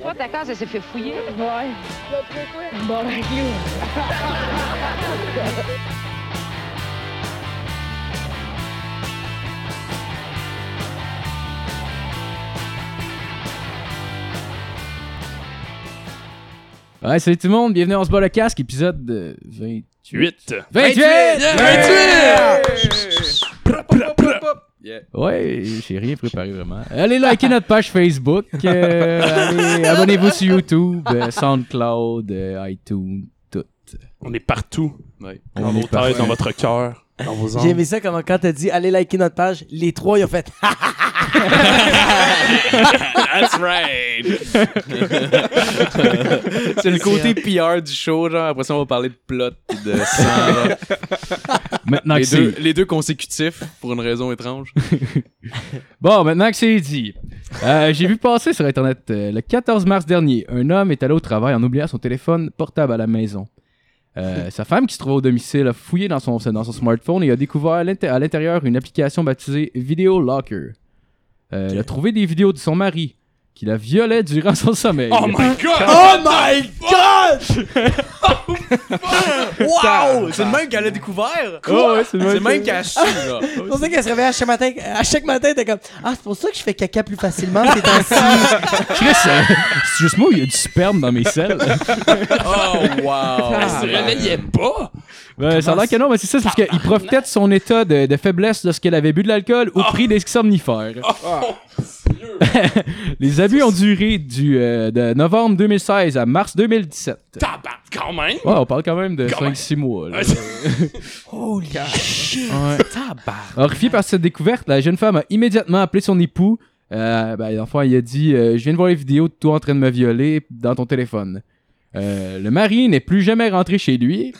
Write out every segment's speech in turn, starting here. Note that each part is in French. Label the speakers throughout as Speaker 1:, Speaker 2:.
Speaker 1: Toi, ta case, elle s'est fait fouiller.
Speaker 2: Ouais. Bon, ben, clou.
Speaker 3: Ouais, salut tout le monde, bienvenue dans ce bol à casque, épisode de 28.
Speaker 4: 8.
Speaker 3: 28!
Speaker 4: Yeah!
Speaker 3: 28! Ouais, j'ai rien préparé vraiment. Allez liker notre page Facebook, euh, allez, abonnez-vous sur YouTube, euh, SoundCloud, euh, iTunes, tout.
Speaker 4: On est partout.
Speaker 3: On
Speaker 4: dans
Speaker 3: est
Speaker 4: vos
Speaker 3: partout.
Speaker 4: têtes, dans votre cœur, dans vos
Speaker 5: J'ai
Speaker 4: âmes.
Speaker 5: aimé ça comment quand t'as dit allez liker notre page, les trois ils ont fait
Speaker 4: That's right.
Speaker 6: C'est le côté PR du show, genre. Après ça, on va parler de plot pis de sang. là.
Speaker 3: Maintenant Ah, que
Speaker 6: les, deux,
Speaker 3: c'est...
Speaker 6: les deux consécutifs, pour une raison étrange.
Speaker 3: Bon, maintenant que c'est dit, euh, j'ai vu passer sur Internet euh, le 14 mars dernier, un homme est allé au travail en oubliant son téléphone portable à la maison. Euh, sa femme qui se trouvait au domicile a fouillé dans son, dans son smartphone et a découvert à l'inté- à l'intérieur une application baptisée Video Locker. Euh, Elle a trouvé des vidéos de son mari qui la violait durant son sommeil.
Speaker 4: Oh my god!
Speaker 5: Oh my god! wow!
Speaker 6: c'est le même qu'elle a découvert!
Speaker 3: Oh, ouais, c'est le même
Speaker 6: C'est le même
Speaker 3: que-
Speaker 6: qu'elle a su, là.
Speaker 5: C'est pour ça qu'elle se réveille à chaque matin, à chaque matin t'es comme ah c'est pour ça que je fais caca plus facilement ces temps-ci.
Speaker 3: Chris, euh, c'est juste moi, il y a du sperme dans mes selles.
Speaker 6: Oh, wow!
Speaker 5: Ah,
Speaker 4: Elle se réveillait pas!
Speaker 3: Ben, ça a l'air que non, mais c'est ça, c'est parce qu'il profitait de son état de, de faiblesse lorsqu'elle avait bu de l'alcool au
Speaker 4: Oh.
Speaker 3: prix des somnifères. Les abus ont duré du, euh, de novembre 2016 à mars 2017.
Speaker 4: Tabac, quand même! Euh,
Speaker 3: Ouais, on parle quand même de
Speaker 4: Quand même.
Speaker 3: 5-6 mois. là.
Speaker 4: Ouais, c'est-
Speaker 5: Holy shit!
Speaker 3: Ouais. Horrifiée par cette découverte, la jeune femme a immédiatement appelé son époux. Euh, ben, l'enfant, il a dit euh, Je viens de voir les vidéos de toi en train de me violer dans ton téléphone. Euh, le mari n'est plus jamais rentré chez lui.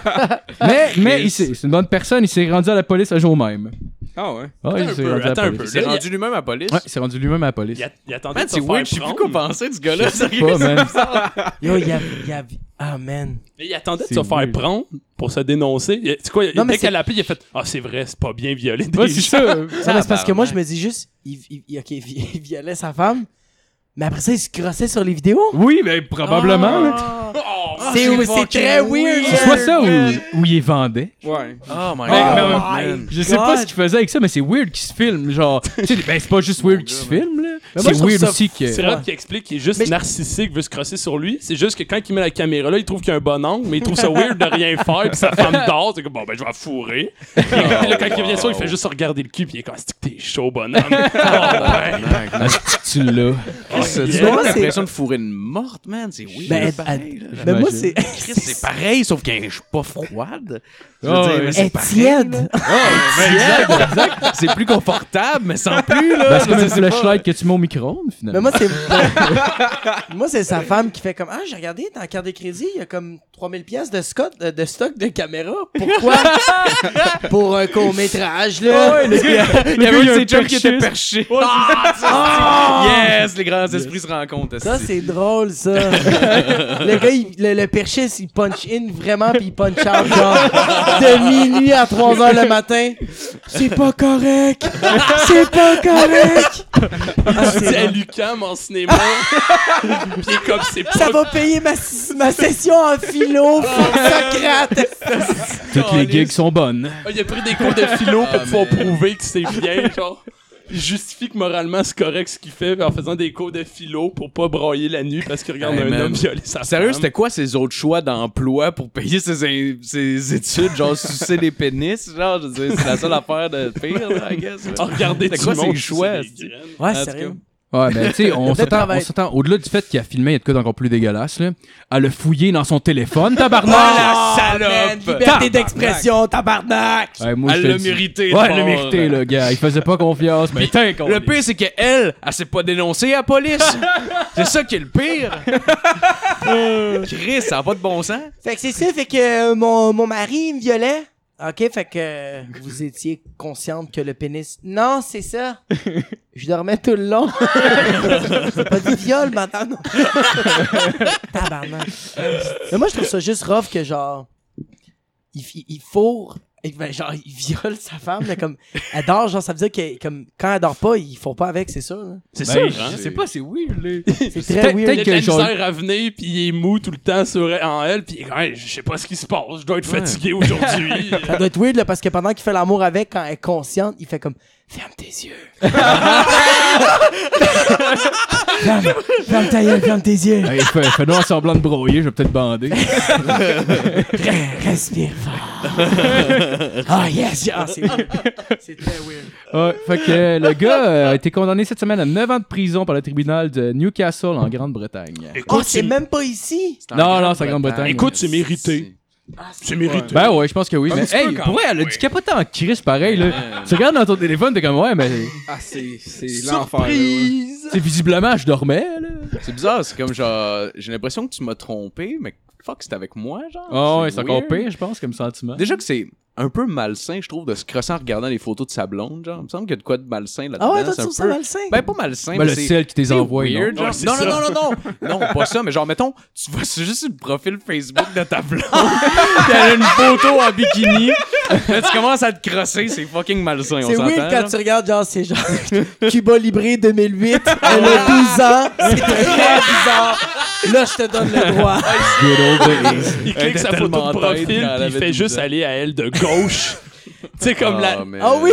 Speaker 3: mais mais il s'est- c'est une bonne personne, il s'est rendu à la police un jour même.
Speaker 6: Ah ouais.
Speaker 3: Ouais,
Speaker 4: Attends
Speaker 3: il
Speaker 4: un
Speaker 3: s'est
Speaker 4: peu,
Speaker 3: rendu à la
Speaker 4: attends un
Speaker 3: police.
Speaker 4: peu.
Speaker 6: Il s'est
Speaker 4: Là,
Speaker 6: rendu lui-même à la police.
Speaker 3: Ouais, il s'est rendu lui-même à la police.
Speaker 4: Il, a- il attendait
Speaker 6: Man,
Speaker 4: de se
Speaker 6: c'est
Speaker 4: faire
Speaker 6: weird. Je sais plus
Speaker 4: prendre.
Speaker 6: quoi penser de ce gars-là.
Speaker 3: Je sais
Speaker 6: sérieux.
Speaker 3: pas, man.
Speaker 5: Yo y a y a ah man.
Speaker 4: Mais il attendait de
Speaker 3: C'est
Speaker 4: se faire
Speaker 3: weird.
Speaker 4: prendre pour se dénoncer. Il- Tu sais quoi, il-
Speaker 5: Non, mais
Speaker 4: dès
Speaker 5: c'est-
Speaker 4: qu'elle a appelé, il a fait Ah, c'est vrai, c'est pas bien violer des
Speaker 3: Ouais, c'est
Speaker 4: gens.
Speaker 3: ça.
Speaker 5: Non, mais c'est parce que moi je me dis juste il, il- il- ok, il violait sa femme, mais après ça il se crossait sur les vidéos.
Speaker 3: Oui, mais probablement. là.
Speaker 4: Oh,
Speaker 5: C'est
Speaker 6: c'est
Speaker 5: c'est très weird.
Speaker 3: C'est soit ça ou, ou il les vendait.
Speaker 6: Ouais. Oh my
Speaker 3: Mais-
Speaker 6: god.
Speaker 3: mais-
Speaker 6: man.
Speaker 3: Je sais pas
Speaker 5: God.
Speaker 3: ce qu'il faisait avec ça, mais c'est weird qu'il se filme. Genre, tu sais, ben, c'est pas juste weird qu'il se filme, là.
Speaker 5: moi,
Speaker 3: C'est
Speaker 5: je trouve
Speaker 3: weird
Speaker 5: ça
Speaker 3: aussi que.
Speaker 4: C'est Rob qui explique qu'il est juste
Speaker 5: Mais je-
Speaker 4: narcissique, veut se crosser sur lui. C'est juste que quand il met la caméra là, il trouve qu'il y a un bon angle, mais il trouve ça weird de rien faire. Puis sa femme dort, c'est comme bon, ben je vais la fourrer. Puis là, quand il revient sur, il fait juste se regarder le cul, puis il est comme Ah, c'est que t'es chaud, bonhomme. oh, ben.
Speaker 3: Ah, c'est que tu l'as.
Speaker 6: Chris, Tu
Speaker 5: Yeah.
Speaker 6: as l'impression de fourrer une morte, man. C'est weird.
Speaker 5: Ben, elle-
Speaker 6: pareil, là.
Speaker 5: Mais moi
Speaker 3: J'imagine.
Speaker 5: c'est
Speaker 6: Chris, c'est pareil, sauf qu'elle est pas froide. Je veux
Speaker 3: Oh,
Speaker 6: dire,
Speaker 3: ouais.
Speaker 6: c'est
Speaker 5: elle
Speaker 6: pareil.
Speaker 5: tiède.
Speaker 6: C'est plus confortable, mais sans plus, là.
Speaker 3: Ben, c'est comme
Speaker 6: Je
Speaker 3: une
Speaker 6: sais pas.
Speaker 3: flashlight que tu mets au micro-ondes,
Speaker 5: Mais
Speaker 3: finalement.
Speaker 5: moi, c'est. moi, c'est sa femme qui fait comme Ah, j'ai regardé dans la carte de crédit, il y a comme 3000 pièces de, Scott, euh, de stock de caméra. Pourquoi Pour un court-métrage, là.
Speaker 3: Ah ouais, le gars,
Speaker 6: Il y avait un de
Speaker 3: un Oh,
Speaker 6: ses chums qui était
Speaker 3: perchiste.
Speaker 6: perché. Ah, yes, les grands esprits se rencontrent.
Speaker 5: Ça,
Speaker 6: esti.
Speaker 5: c'est drôle, ça. le gars, il- le, le perchiste, il punch in vraiment, puis il punch out, genre, de minuit à 3 heures le matin. C'est pas correct. C'est pas correct. Ah, c'est
Speaker 4: C'est à
Speaker 5: drôle.
Speaker 4: Lucam en cinéma. puis il est comme c'est
Speaker 5: Ça
Speaker 4: pas
Speaker 5: va payer ma, ma session en philo, pour
Speaker 3: Ah.
Speaker 5: Socrate.
Speaker 3: Toutes les gigs sont bonnes.
Speaker 4: Il a pris des cours de philo
Speaker 6: Ah,
Speaker 4: pour pouvoir prouver que c'est bien, genre. Il justifie que moralement c'est correct ce qu'il fait en faisant des cours de philo pour pas broyer la nuit parce qu'il regarde
Speaker 6: Hey,
Speaker 4: un
Speaker 6: man.
Speaker 4: homme violer sa
Speaker 6: Sérieux,
Speaker 4: femme.
Speaker 6: c'était quoi ses autres choix d'emploi pour payer ses, in- ses études, genre sucer les pénis, genre, je veux dire, c'est la seule affaire de pire, là, I guess.
Speaker 4: Ah, regardez
Speaker 6: C'était
Speaker 4: tout
Speaker 6: quoi
Speaker 4: le monde
Speaker 6: ses choix,
Speaker 4: c'est
Speaker 6: esti?
Speaker 4: des graines.
Speaker 5: Ouais,
Speaker 6: tout
Speaker 5: sérieux.
Speaker 3: Ouais, mais tu sais, on
Speaker 5: Le
Speaker 3: s'entend, on
Speaker 5: travail.
Speaker 3: s'entend, au-delà du fait qu'il a filmé, il y a de quoi d'encore plus dégueulasse, là. Elle a fouillé dans son téléphone, tabarnak!
Speaker 6: Ah, la
Speaker 5: man,
Speaker 6: salope!
Speaker 5: liberté d'expression, tabarnak!
Speaker 3: Ouais, moi, je
Speaker 6: Elle
Speaker 3: te
Speaker 6: l'a
Speaker 3: dis-
Speaker 6: mérité,
Speaker 3: Ouais,
Speaker 6: le
Speaker 3: elle l'a
Speaker 6: pauvre.
Speaker 3: mérité, le gars. Il faisait pas confiance, mais t'es con.
Speaker 6: Le pire, c'est qu'elle, elle, s'est pas dénoncée à la police. c'est ça qui est le pire. Chris, ça n'a pas de bon sens.
Speaker 5: Fait que c'est ça, fait que euh, mon, mon mari, il me violait. Ok, fait que euh, vous étiez consciente que le pénis. Non, c'est ça. Je dormais tout le long. c'est pas du viol, maintenant. Tabarnak. Mais moi, je trouve ça juste rough que genre. Il, il- il fourre Et ben, genre, il viole sa femme, là, comme, elle dort, genre, ça veut dire que, comme, quand elle dort pas, ils font pas avec, c'est ça, là.
Speaker 4: C'est
Speaker 3: Ben,
Speaker 4: sûr, hein?
Speaker 3: Je
Speaker 6: c'est-
Speaker 3: sais pas, c'est weird, là.
Speaker 5: C'est
Speaker 3: Peut-
Speaker 5: très weird.
Speaker 3: peut-être
Speaker 4: Il a de
Speaker 3: que
Speaker 4: la
Speaker 3: genre-
Speaker 4: misère à venir, puis il est mou tout le temps sur, en elle, puis il est comme, Hey, je sais pas ce qui se passe, je dois être fatigué aujourd'hui.
Speaker 5: Ça doit être weird, là, parce que pendant qu'il fait l'amour avec, quand elle est consciente, il fait comme, ferme tes yeux. ferme, ferme ta gueule, ferme tes yeux.
Speaker 3: Hey, fais- Fais-nous un semblant de broyer, je vais peut-être bander.
Speaker 5: Respire fort. Ah, yes, ah, c'est weird. C'est très weird.
Speaker 3: Ouais, fait que euh, le gars euh, a été condamné cette semaine à 9 ans de prison par le tribunal de Newcastle en Grande-Bretagne.
Speaker 5: Oh,
Speaker 4: Écoute,
Speaker 5: c'est
Speaker 4: c'est
Speaker 5: même pas ici.
Speaker 3: Non, non, c'est en Grande-Bretagne.
Speaker 4: Écoute, c'est mérité.
Speaker 6: Ah,
Speaker 4: C'est mérité.
Speaker 3: Ben ouais, je pense que oui.
Speaker 6: Un
Speaker 3: Mais
Speaker 6: petit peu
Speaker 3: hey,
Speaker 6: quand
Speaker 3: pour vrai, elle a
Speaker 4: oui.
Speaker 3: du capote en crise pareil, là. Tu regardes dans ton téléphone, t'es comme, ouais, mais
Speaker 6: Ah, c'est c'est l'enfer. là, ouais.
Speaker 5: Surprise.
Speaker 3: c'est visiblement, je dormais, là.
Speaker 6: C'est bizarre, c'est comme genre, j'ai l'impression que tu m'as trompé, mais fuck, c'est avec moi, genre.
Speaker 3: Oh, ouais, c'est encore
Speaker 6: weird.
Speaker 3: pire, je pense, comme sentiment.
Speaker 6: Déjà que c'est un peu malsain, je trouve, de se crosser en regardant les photos de sa blonde, genre. Il me semble qu'il y a de quoi de malsain là-dedans.
Speaker 5: Ah ouais, toi,
Speaker 6: c'est
Speaker 5: tu
Speaker 6: un
Speaker 5: trouves ça
Speaker 6: peu-
Speaker 5: malsain?
Speaker 6: Ben, pas malsain,
Speaker 3: Ben,
Speaker 6: mais
Speaker 3: le
Speaker 6: c'est-
Speaker 3: ciel qui t'es
Speaker 6: c'est
Speaker 3: envoie, non?
Speaker 6: weird, genre.
Speaker 4: Ouais, c'est
Speaker 6: non,
Speaker 4: ça.
Speaker 6: non, non, non, non, non, pas ça, mais genre, mettons, tu vas sur juste le profil Facebook de ta blonde, pis elle a une photo en bikini, là, tu commences à te crosser, c'est fucking malsain, on
Speaker 5: C'est
Speaker 6: s'entend.
Speaker 5: weird
Speaker 6: là.
Speaker 5: quand tu regardes, genre, c'est genre Cuba Libre 2008,
Speaker 6: Ah
Speaker 5: elle a 12 ans, c'est très bizarre. Là, je te donne le droit.
Speaker 3: Good old days.
Speaker 4: Il clique
Speaker 6: était
Speaker 4: sa photo
Speaker 6: tellement
Speaker 4: de profil,
Speaker 6: tête quand
Speaker 4: puis il
Speaker 6: elle avait
Speaker 4: fait
Speaker 6: 12
Speaker 4: juste
Speaker 6: ans.
Speaker 4: aller à elle de gauche. tu sais, comme la.
Speaker 6: man.
Speaker 5: Ah oui!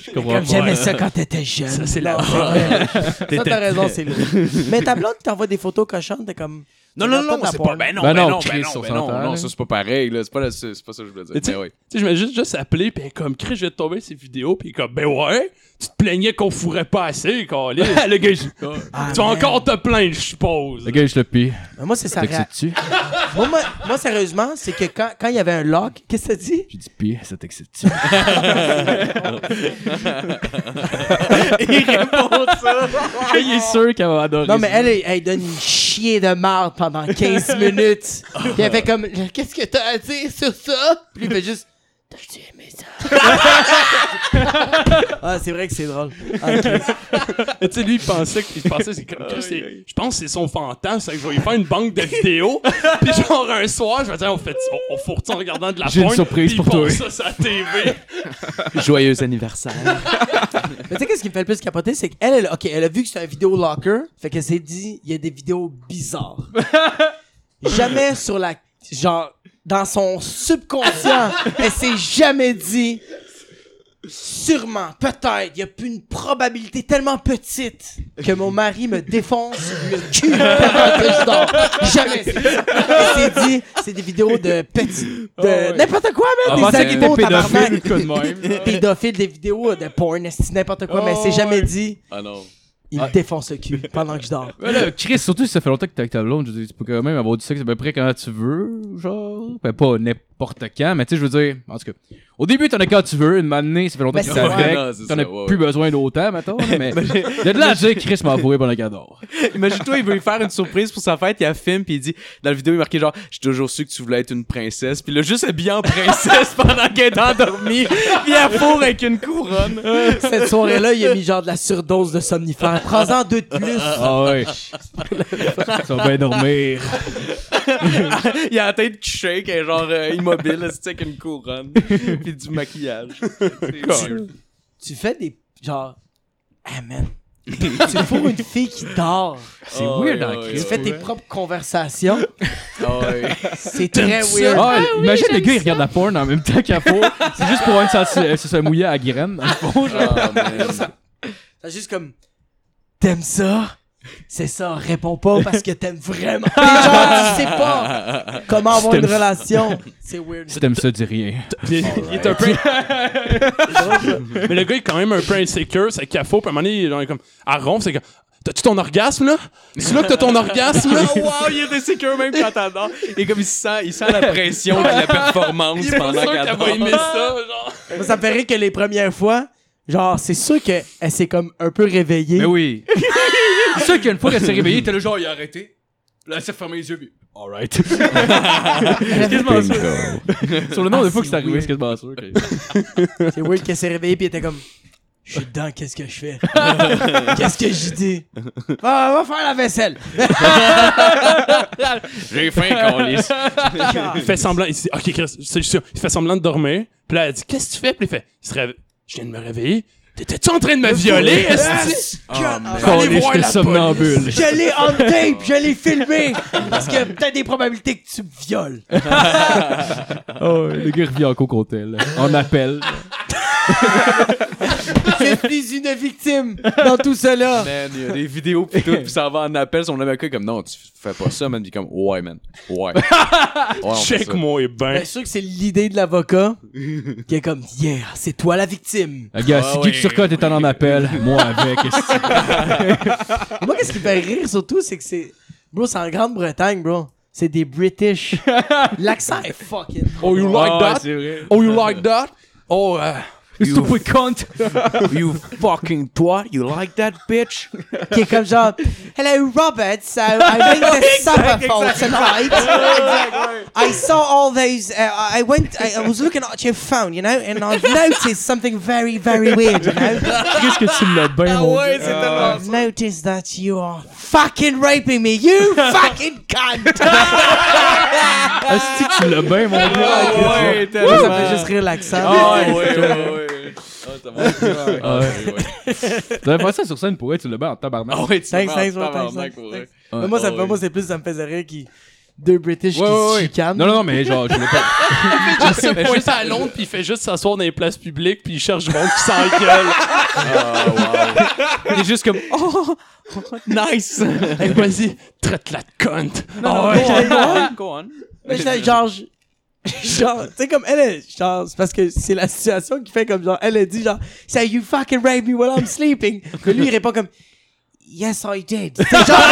Speaker 3: Je comprends
Speaker 5: Comme
Speaker 3: pas.
Speaker 5: j'aimais ça quand t'étais jeune.
Speaker 4: Ça, c'est la
Speaker 5: Non, vrai. Ça, t'as raison, c'est lourd. Mais ta blonde qui t'envoie des photos cochonnes, t'es comme.
Speaker 6: Non,
Speaker 5: t'as l'air
Speaker 6: non, non,
Speaker 5: de la
Speaker 6: c'est pas.
Speaker 5: porn.
Speaker 6: Ben non,
Speaker 3: Ben
Speaker 6: ben
Speaker 3: non,
Speaker 6: non,
Speaker 3: Chris,
Speaker 6: ben
Speaker 3: on
Speaker 6: non, ben
Speaker 3: s'entend,
Speaker 6: non,
Speaker 3: là.
Speaker 6: non, ça c'est pas pareil, là. C'est pas, la- c'est c'est pas ça que je voulais dire.
Speaker 4: Mais tu
Speaker 6: Mais ben oui.
Speaker 4: Tu sais, je me juste, juste appeler, puis elle est comme Chris, je vais te tomber ces vidéos, puis elle est comme, ben ouais, tu te plaignais qu'on fourrait pas assez, câlisse. le gars, il-
Speaker 5: Ah,
Speaker 4: tu vas
Speaker 5: man.
Speaker 4: encore te plaindre, je suppose.
Speaker 3: Le gars, je le pire.
Speaker 5: Mais moi, c'est ça.
Speaker 3: T'as t'excites-tu?
Speaker 5: Moi, moi, moi, sérieusement, c'est que quand quand il y avait un lock, qu'est-ce que t'as dit?
Speaker 3: J'ai dit pire, ça t'excite-tu?
Speaker 6: Il répond ça.
Speaker 3: Il est sûr qu'elle va adorer.
Speaker 5: Non, mais elle, elle, elle donne une chier de marde pendant 15 minutes. Puis elle fait comme, qu'est-ce que t'as à dire sur ça? Puis il fait juste, t'as-tu aimé ça? ah, c'est vrai que c'est drôle. Ah, ok.
Speaker 4: Tu sais, lui, il pensait que. Il pensait, c'est comme. Chris, c'est- Je pense que c'est son fantasme, c'est que je vais lui faire une banque de vidéos. puis genre, un soir, je vais dire, on fait. On, on fourre ça en regardant de la
Speaker 3: J'ai une
Speaker 4: porn,
Speaker 3: surprise
Speaker 4: puis
Speaker 3: pour
Speaker 4: il
Speaker 3: toi.
Speaker 4: pose ça sur la TV.
Speaker 6: Joyeux anniversaire.
Speaker 5: Mais tu sais, qu'est-ce qui me fait le plus capoter, c'est qu'elle, elle, ok, elle a vu que c'est un vidéo locker. Fait qu'elle s'est dit, il y a des vidéos bizarres. jamais sur la. Genre, dans son subconscient, elle s'est jamais dit. Sûrement, peut-être, il y a plus une probabilité tellement petite que mon mari me défonce le cul pendant que je dors. Jamais. c'est ça. Elle s'est dit, c'est des vidéos de petits. de n'importe quoi, même,
Speaker 6: Avant,
Speaker 5: Ah, des
Speaker 6: c'était
Speaker 5: animaux, tabarnak
Speaker 3: Ah, pédophile, quoi de même.
Speaker 5: pédophile des vidéos de porn, c'est n'importe quoi, mais elle s'est jamais dit,
Speaker 6: Ah non.
Speaker 5: il me défonce le cul pendant que je dors.
Speaker 3: Mais là, Chris, surtout si ça fait longtemps que t'es avec ta blonde, je veux dire, tu peux quand même avoir du sexe à peu près quand tu veux, genre. Ben, pas n'importe quand, mais tu sais, je veux dire, en tout cas, au début, t'en as quand tu veux, une matinée, ça fait longtemps
Speaker 5: Ben,
Speaker 3: que
Speaker 5: c'est
Speaker 3: t'es
Speaker 5: vrai.
Speaker 6: Non,
Speaker 3: avec,
Speaker 6: c'est
Speaker 3: t'en
Speaker 6: ça,
Speaker 3: as
Speaker 6: ouais,
Speaker 3: plus besoin d'autant, mettons, là, mais de là à dire, Chris m'a envoyé pendant qu'elle dort.
Speaker 6: Imagine-toi, il veut lui faire une surprise pour sa fête, il a film, puis il dit, dans la vidéo, il est marqué genre, j'ai toujours su que tu voulais être une princesse, puis il a juste habillé en princesse pendant qu'elle est endormie, puis elle fourre avec une couronne.
Speaker 5: Cette soirée-là, il a mis genre de la surdose de somnifère. Prends-en deux de plus.
Speaker 3: Ah ouais. Ils sont bien dormir.
Speaker 6: Il a la tête qui shake, elle est genre euh, immobile, là, c'est avec une couronne, puis du maquillage. C'est weird.
Speaker 5: Tu fais des. genre. Ah, man. tu fourres une fille qui dort.
Speaker 3: C'est
Speaker 6: Oh,
Speaker 3: weird,
Speaker 6: ouais,
Speaker 3: hein,
Speaker 6: ouais,
Speaker 5: Tu
Speaker 3: Chris.
Speaker 6: ouais.
Speaker 5: fais tes propres conversations.
Speaker 6: Ah ouais.
Speaker 5: C'est très
Speaker 4: T'aimes ça?
Speaker 5: weird.
Speaker 3: Ah, imagine le
Speaker 2: j'aime
Speaker 3: gars, il regarde la porn en même temps qu'à fond. C'est juste pour avoir une se mouiller à la graine, dans le fond, genre.
Speaker 6: Ah, man.
Speaker 5: C'est juste comme. T'aimes ça? C'est ça, réponds pas parce que t'aimes vraiment. Genre, tu sais pas comment avoir une
Speaker 3: T'aimes-
Speaker 5: relation. C'est weird.
Speaker 3: Si t'aimes ça, dis rien.
Speaker 4: Puis il- il est un peu. Mais le gars est quand même un peu insécure, c'est qu'il faut. Puis à un moment donné, genre, il est comme. À ronfle, c'est comme. T'as-tu ton orgasme là? C'est là que t'as ton orgasme là?
Speaker 6: Ah, wow, il est insécure même quand elle dort. Et comme il sent, il sent la pression de la performance pendant
Speaker 4: C'est sûr
Speaker 6: qu'elle
Speaker 4: qu'elle va
Speaker 6: dort.
Speaker 4: aimer ça, genre.
Speaker 5: Moi, ça me fait rire que les premières fois, genre, c'est sûr qu'elle s'est comme un peu réveillée.
Speaker 6: Ben
Speaker 3: Mais oui. C'est sûr qu'une fois qu'elle s'est réveillée, t'es le genre, il a arrêté. Là, elle s'est fermée les yeux, puis. Alright. Sur le nombre de fois que c'est arrivé, c'est quasiment sûr. que-
Speaker 5: C'est weird qu'elle s'est réveillée puis elle était comme, Je suis dedans, qu'est-ce que je fais? qu'est-ce que j'y dis? Ah, va faire la vaisselle!
Speaker 6: J'ai faim, qu'on les.
Speaker 4: Il fait semblant. Il dit, ok, Chris, c'est sûr. Il fait semblant de dormir. Puis là, elle dit, qu'est-ce que tu fais? Puis il fait, il se réve- je viens de me réveiller. T'étais-tu en train de me violer? esti?
Speaker 6: Oh, man.
Speaker 5: Ah, Allez voir
Speaker 3: j'étais
Speaker 5: la
Speaker 3: somnambule.
Speaker 5: Je l'ai on tape, je l'ai filmé! Parce qu'il y a peut-être des probabilités que tu me violes.
Speaker 3: Oh, le gars revient en cocotel. On appelle.
Speaker 5: C'est plus une victime dans tout cela.
Speaker 6: Man, il y a des vidéos pis tout, pis ça va en appel, son américain est comme non, tu fais pas ça, man, pis comme ouais, man, ouais. ouais on fait ça.
Speaker 4: Check-moi et ben.
Speaker 5: Bien sûr que c'est l'idée de l'avocat qui est comme Yeah, c'est toi la victime.
Speaker 3: Le gars,
Speaker 6: Ah
Speaker 3: si
Speaker 6: ouais,
Speaker 3: Guy Turcotte est en appel, moi avec. esti.
Speaker 5: Moi, qu'est-ce qui me fait rire surtout, c'est que c'est. Bro, c'est en Grande-Bretagne, bro. C'est des British. L'accent est fucking.
Speaker 4: Oh, you like that? Oh, you like that? Oh, euh,
Speaker 3: Stupid cunt!
Speaker 6: You fucking twat, you like that bitch?
Speaker 5: qui est comme genre Hello Robert, so I made this supper for tonight. I saw all those. Uh, I I went. I, I was looking at your phone, you know, and I've noticed something very, very weird, you know.
Speaker 3: Qu'est-ce que tu l'as bien, mon gars?
Speaker 5: I've noticed that you are fucking raping me, you fucking cunt.
Speaker 3: Esti que tu l'as bien, mon gars?
Speaker 6: ouais,
Speaker 5: Ça fait juste rire l'accent.
Speaker 6: Ah ouais, ouais, ouais. Ah, t'as marqué. Ah, ouais, ouais.
Speaker 3: T'avais pas ça sur scène pour être, tu l'as bien en tabarnak.
Speaker 6: Ah ouais, tu
Speaker 5: Thanks,
Speaker 6: m'as
Speaker 5: thanks,
Speaker 6: en
Speaker 5: bro, thanks,
Speaker 6: tabarnak
Speaker 5: thanks, thanks.
Speaker 6: pour vrai.
Speaker 5: Mais moi, ça,
Speaker 6: Ah ouais.
Speaker 5: moi, c'est plus, ça me faisait rire qui deux British
Speaker 3: Ouais,
Speaker 5: qui
Speaker 3: ouais,
Speaker 5: se
Speaker 3: ouais.
Speaker 5: chicanent.
Speaker 3: Non, non, non, mais genre, je voulais pas.
Speaker 4: il se pointe à Londres, puis il fait juste s'asseoir dans les places publiques, puis il cherche du monde qui s'engueule.
Speaker 6: Il est juste comme oh, nice.
Speaker 4: Hey, vas-y, traite-la de conte. Oh,
Speaker 5: non,
Speaker 4: ouais.
Speaker 5: non.
Speaker 6: Go on.
Speaker 5: Mais j'étais genre, je- genre, tu sais, comme elle est, genre, c'est parce que c'est la situation qui fait comme genre, elle a dit genre, say you fucking rape me while I'm sleeping. Que lui, il répond comme, yes, I did. C'est genre,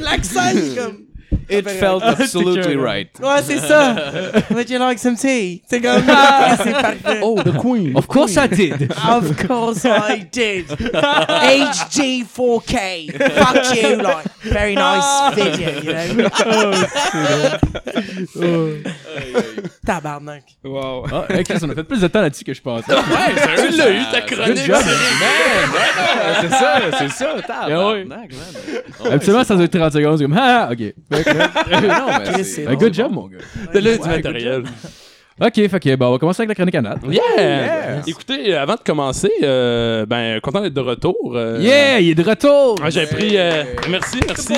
Speaker 5: l'accent, il est comme,
Speaker 6: It felt absolutely right.
Speaker 5: ouais, c'est ça. Would you like some tea? C'est comme, ah, c'est parfait.
Speaker 4: Oh, the queen.
Speaker 3: Of course I did!
Speaker 5: Of course I did. HD4K. Fuck you, like, very
Speaker 4: Ah.
Speaker 5: nice video, you know.
Speaker 4: Oh,
Speaker 5: Tabarnak.
Speaker 3: Ah, hey, Chris, on a fait plus de temps là-dessus que je pensais.
Speaker 4: Ouais, tu l'as eu, ta
Speaker 3: Good
Speaker 4: chronique.
Speaker 3: job!
Speaker 6: C'est ça, c'est ça,
Speaker 3: tabarnak,
Speaker 6: man.
Speaker 3: Absolument, ça doit être 30 secondes, c'est comme, ah, ok.
Speaker 6: Non, mais
Speaker 5: Chris,
Speaker 6: c'est-
Speaker 5: c'est
Speaker 3: Un
Speaker 5: bon.
Speaker 3: good job, mon gars.
Speaker 4: De là, du matériel.
Speaker 3: Ok, fait que, bon, on va commencer avec la chronique à Nat.
Speaker 4: Oh, Yeah! Écoutez, euh, avant de commencer, euh, ben, content d'être de retour. euh,
Speaker 3: Yeah, il est de retour!
Speaker 4: Ah, J'ai pris. euh, merci, merci.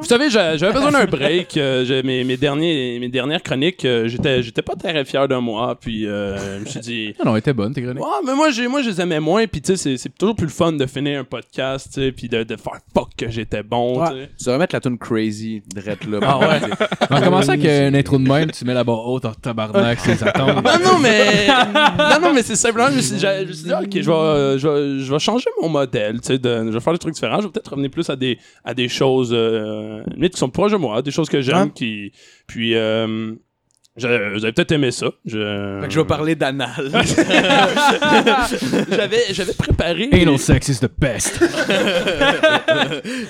Speaker 4: Vous savez, j'a- j'avais besoin d'un break. euh, j'ai- mes, mes, derniers, mes dernières chroniques, euh, j'étais, j'étais pas très fier de moi. Puis euh, je me suis dit,
Speaker 3: Ah Non, non, elle était bonne, tes chroniques.
Speaker 4: Ouais, mais moi, j'ai, moi, je les aimais moins. Puis, tu sais, c'est, c'est toujours plus le fun de finir un podcast, tu sais, puis de, de faire fuck que j'étais bon, tu sais.
Speaker 6: Tu devrais mettre la tune Crazy, drette là.
Speaker 4: Ah ouais.
Speaker 3: On va commencer avec euh, une intro de même, tu mets la barre haute en tabarnak, c'est ça tombe.
Speaker 4: Non, non, mais. non, non, mais c'est simplement. Je me suis, j'ai- je me suis dit, ok, je vais, euh, je vais, je vais changer mon modèle, tu sais, de- je vais faire des trucs différents. Je vais peut-être revenir plus à des, à des choses, euh, mais qui sont proches de moi, des choses que j'aime,
Speaker 5: Hein?
Speaker 4: qui. Puis, euh, je- vous avez peut-être aimé ça. Je,
Speaker 6: Fait que je vais parler d'anal.
Speaker 4: j'avais, j'avais préparé.
Speaker 3: Anal sex is the best.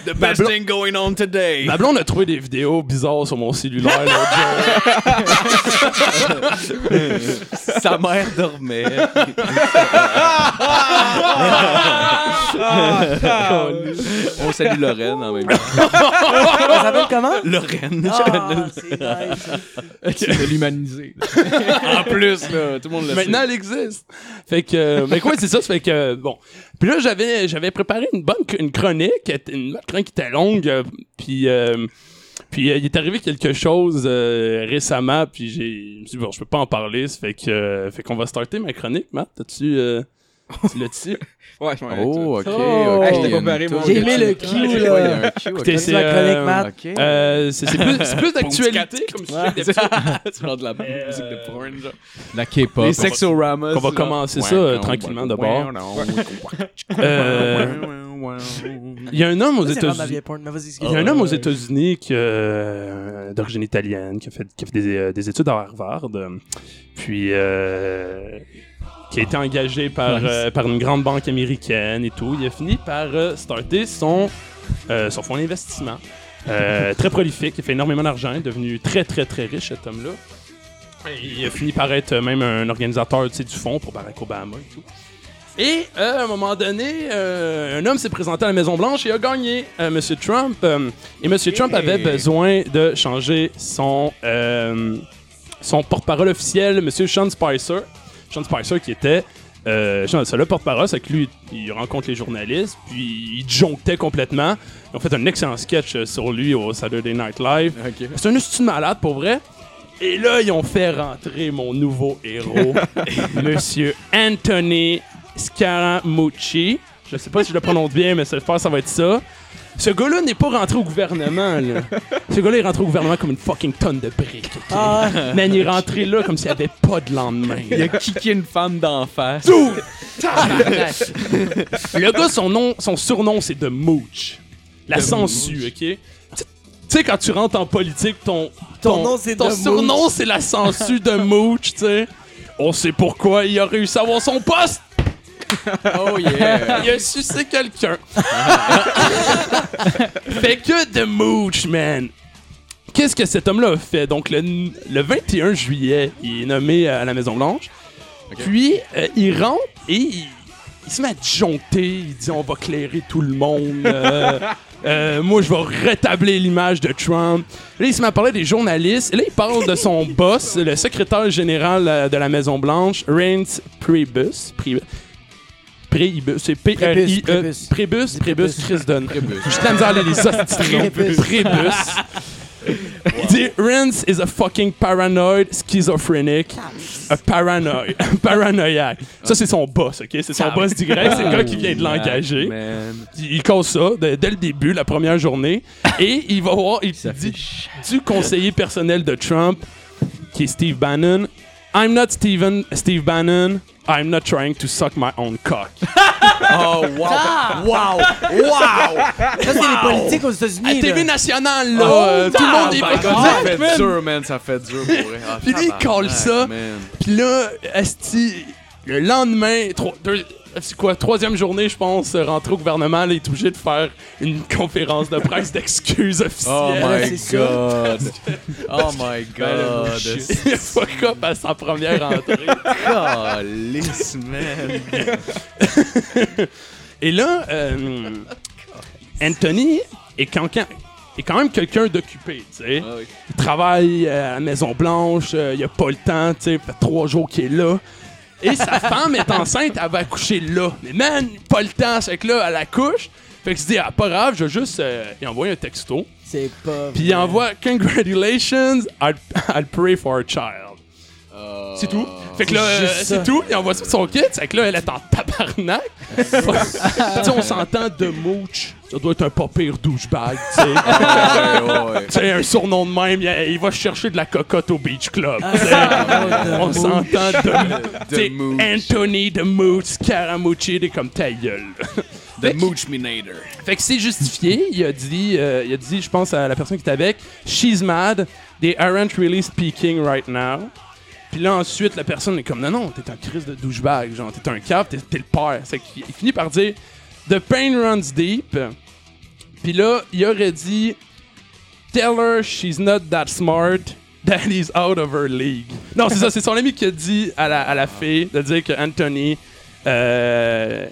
Speaker 6: The best thing going on today.
Speaker 4: Ma blonde a trouvé des vidéos bizarres sur mon cellulaire l'autre jour.
Speaker 6: Sa mère dormait. On salue Lorraine en même temps.
Speaker 5: Ah, Ça s'appelle comment?
Speaker 6: Lorraine.
Speaker 5: Ah, c'est nice.
Speaker 3: Tu veux l'humaniser.
Speaker 6: En plus, là, tout le monde le
Speaker 4: Maintenant, elle existe. Fait que, euh, mais quoi, c'est ça, ça fait que, euh, bon. Puis là, j'avais, j'avais préparé une bonne, une chronique, une bonne chronique qui était longue, euh, puis, euh, puis euh, il est arrivé quelque chose euh, récemment, puis j'ai, je me suis dit, bon, je peux pas en parler, ça fait que, euh, fait qu'on va starter ma chronique, Matt. T'as-tu, euh, tu l'as dessus?
Speaker 1: Ouais, je m'en
Speaker 6: sait.
Speaker 1: rappelle.
Speaker 6: Oh, ok.
Speaker 5: Oh.
Speaker 6: ok,
Speaker 5: Hey,
Speaker 1: je t'ai
Speaker 6: il y a
Speaker 1: pas barré,
Speaker 6: une
Speaker 1: moi.
Speaker 6: toune.
Speaker 5: J'ai aimé le cue,
Speaker 6: Ouais, il y
Speaker 5: là.
Speaker 6: a un cue, ok.
Speaker 4: Écoutez,
Speaker 5: C'est la chronique, Matt.
Speaker 6: Ok.
Speaker 4: euh, c'est, c'est plus, c'est plus d'actualité Euh, comme sujet d'épisode.
Speaker 6: tu prends de la musique
Speaker 4: Euh,
Speaker 6: de porn, genre.
Speaker 3: La K-pop.
Speaker 6: Les sexoramas.
Speaker 4: qu'on va
Speaker 6: là.
Speaker 4: commencer ça, euh, tranquillement, de bord. Euh,
Speaker 6: Euh,
Speaker 4: Il y a un homme aux
Speaker 5: Ça, c'est vraiment de la
Speaker 4: États-Unis.
Speaker 5: vieille porn, mais vas-y,
Speaker 4: Il y a un homme aux États-Unis qui, euh, d'origine italienne qui a fait, qui a fait des, euh, des études à Harvard, euh, puis euh, qui a été engagé par, euh, par une grande banque américaine et tout. Il a fini par euh, starter son, euh, son fonds d'investissement. Euh, très prolifique, il a fait énormément d'argent, il est devenu très très très riche cet homme-là. Il a fini par être euh, même un organisateur tu sais, du fonds pour Barack Obama et tout. Et euh, à un moment donné, euh, un homme s'est présenté à la Maison-Blanche et a gagné euh, Monsieur Trump. euh, et Monsieur Trump avait besoin de changer son, euh, son porte-parole officiel, Monsieur Sean Spicer. Sean Spicer qui était. Euh, Sean- c'est le porte-parole, c'est que lui, il rencontre les journalistes, puis il jonctait complètement. Ils ont fait un excellent sketch euh, sur lui au Saturday Night Live.
Speaker 6: Ok.
Speaker 4: C'est un hostie de malade pour vrai. Et là, ils ont fait rentrer mon nouveau héros, Monsieur Anthony Scaramucci. Je sais pas si je le prononce bien, mais ça, je pense que ça va être ça. Ce gars-là n'est pas rentré au gouvernement, là. Ce gars-là est rentré au gouvernement comme une fucking tonne de briques. ok?
Speaker 5: Ah,
Speaker 4: Man, il est rentré là comme s'il n'y avait pas de lendemain.
Speaker 6: Il a kické une femme d'en face.
Speaker 4: Le gars, son, nom, son surnom, c'est The Mooch. La sangsue, ok? Tu tu sais, quand tu rentres en politique, ton,
Speaker 5: Ton nom, c'est
Speaker 4: ton
Speaker 5: The
Speaker 4: surnom,
Speaker 5: Mooch.
Speaker 4: c'est la sangsue de Mooch, tu sais. On sait pourquoi il a réussi à avoir son poste.
Speaker 6: Oh yeah.
Speaker 4: Il a sucé quelqu'un. fait que The Mooch, man. Qu'est-ce que cet homme-là a fait? Donc, le, le 21 juillet, il est nommé à la Maison-Blanche. Puis, euh, il rentre et il, il se met à disjoncter. Il dit on va clairer tout le monde. Euh, euh, moi, je vais rétablir l'image de Trump. Là, il se met à parler des journalistes. Et là, il parle de son boss, le secrétaire général euh, de la Maison-Blanche, Reince Priebus. Priebus. Priebus, c'est P-R-I-E.
Speaker 5: Priebus,
Speaker 4: Priebus, Priebus, Priebus, Chris Dunn.
Speaker 6: Priebus.
Speaker 4: J'ai de la misère à lire ça, c'est Priebus. Priebus. Il dit Rance is a fucking paranoid schizophrenic. A paranoid. Paranoïaque. Ça, c'est son boss, OK? C'est son boss direct. C'est le gars qui vient
Speaker 3: Oh,
Speaker 4: de l'engager.
Speaker 6: Man.
Speaker 4: Il il cause ça de- dès le début, la première journée. Et il va voir, il
Speaker 3: Ça fait
Speaker 4: dit du conseiller personnel de Trump, qui est Steve Bannon. I'm not Steven, Steve Bannon. I'm not trying to suck my own cock.
Speaker 6: Oh wow. Wow. Wow.
Speaker 5: ça, c'est les politiques aux
Speaker 4: À
Speaker 5: États-Unis.
Speaker 4: TV
Speaker 5: là.
Speaker 4: nationale, là,
Speaker 3: Oh,
Speaker 4: euh, tout le monde est
Speaker 6: Oh my God,
Speaker 4: Ah,
Speaker 6: Ça fait
Speaker 4: man.
Speaker 6: dur, man. Ça fait dur pour vrai. Ah,
Speaker 4: Puis lui, il colle
Speaker 6: tabarnak,
Speaker 4: ça.
Speaker 6: man.
Speaker 4: Puis là, Asti, le lendemain, trois- deux- c'est quoi, troisième journée, je pense, euh, rentrée au gouvernement, là, il est obligé de faire une conférence de presse d'excuses
Speaker 6: Oh
Speaker 4: officielles.
Speaker 5: Yeah,
Speaker 6: my
Speaker 5: c'est ça.
Speaker 6: god. Oh my god.
Speaker 4: Shit. Fuck up à sa première rentrée.
Speaker 6: Calice, man.
Speaker 4: Et là, euh, Anthony est quand, est quand même quelqu'un d'occupé, tu sais.
Speaker 6: Ah oui.
Speaker 4: Il travaille euh, à la Maison-Blanche, euh, il a pas le temps, tu sais, ça fait trois jours qu'il est là. Et sa femme est enceinte, elle va accoucher là. Mais man, pas le temps, c'est que là, elle accouche. Fait que se dit, ah, pas grave, je vais juste euh, lui envoyer un texto.
Speaker 5: C'est pas.
Speaker 4: Puis il envoie, congratulations, I'll, I'll pray for our child. C'est tout. Fait que là,
Speaker 5: Euh,
Speaker 4: euh,
Speaker 5: C'est juste ça.
Speaker 4: c'est tout. Il envoie ça sur son kit. Fait que là, elle est en tabarnak. tu sais, on s'entend de mooch. Ça doit être un pas pire douchebag, tu sais.
Speaker 6: Ouais, ouais.
Speaker 4: Ah, Tu sais, un surnom de même, il, il va chercher de la cocotte au Beach Club. Tu sais, on s'entend de,
Speaker 6: The
Speaker 4: tu sais,
Speaker 6: Mooch.
Speaker 4: Anthony de Mooch, Scaramucci, des comme ta gueule.
Speaker 6: The Moochminator.
Speaker 4: Fait que c'est justifié. Il a dit, euh, il a dit, je pense à la personne qui était avec, she's mad, they aren't really speaking right now. Puis là, ensuite, la personne est comme, non, non, t'es un crise de douchebag, genre, t'es un cap, t'es t'es le père. C'est qu'il il finit par dire, the pain runs deep. Puis là, il aurait dit, tell her she's not that smart. That is out of her league. Non, c'est ça, c'est son ami qui a dit à la, à la fille de dire que Anthony, euh,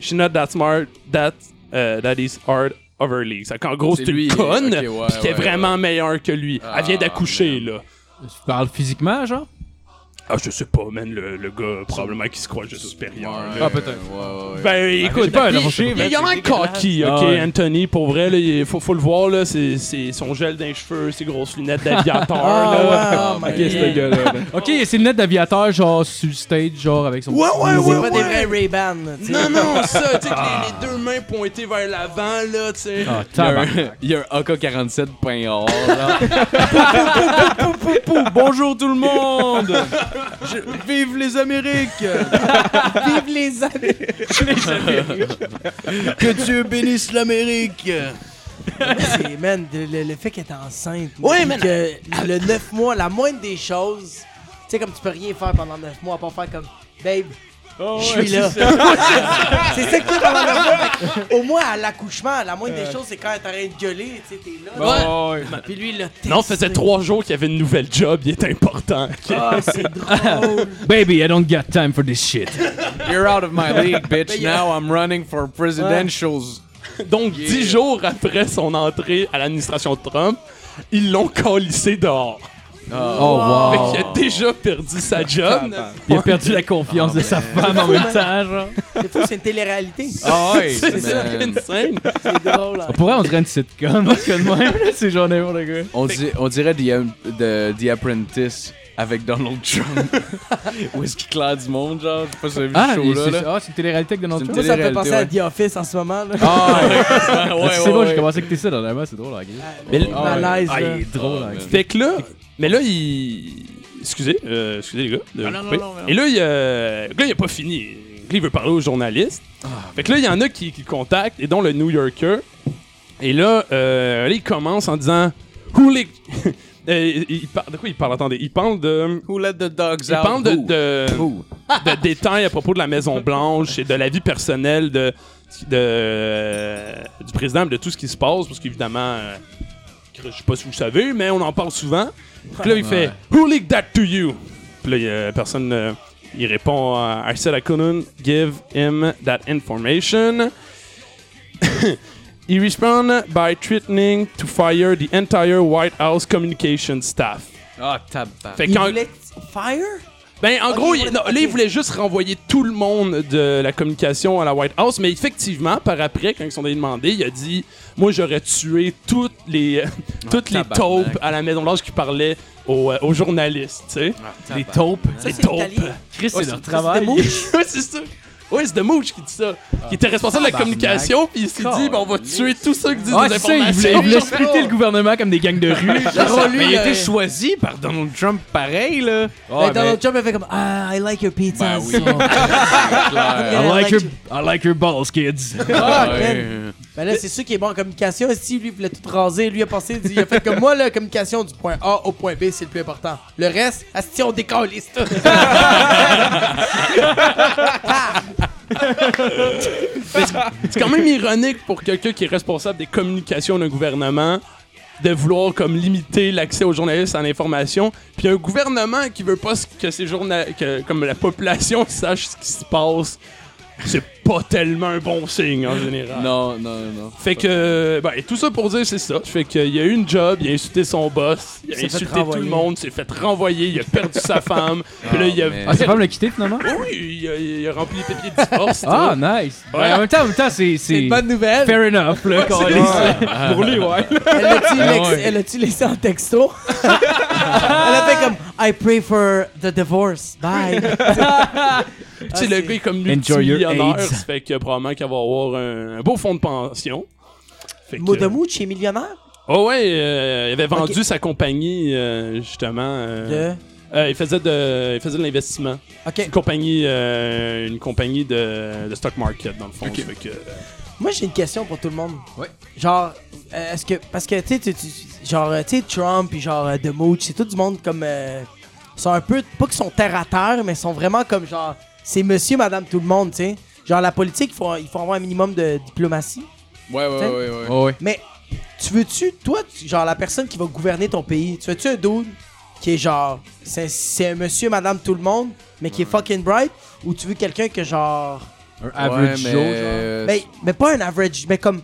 Speaker 4: she's not that smart, that, euh, that is hard of her league. C'est qu'en gros,
Speaker 6: C'est
Speaker 4: c'est une
Speaker 6: lui,
Speaker 4: conne,
Speaker 6: ok, ouais,
Speaker 4: puis qui est
Speaker 6: ouais, Ah,
Speaker 4: vraiment meilleure que lui. Elle vient d'accoucher, là.
Speaker 3: Tu parles physiquement, genre?
Speaker 4: Ah, je sais pas, man, le, le gars, probablement qui se croit juste supérieur. là.
Speaker 6: Ah, peut-être. Ouais, ouais.
Speaker 4: Ben écoute,
Speaker 3: pas,
Speaker 4: puis,
Speaker 3: là, on sait
Speaker 4: il
Speaker 3: pas.
Speaker 4: y a un cocky, ok,
Speaker 3: Ah ouais.
Speaker 4: Anthony, pour vrai, là, il faut, faut le voir, là, c'est, c'est son gel d'un cheveu, ses grosses lunettes d'aviateur, là.
Speaker 5: Ah, ouais, oh my
Speaker 4: Ok, ce
Speaker 5: God.
Speaker 4: gars-là, là.
Speaker 3: Ok, c'est une lunette d'aviateur, genre, sur le stage, genre, avec son.
Speaker 4: Ouais, ouais, ouais,
Speaker 5: C'est pas des vrais Ray-Ban. là, tu sais.
Speaker 4: Non, non, ça, tu sais, que les, les deux mains pointées vers l'avant, là, tu sais.
Speaker 3: Ah,
Speaker 6: Il y a
Speaker 3: tabarnak.
Speaker 6: un- Il y a un AK-47 point or, là. Pou, pou, pou, pou, pou, pou. Bonjour tout le monde! Je- Vive les Amériques!
Speaker 5: Vive les années.
Speaker 6: Que Dieu bénisse l'Amérique!
Speaker 5: C'est, man, le, le- le fait qu'elle est enceinte.
Speaker 4: Ouais,
Speaker 5: puis
Speaker 4: man.
Speaker 5: Que le 9 mois, la moindre des choses. Tu sais, comme tu peux rien faire pendant 9 mois à part faire comme. Babe, je suis là. c'est ça que toi, pendant la fois, Au moins, à l'accouchement, la moindre des choses, c'est quand t'as rien de gueuler, tu sais, t'es là.
Speaker 4: Ouais.
Speaker 6: ben,
Speaker 5: Puis lui, il l'a
Speaker 4: Non, ça faisait trois jours qu'il y avait une nouvelle job, il est important.
Speaker 5: Ah, c'est drôle.
Speaker 3: Baby, I don't got time for this shit.
Speaker 6: You're out of my league, bitch.
Speaker 5: il y a-
Speaker 6: Now I'm running for presidentials.
Speaker 4: Donc, dix jours après son entrée à l'administration de Trump, ils l'ont colissé dehors.
Speaker 3: Oh, wow.
Speaker 4: Fait qu'il a déjà perdu sa
Speaker 6: Ah,
Speaker 4: job.
Speaker 6: bah,
Speaker 3: Il a perdu la confiance de sa femme en même temps, genre.
Speaker 5: C'est fou, c'est une télé-réalité.
Speaker 6: Ah ouais,
Speaker 4: C'est ça,
Speaker 6: man.
Speaker 4: insane.
Speaker 5: C'est drôle. hein.
Speaker 3: On pourrait, on dirait une sitcom, en tout cas de même, là, c'est genre n'importe quoi.
Speaker 6: On, dit- on dirait The, Am- de- The Apprentice avec Donald Trump. Où est-ce qu'il claire du monde, genre? Je sais pas si vous avez vu
Speaker 3: Ah,
Speaker 6: ce
Speaker 3: mais
Speaker 6: show-là.
Speaker 3: c'est
Speaker 6: là.
Speaker 3: ah, c'est une télé-réalité avec Donald
Speaker 6: C'est une
Speaker 3: Trump?
Speaker 5: Moi, ça me fait
Speaker 6: Télé-réalité,
Speaker 5: penser à
Speaker 6: ouais.
Speaker 5: The Office en ce moment. Là.
Speaker 6: Ah, ouais, ouais,
Speaker 3: c'est
Speaker 6: ouais,
Speaker 3: bon,
Speaker 6: ouais.
Speaker 3: j'ai commencé à écouter ça dernièrement, c'est drôle. hein.
Speaker 4: Mais le-
Speaker 6: Ah, ouais.
Speaker 5: Malaise.
Speaker 3: Ah,
Speaker 5: là.
Speaker 3: il est drôle. hein.
Speaker 4: Fait que là, mais là, il. Excusez, euh, excusez les gars. de
Speaker 6: Ah, non,
Speaker 4: couper.
Speaker 6: non, non, non.
Speaker 4: Et là, il, euh, là, il a pas fini. Là, Il veut parler aux journalistes.
Speaker 6: Ah.
Speaker 4: fait que là, il y en a qui, qui le contactent, et dont le New Yorker. Et là, euh, là, il commence en disant Who let- Euh, il, il parle- de quoi il parle Attendez, il parle de.
Speaker 6: Who let the dogs
Speaker 4: Il
Speaker 6: out?
Speaker 4: parle de,
Speaker 6: Who?
Speaker 4: de,
Speaker 6: Who?
Speaker 4: de détails à propos de la Maison Blanche et de la vie personnelle de, de euh, du président, de tout ce qui se passe, parce qu'évidemment, euh, je sais pas si vous savez, mais on en parle souvent. Puis là, il fait Who leaked that to you? Puis là, il y a personne. euh, il répond euh, I said I couldn't give him that information. He respond by threatening to fire the entire White House communication staff.
Speaker 6: Ah, tabac.
Speaker 4: Fait
Speaker 5: Il
Speaker 4: qu'en-
Speaker 5: voulait fire?
Speaker 4: ben, en
Speaker 5: Ok,
Speaker 4: gros,
Speaker 5: il
Speaker 4: il,
Speaker 5: voulait-
Speaker 4: non, là, il
Speaker 5: ok.
Speaker 4: voulait juste renvoyer tout le monde de la communication à la White House, mais effectivement, par après, quand ils sont allés demander, il a dit Moi, j'aurais taupé toutes les, euh,
Speaker 3: Ah,
Speaker 4: toutes les
Speaker 6: tabarnak.
Speaker 4: taupes à la Maison-Blanche qui parlaient aux, euh, aux journalistes, tu sais.
Speaker 3: Les taupes.
Speaker 5: Ça,
Speaker 4: Les
Speaker 5: c'est
Speaker 4: taupes.
Speaker 5: italien.
Speaker 3: Chris, Oh,
Speaker 4: Ouais,
Speaker 3: c'est leur
Speaker 4: c'est-
Speaker 5: C'était
Speaker 3: travail.
Speaker 5: mouche.
Speaker 4: ouais, c'est ça. Ouais, c'est The Mooch qui dit ça. qui était responsable de la
Speaker 3: Ah, tabarnak.
Speaker 4: communication, puis il s'est dit ben, On va tuer tous ceux qui disent
Speaker 3: Ah,
Speaker 4: des
Speaker 3: c'est ça, il
Speaker 4: informations.
Speaker 3: voulait, il voulait splitter le gouvernement comme des gangs de rue.
Speaker 5: Genre, lui,
Speaker 6: Mais il
Speaker 5: là,
Speaker 3: euh,
Speaker 6: était
Speaker 5: il-
Speaker 6: choisi par Donald Trump pareil, là.
Speaker 5: Ben, Donald Trump, il fait comme Ah, I like your pizza.
Speaker 6: Ah, Ben oui. Ah,
Speaker 5: Yeah,
Speaker 3: I like
Speaker 5: like
Speaker 3: your, I like your balls, kids.
Speaker 5: Ah, man. Ben là, c'est sûr qu'il est bon en communication. Si lui, il voulait tout raser, lui, il a pensé, il dit- il a fait comme moi, la communication du point A au point B, c'est le plus important. Le reste, si on décolle tout.
Speaker 4: C'est quand même ironique pour quelqu'un qui est responsable des communications d'un gouvernement de vouloir comme limiter l'accès aux journalistes à l'information, puis un gouvernement qui veut pas s- que ces journa- que comme la population sache ce qui se passe, c'est pas tellement un bon signe en général.
Speaker 6: Non, non, non.
Speaker 4: Fait que bah, et tout ça pour dire c'est ça, fait qu'il y a eu une job, il a insulté son boss, il a
Speaker 5: Il s'est fait
Speaker 4: insulté tout le
Speaker 5: renvoyer.
Speaker 4: monde, s'est fait renvoyer, il a perdu sa femme, puis là il a
Speaker 6: man.
Speaker 3: Ah, c'est pas me le quitter finalement?
Speaker 4: Oh oui, il a, il a rempli les papiers de divorce. tu
Speaker 3: Ah,
Speaker 4: vois.
Speaker 3: nice. Ouais, en même temps, en même temps, c'est.
Speaker 5: C'est une bonne nouvelle.
Speaker 3: Fair enough, là, quand on
Speaker 4: pour lui, ouais.
Speaker 5: Elle l'a-tu
Speaker 6: Ah,
Speaker 5: lex-
Speaker 6: ouais.
Speaker 5: elle l'a-tu laissé en texto? Elle a fait comme I pray for the divorce. Bye.
Speaker 4: Tu sais,
Speaker 5: Ah,
Speaker 4: le
Speaker 5: c'est-
Speaker 4: gars est comme
Speaker 3: Enjoy your
Speaker 4: multimillionnaire,
Speaker 3: AIDS.
Speaker 4: ça fait que probablement qu'il va avoir un, un beau fonds de pension. Fait que-
Speaker 5: Modemouche chez millionnaire?
Speaker 4: Oh ouais, euh, il avait vendu
Speaker 5: Ok.
Speaker 4: sa compagnie, euh, justement. euh,
Speaker 5: De...
Speaker 4: euh, il, faisait de, il faisait de l'investissement.
Speaker 5: Ok.
Speaker 4: Une compagnie, euh, une compagnie de, de stock market, dans le fond.
Speaker 6: Ok.
Speaker 4: Fait que, euh,
Speaker 5: Moi, j'ai une question pour tout le monde.
Speaker 6: Ouais.
Speaker 5: Genre, euh, est-ce que. Parce que, tu sais, tu- tu- genre, euh, tu sais, Trump et genre euh, The Mooch, c'est tout du monde comme. euh, sont un peu. Pas qu'ils sont terre à terre, mais sont vraiment comme genre. C'est monsieur, madame, tout le monde, tu sais. Genre, la politique, il faut, il faut avoir un minimum de diplomatie.
Speaker 6: Ouais, ouais, ouais, ouais.
Speaker 3: Oh, ouais.
Speaker 5: Mais, tu veux-tu, toi, tu- genre, la personne qui va gouverner ton pays, tu veux-tu un dude qui est genre. C'est, c'est un monsieur, madame, tout le monde, mais qui est fucking bright, ou tu veux quelqu'un que genre.
Speaker 3: Un average
Speaker 6: Ouais,
Speaker 3: Joe,
Speaker 6: mais-
Speaker 3: genre.
Speaker 5: Mais, mais pas un average, mais comme.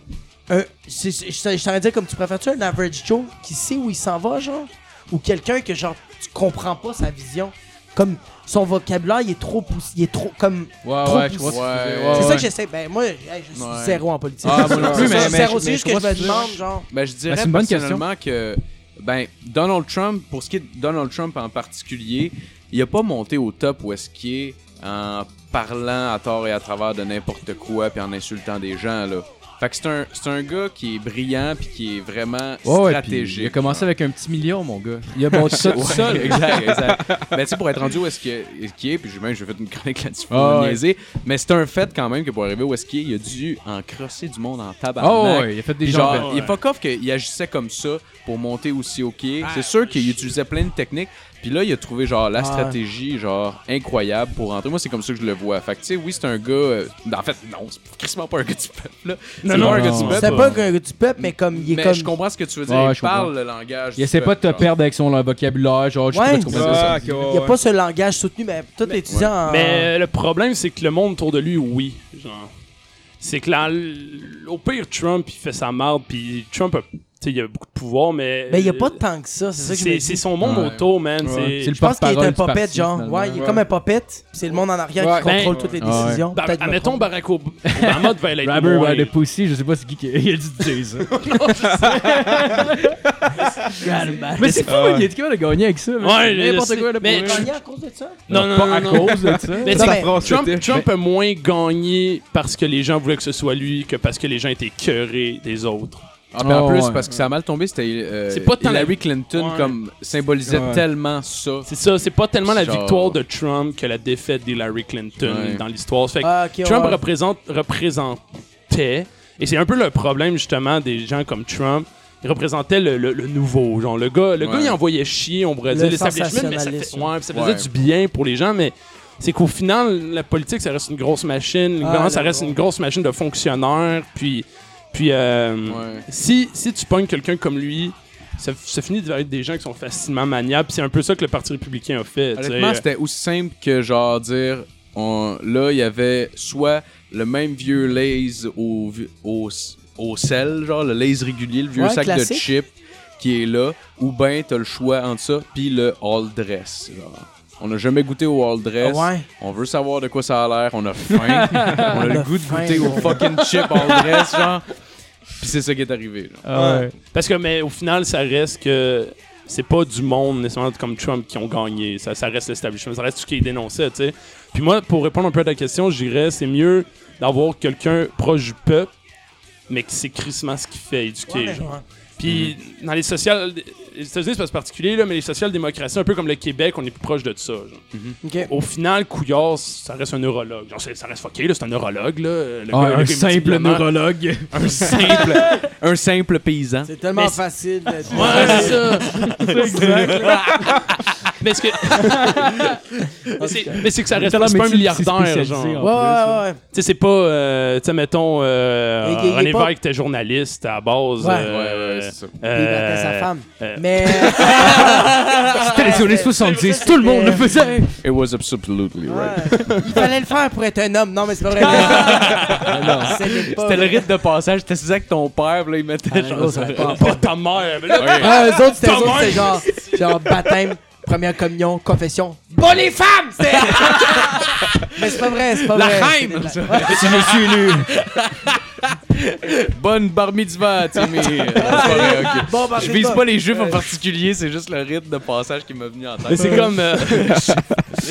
Speaker 5: Un, c'est- c'est- je t'en- je t'en dire comme tu préfères-tu un average Joe qui sait où il s'en va, genre Ou quelqu'un que, genre, tu comprends pas sa vision Comme son vocabulaire, il est trop poussé. Il est trop. Comme.
Speaker 3: Ouais,
Speaker 5: trop
Speaker 3: ouais, je
Speaker 5: poussé.
Speaker 3: vois ce que tu veux dire.
Speaker 6: Ouais, ouais,
Speaker 5: c'est
Speaker 3: Ouais,
Speaker 5: ça
Speaker 3: ouais.
Speaker 5: que j'essaie. Ben, moi, hey, je suis
Speaker 6: Ouais.
Speaker 5: zéro en politique.
Speaker 6: Ah, moi non
Speaker 5: C'est
Speaker 6: plus,
Speaker 5: ça,
Speaker 6: mais- mais
Speaker 5: zéro,
Speaker 3: je-
Speaker 5: c'est
Speaker 3: mais
Speaker 5: juste
Speaker 3: je
Speaker 5: que je
Speaker 3: vois
Speaker 5: me
Speaker 3: ce que tu veux
Speaker 5: demande,
Speaker 3: dire.
Speaker 5: genre.
Speaker 6: Ben, je dirais
Speaker 3: Ben, c'est une bonne
Speaker 6: personnellement que ben Donald Trump, pour ce qui est de Donald Trump en particulier, il a pas monté au top où est-ce qu'il est en parlant à tort et à travers de n'importe quoi puis en insultant des gens là. Fait que c'est un, c'est un gars qui est brillant puis qui est vraiment
Speaker 3: Ouais, ouais, puis
Speaker 6: stratégique.
Speaker 3: Il a commencé avec un petit million, mon gars. Il a bâti ça tout
Speaker 6: Ouais,
Speaker 3: seul.
Speaker 6: exact, exact. Mais tu sais, pour être rendu où est-ce qu'il est, qu'il est, puis ben, j'ai même j'ai fait une chronique là-dessus pour
Speaker 3: Ah,
Speaker 6: me
Speaker 3: ouais.
Speaker 6: niaiser, mais c'est un fait quand même que pour arriver où est-ce qu'il est, il a dû en crosser du monde en tabarnak.
Speaker 3: Oh, ouais, il a fait des
Speaker 6: Puis
Speaker 3: gens.
Speaker 6: genre,
Speaker 4: ouais.
Speaker 6: il est fuck off qu'il agissait comme ça pour monter aussi au quai. C'est sûr qu'il utilisait plein de techniques. Puis là, il a trouvé genre la
Speaker 5: Ah.
Speaker 6: stratégie genre incroyable pour rentrer. Moi, c'est comme ça que je le vois. Fait que tu sais, oui, c'est un gars. euh, en fait, non, c'est quasiment pas un gars du peuple. Là. C'est
Speaker 4: non,
Speaker 6: pas un
Speaker 3: non,
Speaker 6: gars du
Speaker 4: non.
Speaker 6: peuple.
Speaker 5: C'est pas que du peuple, mais comme il est
Speaker 6: Mais
Speaker 5: comme.
Speaker 6: je comprends ce que tu veux dire.
Speaker 3: Ouais,
Speaker 6: il
Speaker 3: je comprends.
Speaker 6: parle le langage.
Speaker 3: Il essaie pas de te perdre avec son euh, vocabulaire, genre, je sais
Speaker 5: Ouais.
Speaker 3: pas, tu comprends
Speaker 5: Ouais.
Speaker 3: ça.
Speaker 1: Ah, ok, ouais,
Speaker 5: Il n'y a
Speaker 1: ouais.
Speaker 5: pas ce langage soutenu, mais tout étudiant en.
Speaker 4: Mais euh, le problème, c'est que le monde autour de lui, oui. Genre, c'est que la- au pire, Trump, il fait sa marde, puis Trump, a- tu sais, il a beaucoup de pouvoir, mais.
Speaker 5: Mais il n'y a pas tant que ça, c'est ça que je me
Speaker 4: C'est
Speaker 5: dis.
Speaker 4: c'est son monde
Speaker 3: Ouais.
Speaker 4: autour, man.
Speaker 1: Ouais.
Speaker 4: c'est-
Speaker 3: C'est le
Speaker 5: Je pense qu'il est
Speaker 3: porte-parole
Speaker 5: un
Speaker 3: du
Speaker 5: popette,
Speaker 3: parti,
Speaker 5: genre.
Speaker 3: finalement.
Speaker 5: Ouais, il est
Speaker 1: Ouais.
Speaker 5: comme un popette, puis c'est le monde en arrière
Speaker 1: Ouais.
Speaker 5: qui contrôle
Speaker 4: Ben,
Speaker 5: toutes les
Speaker 3: ouais.
Speaker 5: décisions.
Speaker 4: Bah,
Speaker 5: Peut-être que je me
Speaker 4: admettons
Speaker 5: trompe.
Speaker 4: Barack Ob- Obama devait l'être
Speaker 3: Rubber
Speaker 4: moins.
Speaker 3: by the pussy, je sais pas ce qui il a dit de dire ça. mais c'est fou,
Speaker 1: Ah ouais.
Speaker 3: il est capable de gagner avec ça. man.
Speaker 4: Ouais, je-
Speaker 3: n'importe
Speaker 4: je
Speaker 3: quoi.
Speaker 4: sais,
Speaker 3: Là,
Speaker 4: mais-
Speaker 3: pour
Speaker 5: Il a
Speaker 3: vrai.
Speaker 5: gagné à cause de ça?
Speaker 4: Non, non,
Speaker 3: pas
Speaker 4: non,
Speaker 3: à
Speaker 4: non.
Speaker 3: cause de ça.
Speaker 4: Mais
Speaker 5: Non,
Speaker 4: c'est-
Speaker 5: mais-
Speaker 1: France,
Speaker 4: Trump,
Speaker 1: c'était-
Speaker 4: Trump a moins gagné parce que les gens voulaient que ce soit lui que parce que les gens étaient cœurés des autres.
Speaker 6: Ah, ben, en
Speaker 3: Oh,
Speaker 6: plus,
Speaker 3: ouais.
Speaker 6: parce que ça a mal tombé, c'était euh,
Speaker 4: C'est pas tant la-
Speaker 6: Hillary Clinton
Speaker 4: Ouais.
Speaker 6: comme symbolisait
Speaker 1: Ouais.
Speaker 6: tellement ça.
Speaker 4: C'est ça, c'est pas tellement la
Speaker 6: Genre-
Speaker 4: victoire de Trump que la défaite d'Hillary Clinton
Speaker 6: Ouais.
Speaker 4: dans l'histoire. Fait que
Speaker 5: Ah, ok,
Speaker 4: Trump
Speaker 5: ouais.
Speaker 4: représente, représentait, et c'est un peu le problème justement des gens comme Trump, il représentait le, le- le nouveau. Genre, le gars, le
Speaker 6: Ouais.
Speaker 4: gars il envoyait chier, on pourrait
Speaker 5: Le
Speaker 4: dire, l'establishment, mais ça, fait-
Speaker 5: sensationnalisme.
Speaker 4: ouais, ça faisait
Speaker 6: Ouais.
Speaker 4: du bien pour les gens, mais c'est qu'au final, la politique, ça reste une grosse machine, le
Speaker 5: Ah,
Speaker 4: gouvernement, ça
Speaker 5: le
Speaker 4: reste
Speaker 5: gros.
Speaker 4: une grosse machine de fonctionnaires, puis, puis euh,
Speaker 6: Ouais.
Speaker 4: si, si tu pognes quelqu'un comme lui, ça, ça finit par être des gens qui sont facilement maniables. puis C'est un peu ça que le Parti républicain a fait. tu sais.
Speaker 6: Honnêtement, c'était aussi simple que genre dire on- là, il y avait soit le même vieux Lays au, vi- au, s- au sel, genre le Lays régulier, le vieux
Speaker 5: Ouais,
Speaker 6: sac de
Speaker 5: classique.
Speaker 6: chips qui est là, ou ben t'as le choix entre ça puis le all dress. genre. On n'a jamais goûté au all dress.
Speaker 5: Ouais.
Speaker 6: On veut savoir de quoi ça a l'air. On a faim. on a le
Speaker 5: a
Speaker 6: goût de
Speaker 5: faim,
Speaker 6: goûter au
Speaker 5: gros.
Speaker 6: fucking chip all dress, genre. Puis c'est ça qui est arrivé. genre.
Speaker 3: Ah ouais.
Speaker 4: Parce que, mais au final, ça reste que c'est pas du monde nécessairement comme Trump qui ont gagné. Ça, ça reste l'establishment, ça reste tout ce qui est dénoncé, tu sais. Puis moi, pour répondre un peu à ta question, je dirais c'est mieux d'avoir quelqu'un proche du peuple, mais qui sait crissement ce qu'il fait, éduqué.
Speaker 5: Ouais,
Speaker 4: genre.
Speaker 5: ouais.
Speaker 4: Puis dans les social. Les États-Unis, c'est pas particulier, là, mais les social-démocraties, un peu comme le Québec, on est plus proche de ça. genre.
Speaker 5: Ok.
Speaker 4: Au final, Couillard, ça reste un neurologue. Genre, c'est- ça reste fucké, là, c'est un neurologue. Là. Le
Speaker 3: Ah,
Speaker 4: gars- le gars
Speaker 3: un
Speaker 4: est
Speaker 3: simple
Speaker 4: multiplement-
Speaker 3: neurologue.
Speaker 4: Un simple.
Speaker 6: Un simple paysan.
Speaker 5: C'est tellement
Speaker 4: Mais c'est-
Speaker 5: facile de.
Speaker 4: ouais, c'est ça.
Speaker 3: exact.
Speaker 4: Mais ce que. Mais c'est- mais c'est que ça reste
Speaker 3: Tellement
Speaker 4: c'est pas un
Speaker 3: métier qui s'est
Speaker 4: milliardaire,
Speaker 3: spécialisé,
Speaker 4: genre.
Speaker 3: en-
Speaker 5: Ouais, ouais, ouais.
Speaker 4: Tu sais, c'est pas. euh, tu sais, mettons, euh,
Speaker 5: Il- il- il est
Speaker 4: René
Speaker 5: pas-
Speaker 4: Vague était journaliste à la base.
Speaker 5: Ouais.
Speaker 4: euh,
Speaker 6: Ouais, ouais, c'est ça.
Speaker 4: euh,
Speaker 5: Puis il battait sa femme.
Speaker 4: euh,
Speaker 5: Mais.
Speaker 3: C'était les années 70, tout le monde le faisait.
Speaker 6: It was absolutely
Speaker 5: Ouais.
Speaker 6: right.
Speaker 5: Il fallait le faire pour être un homme. Non, mais c'est pas vrai. C'était pas
Speaker 6: C'était le
Speaker 5: vrai.
Speaker 6: rite de passage, t'étais ça avec ton père, là, il mettait genre
Speaker 5: ça
Speaker 6: ça.
Speaker 5: va pas.
Speaker 4: Pas ta mère. Mais là,
Speaker 5: Ah, eux autres, c'était eux
Speaker 4: Ta
Speaker 5: autres,
Speaker 4: mère.
Speaker 5: c'était genre, genre baptême, première communion, confession. Bon, les femmes, c'était. Mais c'est pas vrai, c'est pas
Speaker 6: La
Speaker 5: vrai.
Speaker 6: haine!
Speaker 5: C'était de la-
Speaker 3: C'est monsieur élu.
Speaker 6: Bonne bar mitzvah, Timmy! C'est pas vrai, ok.
Speaker 5: Bon, bah,
Speaker 6: Je
Speaker 5: c'est
Speaker 6: vise
Speaker 5: pas-
Speaker 6: pas les juifs en particulier, c'est juste le rite de passage qui m'a venu en
Speaker 4: mais
Speaker 6: tête.
Speaker 4: c'est comme. euh, mais c'est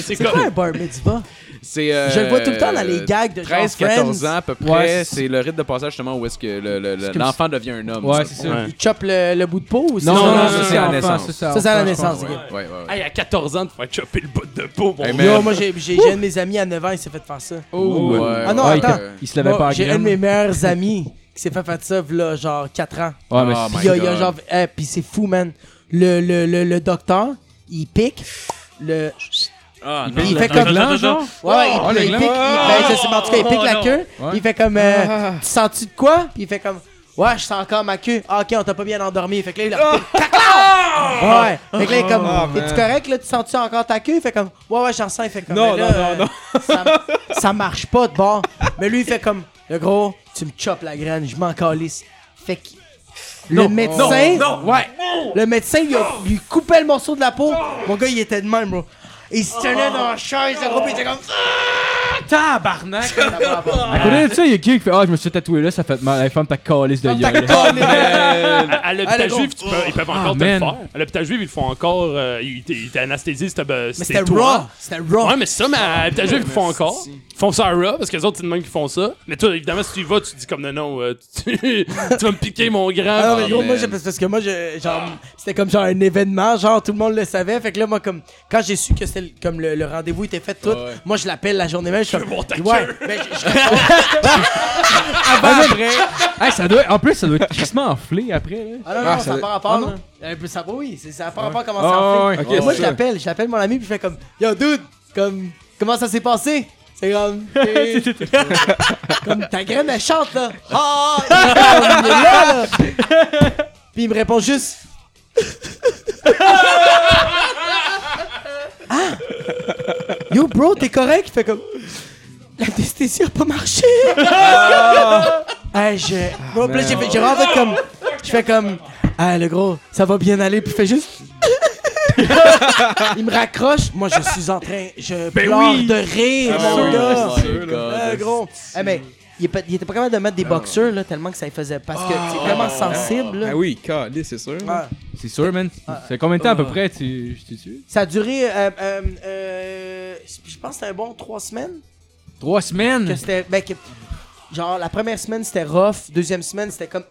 Speaker 5: C'est quoi un
Speaker 4: comme.
Speaker 5: bar mitzvah?
Speaker 6: C'est, euh,
Speaker 5: Je le vois tout le temps dans les gags de genre
Speaker 6: 13, 14
Speaker 5: Friends.
Speaker 6: ans à peu près,
Speaker 3: Ouais, c'est-
Speaker 6: c'est le rite de passage justement où est-ce que le- le- le-
Speaker 3: comme
Speaker 6: l'enfant devient un homme.
Speaker 3: Ouais, c'est ça.
Speaker 4: Ouais.
Speaker 5: Il chope le, le bout de peau ou c'est-
Speaker 3: Non,
Speaker 6: non,
Speaker 3: non,
Speaker 6: non,
Speaker 3: non,
Speaker 6: ça,
Speaker 3: ça
Speaker 6: c'est
Speaker 3: c'est
Speaker 6: à
Speaker 3: à
Speaker 6: la
Speaker 3: la
Speaker 6: naissance.
Speaker 3: naissance.
Speaker 5: Ça, c'est à la naissance,
Speaker 6: Ouais,
Speaker 5: ok.
Speaker 6: ouais, ouais. ouais.
Speaker 4: Hey, à 14 ans, tu vas choper le bout de peau. Mon
Speaker 6: Hey,
Speaker 4: gars.
Speaker 6: man.
Speaker 5: Yo, moi, j'ai j'ai- j'ai un de mes amis à 9 ans, il s'est fait faire ça.
Speaker 6: Ouh, ouais,
Speaker 5: Ah non,
Speaker 6: ouais.
Speaker 3: il-
Speaker 5: attends.
Speaker 3: Il se l'avait
Speaker 5: Moi,
Speaker 3: pas à
Speaker 5: J'ai un de
Speaker 3: graine.
Speaker 5: mes meilleurs amis qui s'est fait faire ça, là, genre 4 ans.
Speaker 3: Ouais, mais
Speaker 4: Oh
Speaker 6: Ah,
Speaker 3: c'est-
Speaker 6: my
Speaker 5: Puis il y a- il y a
Speaker 6: God.
Speaker 5: genre. eh, puis c'est fou, man. Le, le, le, le docteur, il pique. Le.
Speaker 1: Ah,
Speaker 5: Puis il
Speaker 1: non,
Speaker 5: fait
Speaker 1: non,
Speaker 5: comme-
Speaker 1: non, non, non, non.
Speaker 5: Ouais, il,
Speaker 3: oh, le Oh,
Speaker 5: il
Speaker 3: gland.
Speaker 5: pique. il- ben, je sais pas, en tout cas, il pique la
Speaker 1: non.
Speaker 5: queue. puis Il fait comme. euh, Tu sens-tu de quoi? Puis il fait comme. Ouais, je sens encore ma queue. Ah, ok, on t'a pas bien endormi. Fait que là, il a. Ouais. Fait que là, il est comme.
Speaker 1: Oh,
Speaker 5: Es-tu
Speaker 1: man.
Speaker 5: correct, là? Tu sens-tu encore ta queue? Il fait comme. Ouais, ouais, j'en sens. Il fait comme.
Speaker 1: Non,
Speaker 5: mais là,
Speaker 1: non,
Speaker 5: euh,
Speaker 1: non,
Speaker 5: Ça, ça marche pas de bord. Mais lui, il fait comme. Le gros, tu me chopes la graine, je m'en calisse. Fait que. Le médecin. Ouais. Le médecin, il a- lui coupait le morceau de la peau. Mon gars, il était de même, bro. Il se tenait dans la chaise, le gros, puis il était comme. Tabarnak!
Speaker 3: À côté de ça, il y a qui qui fait Ah, je me suis tatoué là, ça fait mal. Hey, femme, ta calice de gueule.
Speaker 4: À, à l'hôpital
Speaker 5: Allez, go.
Speaker 4: juif, tu peux- ils peuvent encore te
Speaker 3: man.
Speaker 4: le faire. À l'hôpital juif, ils le font encore. euh, ils t- ils t'anesthésient, c'était ben,
Speaker 5: Mais
Speaker 4: c'était
Speaker 5: c'était
Speaker 4: toi.
Speaker 5: raw! C'était raw!
Speaker 4: Ouais, mais c'est ça, mais à l'hôpital juif, ils le font encore. Ils font ça à Raw, parce que les autres, c'est de même qui font ça. Mais toi, évidemment, si tu y vas, tu te dis comme non, non, euh, tu, tu vas me piquer mon
Speaker 5: Ah
Speaker 4: grand.
Speaker 5: non, mais gros,
Speaker 6: man.
Speaker 5: moi, j'ai- parce parce que moi, je- genre, c'était comme genre un événement, genre, tout le monde le savait. Fait que là, moi, comme, quand j'ai su que c'était le- comme le, le rendez-vous était fait, tout,
Speaker 6: Ouais.
Speaker 5: moi, je l'appelle la journée même, je suis
Speaker 4: un bon taqueur.
Speaker 5: Ouais, ben, je- je-
Speaker 3: Hey, ça doit... En plus, ça doit être crissement enflé après. Là.
Speaker 5: Ah non, non,
Speaker 3: Ah,
Speaker 5: ça
Speaker 3: ça-
Speaker 5: part à part,
Speaker 3: Ah,
Speaker 5: là. Un peu ça, oui, c'est- ça part à part comment
Speaker 3: Ah,
Speaker 5: ça en fait.
Speaker 3: ouais, ouais, ok,
Speaker 5: Moi,
Speaker 3: c'est
Speaker 5: je
Speaker 3: ça.
Speaker 5: l'appelle, je l'appelle mon ami, puis je fais comme, yo, dude, comme, comment ça s'est passé? C'est comme, t'es- comme, ta graine, elle chante, là. Ah! Il est là, là. Puis il me répond juste, ah! Yo, bro, t'es correct? Il fait comme, l'anesthésie a pas marché! Ah, je. Bro, puis là, j'ai fait- j'ai vraiment fait comme. Je fais comme. Ah, le gros, ça va bien aller, puis il fait juste. il me raccroche. Moi, je suis en train. Je
Speaker 1: Ben
Speaker 5: pleure
Speaker 4: oui.
Speaker 5: de rire,
Speaker 6: Ah
Speaker 5: mon
Speaker 6: oui,
Speaker 5: gars.
Speaker 6: oh my God.
Speaker 5: Ah, gros. Ah, mais il, est pas- il était pas capable de mettre des boxeurs, là, tellement que ça lui faisait. Parce que c'est vraiment sensible, là.
Speaker 1: Ah. Ah oui, calé, c'est sûr.
Speaker 5: Ah.
Speaker 3: C'est sûr, man. C'est combien de temps à peu près tu... tu tues?
Speaker 5: Ça a duré. euh, euh, euh, je pense que c'était un bon trois semaines.
Speaker 3: Trois
Speaker 5: que
Speaker 3: semaines?
Speaker 5: c'était ben, que- genre la première semaine c'était rough deuxième semaine c'était comme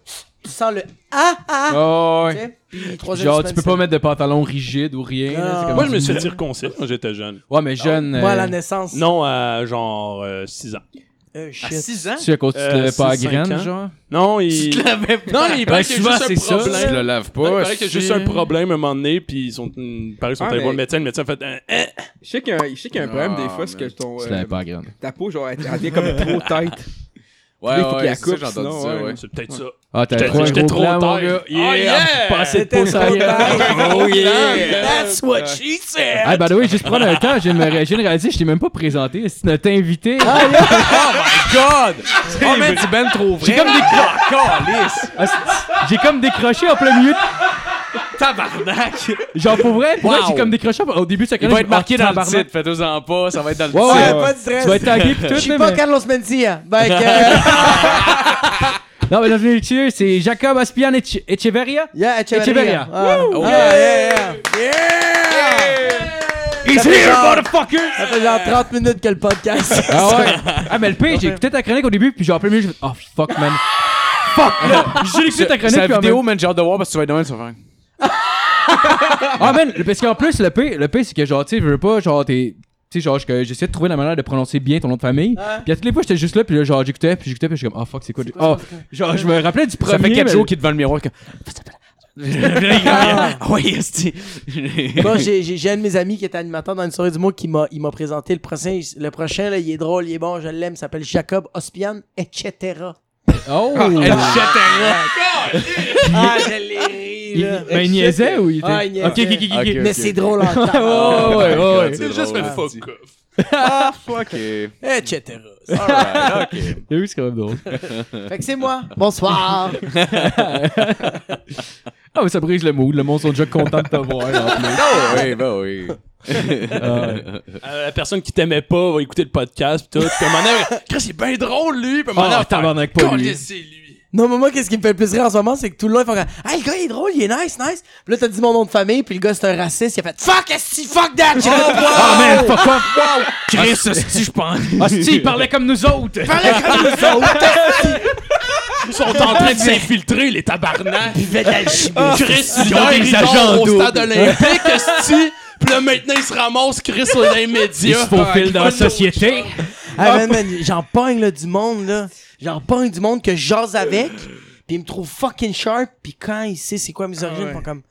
Speaker 5: tu sens le ah ah
Speaker 3: Oh,
Speaker 5: tu
Speaker 3: ouais.
Speaker 5: sais, puis troisième
Speaker 3: Genre, tu
Speaker 5: semaine,
Speaker 3: peux pas
Speaker 5: c'est-
Speaker 3: mettre de pantalon rigide ou rien. là, c'est comme-
Speaker 4: Moi, je me suis fait dire conseil quand j'étais jeune.
Speaker 3: Ouais, mais jeune.
Speaker 5: moi Ah, à
Speaker 3: euh,
Speaker 5: la naissance
Speaker 4: Non, à genre 6 ans.
Speaker 5: Euh, shit.
Speaker 6: À 6 ans?
Speaker 3: Tu à cause que tu te
Speaker 4: Euh,
Speaker 3: levais pas à
Speaker 4: six, cinq
Speaker 6: Ben,
Speaker 3: graines,
Speaker 4: ans.
Speaker 3: genre?
Speaker 4: Non, il. Non, il paraît qu'il y
Speaker 3: souvent,
Speaker 4: a
Speaker 3: c'est
Speaker 4: juste
Speaker 3: ça.
Speaker 4: un
Speaker 6: Je
Speaker 4: problème.
Speaker 6: le lave
Speaker 4: Non, il
Speaker 6: pas.
Speaker 4: paraît qu'il y a
Speaker 6: si.
Speaker 4: juste un problème à un moment donné, puis ils sont, hmm, il paraît qu'ils sont
Speaker 1: Ah,
Speaker 4: allés voir le
Speaker 1: mais-
Speaker 4: médecin. Le médecin a fait un. Eh!
Speaker 1: Je sais qu'il y a un, je sais qu'il y a un problème des fois, c'est que ton,
Speaker 3: Tu te
Speaker 1: euh,
Speaker 3: levais pas à graines.
Speaker 1: ta peau, genre, elle, elle devient comme trop tight.
Speaker 6: Ouais,
Speaker 1: Il faut qu'il
Speaker 6: ouais,
Speaker 1: la
Speaker 6: c'est ça,
Speaker 1: coupe,
Speaker 6: j'ai entendu
Speaker 1: sinon,
Speaker 6: ça,
Speaker 1: ouais.
Speaker 6: ouais.
Speaker 4: C'est peut-être ça.
Speaker 3: Ah, t'as
Speaker 4: J'étais
Speaker 3: trop un
Speaker 4: j'étais
Speaker 3: gros
Speaker 4: trop
Speaker 3: gland, mon
Speaker 4: tard. Ah,
Speaker 3: gars.
Speaker 4: Yeah! Passé de
Speaker 5: C'était
Speaker 4: peau sur la
Speaker 5: trop
Speaker 4: gueule.
Speaker 5: tard.
Speaker 4: Oh yeah!
Speaker 5: that's what she said
Speaker 3: Ah, by the way, juste prendre un temps, je me ré- je viens de réaliser, je t'ai même pas présenté. C'est notre invité.
Speaker 5: Ah,
Speaker 6: God! Oh, man, c'est ben trop vrai.
Speaker 3: J'ai comme, décro- Ah, c'est- j'ai comme décroché en plein milieu. Tabarnak! Genre, pour vrai, pour vrai,
Speaker 6: Wow.
Speaker 3: j'ai comme décroché. Au début, ça
Speaker 6: Il va être marqué dans le titre, faites-en pas, ça va être dans le
Speaker 3: Ouais,
Speaker 6: titre.
Speaker 3: ouais.
Speaker 5: Ouais, pas de stress
Speaker 3: Tu vas être tagué pis
Speaker 5: je
Speaker 3: tout,
Speaker 5: suis
Speaker 3: là,
Speaker 5: pas
Speaker 3: mais-
Speaker 5: Carlos Mencia ben que
Speaker 3: Non, mais notre invité, c'est Jacob Aspian Eche- Echeverria.
Speaker 5: yeah Echeverria
Speaker 3: Echeverria.
Speaker 5: Ah.
Speaker 6: Woo!
Speaker 5: Ah, yeah yeah
Speaker 3: He's
Speaker 5: here,
Speaker 3: motherfucker!
Speaker 5: ça fait genre 30 minutes que le podcast
Speaker 3: Ah ouais! Ah, mais le pire, j'ai écouté ta chronique au début, puis genre, en plein milieu, j'ai fait, oh fuck, man. Fuck! J'ai écouté ta chronique,
Speaker 6: C'est
Speaker 3: puis
Speaker 6: la
Speaker 3: en
Speaker 6: vidéo, man, j'ai hâte de voir parce que tu vas être demain, tu vas faire.
Speaker 3: Ah man, parce qu'en plus le pire, le pire c'est que genre tu sais, je veux pas genre t'es tu sais genre je- que j'essayais de trouver la manière de prononcer bien ton nom de famille.
Speaker 5: Ouais.
Speaker 3: Puis à toutes les fois j'étais juste là puis là, genre j'écoutais puis j'écoutais puis je suis comme oh fuck c'est quoi,
Speaker 5: quoi
Speaker 3: oh, genre je me rappelais du premier
Speaker 6: Ça fait 4
Speaker 3: mais-
Speaker 6: jours qu'il est devant le miroir. comme-
Speaker 5: Ah.
Speaker 6: Ah ouais, esti.
Speaker 5: Moi, j'ai j'ai- j'ai un de mes amis qui était animateur dans une soirée du mot qui m'a il m'a présenté le prochain. Le prochain, là, il est drôle, il est bon, je l'aime, il s'appelle Jacob Ospian, etc.
Speaker 3: Oh!
Speaker 5: Ah, je l'ai ri,
Speaker 3: Il-
Speaker 5: là.
Speaker 3: ben il niaisait ou il était
Speaker 5: Ah, il niaisait.
Speaker 3: OK OK OK.
Speaker 6: Ok,
Speaker 3: OK.
Speaker 6: ok,
Speaker 5: Mais
Speaker 6: ok.
Speaker 5: c'est drôle en
Speaker 6: Ah,
Speaker 5: temps.
Speaker 3: Oh ouais, ouais, ouais.
Speaker 6: C'est
Speaker 4: ben, C'est hein. juste
Speaker 6: drôle,
Speaker 4: le
Speaker 6: esti.
Speaker 4: fuck off.
Speaker 6: Ah, fuck. Ok.
Speaker 5: Etc.
Speaker 6: Alright, ok.
Speaker 3: Et oui, c'est quand même drôle.
Speaker 5: Fait que c'est moi. Bonsoir.
Speaker 3: Ah mais ça brise le mood, le monde sont déjà contents de te voir. en plus.
Speaker 6: Ah oui, bah oui.
Speaker 3: Ah, ouais.
Speaker 4: Euh, La personne qui t'aimait pas va écouter le podcast, pis tout. Puis à un moment donné, Chris, c'est bien drôle, lui. Puis à un moment
Speaker 3: Ah,
Speaker 4: donné, on va faire,
Speaker 3: tabarnak, pas lui.
Speaker 4: Colin, c'est lui.
Speaker 5: Non, mais moi, qu'est-ce qui me fait le plus rire en ce moment, c'est que tout le long, ils font comme, Hey, le gars, il est drôle, il est nice, nice. Puis là, t'as dit mon nom de famille, puis le gars, c'est un raciste, il a fait Fuck, esti, fuck that! J'ai fait,
Speaker 3: Ah man,
Speaker 5: Wow!
Speaker 3: fuck off.
Speaker 6: Chris, esti, je pense.
Speaker 3: Hostie, il parlait comme nous autres.
Speaker 5: Parlez comme nous autres!
Speaker 4: Ils sont en train de s'infiltrer, les tabarnak.
Speaker 5: Il fait de l'alchimie.
Speaker 4: Chris, ils ont
Speaker 3: des agents
Speaker 4: au
Speaker 3: doubles.
Speaker 4: stade olympique, esti. Puis là, maintenant, il se ramasse, Chris, dans les
Speaker 3: Ils
Speaker 4: médias.
Speaker 3: se faufilent dans la société.
Speaker 5: Ah, man, man, j'en pogne, là, du monde, là. J'en pogne du monde que je jase avec, puis il me trouve fucking sharp, puis quand il sait c'est quoi mes origines, ils font comme,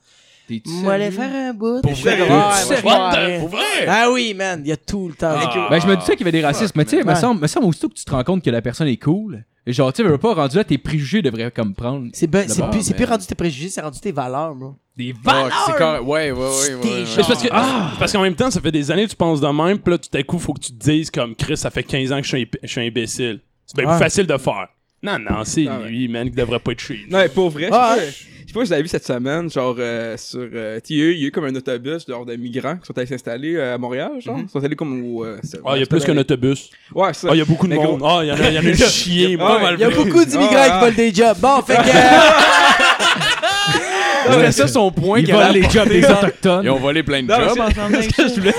Speaker 5: moi, aller faire un bout. Je fais comme, Ah, ouais,
Speaker 4: What
Speaker 5: ouais,
Speaker 4: the-
Speaker 5: ouais.
Speaker 4: Pour vrai?
Speaker 5: Ah oui, man, il y a tout le temps.
Speaker 6: Ah.
Speaker 3: Ben, je me disais qu'il y avait des racistes, mais tu sais, me
Speaker 5: Ouais.
Speaker 3: semble, me semble aussitôt que tu te rends compte que la personne est cool. Genre, tu sais, veux pas rendu là, tes préjugés devraient comme prendre
Speaker 5: C'est ben- c'est
Speaker 6: D'abord,
Speaker 5: plus, c'est
Speaker 6: man.
Speaker 5: plus rendu tes préjugés, c'est rendu tes valeurs, bro.
Speaker 3: des Ah! valeurs.
Speaker 6: Ouais, Bah, c'est correct. Ouais, ouais, ouais.
Speaker 5: T'es
Speaker 6: ouais, ouais.
Speaker 4: Mais c'est parce que
Speaker 6: ah,
Speaker 4: c'est Ah. parce qu'en même temps, ça fait des années que tu penses de même, puis là tout à coup, faut que tu te dises comme Chris, ça fait 15 ans que je suis, imp- je suis imbécile. C'est bien
Speaker 5: Ouais.
Speaker 4: plus facile de faire. Non, non, c'est
Speaker 1: Ah ouais.
Speaker 4: lui, man, qui devrait pas être chez nous.
Speaker 1: Non, mais pour vrai,
Speaker 5: Ah,
Speaker 1: je sais pas- je sais pas si vous avez vu cette semaine, genre, euh, sur euh, TE, il y a eu comme un autobus, genre, de migrants qui sont allés s'installer euh, à Montréal, genre. Ils sont allés comme au. euh, c'est-
Speaker 4: Ah, il y a plus qu'un autobus.
Speaker 1: Ouais, ça.
Speaker 4: Ah, il y a beaucoup de
Speaker 1: Mais gros-
Speaker 4: monde. Ah, il y en a, il y en a une chier,
Speaker 1: Ah,
Speaker 4: pas
Speaker 1: ouais.
Speaker 4: mal.
Speaker 5: Il y a beaucoup d'immigrants
Speaker 1: Ah,
Speaker 5: qui volent des jobs. Bon, fait que.
Speaker 6: C'était ça son point.
Speaker 3: Ils
Speaker 6: qu'il avait
Speaker 3: volent les
Speaker 6: apporté.
Speaker 3: jobs des Autochtones.
Speaker 6: Ils ont volé plein de
Speaker 1: Non, mais
Speaker 6: jobs.
Speaker 1: c'est- c'est ce que je voulais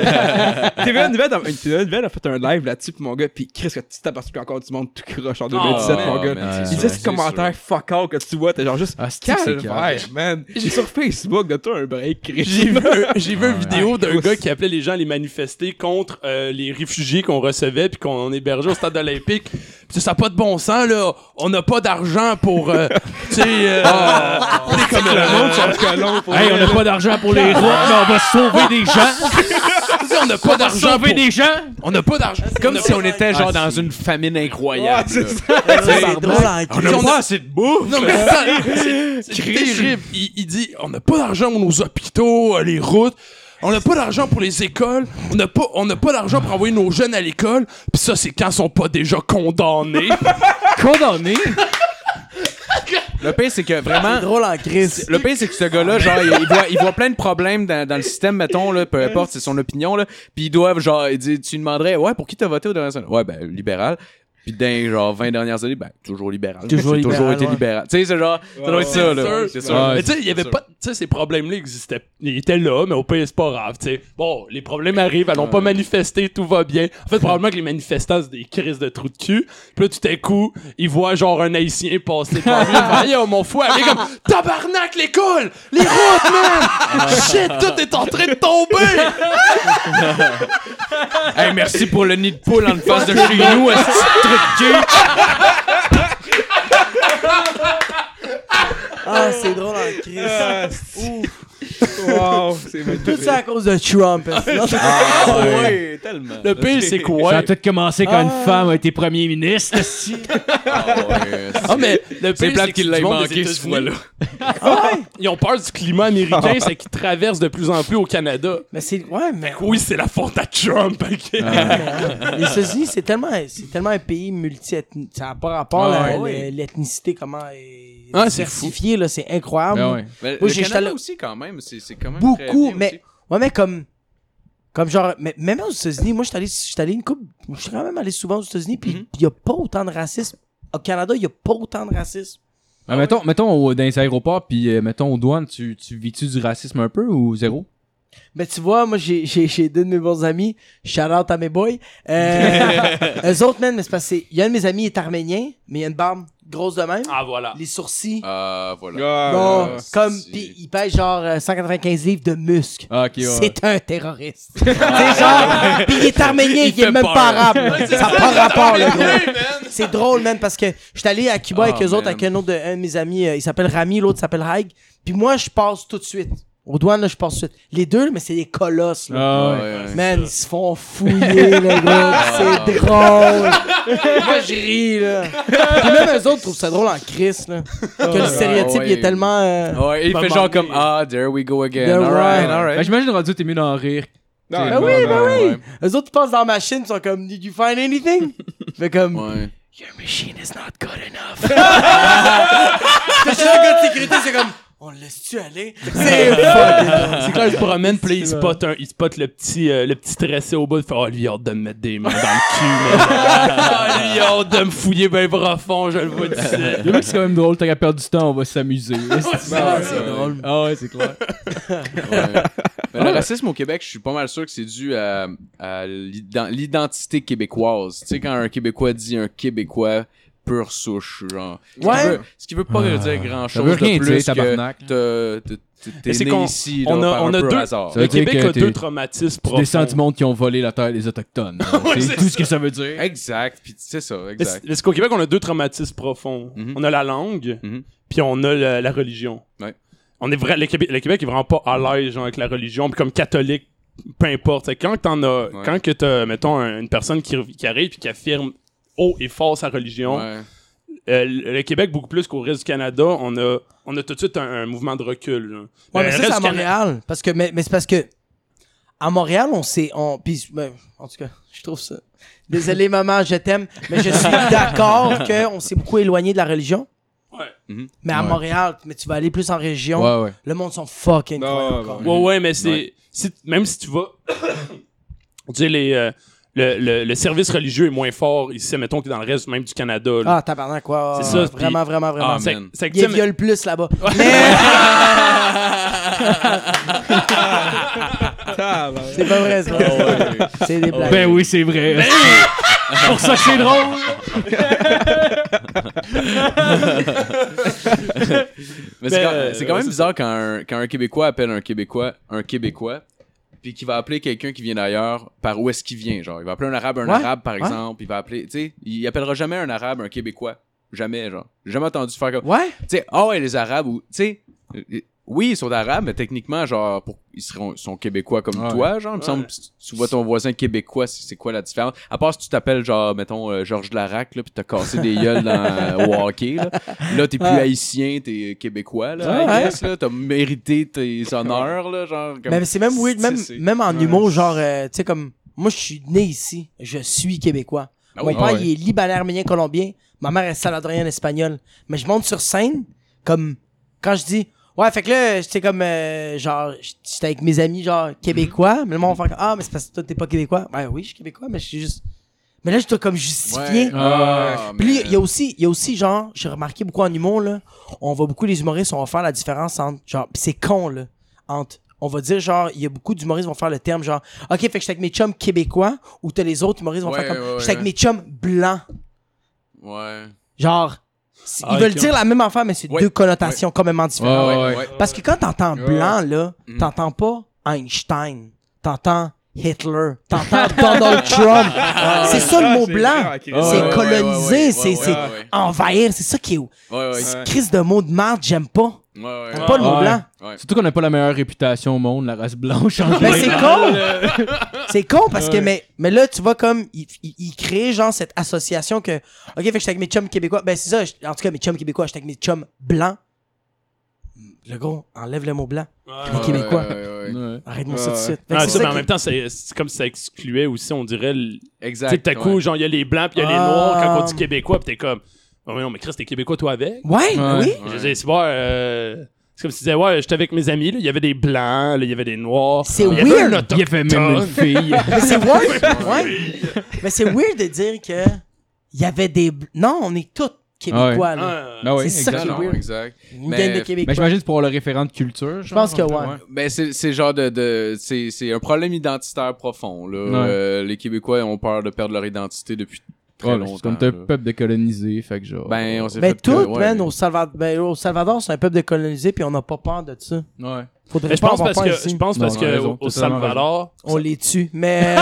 Speaker 1: dire. TVA Nouvelle, dans- TVA Nouvelle a fait un live là-dessus, pis mon gars, pis Chris, que tu t'aperçois qu'il y a encore du monde tout croche en 2017,
Speaker 6: Ah,
Speaker 1: mon gars.
Speaker 6: man,
Speaker 3: Il
Speaker 6: c'est
Speaker 1: Il
Speaker 6: sûr,
Speaker 1: disait ce
Speaker 6: c'est
Speaker 1: commentaire fuck out que tu vois, t'es genre juste.
Speaker 3: Ah, c'est que c'est
Speaker 1: Calvaire,
Speaker 3: calme.
Speaker 1: man. J'ai sur Facebook, de toi un break, Chris.
Speaker 4: J'ai vu, un- j'ai vu une
Speaker 3: Ouais.
Speaker 4: vidéo d'un
Speaker 1: Ouais.
Speaker 4: gars qui appelait les gens à les manifester contre euh, les réfugiés qu'on recevait puis qu'on hébergeait au stade olympique. Puis ça n'a pas de bon sens, là. On n'a pas d'argent pour. euh, tu sais. euh, on est comme le monde, ça.
Speaker 3: Hey, on n'a pas d'argent pour les routes, mais on va sauver des gens.
Speaker 4: Tu sais, on n'a pas d'argent.
Speaker 3: Sauver
Speaker 4: Pour...
Speaker 3: des gens.
Speaker 4: On n'a pas d'argent.
Speaker 6: Comme si on était genre
Speaker 3: Ah,
Speaker 6: dans
Speaker 3: si.
Speaker 6: une famine incroyable. là.
Speaker 5: C'est drôle en
Speaker 6: On
Speaker 5: crise.
Speaker 6: n'a pas assez de bouffe.
Speaker 4: Non, mais ça, c'est- c'est terrible. Il, il dit on n'a pas d'argent pour nos hôpitaux, euh, les routes. On n'a pas d'argent pour les écoles. On n'a pas, on n'a pas d'argent pour envoyer nos jeunes à l'école. Puis ça, c'est quand ils sont pas déjà condamnés.
Speaker 3: Condamné.
Speaker 6: Le pire, c'est que
Speaker 5: C'est
Speaker 6: vraiment,
Speaker 5: drôle en crise.
Speaker 6: Le pire, c'est que ce
Speaker 5: Ah,
Speaker 6: gars-là, genre, il, il voit, il voit plein de problèmes dans, dans le système, mettons, là, peu importe, c'est son opinion, là. Puis ils doivent, genre, il dit- tu lui demanderais, ouais, pour qui t'as voté au dernier sondage? Ouais, ben, libéral. Puis dans, les, genre, 20 dernières années, ben, toujours libéral.
Speaker 5: Toujours
Speaker 6: J'ai
Speaker 5: libéral,
Speaker 6: toujours été
Speaker 5: ouais.
Speaker 6: libéral. Tu sais, c'est genre, ça doit être ça, là. Ouais,
Speaker 4: C'est
Speaker 6: C'est
Speaker 4: sûr.
Speaker 6: ça.
Speaker 4: Mais tu sais, il y avait pas. Tu sais, ces problèmes-là existaient. Ils étaient là, mais au pays, c'est pas grave. tu sais. Bon, les problèmes arrivent, allons pas manifester, tout va bien. En fait, probablement que les manifestants, c'est des crises de trous de cul. Puis là, tout à coup, ils voient genre un haïtien passer par lui. Ils oh, mon fou, avec comme Tabarnak, l'école! Les routes, man!
Speaker 5: Ah,
Speaker 4: Shit, tout est en train de tomber!
Speaker 6: Hey, merci pour le nid de poule en face de chez nous, est-ce que tu te truc de cul?
Speaker 5: Ah, c'est drôle en crise.
Speaker 1: Wow, c'est
Speaker 5: Tout ça à cause de Trump. hein.
Speaker 6: Ah, ouais, tellement.
Speaker 4: Le pire, c'est quoi?
Speaker 3: Ça a peut-être commencé quand
Speaker 5: Ah.
Speaker 3: une femme a été premier ministre. si.
Speaker 4: Ah, mais le
Speaker 6: C'est
Speaker 4: pire,
Speaker 6: plate
Speaker 4: que
Speaker 6: qu'il
Speaker 4: du
Speaker 6: l'ait
Speaker 4: monde des
Speaker 6: manqué ce
Speaker 4: États-Unis,
Speaker 6: fois-là.
Speaker 4: Ils ont peur du climat américain, c'est qu'ils traversent de plus en plus au Canada.
Speaker 5: Mais c'est. Ouais, mais. hein.
Speaker 4: Oui, c'est la faute à Trump, ok?
Speaker 5: Les États-Unis, c'est tellement, c'est tellement un pays multi-ethnique. Ça n'a pas rapport
Speaker 6: Ah,
Speaker 5: à la-
Speaker 6: ouais.
Speaker 5: l'ethnicité, comment est
Speaker 6: Ah, c'est
Speaker 5: diversifiée, là, c'est incroyable.
Speaker 3: Ben
Speaker 6: Mais
Speaker 5: Moi,
Speaker 6: le
Speaker 5: j'ai- j'étais
Speaker 6: Canada
Speaker 5: là-
Speaker 6: aussi, quand même, c'est c'est quand même très
Speaker 5: Beaucoup,
Speaker 6: bien aussi.
Speaker 5: mais. Ouais, mais comme. Comme genre. Mais, même aux États-Unis, moi, je suis allé, j'étais allé une coupe. Je suis quand même allé souvent aux États-Unis, puis il
Speaker 6: Mm-hmm.
Speaker 5: n'y a pas autant de racisme. Au Canada, il n'y a pas autant de racisme.
Speaker 3: Ah, mettons, mettons au- dans les aéroports, puis euh, mettons aux douanes, tu, tu vis-tu du racisme un peu ou zéro?
Speaker 5: Mais tu vois, moi, j'ai, j'ai, j'ai deux de mes bons amis. Shout out à mes boys. Euh, eux autres, man, mais c'est parce que. Il y a un de mes amis, il est arménien, mais il a une barbe grosse de même.
Speaker 4: Ah, voilà.
Speaker 5: Les sourcils.
Speaker 6: Ah, voilà.
Speaker 5: Bon,
Speaker 6: euh,
Speaker 5: comme
Speaker 6: c'est-
Speaker 5: pis il pèse genre euh, 195 livres de muscles.
Speaker 3: Ah, ok,
Speaker 5: C'est un terroriste. C'est genre, pis il est arménien, il,
Speaker 6: fait
Speaker 5: est même
Speaker 6: peur.
Speaker 5: pas arabe. ça n'a pas rapport, le gros. C'est drôle, man, parce que j'étais allé à Cuba
Speaker 6: Ah,
Speaker 5: avec eux autres,
Speaker 6: man.
Speaker 5: avec un autre de, un de mes amis, euh, il s'appelle Rami, l'autre s'appelle Haig. Puis moi, je passe tout de suite. Aux douanes, là, je passe tout de suite. Les deux, là, mais c'est des colosses, là.
Speaker 6: Ah,
Speaker 3: Ah, ouais.
Speaker 6: ouais, ouais.
Speaker 5: Man, ils se font fouiller, le gars.
Speaker 6: Ah.
Speaker 5: C'est drôle. Moi, je ris, là. Puis même eux autres trouvent ça drôle en crise, là. Que le stéréotype, il
Speaker 6: Ah, ouais.
Speaker 5: est tellement... euh,
Speaker 6: Ouais, il
Speaker 4: Pas
Speaker 6: fait genre
Speaker 4: manqué.
Speaker 6: comme Ah, there we go again.
Speaker 5: There
Speaker 6: alright,
Speaker 5: we-
Speaker 3: Ben,
Speaker 6: alright.
Speaker 3: J'imagine rendu, t'es mieux d'en rire.
Speaker 1: Ah
Speaker 5: oui, ben oui.
Speaker 6: Ouais.
Speaker 5: Eux autres, ils passent dans la machine, ils sont comme, Did you find anything? Fait comme,
Speaker 6: Ouais.
Speaker 5: Your machine is not good enough. Fait que le gars de sécurité, c'est comme, On le laisse-tu aller? C'est fucking.
Speaker 4: C'est quand il se promène, puis là, il spot, un, il spot le petit, euh, le petit stressé au bout, il fait Oh, lui, il a hâte de me mettre des mains dans le cul, man. Ah, lui, il a hâte de me fouiller ben profond, je le vois d'ici.
Speaker 3: Le mec, c'est quand même drôle, t'as qu'à perdre du temps, on va s'amuser.
Speaker 5: Ah,
Speaker 6: ouais,
Speaker 5: C'est
Speaker 6: ouais.
Speaker 5: drôle.
Speaker 3: ah ouais, c'est clair.
Speaker 6: Ouais. Ben, le racisme au Québec, je suis pas mal sûr que c'est dû à, à l'ident- l'identité québécoise. Tu sais, quand un Québécois dit un Québécois pur souche, genre. Ce qui
Speaker 5: Ouais.
Speaker 6: veut- Ce qui veut pas
Speaker 3: Ah.
Speaker 6: dire grand
Speaker 3: veut
Speaker 6: chose
Speaker 3: rien
Speaker 6: de plus
Speaker 3: dire, tabarnak.
Speaker 6: que t'as- t'as- t'es
Speaker 4: Mais c'est
Speaker 6: né
Speaker 4: qu'on-
Speaker 6: ici,
Speaker 4: on
Speaker 6: là,
Speaker 4: a-
Speaker 6: par
Speaker 4: on
Speaker 6: un
Speaker 4: a
Speaker 6: peu
Speaker 4: deux-
Speaker 6: hasard.
Speaker 3: Ça
Speaker 4: Le
Speaker 3: veut dire
Speaker 4: Québec
Speaker 3: que
Speaker 4: a
Speaker 3: t'es-
Speaker 4: deux traumatismes
Speaker 3: Tu descends du
Speaker 4: profonds.
Speaker 3: monde qui ont volé la terre des Autochtones. c'est tout ce que ça veut dire.
Speaker 6: Exact, puis c'est ça,
Speaker 4: Mais c'est
Speaker 6: exact.
Speaker 4: mais c'est qu'au Québec, on a deux traumatismes profonds.
Speaker 6: Mhm.
Speaker 4: On a la langue,
Speaker 6: Mhm.
Speaker 4: puis on a la, la religion.
Speaker 6: Ouais.
Speaker 4: On est vrai, le, Québec, le Québec est vraiment pas à l'aise genre, avec la religion, puis comme catholique, peu importe. C'est Quand t'en as,
Speaker 6: Ouais.
Speaker 4: quand que t'as, mettons, un- une personne qui, qui arrive puis qui affirme haut et fort sa religion,
Speaker 6: Ouais.
Speaker 4: Euh, le le Québec, beaucoup plus qu'au reste du Canada, on a, on a tout de suite un, un mouvement de recul. là.
Speaker 5: Ouais,
Speaker 4: Le
Speaker 5: mais
Speaker 4: reste
Speaker 5: ça, c'est à
Speaker 4: du Cana-
Speaker 5: Montréal. Parce que, mais, mais c'est parce que, à Montréal, on s'est, on, pis, ben, en tout cas, je trouve ça. Désolé, maman, je t'aime, mais je suis d'accord qu'on s'est beaucoup éloigné de la religion.
Speaker 4: Ouais.
Speaker 6: Mhm.
Speaker 5: Mais à
Speaker 3: Ouais.
Speaker 5: Montréal, mais tu vas aller plus en région,
Speaker 3: Ouais, ouais.
Speaker 5: le monde sont fucking
Speaker 1: Non,
Speaker 5: croyants
Speaker 1: ouais.
Speaker 5: encore.
Speaker 4: Ouais, ouais, mais c'est. si- même si tu vas. tu sais, les. euh, le, le- le service religieux est moins fort ici, mettons, que dans le reste même du Canada. là.
Speaker 5: Ah, tabarnak, quoi.
Speaker 4: C'est ça,
Speaker 5: Vraiment, vraiment, vraiment.
Speaker 6: Ah,
Speaker 4: C'est-
Speaker 6: man.
Speaker 4: c'est que,
Speaker 5: Il y
Speaker 4: tu sais,
Speaker 5: viole plus là-bas. Mais
Speaker 1: Ah, bah,
Speaker 5: c'est pas vrai, ça. C'est des blagues.
Speaker 3: Ben oui, c'est vrai. Pour ça que c'est drôle.
Speaker 6: Mais
Speaker 4: Ben,
Speaker 6: c'est quand, c'est
Speaker 4: ouais,
Speaker 6: quand même
Speaker 4: c'est
Speaker 6: bizarre quand un, quand un Québécois appelle un Québécois un Québécois, puis qu'il va appeler quelqu'un qui vient d'ailleurs par où est-ce qu'il vient. Genre, il va appeler un Arabe un
Speaker 5: Ouais,
Speaker 6: Arabe, par
Speaker 5: ouais.
Speaker 6: exemple. Il va appeler, tu sais, il appellera jamais un Arabe un Québécois. Jamais, genre. J'ai jamais entendu faire comme.
Speaker 5: Ouais?
Speaker 6: Tu sais, ah ouais, les Arabes, ou, tu sais, euh, euh, oui, ils sont arabes, mais techniquement, genre, pour, ils seront, ils sont québécois comme
Speaker 3: Ouais.
Speaker 6: toi, genre, il me semble, si tu vois ton voisin québécois, c'est c'est quoi la différence? À part si tu t'appelles, genre, mettons, euh, Georges Larac, là, pis t'as cassé des gueules dans, euh, au hockey, là. Là, t'es plus
Speaker 5: Ouais.
Speaker 6: haïtien, t'es québécois, là, I
Speaker 5: Ouais.
Speaker 6: guess, là, t'as mérité tes honneurs, là, genre, comme...
Speaker 5: Mais c'est même weird, même,
Speaker 6: C'est-
Speaker 5: même en humour, genre, euh, tu sais, comme, moi, je suis né ici. Je suis québécois.
Speaker 6: Ah
Speaker 5: Mon
Speaker 6: oui.
Speaker 5: père,
Speaker 3: Ah ouais.
Speaker 5: il est libanais, arménien, colombien. Ma mère est saladrienne, espagnole. Mais je monte sur scène, comme, quand je dis, ouais, fait que là, j'étais comme, euh, genre, j'étais avec mes amis, genre, québécois. Mais le monde va faire, ah, mais c'est parce que toi, t'es pas québécois. Ben oui, je suis québécois, mais je suis juste. Mais là, je dois comme justifier.
Speaker 6: Ouais. Ah,
Speaker 5: Puis là, il y a
Speaker 6: man.
Speaker 5: aussi, il y a aussi genre, j'ai remarqué beaucoup en humour là, on voit beaucoup les humoristes on va faire la différence entre genre, pis c'est con là, entre on va dire genre, il y a beaucoup d'humoristes qui vont faire le terme genre, ok, fait que j'étais avec mes chums québécois ou t'as les autres humoristes qui vont
Speaker 6: Ouais,
Speaker 5: faire comme,
Speaker 6: ouais, ouais,
Speaker 5: j'étais avec
Speaker 6: ouais.
Speaker 5: mes chums blancs,
Speaker 6: Ouais.
Speaker 5: genre, c'est-
Speaker 4: Ah,
Speaker 5: ils veulent
Speaker 4: ok.
Speaker 5: dire la même affaire mais c'est
Speaker 6: Ouais,
Speaker 5: deux connotations complètement différentes.
Speaker 3: Ouais,
Speaker 6: Ouais, ouais.
Speaker 5: Parce que quand t'entends
Speaker 3: Ouais.
Speaker 5: blanc là,
Speaker 6: Mhm.
Speaker 5: t'entends pas Einstein, t'entends Hitler, t'entends Donald Trump, c'est Ah, ça le mot blanc.
Speaker 1: C'est
Speaker 6: Ouais,
Speaker 5: c'est
Speaker 6: ouais, ouais,
Speaker 5: colonisé,
Speaker 6: ouais, ouais,
Speaker 5: c'est-
Speaker 6: ouais,
Speaker 5: c'est-
Speaker 6: ouais, ouais.
Speaker 5: Envahir, c'est ça qui est
Speaker 6: Ouais, ouais.
Speaker 5: Ce
Speaker 1: Ouais.
Speaker 5: crise de mot de merde, j'aime pas.
Speaker 6: Ouais, ouais.
Speaker 5: T'aimes pas le mot
Speaker 3: Ouais.
Speaker 5: blanc.
Speaker 6: Ouais.
Speaker 3: Surtout qu'on n'a pas la meilleure réputation au monde, la race blanche en
Speaker 5: Ben,
Speaker 3: général.
Speaker 5: c'est con! c'est con parce que, mais, mais là, tu vois, comme, il, il, il crée, genre, cette association que, OK, fait que j'étais avec mes chums québécois. Ben, c'est ça, je- en tout cas, mes chums québécois, j'étais avec mes chums blancs. Hmm, Le gros, enlève le mot blanc.
Speaker 4: Ouais.
Speaker 5: Les Québécois.
Speaker 6: Ouais, ouais, ouais, ouais.
Speaker 3: Ouais.
Speaker 5: Arrête-moi ça tout de
Speaker 1: Ouais.
Speaker 5: suite. Fait que
Speaker 4: Ah,
Speaker 5: c'est
Speaker 4: ça,
Speaker 5: ça
Speaker 4: mais en
Speaker 5: qui-
Speaker 4: même temps, c'est c'est comme si ça excluait aussi, on dirait. le- Tu
Speaker 6: Exact.
Speaker 4: sais, tout à coup,
Speaker 6: ouais.
Speaker 4: genre, il y a les blancs, puis il y a les
Speaker 5: Ah.
Speaker 4: noirs. Quand on dit québécois, puis t'es comme, oh, mais non, mais Chris, t'es québécois, toi, avec.
Speaker 5: Ouais,
Speaker 3: Ouais.
Speaker 5: oui.
Speaker 4: Je disais, c'est bon, euh, c'est comme si tu disais, ouais, j'étais avec mes amis, là, il y avait des blancs, là, il y avait des noirs.
Speaker 5: C'est
Speaker 4: Il y avait
Speaker 5: weird.
Speaker 4: un auto-
Speaker 3: Il a fait même une fille.
Speaker 5: Mais c'est weird. ouais. Mais c'est weird de dire que il y avait des. bl- Non, on est tous québécois, là.
Speaker 4: Ah,
Speaker 3: Ah ouais,
Speaker 5: C'est ça
Speaker 3: exact.
Speaker 5: qui est
Speaker 6: Non,
Speaker 5: weird.
Speaker 6: exact.
Speaker 5: Une
Speaker 6: Mais-
Speaker 5: gang de
Speaker 6: mais
Speaker 5: québécois.
Speaker 3: Mais Ben, j'imagine c'est pour le référent de culture. Je
Speaker 5: pense que ouais.
Speaker 6: Ben, c'est c'est genre de... de c'est c'est un problème identitaire profond, là.
Speaker 3: Ouais.
Speaker 6: Euh, les Québécois ont peur de perdre leur identité depuis très longtemps.
Speaker 3: c'est comme t'es un
Speaker 6: là.
Speaker 3: peuple décolonisé, fait que genre.
Speaker 6: Ben, on s'est
Speaker 5: Mais
Speaker 6: fait...
Speaker 5: tout,
Speaker 6: euh, ouais.
Speaker 5: man, au Salvador, ben, au Salvador, c'est un peuple décolonisé, puis on n'a pas peur de ça.
Speaker 3: Ouais.
Speaker 5: Faudrait
Speaker 4: Mais je
Speaker 5: pas
Speaker 4: pense
Speaker 5: avoir
Speaker 4: parce
Speaker 5: peur
Speaker 4: que,
Speaker 5: ici.
Speaker 4: je pense
Speaker 3: Non,
Speaker 4: parce
Speaker 3: t'as
Speaker 4: que
Speaker 3: raison,
Speaker 4: au- au
Speaker 3: t'as totalement
Speaker 4: Salvador,
Speaker 5: On les tue, mais...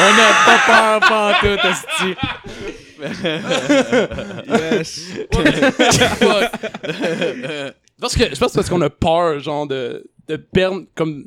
Speaker 6: On n'a pas peur, pas en tout, esti.
Speaker 1: Yes.
Speaker 4: Je pense que je pense que c'est parce qu'on a peur genre de de perdre comme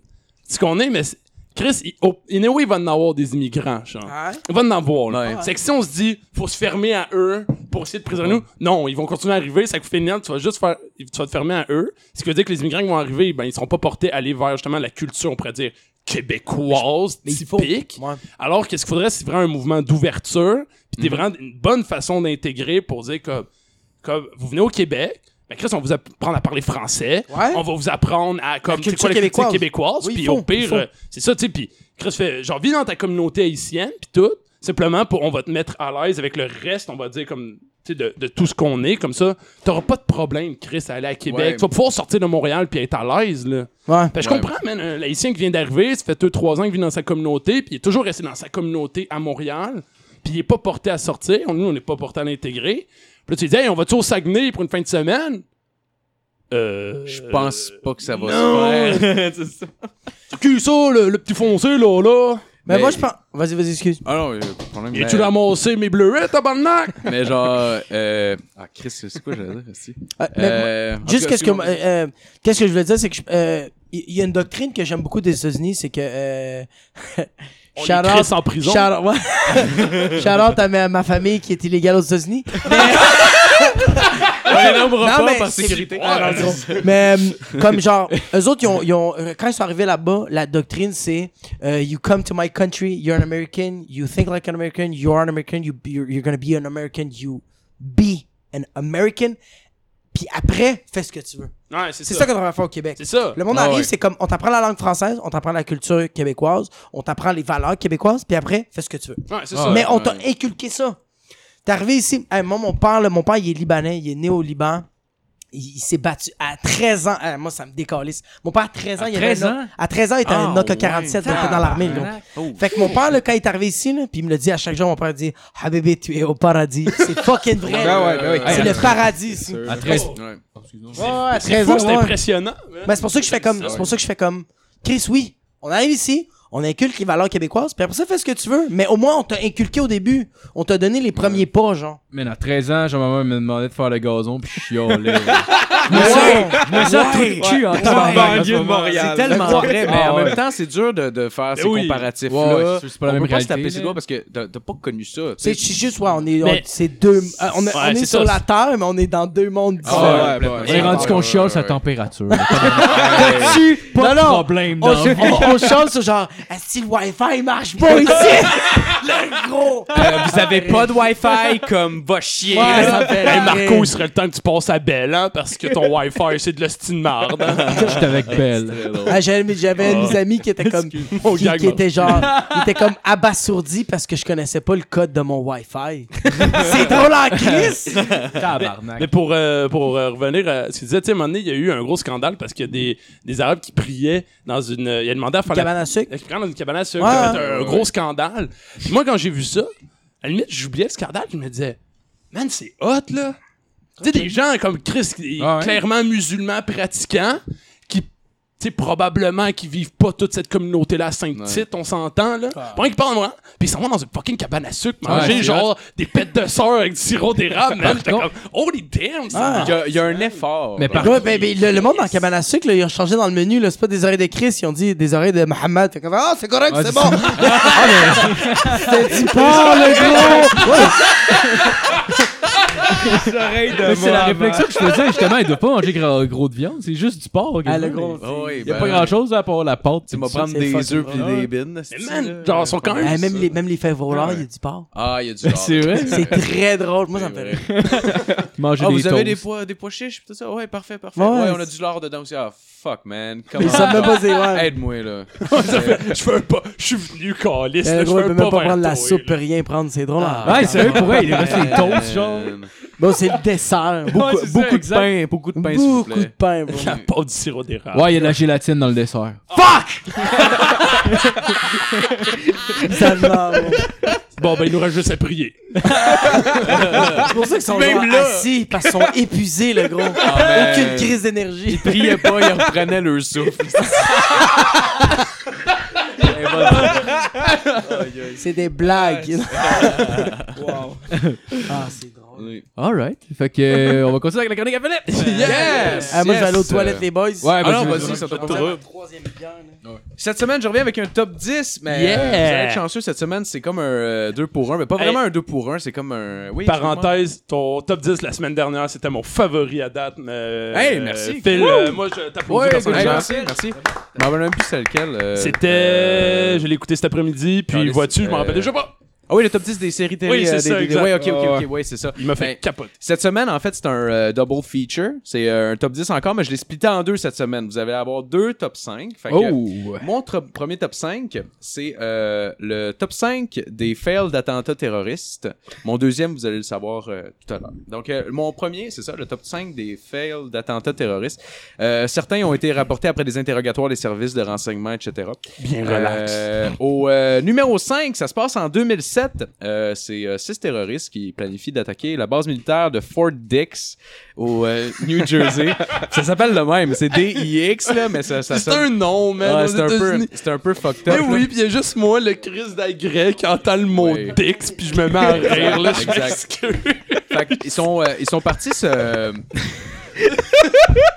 Speaker 4: ce qu'on est mais c'est- Chris il, oh, anyway, il va en avoir des immigrants genre.
Speaker 5: Hein?
Speaker 4: Il va en avoir là.
Speaker 6: Ouais.
Speaker 4: C'est que si on se dit faut se fermer à eux pour essayer de prisonnier nous, non, ils vont continuer à arriver, ça que finalement tu vas juste faire tu vas te fermer à eux, ce qui veut dire que les immigrants qui vont arriver, ben ils seront pas portés à aller vers justement la culture on pourrait dire québécoise
Speaker 5: Mais il faut.
Speaker 4: typique.
Speaker 5: Ouais.
Speaker 4: Alors qu'est-ce qu'il faudrait, c'est vraiment un mouvement d'ouverture, puis t'es vraiment une bonne façon d'intégrer pour dire comme, comme vous venez au Québec, ben Chris, on va vous apprendre à parler français,
Speaker 5: Ouais.
Speaker 4: on va vous apprendre à comme
Speaker 5: culture
Speaker 4: c'est quoi la culture
Speaker 5: québécoise.
Speaker 4: québécoise,
Speaker 5: Oui, il
Speaker 4: puis
Speaker 5: faut,
Speaker 4: au
Speaker 5: il
Speaker 4: pire,
Speaker 5: faut.
Speaker 4: euh, c'est ça, tu sais, puis Chris fait genre vis dans ta communauté haïtienne, puis tout, simplement pour on va te mettre à l'aise avec le reste, on va dire comme tu sais, de, de tout ce qu'on est, comme ça, t'auras pas de problème, Chris, à aller à Québec.
Speaker 6: Ouais.
Speaker 4: Tu vas pouvoir sortir de Montréal puis être à l'aise, là.
Speaker 5: Ouais.
Speaker 4: Ben, je
Speaker 6: Ouais.
Speaker 4: comprends, man. Un laïcien qui vient d'arriver, ça fait 2-3 ans qu'il vit dans sa communauté, puis il est toujours resté dans sa communauté à Montréal, puis il est pas porté à sortir. On- Nous, on n'est pas porté à l'intégrer. Puis là, tu lui dis, hey, on va-tu au Saguenay pour une fin de semaine? Euh.
Speaker 6: Je pense pas que ça
Speaker 5: Euh,
Speaker 6: va
Speaker 4: non.
Speaker 6: se faire.
Speaker 4: c'est ça. Qui ça, le, le petit foncé, là, là?
Speaker 5: Mais,
Speaker 6: Mais-
Speaker 5: moi, je pense... Vas-y, vas-y, excuse.
Speaker 6: Ah non, il y a pas de problème.
Speaker 4: Et tu
Speaker 6: mais-
Speaker 4: ramassé mes bleuets, tabarnak?
Speaker 6: Mais genre... euh, Ah, Chris, c'est quoi j'allais dire, esti?
Speaker 5: Euh, mais moi-
Speaker 6: Euh, en tout
Speaker 5: Juste
Speaker 6: cas,
Speaker 5: qu'est-ce que,
Speaker 6: excuse-moi.
Speaker 5: euh, euh, qu'est-ce que je voulais dire, c'est que je- euh, il y, a une doctrine que j'aime beaucoup des États-Unis, c'est que... Euh...
Speaker 4: On
Speaker 5: shout
Speaker 4: est
Speaker 5: out-
Speaker 4: Chris en prison.
Speaker 5: Shout out, ouais. Shout out à ma, ma famille qui est illégale aux États-Unis.
Speaker 6: On les nommera
Speaker 5: Non,
Speaker 6: pas
Speaker 5: mais
Speaker 6: par
Speaker 5: c'est-
Speaker 6: sécurité.
Speaker 5: Ah, non, c'est gros. mais euh, comme genre, eux autres, ils ont, ils ont- euh, quand ils sont arrivés là-bas, la doctrine c'est euh, You come to my country, you're an American, you think like an American, you are an American, you, you're, you're gonna be an American, you be an American. Puis après, fais ce que tu veux.
Speaker 4: Ouais, c'est
Speaker 5: C'est
Speaker 4: ça.
Speaker 5: ça qu'on devrait faire au Québec.
Speaker 4: C'est ça.
Speaker 5: Le monde
Speaker 6: Ah
Speaker 5: arrive,
Speaker 6: ouais.
Speaker 5: c'est comme on t'apprend la langue française, on t'apprend la culture québécoise, on t'apprend les valeurs québécoises, puis après, fais ce que tu veux.
Speaker 4: Ouais, c'est
Speaker 6: Ah,
Speaker 4: ça.
Speaker 5: Mais on t'a
Speaker 6: ouais.
Speaker 5: inculqué ça. T'es arrivé ici. Hey, moi, mon père, là, mon père, il est libanais, il est né au Liban. Il, il s'est battu à 13 ans. Hey, moi, ça me décalisse. Mon père, à 13 ans,
Speaker 3: À
Speaker 5: il avait
Speaker 3: 13
Speaker 5: un-
Speaker 3: ans?
Speaker 5: À 13 ans, il était un
Speaker 6: Ah,
Speaker 5: AK-47,
Speaker 6: ouais.
Speaker 5: il était dans l'armée. le gros.
Speaker 6: Oh,
Speaker 5: Fait que mon père, là, quand il est arrivé ici, là, puis il me le dit à chaque jour, mon père dit Habibé, tu es au paradis. C'est fucking vrai.
Speaker 1: Ben
Speaker 5: là.
Speaker 1: ouais, ben ouais.
Speaker 5: Ah, C'est le paradis ici.
Speaker 1: sûr.
Speaker 3: À 13
Speaker 5: euh,
Speaker 6: ouais.
Speaker 5: Ouais, à
Speaker 4: C'est
Speaker 5: 13
Speaker 4: fou,
Speaker 5: ans.
Speaker 4: c'est
Speaker 5: ouais.
Speaker 4: impressionnant. man.
Speaker 5: Ben, c'est pour ça que je fais comme.
Speaker 4: Ouais.
Speaker 5: C'est pour ça que je fais comme. Chris, oui, on arrive ici, on inculque les valeurs québécoises, puis après ça, fais ce que tu veux. Mais au moins, on t'a inculqué au début. On t'a donné les premiers pas, genre.
Speaker 3: Man, à 13 ans, genre, maman me demandait de faire le gazon, puis je chiolais.
Speaker 5: Ah, Ouais.
Speaker 3: Je me sens tout le cul en tabarnak en ce
Speaker 1: banlieue de
Speaker 3: moment.
Speaker 1: Montréal.
Speaker 3: C'est tellement vrai.
Speaker 6: mais
Speaker 3: Ah,
Speaker 6: en
Speaker 3: ouais.
Speaker 6: même temps, c'est dur de, de faire ces
Speaker 4: Ben oui.
Speaker 6: comparatifs-là.
Speaker 3: Ouais, ouais, c'est sûr, c'est pas la
Speaker 6: on
Speaker 3: même
Speaker 6: peut pas se
Speaker 3: réalité,
Speaker 6: taper
Speaker 3: là.
Speaker 6: ses doigts parce que t'as t'as pas connu ça. tu
Speaker 5: C'est
Speaker 6: sais.
Speaker 5: c'est juste, ouais, on est, on-
Speaker 4: Mais-
Speaker 5: c'est deux, euh, on, est-
Speaker 4: Ouais,
Speaker 5: on est
Speaker 4: c'est
Speaker 5: sur
Speaker 4: ça.
Speaker 5: la terre, mais on est dans deux mondes différents.
Speaker 1: Ah ouais,
Speaker 3: On est rendu qu'on chiole sa température.
Speaker 5: Là-dessus,
Speaker 3: Pas de
Speaker 5: non, Oh, non,
Speaker 3: problème
Speaker 5: on,
Speaker 3: dans la vie.
Speaker 5: on, on chante sur genre, est-ce que le Wi-Fi il marche pas ici? le gros!
Speaker 6: vous avez pas de Wi-Fi comme va chier.
Speaker 5: Ouais, ça me fait
Speaker 4: Hey,
Speaker 5: rire.
Speaker 4: Marco, il serait le temps que tu passes à Belle, hein, parce que ton Wi-Fi, c'est de l'hostie de marde. hein.
Speaker 3: J'étais avec Belle.
Speaker 5: Ah, J'avais j'avais mes amis qui étaient comme,
Speaker 4: Mon
Speaker 5: qui,
Speaker 4: gag
Speaker 5: qui
Speaker 4: m'a-
Speaker 5: étaient genre, ils étaient comme abasourdis parce que je connaissais pas le code de mon Wi-Fi. C'est drôle en crise!
Speaker 4: Mais
Speaker 3: Tabarnak.
Speaker 4: pour, euh, pour euh, revenir à ce qu'il disait, tu sais, à un moment donné, il y a eu un gros scandale parce qu'il y a des, des Arabes qui priaient dans une. euh, Il a demandé à faire la
Speaker 5: Cabane à sucre.
Speaker 4: La cabane dans une cabane à sucre.
Speaker 5: Ouais.
Speaker 4: ça a fait un gros scandale. Puis moi, quand j'ai vu ça, à la limite, j'oubliais le scandale. Je me disais, man, c'est hot, là. Tu sais, des gens comme Chris, qui est
Speaker 3: Ah ouais.
Speaker 4: clairement musulmans pratiquants, qui, tu sais, probablement qui vivent pas toute cette communauté-là à Saint-Tite, on s'entend, là. Pour rien qu'ils parlent, moi, puis ils s'en vont dans une fucking cabane à sucre, manger,
Speaker 3: Ouais, c'est
Speaker 4: genre, des pètes de soeur avec du sirop d'érable, man. J'étais comme,
Speaker 3: contre-
Speaker 4: holy damn, ça.
Speaker 5: Ah.
Speaker 6: Il y a- il y, a un effort.
Speaker 3: Mais par-
Speaker 5: Ouais, ben, ben, le, le monde dans cabane à sucre, là, ils ont changé dans le menu. là, C'est pas des oreilles de Chris, ils ont dit des oreilles de Mohamed. Fait qu'on fait, ah, c'est correct,
Speaker 3: Ah,
Speaker 5: c'est
Speaker 3: c'est-
Speaker 5: bon. C'était dit pas, le gros.
Speaker 3: Mais C'est la réflexion que je faisais, justement, il doit pas manger gros, gros de viande, c'est juste du porc.
Speaker 5: Ah, le
Speaker 3: quasiment.
Speaker 5: gros.
Speaker 6: Oh, oui,
Speaker 3: Il y a
Speaker 6: ben,
Speaker 3: pas grand chose à part la pâte.
Speaker 6: Tu vas
Speaker 3: sais.
Speaker 6: prendre
Speaker 5: c'est
Speaker 6: des
Speaker 5: fucking
Speaker 6: œufs puis
Speaker 5: vrai.
Speaker 6: des bines.
Speaker 4: Mais man, genre, ils sont quand
Speaker 5: Eh,
Speaker 4: même.
Speaker 5: même, les, même les faits voleurs,
Speaker 6: Ouais.
Speaker 5: il y a du porc.
Speaker 6: Ah, il y a du genre.
Speaker 3: C'est vrai.
Speaker 5: C'est très drôle. Moi, ça me fait rire.
Speaker 3: Manger
Speaker 6: Ah,
Speaker 3: des
Speaker 6: vous avez des
Speaker 3: toasts.
Speaker 6: pois, des pois chiches pis tout ça? Ouais, parfait, parfait.
Speaker 5: Ouais.
Speaker 6: Ouais, on a du lard dedans aussi. Ah, fuck, man. Comment
Speaker 5: Ils savent même pas c'est ouais.
Speaker 6: Aide-moi, là.
Speaker 4: Je veux pas. Je suis venu, calice.
Speaker 5: Eh,
Speaker 4: là, Je
Speaker 5: Le gros, il
Speaker 4: veux
Speaker 5: peut même
Speaker 4: pas
Speaker 5: pas
Speaker 4: vers
Speaker 5: prendre la
Speaker 4: toi,
Speaker 5: soupe,
Speaker 4: là.
Speaker 5: peut rien prendre. C'est drôle. hein.
Speaker 3: Ah, Ouais, c'est vrai, pour elle, il reste des toasts, genre.
Speaker 6: Man.
Speaker 5: Bon, c'est le dessert.
Speaker 3: Ouais, c'est ça,
Speaker 6: beaucoup de
Speaker 3: exact.
Speaker 6: pain, beaucoup de pain, s'il vous
Speaker 5: Beaucoup de
Speaker 6: plaît.
Speaker 5: pain, bro.
Speaker 4: La pâte du sirop d'érable.
Speaker 3: Ah, Ouais, il y a de la gélatine dans le dessert.
Speaker 5: Ça me marre, bro.
Speaker 4: Bon, ben, il nous reste juste à prier.
Speaker 5: C'est pour ça qu'ils sont
Speaker 4: Même
Speaker 5: genre
Speaker 4: là.
Speaker 5: assis, parce qu'ils sont épuisés, le gros.
Speaker 6: Ah,
Speaker 5: Aucune
Speaker 6: man.
Speaker 5: crise d'énergie.
Speaker 6: Priez pas, ils reprenaient leur souffle.
Speaker 5: C'est des blagues. wow. Ah, c'est drôle.
Speaker 3: Alright. Fait que, euh, on va continuer avec la chronique à Philippe.
Speaker 6: Yes!
Speaker 5: Ah, moi, je vais aller aux
Speaker 6: Yes!
Speaker 5: toilettes, les boys.
Speaker 3: Ouais,
Speaker 6: Ah
Speaker 3: vas-y,
Speaker 6: non,
Speaker 3: vas-y.
Speaker 6: vas-y, ça t'a pas
Speaker 5: troisième bière, là.
Speaker 6: Cette semaine, je reviens avec un top 10, mais
Speaker 4: Yeah!
Speaker 6: euh, vous allez être chanceux cette semaine, c'est comme un 2 pour 1, mais pas
Speaker 4: Hey.
Speaker 6: vraiment un 2 pour 1, c'est comme un... Oui,
Speaker 4: Parenthèse, ton top 10 la semaine dernière, c'était mon favori à date. euh,
Speaker 6: Hey, merci.
Speaker 4: euh, Phil, euh, moi, je t'applaudis
Speaker 6: excuse-moi. Ouais,
Speaker 4: personnellement.
Speaker 6: hey, merci, merci. Je m'en rappelle même plus c'est lequel. euh,
Speaker 4: C'était.
Speaker 6: euh,
Speaker 4: Je l'ai écouté cet après-midi, puis
Speaker 6: Carlis,
Speaker 4: vois-tu, je m'en
Speaker 6: euh,
Speaker 4: rappelle déjà pas.
Speaker 6: Ah oui, le top 10 des séries télé.
Speaker 4: Oui, c'est
Speaker 6: euh,
Speaker 4: ça,
Speaker 6: des- des-
Speaker 4: exact.
Speaker 6: Ouais, ok,
Speaker 4: Ah,
Speaker 6: ok,
Speaker 4: ouais.
Speaker 6: ok, ouais, c'est ça.
Speaker 4: Il m'a fait
Speaker 6: Ben,
Speaker 4: capote.
Speaker 6: Cette semaine, en fait, c'est un euh, double feature. C'est euh, un top 10 encore, mais je l'ai splitté en deux cette semaine. Vous allez avoir deux top 5. Fait que,
Speaker 3: Oh!
Speaker 6: Mon tro- premier top 5, c'est euh, le top 5 des fails d'attentats terroristes. Mon deuxième, vous allez le savoir euh, tout à l'heure. Donc, euh, mon premier, c'est ça, le top 5 des fails d'attentats terroristes. Euh, certains ont été rapportés après des interrogatoires des services de renseignement, etc.
Speaker 4: Bien
Speaker 6: Euh, au euh, numéro 5, ça se passe en 2007. Euh, c'est euh, six terroristes qui planifient d'attaquer la base militaire de Fort Dix au euh, New Jersey. ça s'appelle le même, c'est D-I-X, là, mais ça, ça
Speaker 4: C'est
Speaker 6: sonne-
Speaker 4: un nom, man.
Speaker 6: Ouais,
Speaker 4: aux
Speaker 6: c'est un, peu,
Speaker 4: États-Unis.
Speaker 6: c'est un peu fucked
Speaker 4: Mais
Speaker 6: up. là.
Speaker 4: oui, puis il y a juste moi, le Chris d'Agré, qui entend le mot
Speaker 6: Oui.
Speaker 4: Dix, puis je me mets à rire, là. Je
Speaker 6: Exact.
Speaker 4: m'excuse.
Speaker 6: Fait que ils, sont, euh, ils sont partis se.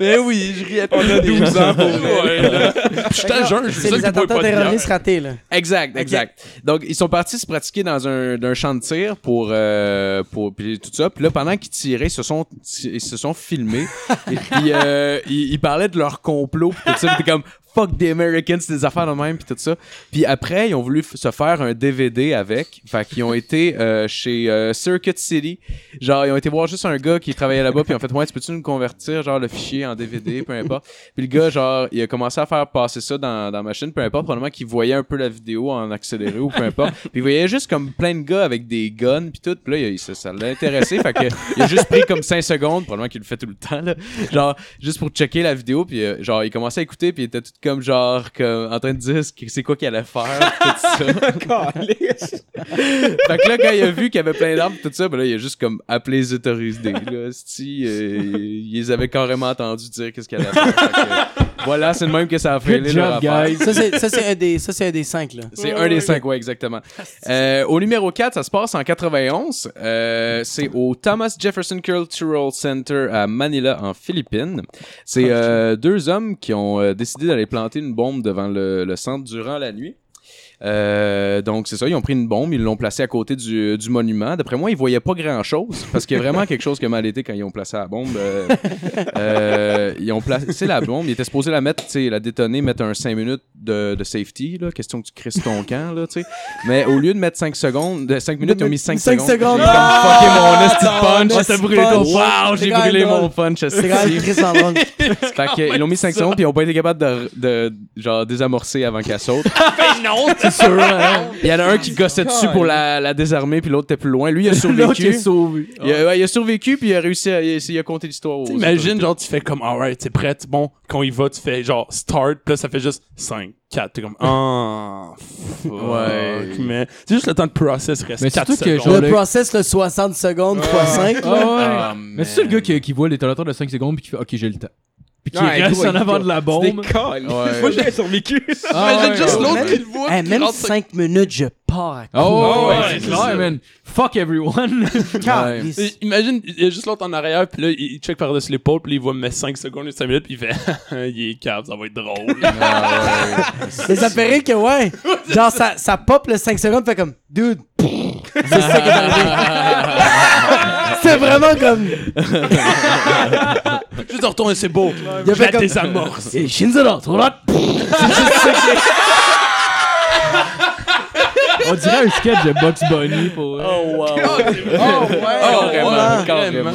Speaker 4: Mais Eh oui, je riais pas.
Speaker 1: On a 12 ans pour
Speaker 4: Ouais, là. Puis je suis à jeun, je suis
Speaker 5: C'est
Speaker 4: sûr
Speaker 5: les
Speaker 4: qu'il boit
Speaker 5: attentats
Speaker 4: pas de bière.
Speaker 5: terroristes ratés, là.
Speaker 6: Exact, exact. Donc, ils sont partis se pratiquer dans un, d'un champ de tir pour, euh, pour puis tout ça. Puis là, pendant qu'ils tiraient, ils se sont, ils se sont filmés. et puis, euh, ils, ils parlaient de leur complot. Puis tout ça, puis t'es comme fuck the Americans, c'est des affaires de même, puis tout ça. Puis après, ils ont voulu f- se faire un DVD avec. Fait qu'ils ont été euh, chez euh, Circuit City. Genre, ils ont été voir juste un gars qui travaillait là-bas, puis en fait, ouais, tu peux-tu nous convertir, genre, le fichier en DVD, peu importe. Puis le gars, genre, il a commencé à faire passer ça dans, dans la machine, peu importe, probablement qu'il voyait un peu la vidéo en accéléré ou peu importe. Puis il voyait juste comme plein de gars avec des guns, puis tout. Puis là, il- ça, ça l'a intéressé, fait que il a juste pris comme 5 secondes, probablement qu'il le fait tout le temps, là. Genre, juste pour checker la vidéo, puis euh, genre, il commençait à écouter, puis il était tout comme, genre, comme, en train de dire ce que- c'est quoi qu'il allait faire, puis tout ça. Fait que là, quand il a vu qu'il y avait plein d'armes, tout ça, ben là, il a juste comme appelé les autorités. Là, si, euh, ils les avaient carrément entendu dire qu'est-ce qu'il allait faire. Fait que, voilà, c'est le même que ça a fait.
Speaker 3: Good
Speaker 6: les
Speaker 3: job, guys.
Speaker 5: Ça, c'est ça, c'est un, des- ça, c'est un des cinq, là.
Speaker 6: C'est un des cinq, ouais, exactement. Euh, au numéro 4, ça se passe en 91. Euh, c'est au Thomas Jefferson Cultural Center à Manila, en Philippines. C'est euh, deux hommes qui ont euh, décidé d'aller planter une bombe devant le, le centre durant la nuit. Euh, donc c'est ça, ils ont pris une bombe, ils l'ont placée à côté du, du monument. D'après moi, ils voyaient pas grand chose parce qu'il y a vraiment quelque chose qui a mal été quand ils ont placé la bombe. Euh, euh, ils ont placé la bombe, ils étaient supposés la mettre, tu sais, la détonner, mettre un 5 minutes de, de safety, là, question que tu crisses ton camp, là, tu sais. Mais au lieu de mettre 5 secondes, 5 minutes, ils ont mis 5
Speaker 5: Cinq
Speaker 6: secondes.
Speaker 5: secondes.
Speaker 6: J'ai comme fucké mon esti
Speaker 5: Ah,
Speaker 6: de punch.
Speaker 5: ton esti de punch.
Speaker 4: Ah,
Speaker 6: Wow,
Speaker 5: C'est
Speaker 6: j'ai
Speaker 5: quand même
Speaker 6: brûlé
Speaker 5: drôle.
Speaker 6: mon punch. esti.
Speaker 5: C'est quand même très en drôle.
Speaker 6: Fait que, ils l'ont mis 5 secondes, puis ils ont pas été capables de, de, genre, désamorcer avant qu'elle saute.
Speaker 4: Ah, non!
Speaker 6: C'est sûr, hein. Il y en a un qui gossait dessus pour la, la désarmer, puis l'autre était plus loin. Lui, il a
Speaker 3: L'autre est
Speaker 6: survécu.
Speaker 3: sauvé.
Speaker 6: Il a, Ah, ouais, il a survécu, puis il a réussi à, il a, il a conté l'histoire. aux
Speaker 4: T'imagines, genre, tu fais comme, alright, t'es prêt, bon, quand il va, tu fais genre start, puis là, ça fait juste 5, 4, t'es comme, ah, fuck,
Speaker 6: Ouais.
Speaker 4: mais c'est juste le temps de process reste
Speaker 3: Mais
Speaker 4: 4
Speaker 3: surtout que,
Speaker 4: secondes.
Speaker 3: genre,
Speaker 5: Le
Speaker 3: le-
Speaker 5: process, le 60 secondes fois 5.
Speaker 3: Ah ouais.
Speaker 6: Ah, man.
Speaker 3: Mais c'est le gars qui, qui voit l'étalateur de 5 secondes puis qui fait OK, j'ai le temps. Puis qui
Speaker 1: Ouais,
Speaker 3: reste
Speaker 1: toi,
Speaker 3: en avant de la
Speaker 1: C'est des
Speaker 3: bombe.
Speaker 1: câlisses.
Speaker 6: Ouais.
Speaker 1: Moi, j'ai survécu.
Speaker 3: Ah, ouais,
Speaker 4: juste
Speaker 3: ouais,
Speaker 4: l'autre
Speaker 3: ouais.
Speaker 4: qui le voit.
Speaker 5: Hey,
Speaker 4: qui
Speaker 5: même
Speaker 4: rentre-
Speaker 5: 5 minutes, je pars à
Speaker 3: Oh, ouais,
Speaker 1: Ouais,
Speaker 3: c'est
Speaker 1: c'est
Speaker 3: clair,
Speaker 1: ça.
Speaker 3: man. Fuck everyone.
Speaker 5: Calice.
Speaker 4: Et Euh, Imagine, il y a juste l'autre en arrière, puis là, il il check par-dessus l'épaule, puis là, il voit, mais 5 secondes, 5 minutes, puis il fait, il est cave, ça va être drôle.
Speaker 6: Ah,
Speaker 5: Mais ça fait rire que, ouais. Genre, ça, ça pop le 5 secondes, fait comme, dude. C'est ça qui est arrivé. C'est vraiment comme.
Speaker 4: juste de retourner, c'est beau.
Speaker 5: Il a
Speaker 4: Je la
Speaker 5: fait comme.
Speaker 4: désamorce.
Speaker 5: Et Shinzero, trop là.
Speaker 3: On dirait un sketch de Box Bunny pour.
Speaker 4: Oh, wow.
Speaker 5: Oh, ouais.
Speaker 6: Oh,
Speaker 5: vraiment.
Speaker 6: vraiment, carrément.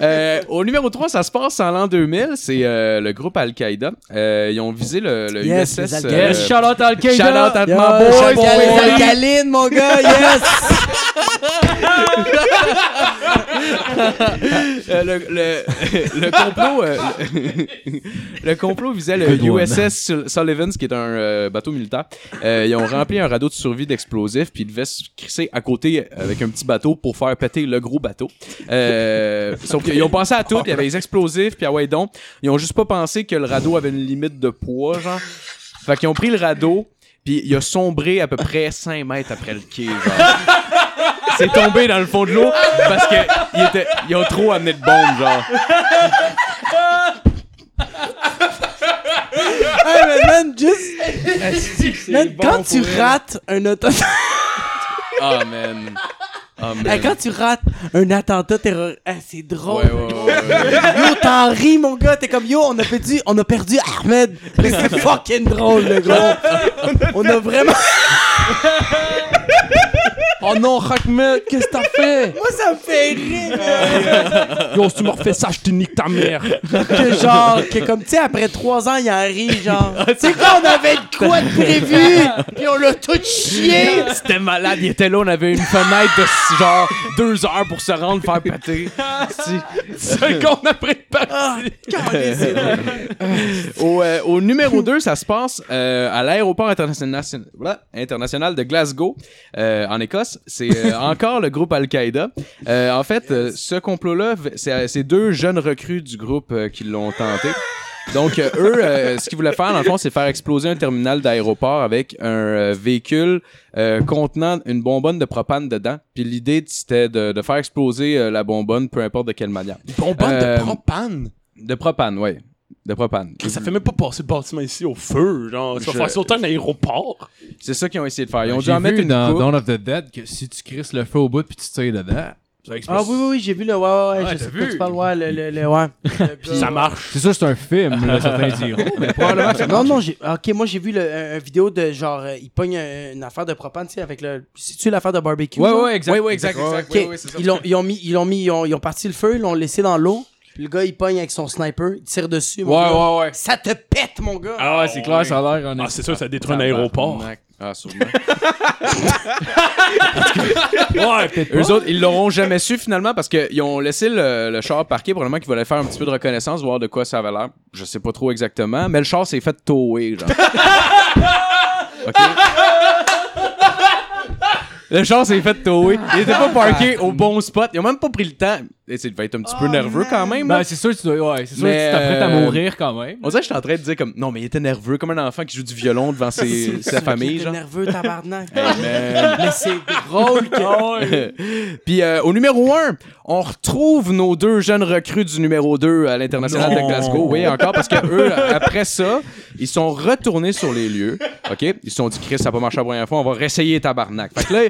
Speaker 6: Euh, au numéro 3, ça se passe en l'an 2000. C'est euh, le groupe Al-Qaïda. Euh, ils ont visé le, le
Speaker 5: Yes, les
Speaker 6: USS.
Speaker 5: Al-Qaïda.
Speaker 3: Yes, Charlotte Al-Qaïda.
Speaker 6: Shout-out à
Speaker 5: Yo,
Speaker 6: my boy,
Speaker 5: shout out
Speaker 6: boy.
Speaker 5: les alcalines, mon gars, yes!
Speaker 6: Euh, le, le- le complot euh, le, le complot visait le
Speaker 3: Good one.
Speaker 6: USS Sul- Sullivan qui est un euh, bateau militaire Euh, ils ont rempli un radeau de survie d'explosifs puis ils devaient se crisser à côté avec un petit bateau pour faire péter le gros bateau Euh, sauf qu'ils ont pensé à tout puis il y avait les explosifs puis à ouais donc ils ont juste pas pensé que le radeau avait une limite de poids genre fait qu'ils ont pris le radeau puis il a sombré à peu près 5 mètres après le quai genre c'est tombé dans le fond de l'eau parce que ils, étaient- ils ont trop amené de bombes, genre.
Speaker 5: Hey, mais man, juste. Man, quand tu rates un attentat.
Speaker 6: Ah, man. Ah, man.
Speaker 5: Hey, quand tu rates un attentat terroriste. Hey, c'est drôle.
Speaker 6: Ouais, ouais, ouais, ouais.
Speaker 5: Yo, t'en ris, mon gars. T'es comme, yo, on a perdu, on a perdu Ahmed. Mais c'est fucking drôle, le gars. On a vraiment.
Speaker 6: Oh non, Ahmed, qu'est-ce que t'as fait?
Speaker 5: Moi, ça me fait rire, là.
Speaker 4: Yo, si tu me refais ça, je te nique ta mère.
Speaker 5: Que genre, que comme, tu sais, après trois ans, il en rit, genre. Tu sais quoi, on avait de quoi de prévu? Puis on l'a tout chié.
Speaker 6: C'était malade, il était là, on avait une fenêtre de genre deux heures pour se rendre, faire péter.
Speaker 4: Seconde après le pas.
Speaker 5: Ah, calé, c'est drôle.
Speaker 6: Au, euh, au numéro 2, ça se passe euh, à l'aéroport international, voilà, international de Glasgow, euh, en Écosse. C'est euh, encore le groupe Al-Qaïda. Euh, en fait, euh, ce complot-là, v- c'est euh, c'est deux jeunes recrues du groupe euh, qui l'ont tenté. Donc, euh, eux, euh, ce qu'ils voulaient faire, dans le fond, c'est faire exploser un terminal d'aéroport avec un euh, véhicule euh, contenant une bonbonne de propane dedans. Puis l'idée, c'était de, de faire exploser euh, la bonbonne, peu importe de quelle manière.
Speaker 4: Bonbonne
Speaker 6: Euh,
Speaker 4: de propane.
Speaker 6: De propane, oui. De propane.
Speaker 4: Ça fait même pas passer le bâtiment ici au feu, genre. Ça
Speaker 6: Je-
Speaker 4: va faire sauter un aéroport.
Speaker 6: C'est ça qu'ils ont essayé de faire. Ils ont dû
Speaker 3: Ben, J'ai
Speaker 6: en mettre
Speaker 3: vu
Speaker 6: une
Speaker 3: dans
Speaker 6: coupe.
Speaker 3: Dawn of the Dead que si tu crisses le feu au bout puis tu tires dedans,
Speaker 4: Ça explique-
Speaker 5: Ah oui, oui, oui, j'ai vu le. Ouais, ouais, ouais,
Speaker 3: Ouais,
Speaker 5: je
Speaker 3: t'as
Speaker 5: sais
Speaker 3: vu?
Speaker 5: pas, tu parles, ouais, le. le, le- ouais. Le- puis-
Speaker 4: Ça marche.
Speaker 3: C'est sûr, c'est un film, là, certains diront. Mais probablement que ça
Speaker 5: Non, non, j'ai. Ok, moi j'ai vu le, un- un vidéo de genre. euh, il pogne un- une affaire de propane, tu sais, avec le. C'est-tu l'affaire de barbecue?
Speaker 3: Ouais,
Speaker 5: genre?
Speaker 3: ouais, exact.
Speaker 6: Oui, oui, exact,
Speaker 5: Ok,
Speaker 6: exact. Oui, oui, c'est ça.
Speaker 5: ils l'ont ils ont mis, ils l'ont mis, ils ont, ils ont parti le feu, ils l'ont laissé dans l'eau. Puis le gars, il pogne avec son sniper, il tire dessus.
Speaker 6: Ouais,
Speaker 5: Mon gars.
Speaker 6: ouais, ouais.
Speaker 5: Ça te pète, mon gars!
Speaker 3: Ah ouais, c'est clair,
Speaker 4: ouais.
Speaker 3: ça a l'air.
Speaker 4: Ah, c'est sûr, ça détruit un aéroport.
Speaker 6: Tabarnak. Ah, sûrement.
Speaker 4: Ouais, peut-être
Speaker 6: Eux autres, ils l'auront jamais su finalement parce qu'ils ont laissé le, le char parqué. Probablement qu'ils voulaient faire un petit peu de reconnaissance, voir de quoi ça avait l'air. Je sais pas trop exactement, mais le char s'est fait tower, genre. OK? Le char s'est fait tower. Il était pas parqué au bon spot. Ils ont même pas pris le temps. Et c'est devait être un petit peu nerveux quand même. là.
Speaker 3: Ben, c'est sûr, que tu dois- ouais, c'est sûr que
Speaker 6: Mais,
Speaker 3: tu t'apprêtes à
Speaker 6: euh,
Speaker 3: mourir quand même.
Speaker 6: On dirait que j'étais en train de dire comme non mais il était nerveux comme un enfant qui joue du violon devant ses- sa famille
Speaker 5: T'es
Speaker 6: genre.
Speaker 5: nerveux, tabarnak.
Speaker 6: Man.
Speaker 5: Mais c'est drôle que.
Speaker 6: Puis euh, au numéro 1, on retrouve nos deux jeunes recrues du numéro 2 à l'international
Speaker 4: Non.
Speaker 6: de Glasgow. Oui, encore parce que eux après ça, ils sont retournés sur les lieux. OK, ils se sont dit Chris, ça a pas marché la première fois, on va réessayer tabarnak. Fait que là,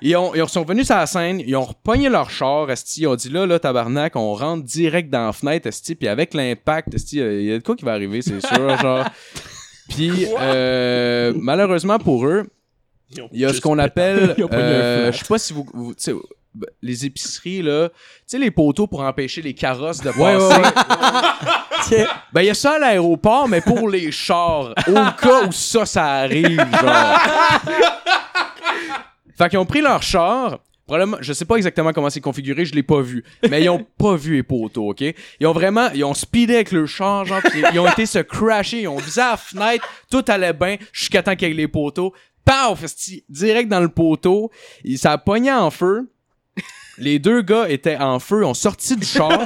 Speaker 6: ils, ont, ils sont venus sur la scène, ils ont repogné leur char, esti, ils ont dit là là tabarnak, on rentre direct dans la fenêtre esti, puis avec l'impact esti, euh, il y a de quoi qui va arriver, c'est sûr genre. Puis euh, malheureusement pour eux, il y a ce qu'on appelle,
Speaker 4: Ils ont pas eu un
Speaker 6: euh,
Speaker 4: flat.
Speaker 6: je sais pas si vous, vous- tu sais, ben, les épiceries là, tu sais les poteaux pour empêcher les carrosses de passer. Ben il y a ça à l'aéroport, mais pour les chars, au cas où ça ça arrive. Genre. fait qu'ils ont pris leur char. Probablement, je sais pas exactement comment c'est configuré, je l'ai pas vu. Mais ils ont pas vu les poteaux, ok? Ils ont vraiment, ils ont speedé avec le char, genre, pis ils ont été se crasher, ils ont visé à la fenêtre, tout allait bien, jusqu'à temps qu'il y ait les poteaux. Paf! esti, Direct dans le poteau. Il- Ça a pogné en feu. Les deux gars étaient en feu, ont sorti du char.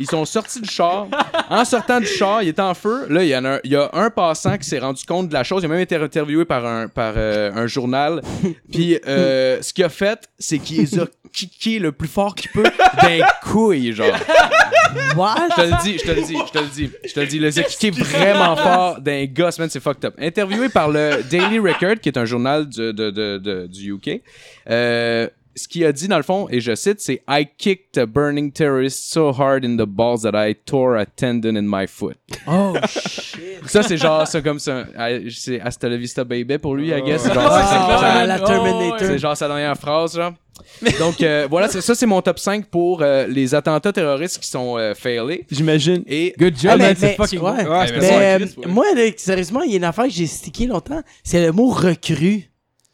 Speaker 6: Ils sont sortis du char. En sortant du char, il était en feu. Là, il y, en a un, il y a un passant qui s'est rendu compte de la chose. Il a même été interviewé par un, par, euh, un journal. Puis, euh, ce qu'il a fait, c'est qu'il les a kickés le plus fort qu'il peut d'un couille, genre.
Speaker 5: What?
Speaker 6: Je te le dis, je te le dis, je te le dis, je te le dis. Il les a kickés vraiment fort d'un gosse, man, c'est fucked up. Interviewé par le Daily Record, qui est un journal du, de, de- de- du UK, euh, ce qu'il a dit dans le fond, et je cite, c'est I kicked a burning terrorist so hard in the balls that I tore a tendon in my foot.
Speaker 5: Oh shit.
Speaker 6: Ça, c'est genre, ça comme ça. I- C'est Hasta la vista, baby pour lui, I guess. C'est genre,
Speaker 5: Ah,
Speaker 6: ça, c'est ça.
Speaker 5: la Terminator.
Speaker 6: C'est genre sa dernière phrase, genre. Donc, euh, voilà, c'est- ça, c'est mon top 5 pour euh, les attentats terroristes qui sont euh, failés.
Speaker 4: J'imagine.
Speaker 6: Et
Speaker 3: Good job,
Speaker 5: Ah, mais-
Speaker 3: man, c'est
Speaker 5: mais-
Speaker 3: fucking
Speaker 5: ouais.
Speaker 3: bon.
Speaker 1: Ouais,
Speaker 6: Eh
Speaker 1: c'est
Speaker 6: ben,
Speaker 1: pas
Speaker 5: Mais
Speaker 1: un Chris,
Speaker 5: euh,
Speaker 1: ouais.
Speaker 5: moi, là, sérieusement, il y a une affaire que j'ai stické longtemps. C'est le mot recrue.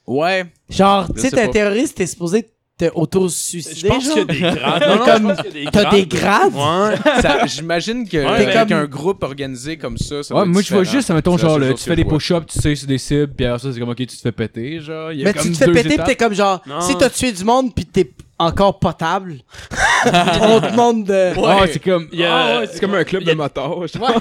Speaker 6: Ouais.
Speaker 5: Genre, tu
Speaker 6: Je
Speaker 5: sais,
Speaker 6: sais
Speaker 5: t'es un
Speaker 6: pas.
Speaker 5: terroriste, t'es supposé te
Speaker 4: Je
Speaker 5: auto-suicider.
Speaker 4: pense qu'il y a
Speaker 5: genre.
Speaker 4: des grades. Non, non, je
Speaker 5: Comme-
Speaker 4: pense qu'il y a
Speaker 5: T'as des
Speaker 4: grades.
Speaker 5: grades?
Speaker 4: Ouais.
Speaker 6: Ça- J'imagine que
Speaker 4: Ouais,
Speaker 6: avec
Speaker 5: mais-
Speaker 6: un groupe organisé comme ça, ça
Speaker 3: Ouais,
Speaker 6: doit être
Speaker 3: moi, je vois
Speaker 6: différent.
Speaker 3: juste, mettons,
Speaker 6: C'est la
Speaker 3: genre,
Speaker 6: seule
Speaker 3: le-
Speaker 6: chose
Speaker 3: tu
Speaker 6: que
Speaker 3: fais des
Speaker 6: je vois.
Speaker 3: push-ups, tu sais, sur des cibles, puis après ça, c'est comme, ok, tu te fais péter, genre. il y a
Speaker 5: Mais
Speaker 3: comme
Speaker 5: tu te fais
Speaker 3: deux
Speaker 5: péter pis
Speaker 3: étapes.
Speaker 5: t'es comme genre,
Speaker 4: Non.
Speaker 5: si t'as tué du monde pis t'es encore potable, on te demande de...
Speaker 3: Ah,
Speaker 4: Ouais.
Speaker 3: c'est comme.
Speaker 4: Il y a-
Speaker 1: Ah ouais, c'est comme un club
Speaker 4: il y a-
Speaker 1: de motards. genre.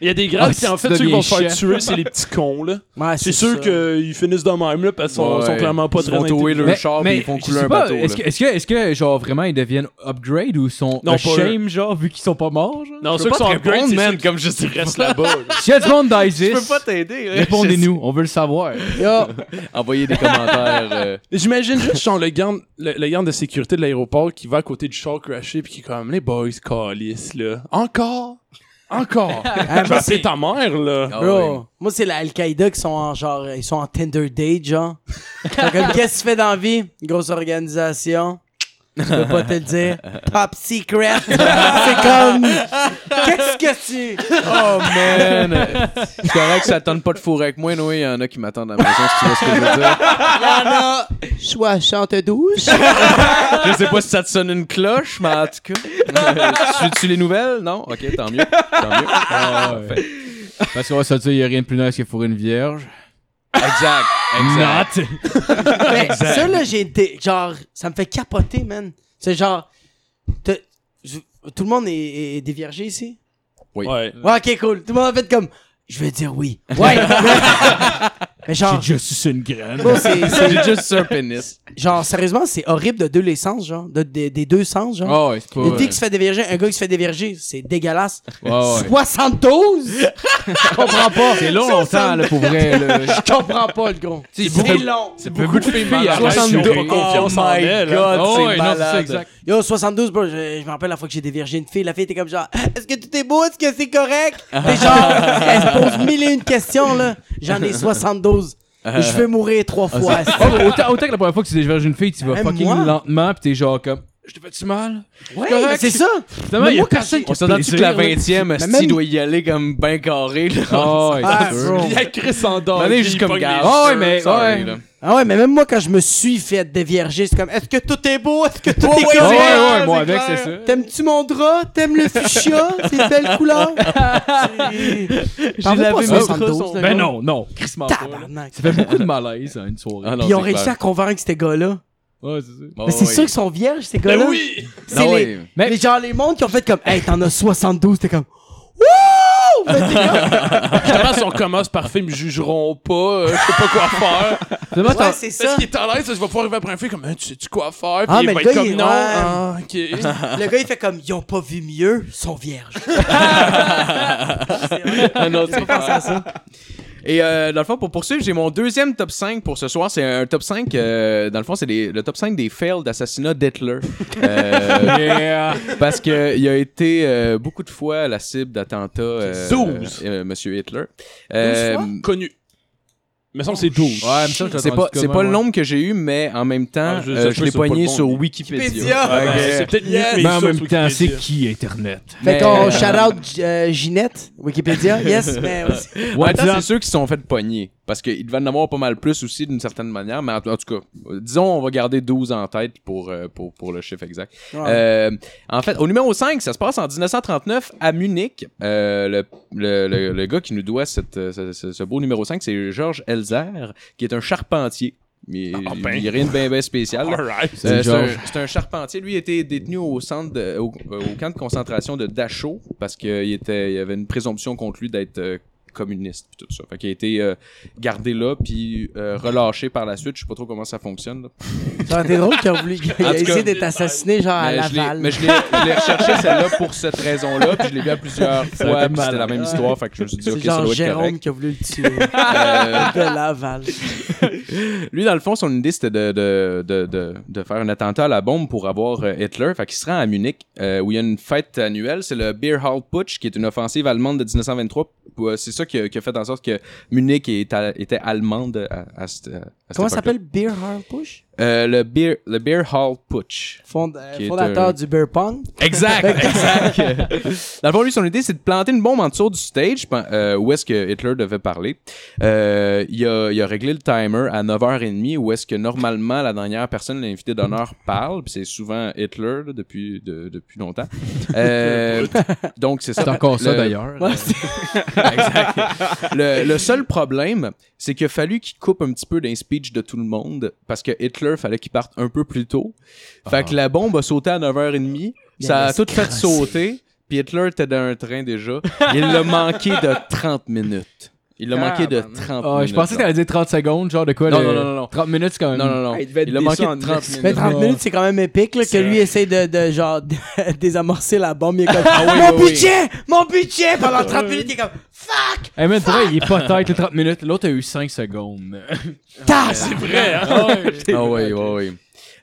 Speaker 4: Il y a des grades,
Speaker 3: Ah,
Speaker 4: c'est en
Speaker 3: si
Speaker 4: fait
Speaker 3: tu
Speaker 4: ceux qui vont se faire
Speaker 3: deviens chef.
Speaker 4: tuer, c'est les petits cons, là.
Speaker 5: Ouais,
Speaker 4: C'est sûr
Speaker 5: ça.
Speaker 4: qu'ils finissent de même, là, parce qu'ils sont-
Speaker 6: Ouais.
Speaker 4: sont clairement pas
Speaker 6: Ils
Speaker 4: très
Speaker 6: vont tower
Speaker 4: intelligents.
Speaker 6: leur char, puis ils font
Speaker 3: je
Speaker 6: couler
Speaker 3: sais
Speaker 6: un
Speaker 3: pas,
Speaker 6: bateau.
Speaker 3: Est-ce que,
Speaker 6: là.
Speaker 3: est-ce, que, est-ce que, genre, vraiment, ils deviennent upgrade ou sont
Speaker 4: Non, pas
Speaker 3: shame, genre, vu qu'ils sont pas morts, genre?
Speaker 4: Non, ceux
Speaker 6: Je peux
Speaker 4: qui sont
Speaker 6: pas te
Speaker 4: upgrade,
Speaker 6: répondre,
Speaker 4: c'est
Speaker 6: man,
Speaker 4: ceux qui
Speaker 6: comme je suis
Speaker 4: restent là-bas. là.
Speaker 3: S'il y a du monde d'ISIS,
Speaker 6: t'aider.
Speaker 3: répondez-nous, on veut le savoir.
Speaker 5: Yo,
Speaker 6: Envoyez des commentaires. euh,
Speaker 4: J'imagine juste genre le garde, le, le garde de sécurité de l'aéroport qui va à côté du char crashé puis qui est comme les boys calice là. Encore Encore
Speaker 5: Ah, moi,
Speaker 4: C'est
Speaker 5: c'est-
Speaker 4: ta mère là.
Speaker 6: ah
Speaker 5: bro,
Speaker 6: ouais.
Speaker 5: moi c'est la Al-Qaïda qui sont en genre, ils sont en Tinder date, genre. Ils sont comme, qu'est-ce que tu fais dans la vie? Grosse organisation. Je peux pas te le dire. Top secret. c'est comme, qu'est-ce que tu...
Speaker 3: Ah
Speaker 6: Oh man! C'est correct que ça tente pas de fourrer avec moi, Noé. Il y en a qui m'attendent à la maison, si tu vois ce que je veux dire.
Speaker 5: Lana, choix chante douche.
Speaker 6: Je sais pas si ça te sonne une cloche, mais en tout cas. Euh, Suis-tu les nouvelles? Non? Ok, tant mieux. Tant mieux. Euh,
Speaker 3: Ah, ouais. Parce qu'on va se le dire, il y a rien de plus nice que fourrer une vierge.
Speaker 6: Exact. Exact.
Speaker 3: Not!
Speaker 5: Mais ça, là, j'ai été. Genre, ça me fait capoter, man. C'est genre. t'as- je- Tout le monde est, est déviergé ici?
Speaker 6: Oui.
Speaker 4: Ouais.
Speaker 5: Ouais, ok, cool. Tout le monde a fait comme. Je veux dire oui. Ouais! mais genre.
Speaker 3: J'ai juste une graine.
Speaker 5: bon, c'est- c'est-
Speaker 6: J'ai juste un pénis.
Speaker 5: Genre, sérieusement, c'est horrible de deux les sens, genre. De, de- des deux sens, genre.
Speaker 3: Oh, ouais, c'est pas.
Speaker 5: Une fille
Speaker 3: euh,
Speaker 5: qui se fait déverger, un gars qui se fait déverger, c'est dégueulasse.
Speaker 3: ouais, ouais.
Speaker 5: 72? Je comprends pas.
Speaker 3: C'est long, longtemps, là, pour vrai. là.
Speaker 5: Je comprends pas, le gros.
Speaker 3: Tu sais,
Speaker 5: C'est
Speaker 3: beaucoup-
Speaker 5: long.
Speaker 3: C'est beaucoup de filles hein. à
Speaker 4: malades qui ont
Speaker 5: Oh
Speaker 4: pas confiance en elles, hein.
Speaker 3: Oh,
Speaker 6: c'est
Speaker 3: ouais, non, c'est ça,
Speaker 6: malade.
Speaker 3: exact.
Speaker 5: Yo, 72, bro, je, je me rappelle la fois que j'ai dévergé une fille. La fille était comme genre, est-ce que tout est beau? Est-ce que c'est correct? T'es genre, elle se pose mille et une questions, là. J'en ai 72.
Speaker 3: Euh.
Speaker 5: Je vais mourir trois fois.
Speaker 3: Oh, mais autant, autant que la première fois que tu déverges une fille, tu vas
Speaker 5: Même
Speaker 3: fucking
Speaker 5: moi.
Speaker 3: lentement, pis t'es genre comme. Je te fais-tu mal?
Speaker 5: Ouais,
Speaker 3: correct.
Speaker 5: c'est ça.
Speaker 3: Finalement,
Speaker 5: Mais
Speaker 3: il y a
Speaker 5: moi, quand
Speaker 3: personne
Speaker 5: j'ai-
Speaker 3: qui
Speaker 6: On
Speaker 3: a
Speaker 6: s'entend que
Speaker 3: plaisir,
Speaker 6: la
Speaker 3: là.
Speaker 6: 20e,
Speaker 5: même-
Speaker 6: Asti doit y aller comme ben carré. Là.
Speaker 3: Ah, ouais,
Speaker 5: Ah,
Speaker 3: c'est sûr.
Speaker 5: bro.
Speaker 4: Il y a Chris en dehors.
Speaker 6: Allez,
Speaker 4: il
Speaker 6: juste comme
Speaker 4: pogne
Speaker 6: gars.
Speaker 4: les
Speaker 3: Ah, ouais,
Speaker 4: cheveux,
Speaker 3: mais-
Speaker 4: ça.
Speaker 3: ouais.
Speaker 6: là.
Speaker 5: Ah ouais, mais même moi, quand je me suis fait dévierger, c'est comme, est-ce que tout est beau? Est-ce que tout est
Speaker 3: Ouais,
Speaker 5: correct?
Speaker 3: ouais, ouais, moi avec, c'est ça.
Speaker 5: T'aimes-tu mon drap? T'aimes le fuchsia? C'est une belle couleur? J'ai
Speaker 3: lavé mes
Speaker 5: Ben
Speaker 3: Ben non, non. Chris pas. là.
Speaker 5: Tabarnak.
Speaker 3: Ça fait beaucoup de malaise, hein, une soirée.
Speaker 6: Ah, non,
Speaker 5: Puis ils ont
Speaker 6: c'est
Speaker 5: réussi
Speaker 6: clair.
Speaker 5: à convaincre ces gars-là.
Speaker 3: Ouais, c'est ça.
Speaker 5: Mais c'est
Speaker 6: oui.
Speaker 5: sûr qu'ils sont vierges, ces
Speaker 4: Ah Ben
Speaker 5: gars-là.
Speaker 4: oui!
Speaker 5: C'est
Speaker 6: Non,
Speaker 5: les,
Speaker 6: ouais.
Speaker 3: Mais-
Speaker 5: les gens, les mondes qui ont fait comme, hey, t'en as 72, t'es comme, wouh! Mais t'es comme,
Speaker 4: Justement, si on commence par film, ils me jugeront pas, euh, je sais pas quoi faire.
Speaker 3: Finalement, t'en-
Speaker 5: ouais, c'est
Speaker 4: Est-ce
Speaker 5: ça.
Speaker 4: qu'il est à l'aise? Je vais pouvoir arriver après un film comme, Hein, tu sais-tu quoi faire? Puis
Speaker 5: Ah,
Speaker 4: il
Speaker 5: mais
Speaker 4: va
Speaker 5: le gars,
Speaker 4: être comme,
Speaker 5: il-
Speaker 4: non.
Speaker 5: ouais.
Speaker 4: Ah, ok.
Speaker 5: Le gars, il fait comme, ils ont pas vu mieux, ils sont vierges. C'est vrai.
Speaker 6: Ah, non,
Speaker 5: J'ai
Speaker 6: c'est
Speaker 5: pas pensé à ça.
Speaker 6: Et euh, dans le fond, pour poursuivre, j'ai mon deuxième top 5 pour ce soir. C'est un top 5, euh, dans le fond, c'est des- le top 5 des fails d'assassinat d'Hitler. Euh,
Speaker 3: Yeah.
Speaker 6: parce que il a été euh, beaucoup de fois la cible d'attentats. euh,
Speaker 4: 12.
Speaker 6: euh, Monsieur Hitler. Euh,
Speaker 5: fois?
Speaker 4: Connu. Mais ça, c'est 12.
Speaker 3: Ouais, mais ça, je l'ai entendu
Speaker 6: c'est pas,
Speaker 3: comme
Speaker 6: c'est
Speaker 3: un,
Speaker 6: pas le
Speaker 3: ouais.
Speaker 6: nombre que j'ai eu, mais en même temps,
Speaker 4: Ah, je- ça
Speaker 6: euh,
Speaker 4: se
Speaker 6: je
Speaker 4: peut,
Speaker 6: l'ai
Speaker 4: c'est pas le
Speaker 6: pogné
Speaker 4: bon
Speaker 6: sur
Speaker 4: livre.
Speaker 6: Wikipédia.
Speaker 5: Wikipédia.
Speaker 4: Ah, ben,
Speaker 6: Ok.
Speaker 4: C'est peut-être mieux que mes
Speaker 3: Mais en
Speaker 4: sources
Speaker 3: même temps, c'est
Speaker 4: Wikipédia.
Speaker 3: qui Internet?
Speaker 5: Fait
Speaker 6: Mais,
Speaker 5: qu'on
Speaker 6: euh,
Speaker 5: shout-out euh, Ginette, Wikipédia, yes, mais aussi.
Speaker 6: En même
Speaker 3: What's
Speaker 6: temps,
Speaker 3: up?
Speaker 6: c'est ceux qui se sont fait pogner. Parce qu'ils devaient en avoir pas mal plus aussi, d'une certaine manière. Mais en, en tout cas, euh, disons, on va garder 12 en tête pour, euh, pour, pour le chiffre exact. Euh, en fait, au numéro 5, ça se passe en 1939 à Munich. Euh, le, le, le- le gars qui nous doit cette, euh, ce, ce- ce beau numéro 5, c'est Georges Elzer, qui est un charpentier. Mais
Speaker 4: Ah
Speaker 6: il-
Speaker 4: ben.
Speaker 6: il n'y a rien de bien bien spécial. là.
Speaker 4: Alright.
Speaker 3: C'est
Speaker 6: Euh, C'est un,
Speaker 3: Georges.
Speaker 6: c'est un charpentier. Lui, il était détenu au, centre de- au, au camp de concentration de Dachau parce qu'il était, il y avait une présomption contre lui d'être euh, communiste pis tout ça. Fait qu'il a été euh, gardé là puis euh, relâché par la suite. Je sais pas trop comment ça fonctionne. là.
Speaker 5: Genre, t'es drôle qu'il a voulu, il
Speaker 6: En
Speaker 5: a
Speaker 6: tout cas,
Speaker 5: essayé d'être assassiné, genre, à
Speaker 6: mais, je l'ai,
Speaker 5: Ah, Laval.
Speaker 6: mais je l'ai- je l'ai recherché celle-là pour cette raison-là puis je l'ai vu à plusieurs fois.
Speaker 3: été
Speaker 6: puis C'était la
Speaker 3: malade.
Speaker 6: même histoire. Fait que je me suis dit
Speaker 5: C'est
Speaker 6: ok, ça
Speaker 5: genre
Speaker 6: doit être
Speaker 5: Jérôme
Speaker 6: correct.
Speaker 5: qui a voulu le tuer.
Speaker 6: Euh,
Speaker 5: de Laval.
Speaker 6: Lui, dans le fond, son idée, c'était de, de, de, de, de faire un attentat à la bombe pour avoir euh, Hitler. Fait qu'il se rend à Munich, euh, où il y a une fête annuelle. C'est le Beer Hall Putsch, qui est une offensive allemande de 1923. Puis, euh, C'est ça qui a, qui a fait en sorte que Munich est à- était allemande à, à, cette- à cette
Speaker 5: Comment
Speaker 6: époque-là.
Speaker 5: ça s'appelle Beer Hall Push?
Speaker 6: Euh, le, beer, le Beer Hall Putsch.
Speaker 5: Fond- euh,
Speaker 6: Qui est
Speaker 5: fondateur
Speaker 6: un-
Speaker 5: du Beer Pong.
Speaker 6: Exact, exact. Dans le fond, lui, son idée, c'est de planter une bombe en dessous du stage pen- euh, où est-ce que Hitler devait parler. Euh, il, a, il a réglé le timer à 9h30 où est-ce que normalement la dernière personne, l'invité d'honneur, parle. Puis c'est souvent Hitler là, depuis, de- depuis longtemps. Euh, donc, c'est ça.
Speaker 3: C'est encore ça
Speaker 6: Le-
Speaker 3: d'ailleurs.
Speaker 5: Ouais,
Speaker 6: le, le seul problème, c'est qu'il a fallu qu'il coupe un petit peu d'un speech de tout le monde parce que Hitler fallait qu'il parte un peu plus tôt. Fait
Speaker 3: Ah.
Speaker 6: que la bombe a sauté à 9h30, ça a
Speaker 5: laisse
Speaker 6: tout fait sauter, puis Hitler était dans un train déjà. Il l'a manqué de 30 minutes. Il l'a
Speaker 1: Ah,
Speaker 6: manqué de
Speaker 1: ben,
Speaker 6: 30
Speaker 3: Ah,
Speaker 6: minutes.
Speaker 3: je pensais que t'allais dire 30 secondes, genre de quoi
Speaker 6: Non,
Speaker 3: le-
Speaker 6: non, non, non, non.
Speaker 3: 30 minutes, c'est quand même.
Speaker 6: Non, non, non.
Speaker 1: Ah, il devait être
Speaker 6: il l'a manqué
Speaker 1: déçu en
Speaker 6: de 30
Speaker 1: Christ.
Speaker 6: minutes.
Speaker 5: Mais 30
Speaker 3: Ouais.
Speaker 5: minutes, c'est quand même épique là, que
Speaker 4: C'est
Speaker 5: lui
Speaker 4: vrai.
Speaker 5: essaye de, de genre de- désamorcer la bombe. Il est comme
Speaker 6: Ah oui,
Speaker 5: Mon
Speaker 6: oui, oui.
Speaker 5: budget! Mon budget! Pendant 30 minutes, il est comme Fuck!
Speaker 3: Eh, mais pour vrai, il est pas tête, les 30 minutes. L'autre a eu 5 secondes.
Speaker 5: Tac!
Speaker 4: Vrai, hein?
Speaker 6: Ah oui, oui, oui.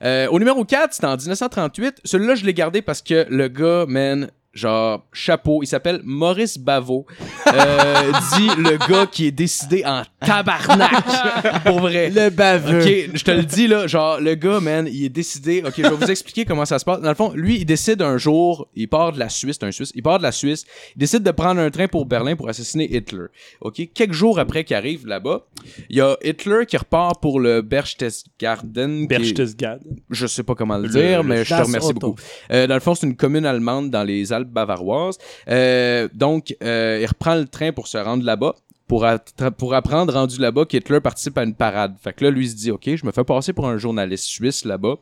Speaker 6: Euh, au numéro 4, c'était en 1938. Celui-là, je l'ai gardé parce que le gars, man, genre, chapeau, il s'appelle Maurice Bavo. Euh, dit le gars qui est décidé en tabarnak. Pour vrai.
Speaker 5: Le baveux.
Speaker 6: Ok, je te le dis là, genre le gars, man, il est décidé. Ok, je vais vous expliquer comment ça se passe. Dans le fond, lui, il décide un jour, il part de la Suisse, c'est un Suisse, il part de la Suisse, il décide de prendre un train pour Berlin pour assassiner Hitler. Ok, quelques jours après qu'il arrive là-bas, il y a Hitler qui repart pour le Berchtesgaden. qui est-
Speaker 4: Berchtesgad.
Speaker 6: je sais pas comment le,
Speaker 4: Le-
Speaker 6: dire,
Speaker 4: le
Speaker 6: mais je te
Speaker 5: Das
Speaker 6: remercie
Speaker 5: Auto.
Speaker 6: beaucoup. Euh, dans le fond, c'est une commune allemande dans les Alpes bavaroises. Euh, donc, euh, il reprend le train pour se rendre là-bas. pour, attra- pour apprendre, rendu là-bas, qu'Hitler participe à une parade. Fait que là, lui, il se dit, OK, je me fais passer pour un journaliste suisse là-bas.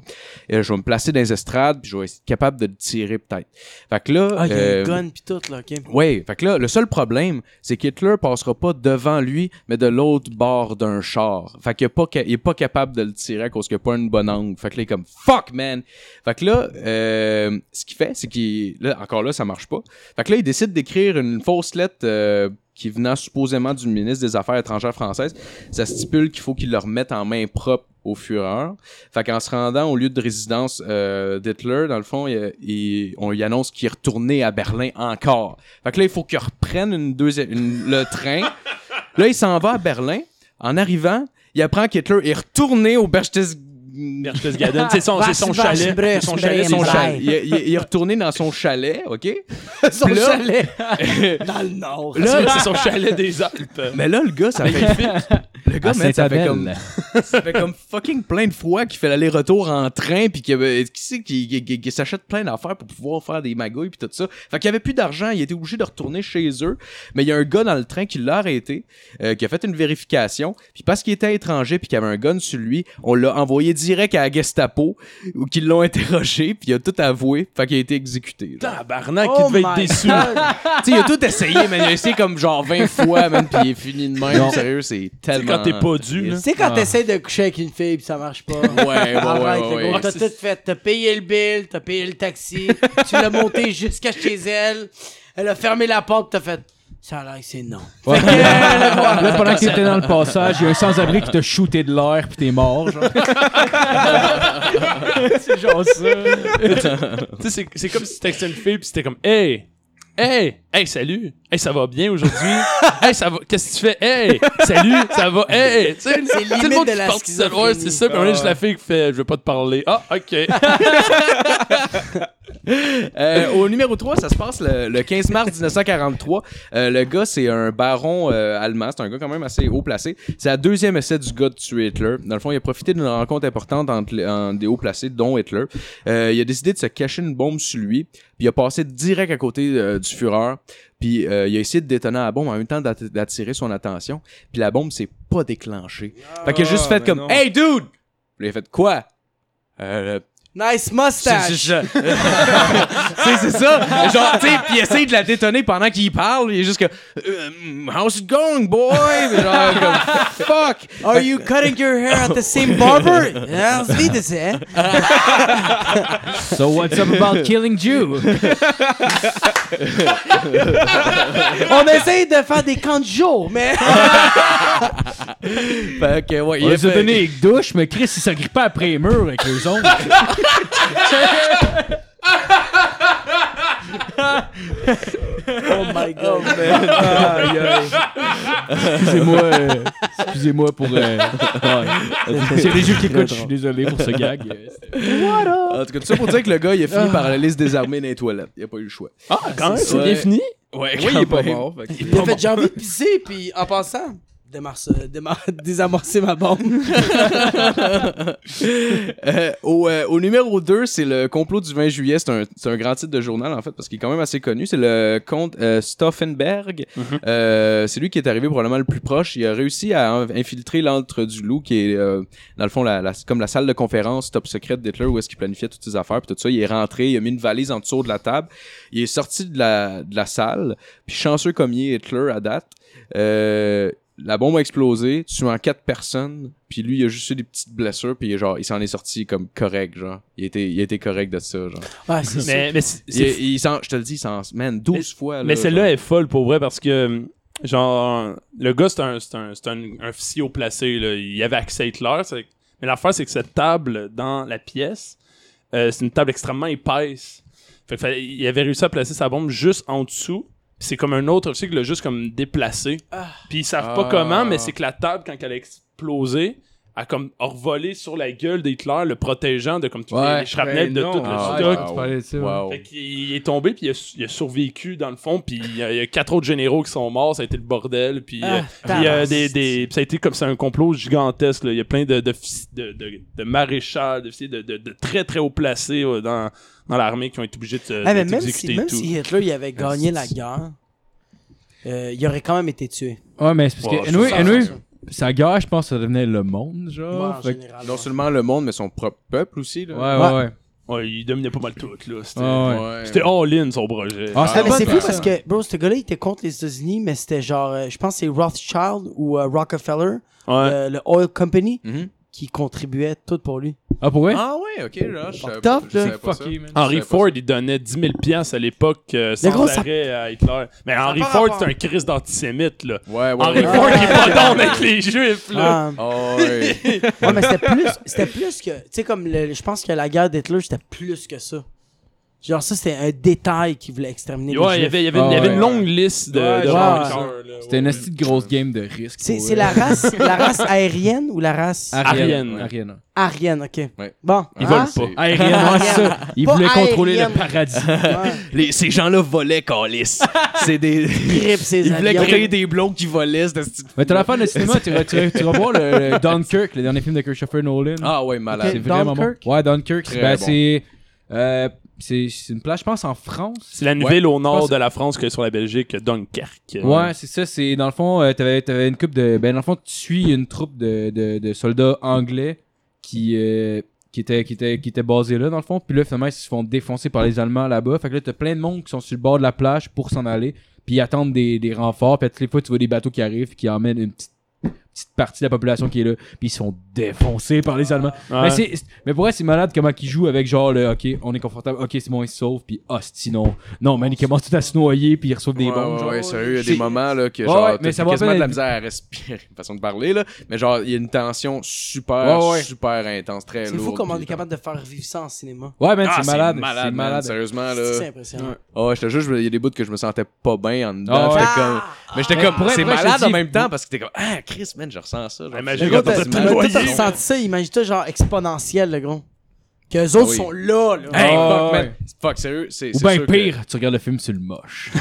Speaker 6: Et je vais me placer dans les estrades, puis je vais être capable de le tirer peut-être. Fait que là...
Speaker 5: Ah, il y a
Speaker 6: euh,
Speaker 5: une gun pis tout, là, ok.
Speaker 6: Ouais, fait que là, le seul problème, c'est qu'Hitler passera pas devant lui, mais de l'autre bord d'un char. Fait qu'il est pas, ca- il est pas capable de le tirer à cause qu'il a pas une bonne angle. Fait que là, il est comme fuck, man! Fait que là, euh, ce qu'il fait, c'est qu'il, là, encore là, ça marche pas. Fait que là, il décide d'écrire une fausse lettre, euh, qui venant supposément du ministre des Affaires étrangères françaises, ça stipule qu'il faut qu'il le remette en main propre au Führer. Fait qu'en se rendant au lieu de résidence euh, d'Hitler, dans le fond, il- il- on lui annonce qu'il est retourné à Berlin encore. Fait que là, il faut qu'il reprenne une deuxième, une- le train. là, il s'en va à Berlin. En arrivant, il apprend qu'Hitler est retourné au Berchtes...
Speaker 4: Berchtesgaden. C'est son, c'est son chalet. C'est son chalet.
Speaker 6: Son
Speaker 4: Son chalet.
Speaker 6: chalet. Il, il- il est retourné dans son chalet, OK?
Speaker 5: Son
Speaker 6: Puis là-
Speaker 5: chalet. Dans le nord.
Speaker 4: Là, c'est son chalet des Alpes.
Speaker 6: Mais là, le gars, ça fait... le gars,
Speaker 3: À
Speaker 6: man, ça fait
Speaker 3: Saint-Abel.
Speaker 6: comme... ça fait comme fucking plein de fois qu'il fait l'aller-retour en train puis qu'il y avait- qui c'est qui, qui- qui- qui s'achète plein d'affaires pour pouvoir faire des magouilles puis tout ça. Fait qu'il y avait plus d'argent, il était obligé de retourner chez eux, mais il y a un gars dans le train qui l'a arrêté, euh, qui a fait une vérification, puis parce qu'il était étranger puis qu'il avait un gun sur lui, on l'a envoyé direct à la Gestapo où qu'ils l'ont interrogé puis il a tout avoué, fait qu'il a été exécuté. genre.
Speaker 4: Tabarnak, qui devait être
Speaker 5: Oh my
Speaker 4: déçu.
Speaker 5: God.
Speaker 6: tu sais, il a tout essayé, mais il a essayé comme genre 20 fois même puis il est fini de même, sérieux, c'est
Speaker 4: C'est
Speaker 6: tellement
Speaker 4: quand t'es pas dû. là. Ah,
Speaker 5: Tu sais, quand
Speaker 6: Ah.
Speaker 5: t'essayes de coucher avec une fille pis ça marche pas.
Speaker 6: Ouais, ouais,
Speaker 5: Arrête,
Speaker 6: ouais,
Speaker 5: le gros,
Speaker 6: ouais.
Speaker 5: t'as
Speaker 4: Ouais, c'est-
Speaker 5: tout fait. T'as payé le bill, t'as payé le taxi, tu l'as monté jusqu'à chez elle. Elle a fermé la porte, t'as fait. Ça a l'air que c'est non.
Speaker 3: Ouais.
Speaker 6: euh,
Speaker 3: Là, pendant que t'étais dans le passage, il y a un sans-abri qui t'a shooté de l'air puis t'es mort. genre. c'est genre ça.
Speaker 4: Tu sais, c'est- c'est comme si tu textais une fille puis c'était comme Hey! Hey! Hey, salut! Hey, ça va bien aujourd'hui? hey, ça va. Qu'est-ce que tu fais? Hey! Salut! Ça va? Hey! Tu sais,
Speaker 5: C'est
Speaker 4: tu sais,
Speaker 5: limite de
Speaker 4: qui
Speaker 5: la Ah.
Speaker 4: parle tout seul. Ouais, c'est ça. Puis on est juste la fille qui fait Je veux pas te parler. Ah, ok.
Speaker 6: Euh, au numéro 3, ça se passe le, le 15 mars 1943. Euh, le gars, c'est un baron euh, allemand. C'est un gars quand même assez haut placé. C'est la deuxième essai du gars de tuer Hitler. Dans le fond, il a profité d'une rencontre importante entre, les- entre des hauts placés, dont Hitler. Euh, il a décidé de se cacher une bombe sur lui. Puis il a passé direct à côté euh, du Führer. Puis euh, il a essayé de détonner la bombe en même temps d'att- d'attirer son attention. Puis la bombe s'est pas déclenchée. Fait qu'il a juste
Speaker 1: Ah,
Speaker 6: fait
Speaker 1: ben
Speaker 6: comme
Speaker 1: non.
Speaker 6: Hey dude! Puis il a fait quoi? Euh,
Speaker 5: Nice
Speaker 6: c'est
Speaker 5: mustache!
Speaker 6: c'est- je- Tu sais, c'est ça. Genre, tu sais, puis il essaie de la détonner pendant qu'il parle. Il est juste que, euh, how's it going, boy? Puis Genre, comme, fuck.
Speaker 5: Are you cutting your hair at the same barber? Yes, wie das, hein?
Speaker 3: So what's up about killing Jew?
Speaker 5: On essaye de faire des camps de jour, mais.
Speaker 6: Fait que, ouais,
Speaker 3: Il
Speaker 6: a
Speaker 3: a
Speaker 6: fait-
Speaker 3: donné une douche, mais Chris, il s'agrippe pas après les murs avec les ongles.
Speaker 5: Oh my god.
Speaker 1: Aïe, aïe.
Speaker 3: Excusez-moi. euh, Excusez-moi pour. euh, ouais. C'est les jeux qui écoutent, je suis désolé pour ce gag. Euh, c'était-
Speaker 6: En tout cas, tout ça pour dire que le gars, il a fini par la liste désarmée dans les toilettes. Il a pas eu le choix.
Speaker 4: Ah, quand même, c'est
Speaker 6: ouais.
Speaker 4: bien fini.
Speaker 6: Ouais,
Speaker 1: Oui, il est pas mort. fait que-
Speaker 5: Il a fait, j'ai envie de pisser, puis en passant, démarre ça- démarre- désamorcer ma bombe.
Speaker 6: Euh, au, euh, au numéro 2, c'est le complot du 20 juillet. C'est un, c'est un grand titre de journal, en fait, parce qu'il est quand même assez connu. C'est le comte euh, Stauffenberg. Euh, c'est lui qui est arrivé probablement le plus proche. Il a réussi à en- infiltrer l'antre du loup, qui est, euh, dans le fond, la, la- comme la salle de conférence top secrète d'Hitler, où est-ce qu'il planifiait toutes ses affaires. Puis tout ça, il est rentré, il a mis une valise en dessous de la table. Il est sorti de la, de la salle. Puis chanceux comme il est, Hitler, à date, euh, la bombe a explosé, tuant quatre personnes, puis lui, il a juste eu des petites blessures, puis il est genre, il s'en est sorti comme correct, genre. Il était, il était correct de ça, genre.
Speaker 5: Ah, c'est ça.
Speaker 4: Mais, mais c'est-
Speaker 6: Il,
Speaker 4: c'est
Speaker 6: il s'en- je te le dis, il s'en, man, 12 fois, là.
Speaker 4: Mais
Speaker 6: genre.
Speaker 4: celle-là est folle pour vrai parce que, genre, le gars, c'est un, c'est un, c'est un, un officier haut placé. Là. Il avait accès à Hitler. c'est- Mais l'affaire, c'est que cette table dans la pièce, euh, c'est une table extrêmement épaisse. Fait que fallait- il avait réussi à placer sa bombe juste en dessous. Puis c'est comme un autre officier qui l'a juste comme déplacé.
Speaker 5: Ah.
Speaker 4: Puis ils savent
Speaker 6: Ah.
Speaker 4: pas comment, mais c'est que la table, quand elle a explosé, a comme a revolé sur la gueule d'Hitler, le protégeant de comme toutes
Speaker 6: Ouais.
Speaker 4: les shrapnel
Speaker 1: Ben
Speaker 4: de
Speaker 1: non.
Speaker 4: tout le
Speaker 6: Ah,
Speaker 4: stock.
Speaker 6: wow.
Speaker 3: Tu parlais de ça, ouais.
Speaker 6: Wow.
Speaker 4: Fait qu'il est tombé, puis il a, su- il a survécu dans le fond, puis il y, a, il y a quatre autres généraux qui sont morts, ça a été le bordel, puis
Speaker 5: Ah,
Speaker 4: euh, puis il y a
Speaker 5: tabarnak.
Speaker 4: des, des- puis ça a été comme ça un complot gigantesque, là. il y a plein de, de, fis- de, de- de maréchals, de, fis- de, de- de très très haut placés ouais, dans, dans l'armée qui ont été obligés de se
Speaker 5: Ah, mais
Speaker 4: d'être
Speaker 5: même
Speaker 4: exécutés
Speaker 5: si,
Speaker 4: et
Speaker 5: même
Speaker 4: tout.
Speaker 5: si Hitler il avait gagné la guerre, euh, il aurait quand même été tué.
Speaker 3: Ouais, mais c'est parce
Speaker 6: Ouais,
Speaker 3: que,
Speaker 6: je
Speaker 3: anyway,
Speaker 6: trouve
Speaker 3: anyway,
Speaker 5: ça-
Speaker 3: sa guerre, je pense, ça devenait le monde, genre.
Speaker 5: en
Speaker 3: Ah, Fait que-
Speaker 5: général,
Speaker 6: Non
Speaker 5: ouais.
Speaker 6: seulement le monde, mais son propre peuple aussi.
Speaker 3: Ouais,
Speaker 6: Là.
Speaker 3: ouais, ouais.
Speaker 4: Ouais, il dominait pas mal tout, là. C'était
Speaker 3: Ouais,
Speaker 6: Ah,
Speaker 4: c'était all-in, son projet.
Speaker 3: Ah,
Speaker 5: Ah, mais
Speaker 3: Bonne
Speaker 5: c'est fou
Speaker 3: personne.
Speaker 5: parce que, bro, ce gars-là, il était contre les États-Unis, mais c'était genre, euh, je pense que c'est Rothschild ou euh, Rockefeller,
Speaker 4: Ouais.
Speaker 5: euh, le oil company,
Speaker 6: Mhm.
Speaker 5: qui contribuait tout pour lui.
Speaker 3: Ah, pour vrai?
Speaker 6: Ah ouais, ok, là, je savais
Speaker 5: Fucked
Speaker 6: pas,
Speaker 5: up,
Speaker 6: je
Speaker 5: là.
Speaker 6: savais pas ça.
Speaker 3: Fucké, man.
Speaker 6: Je
Speaker 4: Henry
Speaker 6: savais pas
Speaker 4: Ford, il donnait 10 000 piastres à l'époque euh, sans
Speaker 5: gros, ça-
Speaker 4: arrêt à Hitler. Mais Henry
Speaker 5: pas
Speaker 4: Ford,
Speaker 5: rapport.
Speaker 4: c'est un Christ d'antisémite, là.
Speaker 6: Ouais, ouais,
Speaker 4: Henry
Speaker 6: ouais.
Speaker 4: Ford, il est pas d'homme avec les Juifs, là.
Speaker 5: Ah,
Speaker 6: Ah, ouais.
Speaker 5: ouais, mais c'était plus, c'était plus que, tu sais, comme, le- je pense que la guerre d'Hitler, c'était plus que ça. Genre, ça, c'était un détail qui voulait exterminer
Speaker 4: Ouais,
Speaker 5: les
Speaker 4: il y
Speaker 5: Juifs.
Speaker 4: avait, il y avait, il y
Speaker 3: Ah,
Speaker 4: avait
Speaker 3: ouais.
Speaker 4: une longue liste de,
Speaker 1: Ouais,
Speaker 4: de
Speaker 5: genre,
Speaker 4: rancœurs, là,
Speaker 3: C'était
Speaker 4: ouais.
Speaker 3: une petite grosse game de risque.
Speaker 5: C'est,
Speaker 3: pour
Speaker 5: c'est
Speaker 3: vrai.
Speaker 5: la race, la race aérienne ou la race
Speaker 3: Ariane.
Speaker 4: Ariane.
Speaker 3: Ariane.
Speaker 5: arienne, ok.
Speaker 6: Ouais.
Speaker 5: Bon.
Speaker 4: Ah. Ils
Speaker 5: hein?
Speaker 4: volent pas.
Speaker 6: C'est-
Speaker 3: Ariane, ouais, c'est ça. Il
Speaker 5: Pas
Speaker 3: voulait contrôler le
Speaker 5: aérienne.
Speaker 3: paradis.
Speaker 5: Ah, Ouais.
Speaker 6: Les- ces gens-là volaient, Calis. C'est des.
Speaker 5: Grippe ces
Speaker 6: Ils voulaient
Speaker 5: avions.
Speaker 6: créer des blocs qui volaient. c'était-
Speaker 3: Mais t'as la fin de cinéma, tu, vas- tu, vas- tu vas voir le, le Dunkirk, le dernier film de Christopher Nolan.
Speaker 6: Ah ouais, malade.
Speaker 3: c'est
Speaker 5: Ok.
Speaker 3: vraiment
Speaker 5: Dunkirk?
Speaker 3: bon. Ouais, Dunkirk, c'est-
Speaker 6: Très
Speaker 3: ben,
Speaker 6: bon.
Speaker 3: c'est. euh, c'est c'est une place, je pense, en France.
Speaker 4: C'est la nouvelle au
Speaker 3: Je
Speaker 4: nord
Speaker 3: pense-
Speaker 4: de la France que sur la Belgique, Dunkerque.
Speaker 3: Ouais, c'est ça. C'est dans le fond, euh, t'avais, t'avais une coupe de. Ben dans le fond, tu suis une troupe de, de, de soldats anglais qui euh, qui était qui était qui était basée là dans le fond. Puis là finalement ils se font défoncer par les Allemands là-bas. Fait que là t'as plein de monde qui sont sur le bord de la plage pour s'en aller. Puis ils attendent des, des renforts. Puis à toutes les fois tu vois des bateaux qui arrivent qui emmènent une petite petite partie de la population qui est là puis ils sont défoncés par les Allemands
Speaker 4: Ouais.
Speaker 3: mais, c'est, c'est- mais pour vrai c'est malade comment ils jouent avec genre le ok on est confortable ok c'est bon ils se sauvent puis hostie non non man ils commencent tout à se noyer puis ils reçoivent des
Speaker 6: Ouais,
Speaker 3: bombes
Speaker 6: ouais,
Speaker 3: genre.
Speaker 6: ouais, sérieux, il y a
Speaker 3: C'est-
Speaker 6: des moments là, que
Speaker 3: Ouais,
Speaker 6: genre,
Speaker 3: ouais, mais
Speaker 6: t'as
Speaker 3: ça va
Speaker 6: quasiment
Speaker 3: pas
Speaker 6: de la
Speaker 3: être-
Speaker 6: misère à respirer, façon de parler, là. Mais genre, il y a une tension super,
Speaker 3: Ouais, ouais.
Speaker 6: super intense, très
Speaker 5: C'est
Speaker 6: lourde.
Speaker 5: fou comment on est
Speaker 6: puis-
Speaker 5: capable de faire vivre ça en cinéma.
Speaker 3: Ouais, man,
Speaker 6: Ah,
Speaker 3: c'est malade.
Speaker 6: malade,
Speaker 3: C'est
Speaker 6: man,
Speaker 3: malade.
Speaker 6: Sérieusement,
Speaker 5: C'est c'est
Speaker 6: là.
Speaker 5: impressionnant.
Speaker 6: Oh, je te jure, je- il y a des bouts que je me sentais pas bien en dedans.
Speaker 3: Ah, ouais.
Speaker 6: J'étais comme- Mais j'étais
Speaker 3: Mais
Speaker 6: comme,
Speaker 3: pour
Speaker 6: c'est
Speaker 3: vrai, je
Speaker 6: malade
Speaker 3: te
Speaker 6: en
Speaker 3: dis- Ah,
Speaker 6: même temps parce que t'es comme, ah, Chris, man, je ressens ça. genre.
Speaker 4: Imagine
Speaker 5: Le
Speaker 4: J'ai
Speaker 5: gros,
Speaker 4: quand
Speaker 5: t'as
Speaker 4: t'as
Speaker 5: t'as-
Speaker 4: fait
Speaker 5: t'as
Speaker 4: le loyer.
Speaker 5: ressenti ça, imagine-toi genre exponentiel, le gros. Qu'eux autres
Speaker 6: Ah oui.
Speaker 5: sont là, là.
Speaker 6: Hey,
Speaker 3: Ah,
Speaker 6: fuck,
Speaker 3: ouais.
Speaker 6: man. Fuck, sérieux, c'est.
Speaker 3: Ou
Speaker 6: c'est
Speaker 3: bien
Speaker 6: sûr que-
Speaker 3: pire, tu regardes le film sur le moche.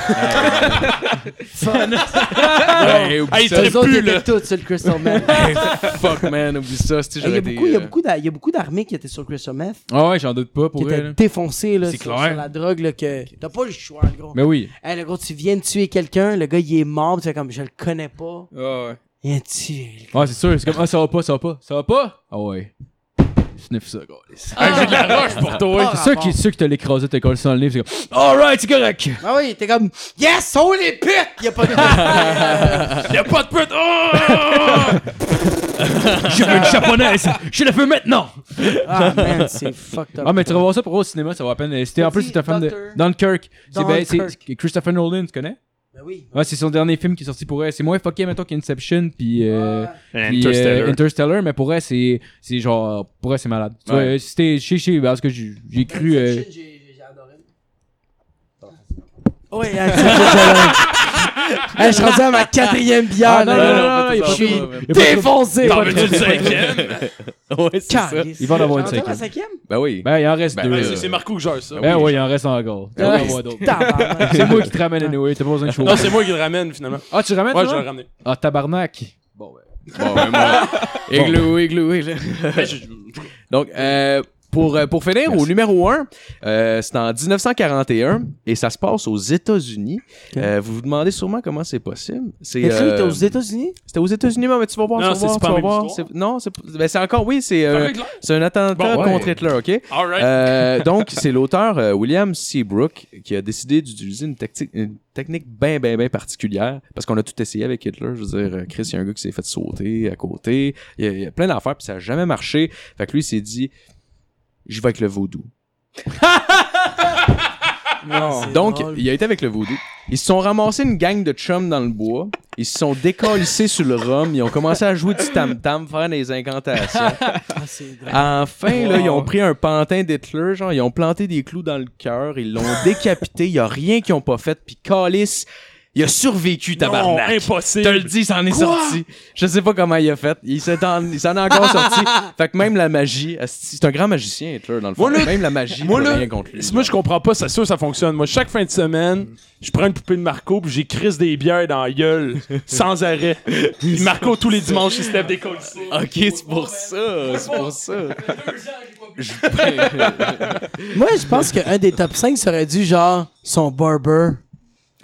Speaker 6: Ouais, oublie
Speaker 4: Hey,
Speaker 6: ça.
Speaker 4: t'aurais
Speaker 5: Eux autres,
Speaker 4: pu,
Speaker 5: ils étaient
Speaker 4: là.
Speaker 5: tous sur le Crystal Meth.
Speaker 6: Hey, fuck, man, oublie ça. si
Speaker 5: Hey, Il y
Speaker 6: j'aurais
Speaker 5: a
Speaker 6: été,
Speaker 5: beaucoup- il y a
Speaker 6: euh,
Speaker 5: beaucoup d'a- il y a beaucoup d'armées qui étaient sur le Crystal Meth,
Speaker 3: Ah ouais, j'en doute pas
Speaker 5: qui
Speaker 3: pour
Speaker 5: étaient
Speaker 3: elle.
Speaker 5: défoncées là,
Speaker 3: C'est
Speaker 5: sur,
Speaker 3: clair.
Speaker 5: sur la drogue. Là, que... T'as pas le choix, le gros.
Speaker 3: Mais oui.
Speaker 5: Hey, le gros, tu viens de tuer quelqu'un, le gars, il est mort, tu fais comme, je le connais pas.
Speaker 1: Ah ouais.
Speaker 5: Il vient de tuer. le gars.
Speaker 3: Ah, c'est sûr. C'est comme, ah, ça va pas, ça va pas. Ça va pas? Ah ouais. Sniff ça, gars.
Speaker 4: Hey, J'ai de la roche pour toi.
Speaker 5: Pas
Speaker 3: C'est sûr
Speaker 5: rapport.
Speaker 3: qu'il- sûr que t'as l'écrasé, t'as collé ça dans le livre. C'est comme, alright, c'est correct.
Speaker 5: Ah oui, t'es comme, yes, on les putes! Il y a pas de.
Speaker 4: Y'a pas de pute. Oh!
Speaker 3: Je veux une japonaise. Je la veux maintenant.
Speaker 5: ah man, c'est fucked up.
Speaker 3: Ah, mais tu vas voir ça pour voir au cinéma, ça va à peine. euh, C'était en
Speaker 5: Vas-y,
Speaker 3: plus, c'est un fan de
Speaker 5: Docteur.
Speaker 3: Dunkirk. C'est ben, c'est-
Speaker 5: Dunkirk.
Speaker 3: c'est Christopher Nolan, tu connais?
Speaker 5: Ben oui.
Speaker 3: Ouais, c'est son dernier film qui est sorti pour elle. C'est moins fucké, mettons, qu'Inception, puis. euh, Puis, euh,
Speaker 4: Interstellar.
Speaker 3: Interstellar, mais pour elle, c'est, c'est genre. Pour elle, c'est malade. Tu vois,
Speaker 6: Ouais.
Speaker 3: euh, si t'es chez, chez. Parce que j'ai, j'ai cru. euh,
Speaker 5: J'ai adoré. Ah Oui, hein, je suis rendu à ma quatrième bière.
Speaker 3: Ah, non,
Speaker 5: là.
Speaker 3: non, non, non,
Speaker 6: non,
Speaker 3: il va
Speaker 6: non,
Speaker 3: pas- il
Speaker 6: non, non,
Speaker 3: va
Speaker 6: non,
Speaker 3: pas-
Speaker 5: Défoncé!
Speaker 4: T'en veux-tu Ah, le cinquième?
Speaker 6: Ouais, c'est ça.
Speaker 5: Calice.
Speaker 3: Il va en avoir une
Speaker 5: J'en ai
Speaker 3: cinquième.
Speaker 5: la cinquième?
Speaker 6: Ben oui.
Speaker 3: Ben, il en reste
Speaker 6: Ben,
Speaker 3: deux.
Speaker 6: ouais,
Speaker 4: Ouais,
Speaker 3: là.
Speaker 4: C'est c'est Marco qui gère ça.
Speaker 3: Ben
Speaker 6: oui.
Speaker 3: oui, il en reste encore. Tu vas en avoir d'autres.
Speaker 5: Tabarnak.
Speaker 3: C'est moi qui te ramène, anyway. T'as pas besoin de chaud.
Speaker 4: Non, Ah, c'est moi qui le ramène finalement.
Speaker 3: Ah, tu ramènes,
Speaker 4: Ouais, je
Speaker 3: toi?
Speaker 4: l'ai ramené.
Speaker 3: Ah, tabarnak.
Speaker 6: Bon, ben, moi. Igloo, igloo, igloo.
Speaker 4: Ben, j'ai-
Speaker 6: Donc, euh, pour, euh, pour finir, au numéro 1, c'est en 1941 et ça se passe aux États-Unis. Euh, vous vous demandez sûrement comment c'est possible. C'est,
Speaker 5: Mais ça, il
Speaker 6: euh,
Speaker 5: était aux États-Unis?
Speaker 6: C'était aux États-Unis, mais tu vas voir,
Speaker 4: Non,
Speaker 6: tu
Speaker 4: c'est-
Speaker 6: vas voir,
Speaker 4: c'est pas la
Speaker 6: tu vas
Speaker 4: même
Speaker 6: voir.
Speaker 4: histoire.
Speaker 6: C'est- Non, c'est, ben, c'est encore, oui, c'est, euh,
Speaker 4: Avec l'air.
Speaker 6: c'est un attentat
Speaker 4: Bon, ouais.
Speaker 6: contre Hitler, OK?
Speaker 4: All right.
Speaker 6: Euh, donc, c'est l'auteur euh, William Seabrook qui a décidé d'utiliser une, tactique, une technique bien, bien, bien particulière parce qu'on a tout essayé avec Hitler. Je veux dire, euh, Chris, il y a un gars qui s'est fait sauter à côté. Il y a, il y a plein d'affaires, puis ça n'a jamais marché. Fait que lui, il s'est dit, j'y vais avec le vaudou.
Speaker 5: Non.
Speaker 6: Ah, Donc, il a été avec le vaudou. Ils se sont ramassés une gang de chums dans le bois. Ils se sont décalissés sur le rhum. Ils ont commencé à jouer du tam-tam, faire des incantations.
Speaker 5: Ah, c'est drôle.
Speaker 6: Enfin, là,
Speaker 1: Wow.
Speaker 6: ils ont pris un pantin d'Hitler, genre, ils ont planté des clous dans le cœur, ils l'ont décapité, il y a rien qu'ils ont pas fait, puis Calis, il a survécu,
Speaker 4: Non,
Speaker 6: tabarnak. Je te le
Speaker 4: impossible.
Speaker 6: dis, il s'en est sorti. Je sais pas comment il a fait. Il s'est en- il s'en est encore sorti. Fait que même la magie, asti, c'est un grand magicien, Hitler, dans le fond.
Speaker 4: Moi, là,
Speaker 6: même la magie,
Speaker 4: moi,
Speaker 6: il peut
Speaker 4: là,
Speaker 6: rien contre lui.
Speaker 4: Moi, je comprends pas, c'est sûr, ça fonctionne. Moi, chaque fin de semaine, je prends une poupée de Marco, puis j'ai crise des bières dans la gueule, sans arrêt. Puis Marco, tous les dimanches, il se lève des cols.
Speaker 6: Ok, c'est pour ça, c'est pour ça. Je-
Speaker 5: Moi, je pense qu'un des top 5 serait dû genre son barber.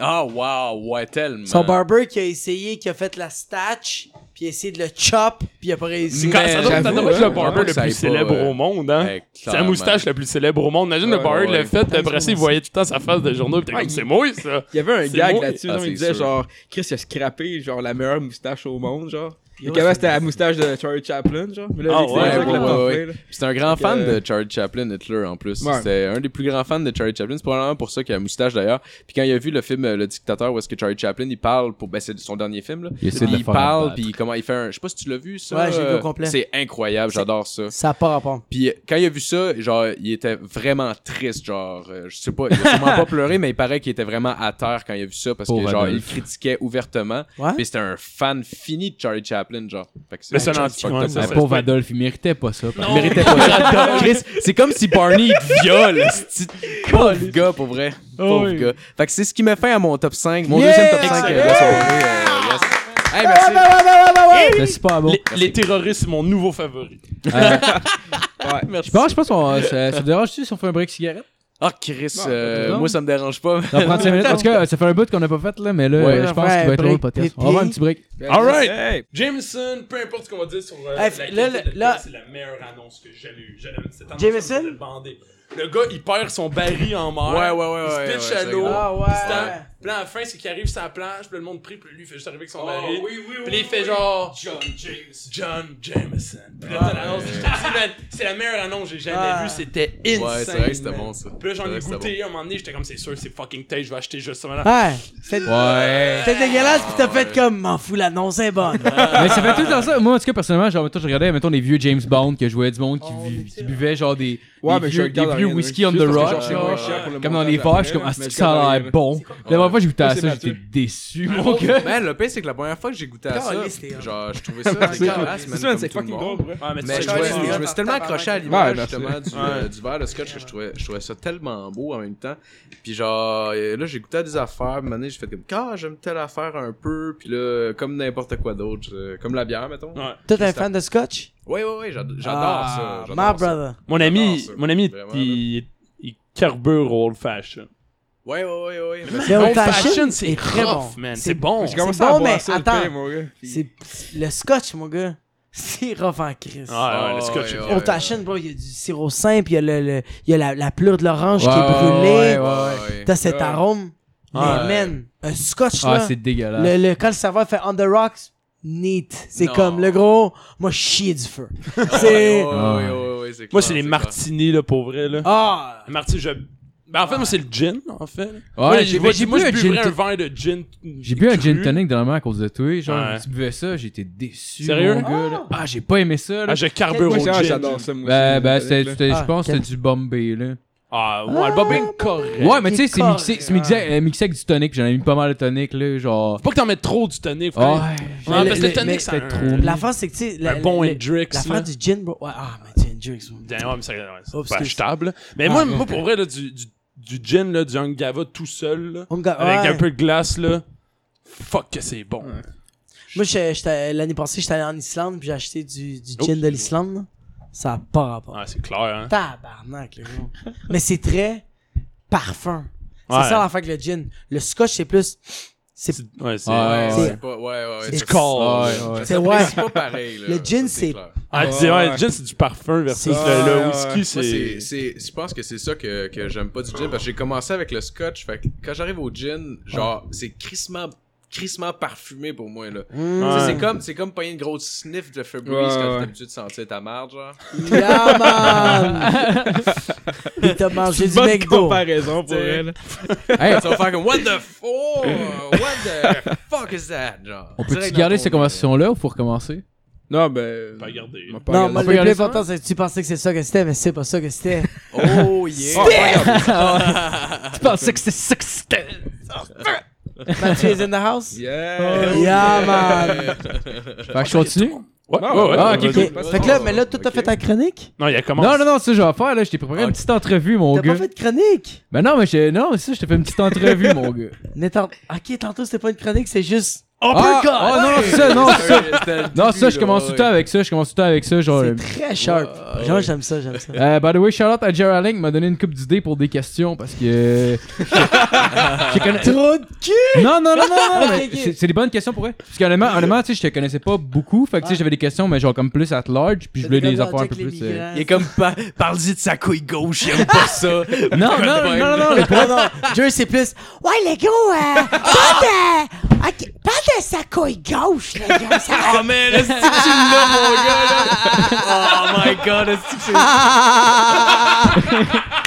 Speaker 6: Ah, wow, ouais, tellement.
Speaker 5: Son
Speaker 4: Ben.
Speaker 5: barber qui a essayé, qui a fait la statch, puis a essayé de le chop, puis il a pas réussi.
Speaker 4: C'est quand- ça doit être- ça doit
Speaker 1: j'avoue,
Speaker 4: être
Speaker 1: hein,
Speaker 4: le
Speaker 6: j'avoue
Speaker 4: barber
Speaker 6: que
Speaker 4: le
Speaker 6: ça
Speaker 4: plus
Speaker 6: aille pas,
Speaker 4: célèbre
Speaker 6: euh,
Speaker 4: au monde, hein.
Speaker 6: Ouais,
Speaker 4: C'est la moustache la plus célèbre au monde. Imagine le
Speaker 1: Ouais,
Speaker 4: barber
Speaker 6: ouais.
Speaker 4: l'a fait, après ça, il voyait tout le temps sa face de journaux, pis t'es
Speaker 1: Ouais,
Speaker 4: comme,
Speaker 1: il-
Speaker 4: c'est moi, ça.
Speaker 1: Il y avait un
Speaker 4: C'est
Speaker 1: gag
Speaker 4: moi-
Speaker 1: là-dessus,
Speaker 6: Ah,
Speaker 1: genre,
Speaker 6: c'est
Speaker 1: il disait
Speaker 6: sûr.
Speaker 1: genre, Chris il a scrappé genre la meilleure moustache au monde, genre. Et
Speaker 5: Ouais,
Speaker 1: qu'avant
Speaker 5: c'est-
Speaker 1: c'était la moustache de Charlie Chaplin, genre. Mais là,
Speaker 4: Ah,
Speaker 1: lui, c'est
Speaker 4: ouais,
Speaker 1: ça qu'il a
Speaker 6: ouais,
Speaker 1: pas
Speaker 6: ouais,
Speaker 1: fait, là.
Speaker 6: C'est un grand
Speaker 1: Fait
Speaker 6: fan
Speaker 1: que-
Speaker 6: de Charlie Chaplin, Hitler, en plus.
Speaker 1: Ouais.
Speaker 6: C'était un des plus grands fans de Charlie Chaplin. C'est probablement pour ça qu'il a la moustache, d'ailleurs. Puis quand il a vu le film euh, Le Dictateur, où est-ce que Charlie Chaplin, il parle pour... Ben, c'est son dernier film, là.
Speaker 3: Il essaie de le
Speaker 6: il
Speaker 3: faire
Speaker 6: parle,
Speaker 3: battre.
Speaker 6: puis comment il fait un... Je sais pas si tu l'as vu, ça.
Speaker 5: Ouais, j'ai vu au
Speaker 6: euh,
Speaker 5: complet.
Speaker 6: C'est incroyable,
Speaker 5: C'est-
Speaker 6: j'adore ça.
Speaker 5: Ça part à part.
Speaker 6: Puis euh, quand il a vu ça, genre, il était vraiment triste, genre, euh, je sais pas, il a sûrement pas pleuré, mais il paraît qu'il était vraiment à terre quand il a vu ça, parce que,
Speaker 3: Pauvre
Speaker 6: genre, il
Speaker 3: Adolphe.
Speaker 6: critiquait ouvertement.
Speaker 5: Ouais.
Speaker 6: Puis c'était un fan fini de Charlie Chaplin, genre. Fait que
Speaker 4: Mais c'est un
Speaker 6: fucked
Speaker 4: anti-
Speaker 6: up,
Speaker 4: ouais,
Speaker 6: ça.
Speaker 4: c'est
Speaker 3: Le
Speaker 4: ça.
Speaker 3: pauvre Adolphe, il méritait pas ça. par
Speaker 4: Non.
Speaker 3: contre.
Speaker 6: méritait pas ça. Chris, c'est comme si Barney il te viole, ce petit pauvre gars, pour vrai. Pauvre
Speaker 4: oui.
Speaker 6: gars. Fait que c'est ce qui me fait à mon top 5. Mon
Speaker 5: Yeah!
Speaker 6: deuxième top 5 de la
Speaker 5: Excellent.
Speaker 6: soirée. euh, yes. Hey, merci.
Speaker 3: C'était super bon.
Speaker 4: Les- Les terroristes, c'est mon nouveau favori.
Speaker 3: Euh,
Speaker 1: Ouais.
Speaker 3: Je pense, je pense qu'on euh, ça, ça te dérange-tu si on fait un break cigarette?
Speaker 6: Ah, Chris,
Speaker 1: Non,
Speaker 6: euh,
Speaker 3: non.
Speaker 6: moi ça me dérange pas.
Speaker 3: Ça va prendre 5 minutes. En tout cas, ça fait un bout qu'on n'a pas fait, là, mais là,
Speaker 6: Ouais,
Speaker 3: euh, je
Speaker 5: on
Speaker 3: pense
Speaker 5: va
Speaker 3: qu'il
Speaker 5: faire
Speaker 3: va être
Speaker 5: un
Speaker 3: drôle le
Speaker 5: break
Speaker 3: podcast. On va
Speaker 5: pipi.
Speaker 3: avoir un petit break.
Speaker 4: All right.
Speaker 1: Hey,
Speaker 4: Jameson, peu importe ce qu'on va dire sur euh, la
Speaker 5: Hey, f- là,
Speaker 4: qualité
Speaker 5: là,
Speaker 4: de
Speaker 5: là-
Speaker 4: Pierre, c'est la meilleure annonce que j'ai eue. J'ai- cette annonce,
Speaker 5: Jameson?
Speaker 4: elle me faisait bander. Le gars, il perd son baril en mer.
Speaker 6: Ouais, ouais, ouais, ouais,
Speaker 4: Il se pitch
Speaker 6: ouais,
Speaker 4: à
Speaker 6: c'est
Speaker 4: l'eau.
Speaker 6: grave.
Speaker 5: Ah ouais.
Speaker 4: Puis c'est en- Puis là, à la fin, c'est qu'il arrive sur la plage, puis là, le monde prie, puis lui, il fait juste arriver avec son
Speaker 6: Ah,
Speaker 4: baril. Puis là, il fait genre... John Jameson. John Jameson. Puis là, t'as l'annonce. je te dis, man, C'est la meilleure annonce que j'ai jamais
Speaker 5: Ah.
Speaker 4: vue. C'était insane.
Speaker 6: Ouais, c'est vrai que c'était
Speaker 4: man.
Speaker 6: bon ça.
Speaker 4: Puis là, j'en ai
Speaker 6: C'est vrai que
Speaker 4: goûté un moment donné, j'étais comme, c'est sûr, c'est fucking taste, je vais acheter juste ça. maintenant.
Speaker 5: Ouais. C'était
Speaker 6: Ouais.
Speaker 5: c'était dégueulasse, puis t'as
Speaker 6: Ah,
Speaker 5: fait
Speaker 6: ouais.
Speaker 5: comme, m'en fous, l'annonce est bonne.
Speaker 3: Mais ça fait tout le temps ça. Moi, en tout cas, personnellement, genre, mettons, je regardais, mettons, les vieux James Bond que jouait du monde qui, bu- qui buvait, genre, des,
Speaker 1: Ouais,
Speaker 3: des
Speaker 1: mais
Speaker 3: vieux,
Speaker 1: je
Speaker 3: des
Speaker 1: regarde
Speaker 3: vieux
Speaker 1: rien,
Speaker 3: whisky on
Speaker 1: juste
Speaker 3: the
Speaker 1: parce que
Speaker 3: rock,
Speaker 1: genre, c'est moins
Speaker 3: genre,
Speaker 1: cher pour le
Speaker 3: comme dans
Speaker 1: montage
Speaker 3: les verres.
Speaker 1: après,
Speaker 3: Je suis comme, ah,
Speaker 1: mais
Speaker 3: c'est
Speaker 1: je
Speaker 3: que ça
Speaker 1: regarde
Speaker 3: a
Speaker 1: rien.
Speaker 3: l'air bon. La dernière fois, j'ai goûté à
Speaker 1: c'est
Speaker 3: ça,
Speaker 1: Mathieu.
Speaker 3: j'étais déçu, mon gars.
Speaker 6: Man, le pire, c'est que la première fois que j'ai goûté à ça,
Speaker 5: Caliste, t'es hot.
Speaker 6: genre, je trouvais ça
Speaker 1: Merci.
Speaker 6: dégueulasse, man,
Speaker 1: C'est ça,
Speaker 6: comme
Speaker 1: c'est
Speaker 6: tout le
Speaker 1: fucking
Speaker 6: monde.
Speaker 1: drôle, bro.
Speaker 4: Ouais, mais
Speaker 6: Mais
Speaker 4: tu
Speaker 6: je,
Speaker 4: sais,
Speaker 5: Ouais,
Speaker 6: me-
Speaker 5: c'est
Speaker 6: je
Speaker 5: hot.
Speaker 6: me suis tellement accroché à
Speaker 1: Ouais,
Speaker 6: l'image
Speaker 1: merci.
Speaker 6: justement du, euh, du verre de scotch que je trouvais, je trouvais ça tellement beau en même temps. Puis genre, euh, là j'ai goûté à des affaires, puis j'ai fait comme, ah j'aime telle affaire un peu, puis là, comme n'importe quoi d'autre, euh, comme la bière mettons.
Speaker 4: Ouais.
Speaker 5: T'es un fan de scotch?
Speaker 6: Ouais, ouais, ouais, j'ad- j'adore
Speaker 5: Ah,
Speaker 6: ça. j'adore
Speaker 5: My
Speaker 6: ça.
Speaker 5: brother.
Speaker 4: Mon
Speaker 6: J'adore
Speaker 4: ami,
Speaker 6: ça.
Speaker 4: mon ami,
Speaker 6: Vraiment,
Speaker 4: il, il carbure au old fashion.
Speaker 6: Ouais, ouais, ouais, ouais. mais-
Speaker 5: Le old
Speaker 4: fashion,
Speaker 5: fashion,
Speaker 4: c'est
Speaker 5: c'est très
Speaker 4: rough,
Speaker 5: bon.
Speaker 4: man.
Speaker 5: C'est-
Speaker 4: C'est bon.
Speaker 1: J'ai commencé
Speaker 5: bon,
Speaker 1: à
Speaker 5: mais
Speaker 1: boire ça, le
Speaker 5: attends.
Speaker 1: pire, mon gars. Puis-
Speaker 5: C'est le scotch, mon gars. C'est rough en crise.
Speaker 4: Ah, ouais, le
Speaker 6: Ah,
Speaker 4: scotch.
Speaker 3: Euh,
Speaker 6: ouais, ouais.
Speaker 5: On t'achète, bro, il y a du sirop simple, il y a, le, le- il y a la, la pelure de l'orange qui
Speaker 3: Ouais,
Speaker 5: est brûlée.
Speaker 3: ouais, ouais.
Speaker 5: T'as cet
Speaker 1: Ouais.
Speaker 5: arôme. Mais
Speaker 4: Ouais.
Speaker 5: man, un scotch,
Speaker 3: Ah,
Speaker 5: là.
Speaker 3: c'est dégueulasse.
Speaker 5: Le, le- quand le serveur fait on the rocks, neat. C'est
Speaker 6: Non.
Speaker 5: comme le gros, moi, chier du feu.
Speaker 6: Ouais,
Speaker 5: C'est.
Speaker 6: ouais, ouais, ouais, Ah, c'est
Speaker 4: Moi,
Speaker 6: clair,
Speaker 4: c'est les
Speaker 6: clair.
Speaker 4: martinis, là, pour vrai, là.
Speaker 5: Ah!
Speaker 4: Les martinis, je. Ben, en fait, moi, c'est le gin, en fait.
Speaker 3: Ah, Ouais,
Speaker 4: j'ai
Speaker 3: j'ai-
Speaker 4: moi,
Speaker 3: j'ai
Speaker 4: moi,
Speaker 3: bu
Speaker 4: je
Speaker 3: un
Speaker 4: buvrais un
Speaker 3: gin
Speaker 4: verre de gin.
Speaker 3: J'ai bu un
Speaker 4: cru.
Speaker 3: gin tonic dernièrement à cause de toi,
Speaker 4: Ouais.
Speaker 3: genre, tu buvais ça, j'étais déçu,
Speaker 4: Sérieux?
Speaker 3: mon gars, là. Ah, j'ai pas aimé ça,
Speaker 4: Ah,
Speaker 3: là.
Speaker 4: je carbure
Speaker 1: Moi,
Speaker 4: au
Speaker 1: c'est vrai,
Speaker 4: gin.
Speaker 1: j'adore ça, moi.
Speaker 3: Ben,
Speaker 1: aussi,
Speaker 3: ben,
Speaker 1: le
Speaker 3: c'était,
Speaker 1: Tonic, là.
Speaker 3: c'était-
Speaker 5: Ah,
Speaker 3: je pense que
Speaker 5: quel-
Speaker 3: c'était du Bombay, là.
Speaker 4: Ah, ouais, le bobbing correct.
Speaker 3: Ouais, mais tu sais,
Speaker 5: Il
Speaker 3: c'est mixé,
Speaker 5: correct.
Speaker 3: c'est mixé, euh, mixé avec du tonic, j'en ai mis pas mal de tonic, là, genre.
Speaker 4: Faut pas que t'en mettes trop du tonic. faut
Speaker 3: Ah,
Speaker 4: que- Ouais,
Speaker 5: Mais
Speaker 4: parce que
Speaker 5: le-
Speaker 4: le tonic,
Speaker 5: mais
Speaker 4: c'est
Speaker 3: c'était trop.
Speaker 4: trop.
Speaker 5: La face, c'est que, tu sais. la-
Speaker 4: Un bon
Speaker 5: la-
Speaker 4: Hendrix.
Speaker 5: La
Speaker 4: là.
Speaker 5: face du gin, bro. Ouais, ah, mais du Hendrix, bro.
Speaker 4: Ouais, mais c'est ouais, c'est
Speaker 5: Oh,
Speaker 4: pas
Speaker 5: parce que-
Speaker 4: achetable. Mais moi, moi, pour vrai, là, du, du, du gin, là, du Angava tout seul, là,
Speaker 5: Oh my God,
Speaker 4: avec
Speaker 5: ouais.
Speaker 4: un peu de glace, là, fuck que c'est bon.
Speaker 5: Moi, j'étais- j'étais- l'année passée, j'étais allé en Islande, puis j'ai acheté du, du
Speaker 4: Oh,
Speaker 5: gin de
Speaker 4: c'est
Speaker 5: l'Islande. là. Ça a pas rapport.
Speaker 4: Ouais, c'est clair, hein.
Speaker 5: Tabarnak, les gars. Mais c'est très parfum. C'est
Speaker 4: Ouais.
Speaker 5: ça l'affaire avec le gin. Le scotch, c'est plus. C'est
Speaker 4: Ouais, c'est.
Speaker 3: Ouais,
Speaker 6: Ouais,
Speaker 5: C'est-
Speaker 6: c'est pas, ouais, ouais, ouais.
Speaker 4: Du
Speaker 5: c'est-
Speaker 4: corps.
Speaker 3: Ouais, ouais.
Speaker 5: C'est-
Speaker 6: C'est
Speaker 5: ouais.
Speaker 6: pas pareil, là.
Speaker 5: Le gin,
Speaker 6: Ça,
Speaker 5: c'est-
Speaker 6: clair.
Speaker 4: Ah, tu dis,
Speaker 1: Ouais,
Speaker 4: ouais,
Speaker 1: ouais.
Speaker 4: le gin, c'est du parfum versus
Speaker 5: C'est-
Speaker 4: le, le
Speaker 1: Ouais,
Speaker 4: whisky,
Speaker 1: ouais.
Speaker 6: Moi,
Speaker 4: c'est.
Speaker 6: c'est, c'est, je pense que c'est ça que, que j'aime pas du gin, parce que j'ai commencé avec le scotch, fait que quand j'arrive au gin, genre, c'est crissement, crissement parfumé pour moi, là.
Speaker 5: Hmm.
Speaker 6: Tu sais,
Speaker 4: Ouais.
Speaker 6: c'est comme, c'est comme pas une grosse sniff de Febreze quand
Speaker 1: Ouais,
Speaker 6: t'es
Speaker 1: ouais.
Speaker 6: habitué de sentir ta marge, genre.
Speaker 5: Yeah, man! Il t'a mangé du
Speaker 1: Bonne
Speaker 5: McDo.
Speaker 1: comparaison pour
Speaker 6: Tu sais.
Speaker 1: elle.
Speaker 3: Hey,
Speaker 6: Tu vas faire comme, what the fuck? What the fuck is that? Genre.
Speaker 3: on peut-tu
Speaker 6: Direct
Speaker 3: garder
Speaker 6: dans
Speaker 3: cette
Speaker 6: ton nez, là.
Speaker 3: conversation-là ou faut recommencer?
Speaker 1: Non, ben.
Speaker 4: Pas regardé.
Speaker 1: on va pas
Speaker 5: Non,
Speaker 1: regarder.
Speaker 5: moi,
Speaker 3: peut
Speaker 5: le
Speaker 3: y aller
Speaker 5: plus
Speaker 3: sans?
Speaker 5: important, c'est que tu pensais que c'est ça que c'était, mais c'est pas ça que c'était.
Speaker 6: Oh yeah!
Speaker 3: Tu pensais que c'était ça que c'était?
Speaker 5: Mathieu is in the house?
Speaker 1: Yeah!
Speaker 5: Yeah, man!
Speaker 3: Fait que je continue?
Speaker 4: Ouais,
Speaker 1: Non,
Speaker 4: ouais, ouais.
Speaker 3: ah, ok,
Speaker 4: vas-y.
Speaker 5: Ok, Fait que là, mais là, toi, t'as fait ta chronique?
Speaker 4: Non, il a commencé.
Speaker 3: Non, non, non, ça, je vais faire, là. Je t'ai préparé
Speaker 6: Ok.
Speaker 3: une petite entrevue, mon
Speaker 5: T'as
Speaker 3: gars.
Speaker 5: pas fait de chronique?
Speaker 3: Ben non, mais je... non, mais ça, je t'ai fait une petite entrevue, mon gars.
Speaker 5: Mais tant- Ok, tantôt, c'était pas une chronique, c'est juste
Speaker 6: Ah,
Speaker 4: Uppercut!
Speaker 6: ah, non, ça, non, ça.
Speaker 3: Non, ça, je commence tout le temps avec ça. Je commence tout le temps avec ça. Genre,
Speaker 5: C'est très sharp. Genre, j'aime ça, j'aime ça.
Speaker 3: Euh, by the way, Charlotte à Gerald Link m'a donné une coupe d'idées pour des questions parce que. euh, Je connais-
Speaker 5: Trop de cul!
Speaker 3: Non, non, non, non, non,
Speaker 5: Ok,
Speaker 3: mais
Speaker 5: ok.
Speaker 3: c'est- C'est des bonnes questions pour eux. Parce qu'honnêtement, honnêtement, tu sais, je te connaissais pas beaucoup. Fait que tu sais, j'avais des questions, mais genre comme plus at large. Puis je voulais des affaires un peu plus. euh,
Speaker 5: hein.
Speaker 6: Il est comme, pa- parle-y de sa couille gauche, j'aime pas ça.
Speaker 3: Non, non, non, non, non, les
Speaker 5: Non, non, Dieu, c'est plus. Ouais, les gars, euh, pas de.
Speaker 3: Ah!
Speaker 5: ok, pas de sa couille gauche, les gars. Ça...
Speaker 6: Oh man, est-ce que tu l'as, mon gars, là? Oh my god, est-ce que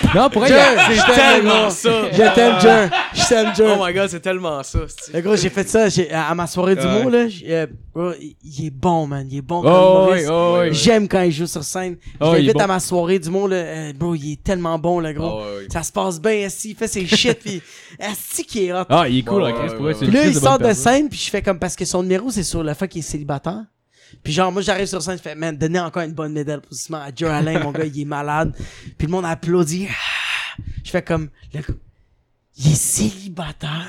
Speaker 6: c'est
Speaker 3: Non, pour elle,
Speaker 5: c'est
Speaker 6: tellement ça?
Speaker 5: Je t'aime, Dieu. Je t'aime, Dieu.
Speaker 6: Oh my god, c'est tellement ça. c'est-
Speaker 5: Le gros, j'ai fait ça j'ai- à à ma soirée du
Speaker 1: Ouais.
Speaker 5: mot, là. j'ai- euh, bro, il il est bon, man. Il est bon comme
Speaker 3: Oh,
Speaker 5: humoriste.
Speaker 3: ouais, oh, ouais.
Speaker 5: J'aime quand il joue sur scène. Je
Speaker 3: Oh, il est
Speaker 5: l'invite
Speaker 3: bon. Oh,
Speaker 5: à ma soirée du mot, là. Euh, bro, il est tellement bon, le gros.
Speaker 6: Ah ouais, ouais.
Speaker 5: Ça se passe bien, Esti. Il fait ses shit, puis Esti qui est hot.
Speaker 3: Ah, il est cool,
Speaker 6: Ouais,
Speaker 3: la Chris. Pour
Speaker 6: ouais,
Speaker 3: elle, c'est
Speaker 5: Puis
Speaker 3: une
Speaker 5: là,
Speaker 3: crise
Speaker 5: il sort
Speaker 3: bonne
Speaker 5: de
Speaker 3: personne.
Speaker 5: scène, puis je fais comme parce que son numéro, c'est sur le fait qu'il est célibataire. Puis genre, moi, j'arrive sur scène, je fais, man, donnez encore une bonne médaille positivement à Joe Alain, mon gars, il est malade. Puis le monde applaudit. Ah! Je fais comme, le gars, il est célibataire.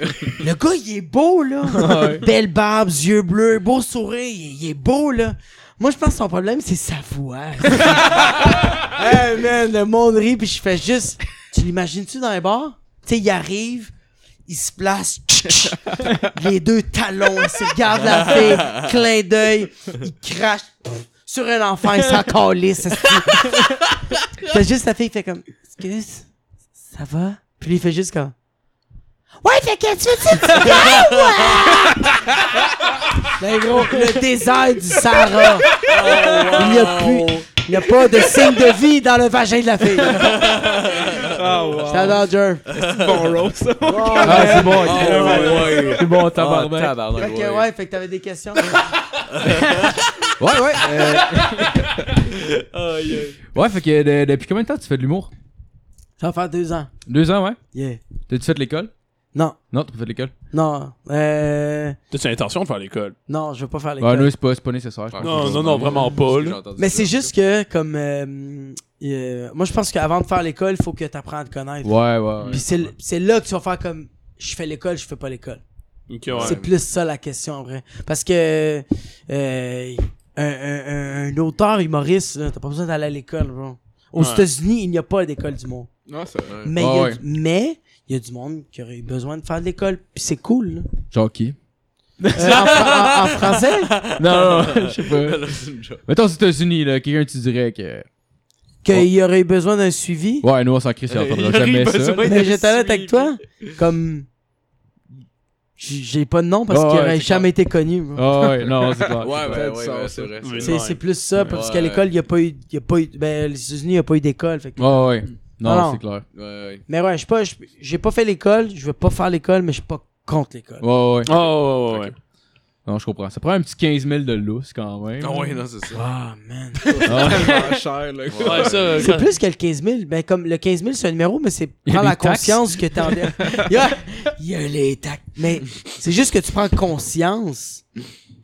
Speaker 5: le gars, il est beau, là. Belle barbe, yeux bleus, beau sourire, il, il est beau, là. Moi, je pense que son problème, c'est sa voix. hey, man, le monde rit, puis je fais juste, tu l'imagines-tu dans les bars? Tu sais, il arrive, il se place, les deux talons, il se garde la fille, clin d'œil, il crache pff, sur un enfant, il s'en calisse. esti. Fait juste la fille qui fait comme, excuse, ça va? Puis lui, il fait juste comme, ouais, fait que tu veux-tu du gars, ouais? Là, Ben, gros, le désert du Sahara. il n'y a plus, il n'y a pas de signe de vie dans le vagin de la fille.
Speaker 1: Ah, wow.
Speaker 5: J'adore Jer.
Speaker 1: bon roast, ça.
Speaker 3: Ah, c'est bon,
Speaker 6: Oh,
Speaker 3: ok.
Speaker 6: ouais.
Speaker 3: c'est bon,
Speaker 6: Ah,
Speaker 3: tabarnak.
Speaker 5: Fait
Speaker 6: tabarnak,
Speaker 5: que,
Speaker 6: ouais.
Speaker 5: ouais, fait que t'avais des questions.
Speaker 3: Ouais, ouais. euh, Ouais, fait que de- depuis combien de temps tu fais de l'humour
Speaker 5: Ça va faire deux ans.
Speaker 3: Deux ans, ouais.
Speaker 5: Yeah.
Speaker 3: T'as-tu fait de l'école
Speaker 5: Non,
Speaker 3: Non, t'as pas fait de l'école
Speaker 5: non, euh,
Speaker 4: T'as-tu l'intention de faire l'école?
Speaker 5: non, je veux pas faire
Speaker 3: Ouais,
Speaker 5: l'école.
Speaker 3: non, c'est pas, c'est pas nécessaire. je pense.
Speaker 4: Non, non, non, vraiment pas, là.
Speaker 5: Mais c'est juste que, comme, euh, euh, moi, je pense qu'avant de faire l'école, faut que t'apprennes à te connaître.
Speaker 3: Ouais, ouais. ouais.
Speaker 5: Puis c'est l- c'est là que tu vas faire comme, je fais l'école, je fais pas l'école.
Speaker 4: Ok, ouais.
Speaker 5: C'est plus ça la question, en vrai. Parce que, euh, un, un- un auteur humoriste, là, t'as pas besoin d'aller à l'école, bro. Aux
Speaker 4: Ouais.
Speaker 5: États-Unis, il n'y a pas d'école du monde.
Speaker 1: Non, ça.
Speaker 5: Mais,
Speaker 3: Ouais,
Speaker 5: il y a
Speaker 3: ouais.
Speaker 5: du- mais, il y a du monde qui aurait eu besoin de faire de l'école. Puis c'est cool, là.
Speaker 3: Genre qui
Speaker 5: Euh, en, fra- en- en français?
Speaker 3: Non, non, je sais pas. Mettons aux États-Unis, là, quelqu'un, tu dirais que.
Speaker 5: Qu'il y aurait eu besoin d'un suivi?
Speaker 3: Oh. Ouais, nous, on s'en crie, ça entendra
Speaker 6: Il y aurait
Speaker 3: jamais ça.
Speaker 6: besoin
Speaker 3: là.
Speaker 5: Mais j'étais là avec toi. Comme. J- J'ai pas de nom parce
Speaker 3: Ah
Speaker 5: qu'il
Speaker 3: ouais,
Speaker 5: aurait
Speaker 3: c'est
Speaker 5: jamais été connu. moi.
Speaker 3: Ah ouais, non, c'est clair.
Speaker 6: Ouais, ouais,
Speaker 1: Ça a
Speaker 6: ouais,
Speaker 1: du
Speaker 6: ouais,
Speaker 1: sens,
Speaker 6: ouais,
Speaker 1: ça.
Speaker 6: c'est vrai. c'est
Speaker 4: Mais-
Speaker 6: vrai.
Speaker 5: C'est c'est plus ça parce qu'à
Speaker 6: Ouais.
Speaker 5: l'école, il y a pas eu. il Y a pas eu ben, les États-Unis, il y a pas eu d'école. fait que-
Speaker 3: Ouais, ouais. Non,
Speaker 5: Alors.
Speaker 3: c'est clair.
Speaker 6: Ouais, ouais.
Speaker 5: Mais ouais, je sais pas, je- j'ai pas fait l'école, je veux pas faire l'école, mais je suis pas contre l'école.
Speaker 3: Ouais, ouais.
Speaker 4: Oh, ouais, ouais, ouais.
Speaker 3: Non, je comprends. Ça prend un petit 15 000 de lousse quand même.
Speaker 6: Ah ouais, non, c'est ça.
Speaker 5: Ah, man.
Speaker 1: Tellement cher, là.
Speaker 6: Ouais.
Speaker 4: Ouais, ça,
Speaker 5: C'est
Speaker 4: quand-
Speaker 5: plus que le 15 000. Ben, comme le 15 000, c'est un numéro, mais c'est
Speaker 3: Il y a
Speaker 5: prends
Speaker 3: des
Speaker 5: la
Speaker 3: taxes.
Speaker 5: conscience que t'es endetté. Il y a- il y a les taxes. Mais c'est juste que tu prends conscience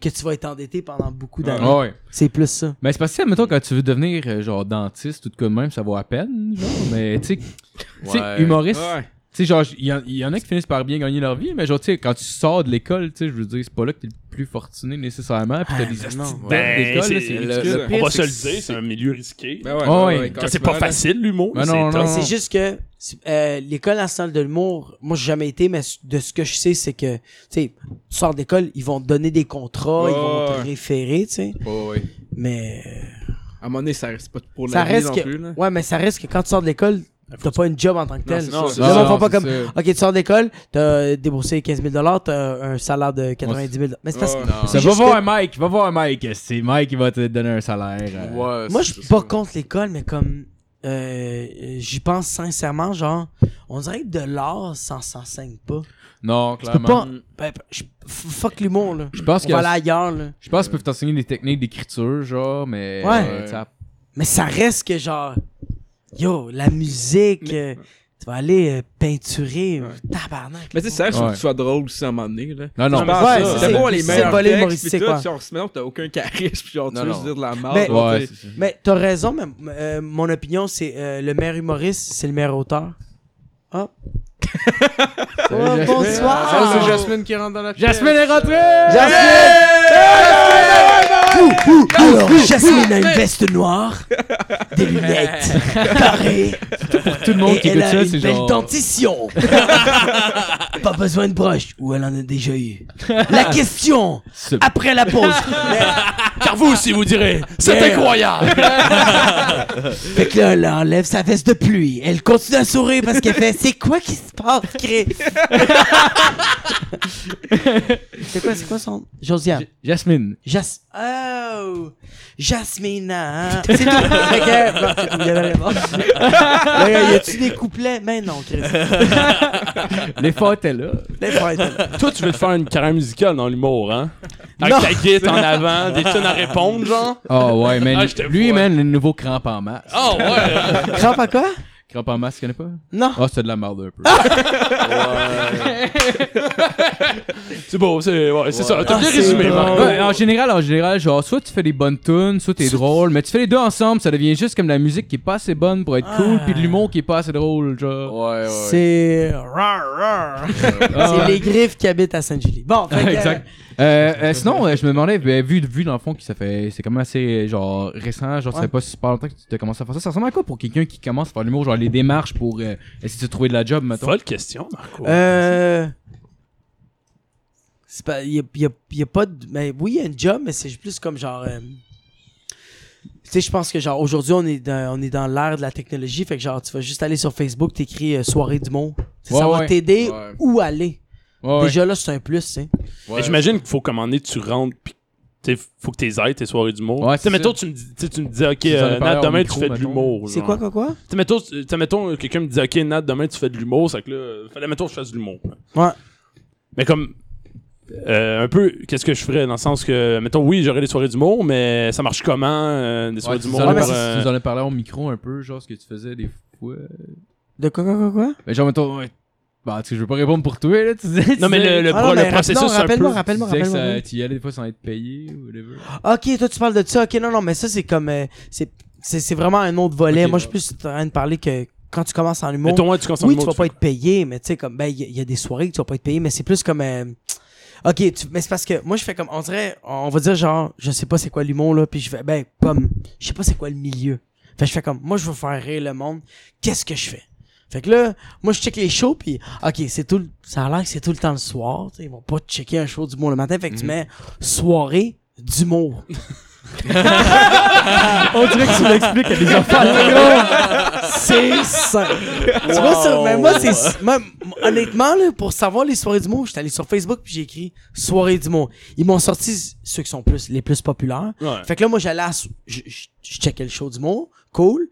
Speaker 5: que tu vas être endetté pendant beaucoup d'années.
Speaker 3: Ah ouais.
Speaker 5: C'est plus ça.
Speaker 3: Mais c'est parce que, mettons, quand tu veux devenir euh, genre dentiste ou de quoi de même, ça vaut à peine, genre. Mais tu sais, tu sais,
Speaker 6: Ouais.
Speaker 3: humoriste,
Speaker 1: Ouais.
Speaker 3: tu sais, genre, il y, en- il y en a qui finissent par bien gagner leur vie, mais genre, tu sais, quand tu sors de l'école, tu sais, je veux dire, c'est pas là que t'es le plus fortuné nécessairement, pis t'as
Speaker 5: Ah,
Speaker 3: des
Speaker 5: non.
Speaker 3: astuces de
Speaker 4: Ben,
Speaker 3: d'école,
Speaker 4: c'est-
Speaker 3: là, c'est
Speaker 1: le-
Speaker 3: ridicule.
Speaker 1: le
Speaker 4: on
Speaker 3: pire,
Speaker 4: va
Speaker 3: c'est
Speaker 4: se le
Speaker 3: que
Speaker 4: dire, c'est un milieu risqué.
Speaker 1: Ben ouais,
Speaker 3: Ah
Speaker 1: ouais,
Speaker 3: ouais.
Speaker 1: ouais,
Speaker 4: Quand c'est pas
Speaker 1: là.
Speaker 4: facile, l'humour.
Speaker 3: Ben
Speaker 4: c'est
Speaker 3: non,
Speaker 4: tough.
Speaker 5: Mais
Speaker 3: non.
Speaker 5: c'est juste que c'est- euh, l'école nationale de l'humour, moi j'ai jamais été, mais de ce que je sais, c'est que tu sais, tu sors d'école, ils vont te donner des contrats, ils vont
Speaker 1: Ouais.
Speaker 5: te référer, tu sais.
Speaker 6: Ouais, ouais.
Speaker 5: Mais
Speaker 1: À un moment donné, ça reste pas pour
Speaker 5: ça
Speaker 1: la vie
Speaker 5: reste
Speaker 1: non
Speaker 5: que,
Speaker 1: plus, là.
Speaker 5: ouais, mais ça reste que quand tu sors de l'école, t'as pas une job en tant que tel.
Speaker 1: c'est
Speaker 6: Non,
Speaker 1: ça.
Speaker 6: c'est
Speaker 5: Le
Speaker 3: Ah,
Speaker 5: monde
Speaker 3: non,
Speaker 5: font pas
Speaker 3: c'est
Speaker 5: comme,
Speaker 3: ça.
Speaker 5: ok, tu sors d'école, t'as déboursé 15 000 t'as un salaire de 90 000 Mais c'est parce que
Speaker 1: Ouais.
Speaker 6: Non.
Speaker 3: Ça
Speaker 5: Ah, C'est
Speaker 3: va
Speaker 5: juste
Speaker 3: voir
Speaker 5: que-
Speaker 3: Mike, va voir Mike. C'est Mike qui va te donner un salaire. euh.
Speaker 6: Ouais,
Speaker 5: Moi,
Speaker 6: c'est
Speaker 5: je
Speaker 6: ça.
Speaker 5: suis pas contre l'école, mais comme. euh, j'y pense sincèrement, genre, on dirait que de l'art, ça s'enseigne pas.
Speaker 3: Non,
Speaker 5: Tu peux
Speaker 3: clairement.
Speaker 5: pas. ben, je- f- fuck l'humour, là.
Speaker 3: Je pense
Speaker 5: On
Speaker 3: que
Speaker 5: va aller ailleurs, là.
Speaker 3: je pense qu'ils peuvent t'enseigner des techniques d'écriture, genre, mais
Speaker 5: Ouais.
Speaker 3: euh, ça-
Speaker 5: Mais ça reste que, genre. Yo, la musique. euh, tu vas aller euh, peinturer. euh, Tabarnak.
Speaker 1: Mais tu sais, ça reste faut
Speaker 3: Ouais.
Speaker 1: que tu sois drôle aussi à un moment donné, là.
Speaker 3: Non, non.
Speaker 1: Tu penses,
Speaker 5: Ouais,
Speaker 1: là,
Speaker 5: c'est-
Speaker 1: c'est bon, les
Speaker 5: c'est
Speaker 1: meilleurs
Speaker 5: le volet
Speaker 1: textes,
Speaker 5: humoristique,
Speaker 1: pis tout,
Speaker 5: ouais.
Speaker 1: si on se met, t'as aucun charisme, pis genre, tu
Speaker 6: Non,
Speaker 1: veux
Speaker 6: non.
Speaker 1: juste dire de la merde.
Speaker 5: Mais-
Speaker 1: genre,
Speaker 3: Ouais,
Speaker 1: tu sais.
Speaker 3: c'est ça.
Speaker 5: Mais t'as raison, mais euh, mon opinion, c'est euh, le meilleur humoriste, c'est le meilleur auteur. Ah.
Speaker 3: Salut,
Speaker 5: Oh,
Speaker 3: Jasmine.
Speaker 5: bonsoir.
Speaker 6: Ah, c'est Jasmine qui rentre dans la
Speaker 3: Jasmine est rentrée!
Speaker 5: Alors, Jasmine a une veste noire, des lunettes carrées,
Speaker 3: Tout le monde
Speaker 5: et
Speaker 3: qui
Speaker 5: elle
Speaker 3: écoute
Speaker 5: a
Speaker 3: ça,
Speaker 5: une
Speaker 3: c'est
Speaker 5: belle
Speaker 3: genre. euh,
Speaker 5: dentition. Pas besoin de broche, ou elle en a déjà eu. La question,
Speaker 3: Ce-
Speaker 5: après la pause.
Speaker 4: Car vous aussi, vous direz, c'est
Speaker 5: Yeah.
Speaker 4: incroyable!
Speaker 5: Fait que là, elle enlève sa veste de pluie. Elle continue à sourire parce qu'elle fait C'est quoi qui se passe, Chris C'est quoi, c'est quoi son. Josiane.
Speaker 3: Jasmine.
Speaker 5: Jas. Oh Jasmina hein? C'est tout. Fait que. Non, c'est tout, il y avait raison. Là, y a-tu des couplets Mais non, Chris.
Speaker 3: L'effort était là.
Speaker 5: Là, il faut arrêter.
Speaker 4: Toi, tu veux te faire une carrière musicale dans l'humour, hein? Avec
Speaker 5: Non.
Speaker 4: ta guitare en avant, des tunes à répondre, genre?
Speaker 3: Oh ouais, man.
Speaker 4: Ah, je te
Speaker 3: lui,
Speaker 4: vois.
Speaker 3: man, le nouveau crampe en masse.
Speaker 4: Ah ouais!
Speaker 5: Crampe à quoi
Speaker 3: Crampe en masse, tu connais pas?
Speaker 5: Non.
Speaker 3: Ah, c'est de la merde un peu.
Speaker 4: c'est beau, c'est ouais, c'est ça. T'as
Speaker 5: Ah,
Speaker 4: bien
Speaker 5: c'est
Speaker 4: résumé,
Speaker 5: drôle.
Speaker 4: Marc.
Speaker 3: Ouais, en général, en général, genre, soit tu fais des bonnes tunes, soit t'es drôle, mais tu fais les deux ensemble, ça devient juste comme de la musique qui est pas assez bonne pour
Speaker 5: Ah.
Speaker 3: être cool, puis de l'humour qui est pas assez drôle, genre.
Speaker 6: Ouais, ouais.
Speaker 5: C'est. Rar, rar.
Speaker 3: Ah, ouais. Ah,
Speaker 5: C'est les griffes qui habitent à Saint-Julie. Bon, fait que,
Speaker 3: exact. Euh, euh, sinon, euh, je me demandais, ben, vu, vu dans le fond que ça fait, c'est quand même assez euh, genre récent, genre ça fait
Speaker 5: Ouais.
Speaker 3: pas super longtemps que tu as commencé à faire ça. Ça ressemble à quoi pour quelqu'un qui commence à faire de l'humour, genre les démarches pour euh, essayer de trouver de la job, mettons.
Speaker 4: Folle question, Marco.
Speaker 5: Euh. C'est pas. Il y a, y a- y a pas de. Mais oui, il y a un job, mais c'est plus comme genre. euh, Tu sais, je pense que genre aujourd'hui, on est dans, on est dans l'ère de la technologie. Fait que genre, tu vas juste aller sur Facebook, t'écris euh, soirée du monde. Tu sais,
Speaker 3: Ouais,
Speaker 5: ça va
Speaker 3: ouais.
Speaker 5: t'aider
Speaker 6: Ouais.
Speaker 5: où aller.
Speaker 3: Ouais, ouais.
Speaker 5: Déjà là, c'est un plus, tu sais.
Speaker 4: Mais
Speaker 6: ouais.
Speaker 4: J'imagine qu'il faut commander, tu rentres, pis t'sais, faut que t'es aides tes soirées d'humour.
Speaker 3: Ouais,
Speaker 4: tu sais,
Speaker 3: c'est
Speaker 4: mettons,
Speaker 3: ça.
Speaker 4: tu me dis, tu sais, tu me dis, ok,
Speaker 3: en as
Speaker 4: euh,
Speaker 3: parlé
Speaker 4: Nat,
Speaker 3: au
Speaker 4: demain,
Speaker 3: micro,
Speaker 4: tu fais de
Speaker 3: mettons.
Speaker 4: l'humour.
Speaker 5: C'est
Speaker 4: genre.
Speaker 5: quoi, quoi, quoi?
Speaker 4: Tu sais, mettons, tu sais, mettons, euh, quelqu'un me dit, ok, Nat, demain, tu fais de l'humour, c'est que là, euh, fallait, mettons, je fasse de l'humour.
Speaker 5: Ouais.
Speaker 4: Mais comme, euh, un peu, qu'est-ce que je ferais dans le sens que, mettons, oui, j'aurais des soirées d'humour, mais ça marche comment, euh, des
Speaker 3: Ouais,
Speaker 4: soirées
Speaker 3: tu
Speaker 4: d'humour?
Speaker 3: nous en as
Speaker 4: par,
Speaker 3: parlé-
Speaker 4: euh,
Speaker 3: tu nous en as parlé au micro un peu, genre ce que tu faisais des fois.
Speaker 5: De quoi, quoi, quoi, quoi?
Speaker 3: Mais genre, mettons, ouais, bah, tu sais, je veux pas répondre pour toi, là, tu disais.
Speaker 4: Non, mais le, le,
Speaker 5: Ah non,
Speaker 4: le
Speaker 5: mais
Speaker 4: processus,
Speaker 5: rappelle-moi,
Speaker 4: c'est un peu.
Speaker 5: rappelle-moi, rappelle-moi,
Speaker 3: Tu disais que
Speaker 5: rappelle-moi.
Speaker 3: ça- tu y allais des fois sans être payé ou whatever.
Speaker 5: Ok, toi tu parles de ça. Ok, non, non, mais ça c'est comme. euh, c'est c'est c'est vraiment un autre volet.
Speaker 3: Ok,
Speaker 5: Moi, je
Speaker 3: ouais.
Speaker 5: suis plus en train de parler que quand tu commences en humour.
Speaker 4: Mais toi, ouais, tu commences en
Speaker 5: Oui,
Speaker 4: humour,
Speaker 5: tu vas
Speaker 4: tu
Speaker 5: pas être payé, mais tu sais, comme, ben, il y, a- il y a des soirées que tu vas pas être payé, mais c'est plus comme. euh, Ok, tu- mais c'est parce que moi, je fais comme. On dirait, on va dire genre, je sais pas c'est quoi l'humour, là, puis je fais, ben, comme, je sais pas c'est quoi le milieu. Fait que je fais comme, moi, je veux faire rire le monde, qu'est-ce que je fais? Fait que là, moi, je check les shows, puis ok, c'est tout, le- ça a l'air que c'est tout le temps le soir, tu sais, ils vont pas checker un show d'humour le matin, fait que tu mets soirée d'humour.
Speaker 3: On dirait que Oh, tu l'expliques à des enfants.
Speaker 5: C'est simple. Tu vois, sur- mais moi, c'est. moi, honnêtement, là, pour savoir les soirées du mot, j'étais allé sur Facebook puis j'ai écrit Soirée du mot. Ils m'ont sorti ceux qui sont plus, les plus populaires.
Speaker 4: Ouais.
Speaker 5: Fait que là, moi, j'allais à. so- Je, je, je checkais le show du mot. Cool.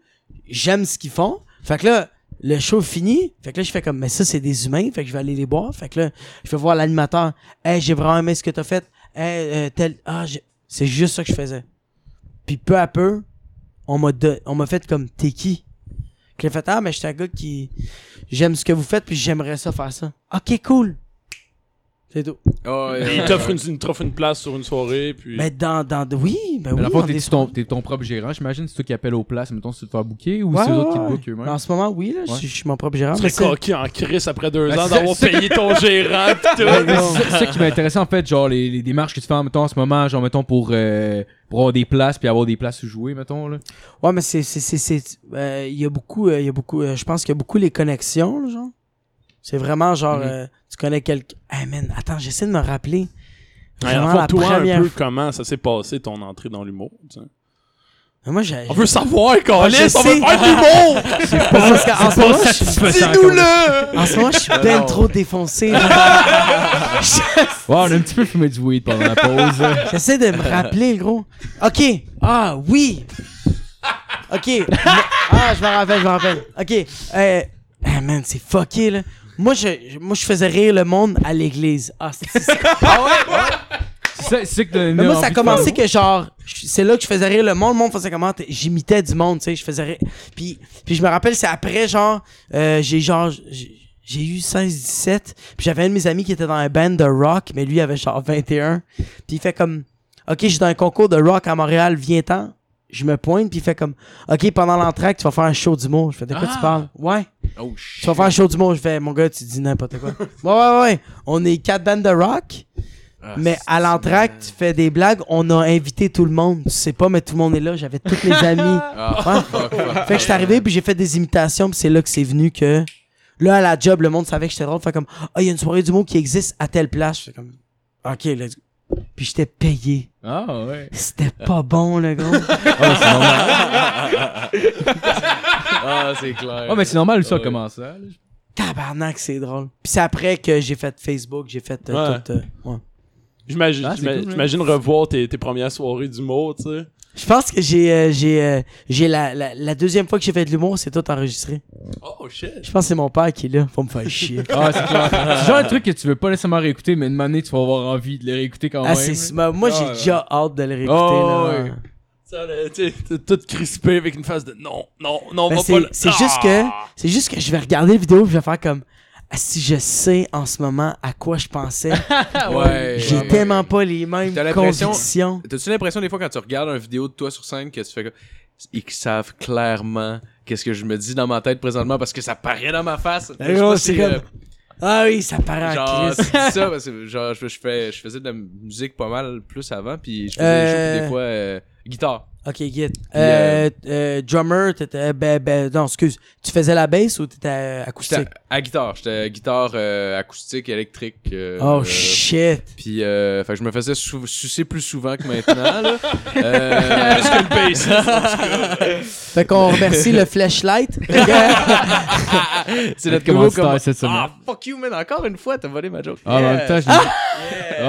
Speaker 5: J'aime ce qu'ils font. Fait que là, le show fini. Fait que là, je fais comme, mais ça, c'est des humains. Fait que je vais aller les voir. Fait que là, je vais voir l'animateur. Hey, j'ai vraiment aimé ce que t'as fait. Hey, euh, tel. Ah, j'ai- c'est juste ça que je faisais. Puis peu à peu, on m'a don- on m'a fait comme, t'es qui? Puis j'ai fait, ah, mais j'étais un gars qui. J'aime ce que vous faites, puis j'aimerais ça faire ça. Ok, cool. C'est tout.
Speaker 6: Ah, ouais,
Speaker 4: Puis
Speaker 6: ouais,
Speaker 4: euh, Il
Speaker 6: ouais.
Speaker 4: t'offre une, il t'offre une place sur une soirée, puis.
Speaker 5: Mais dans. dans oui, ben oui.
Speaker 3: Dans le fond,
Speaker 5: dans des
Speaker 3: t'es ton, t'es ton propre gérant, j'imagine, c'est toi qui appelles aux places, mettons, si tu te fais booker ou
Speaker 5: Ouais,
Speaker 3: c'est eux autres qui te
Speaker 5: ouais.
Speaker 3: bookent eux-mêmes.
Speaker 5: En ce moment, oui, là, je,
Speaker 3: Ouais.
Speaker 5: suis- je suis mon propre gérant.
Speaker 4: Tu
Speaker 5: mais
Speaker 4: serais
Speaker 5: ça-
Speaker 4: coquille en crise après deux
Speaker 3: Ben,
Speaker 4: ans
Speaker 3: c'est-
Speaker 4: d'avoir
Speaker 3: c'est-
Speaker 4: payé ton gérant pis
Speaker 3: Ouais, mais
Speaker 4: tout.
Speaker 3: c'est ça- c'est ça qui m'intéressait en fait, genre les, les démarches que tu fais en, mettons, en ce moment, genre mettons pour, euh, pour avoir des places puis avoir des places où jouer, mettons là.
Speaker 5: Ouais, mais c'est. c'est- c'est- c'est- euh, Il y a beaucoup. euh, il y a beaucoup euh, je pense qu'il y a beaucoup les connexions, là, genre. C'est vraiment genre.
Speaker 3: Mhm.
Speaker 5: euh, tu connais quelqu'un. Hey, man, attends, j'essaie de me rappeler.
Speaker 4: Ouais,
Speaker 5: Vraiment
Speaker 4: raconte-toi
Speaker 5: la
Speaker 4: un
Speaker 5: première.
Speaker 4: peu comment ça s'est passé ton entrée dans l'humour. tu sais.
Speaker 5: Mais Moi, j'ai.
Speaker 4: On veut savoir,
Speaker 5: Eh. Ah,
Speaker 4: Carlis,
Speaker 5: je
Speaker 4: on veut
Speaker 5: sais.
Speaker 4: faire de l'humour!
Speaker 5: Parce qu'en ce moment, je suis-
Speaker 4: Dis-nous-le!
Speaker 5: en ce moment, je suis
Speaker 6: non.
Speaker 5: ben trop défoncé. là.
Speaker 3: Ouais, on a un petit peu fumé du weed pendant la pause.
Speaker 5: J'essaie de me rappeler, gros. OK. Ah, oui. OK. ah, je me rappelle, je me rappelle. OK. Euh, ah, man, c'est fucké, là. Moi je, je- moi, je faisais rire le monde à l'église. Ah, c'est- c'est-
Speaker 3: C'est c'est que t'as-
Speaker 5: Mais moi,
Speaker 3: envie
Speaker 5: ça a
Speaker 3: de
Speaker 5: commencé
Speaker 3: faire-
Speaker 5: que genre, je- c'est là que je faisais rire le monde. Le monde faisait comment? T'es- J'imitais du monde, tu sais. Je faisais rire. Puis, puis je me rappelle, c'est après, genre, euh, j'ai genre, j'ai j'ai eu 16-17. Puis j'avais un de mes amis qui était dans un band de rock, mais lui avait genre 21. Puis il fait comme, OK, je suis dans un concours de rock à Montréal, viens-t'en. je me pointe, puis il fait comme, OK, pendant l'entracte, tu vas faire un show du mot. Je fais, de quoi
Speaker 6: Ah.
Speaker 5: tu parles? Ouais.
Speaker 6: Oh
Speaker 5: Tu
Speaker 6: shit.
Speaker 5: vas faire un show du mot. Je fais, mon gars, tu dis n'importe quoi. ouais, ouais, ouais. On est quatre bandes de rock.
Speaker 6: Ah,
Speaker 5: Mais à l'entracte, tu fais des blagues. On a invité tout le monde. Tu sais pas, mais tout le monde est là. J'avais tous les amis.
Speaker 6: Ah,
Speaker 5: Ouais.
Speaker 6: fuck, fuck.
Speaker 5: Fait que je suis arrivé, puis j'ai fait des imitations, puis c'est là que c'est venu que. Là, à la job, le monde savait que j'étais drôle. Fait comme, ah, il y a une soirée du mot qui existe à telle place. J'étais comme, OK, let's go. Puis j'étais payé.
Speaker 3: Ah, ouais.
Speaker 5: C'était pas bon, le gros.
Speaker 6: Ah, c'est clair.
Speaker 3: Ouais, mais c'est normal, ça,
Speaker 6: Ouais.
Speaker 3: comment ça? là.
Speaker 5: Tabarnak, c'est drôle. Puis c'est après que j'ai fait Facebook, j'ai fait euh,
Speaker 4: Ouais.
Speaker 5: tout. euh, ouais.
Speaker 4: J'imagine
Speaker 3: Ah, c'est
Speaker 4: j'ima-
Speaker 3: cool, hein.
Speaker 4: j'imagine revoir tes, tes premières soirées d'humour, tu sais.
Speaker 5: Je pense que j'ai euh, j'ai euh, j'ai la, la, la deuxième fois que j'ai fait de l'humour, c'est tout enregistré.
Speaker 4: Oh shit!
Speaker 5: Je pense que c'est mon père qui est là. Faut me faire chier.
Speaker 3: Ah, c'est clair. C'est genre un truc que tu veux pas nécessairement réécouter, mais une manée, tu vas avoir envie de les réécouter quand
Speaker 5: ah,
Speaker 3: même.
Speaker 5: c'est ma- Moi, j'ai
Speaker 1: Ah,
Speaker 5: déjà hâte de le réécouter.
Speaker 3: Oh,
Speaker 5: là.
Speaker 3: ouais.
Speaker 4: Ça, là, tu sais, t'es tout crispé avec une face de non, non, non,
Speaker 5: Ben,
Speaker 4: va pas
Speaker 5: c'est
Speaker 4: là.
Speaker 5: c'est juste que
Speaker 4: Ah!
Speaker 5: c'est juste que je vais regarder la vidéo et je vais faire comme Ah, si je sais en ce moment à quoi je pensais,
Speaker 6: Ah, Ouais.
Speaker 5: j'ai
Speaker 6: Ouais.
Speaker 5: tellement pas les mêmes
Speaker 6: T'as l'impression-
Speaker 5: convictions.
Speaker 6: T'as-tu l'impression des fois quand tu regardes une vidéo de toi sur scène que tu fais que ils savent clairement qu'est-ce que je me dis dans ma tête présentement parce que ça paraît dans ma face.
Speaker 5: Ben,
Speaker 6: Je sais
Speaker 5: gros,
Speaker 6: pas
Speaker 5: c'est
Speaker 6: si, euh,
Speaker 5: comme- Ah oui, ça paraît en
Speaker 6: genre tu
Speaker 5: crise.
Speaker 6: dis ça parce que genre je, je fais je faisais de la musique pas mal plus avant puis je faisais des
Speaker 5: Euh.
Speaker 6: shows, puis des fois euh, guitare.
Speaker 5: Ok, Git.
Speaker 6: euh,
Speaker 5: Euh, euh, drummer, t'étais. Ben, ben, non, excuse. Tu faisais la bass ou t'étais euh,
Speaker 6: J'étais
Speaker 5: acoustique?
Speaker 6: à, à guitare, j'étais guitare euh, acoustique électrique. euh,
Speaker 5: Oh
Speaker 6: euh,
Speaker 5: shit!
Speaker 6: Puis, euh, fait que je me faisais sou- sucer plus souvent que maintenant, là. Euh, plus que le bass.
Speaker 5: Fait qu'on remercie le flashlight.
Speaker 6: C'est
Speaker 3: Notre
Speaker 6: notre nouveau
Speaker 3: commanditaire
Speaker 6: comme...
Speaker 3: cette semaine.
Speaker 6: Ah, fuck you, man. Encore une fois, t'as volé ma joke.
Speaker 3: Ah, mais en même temps, je l'ai-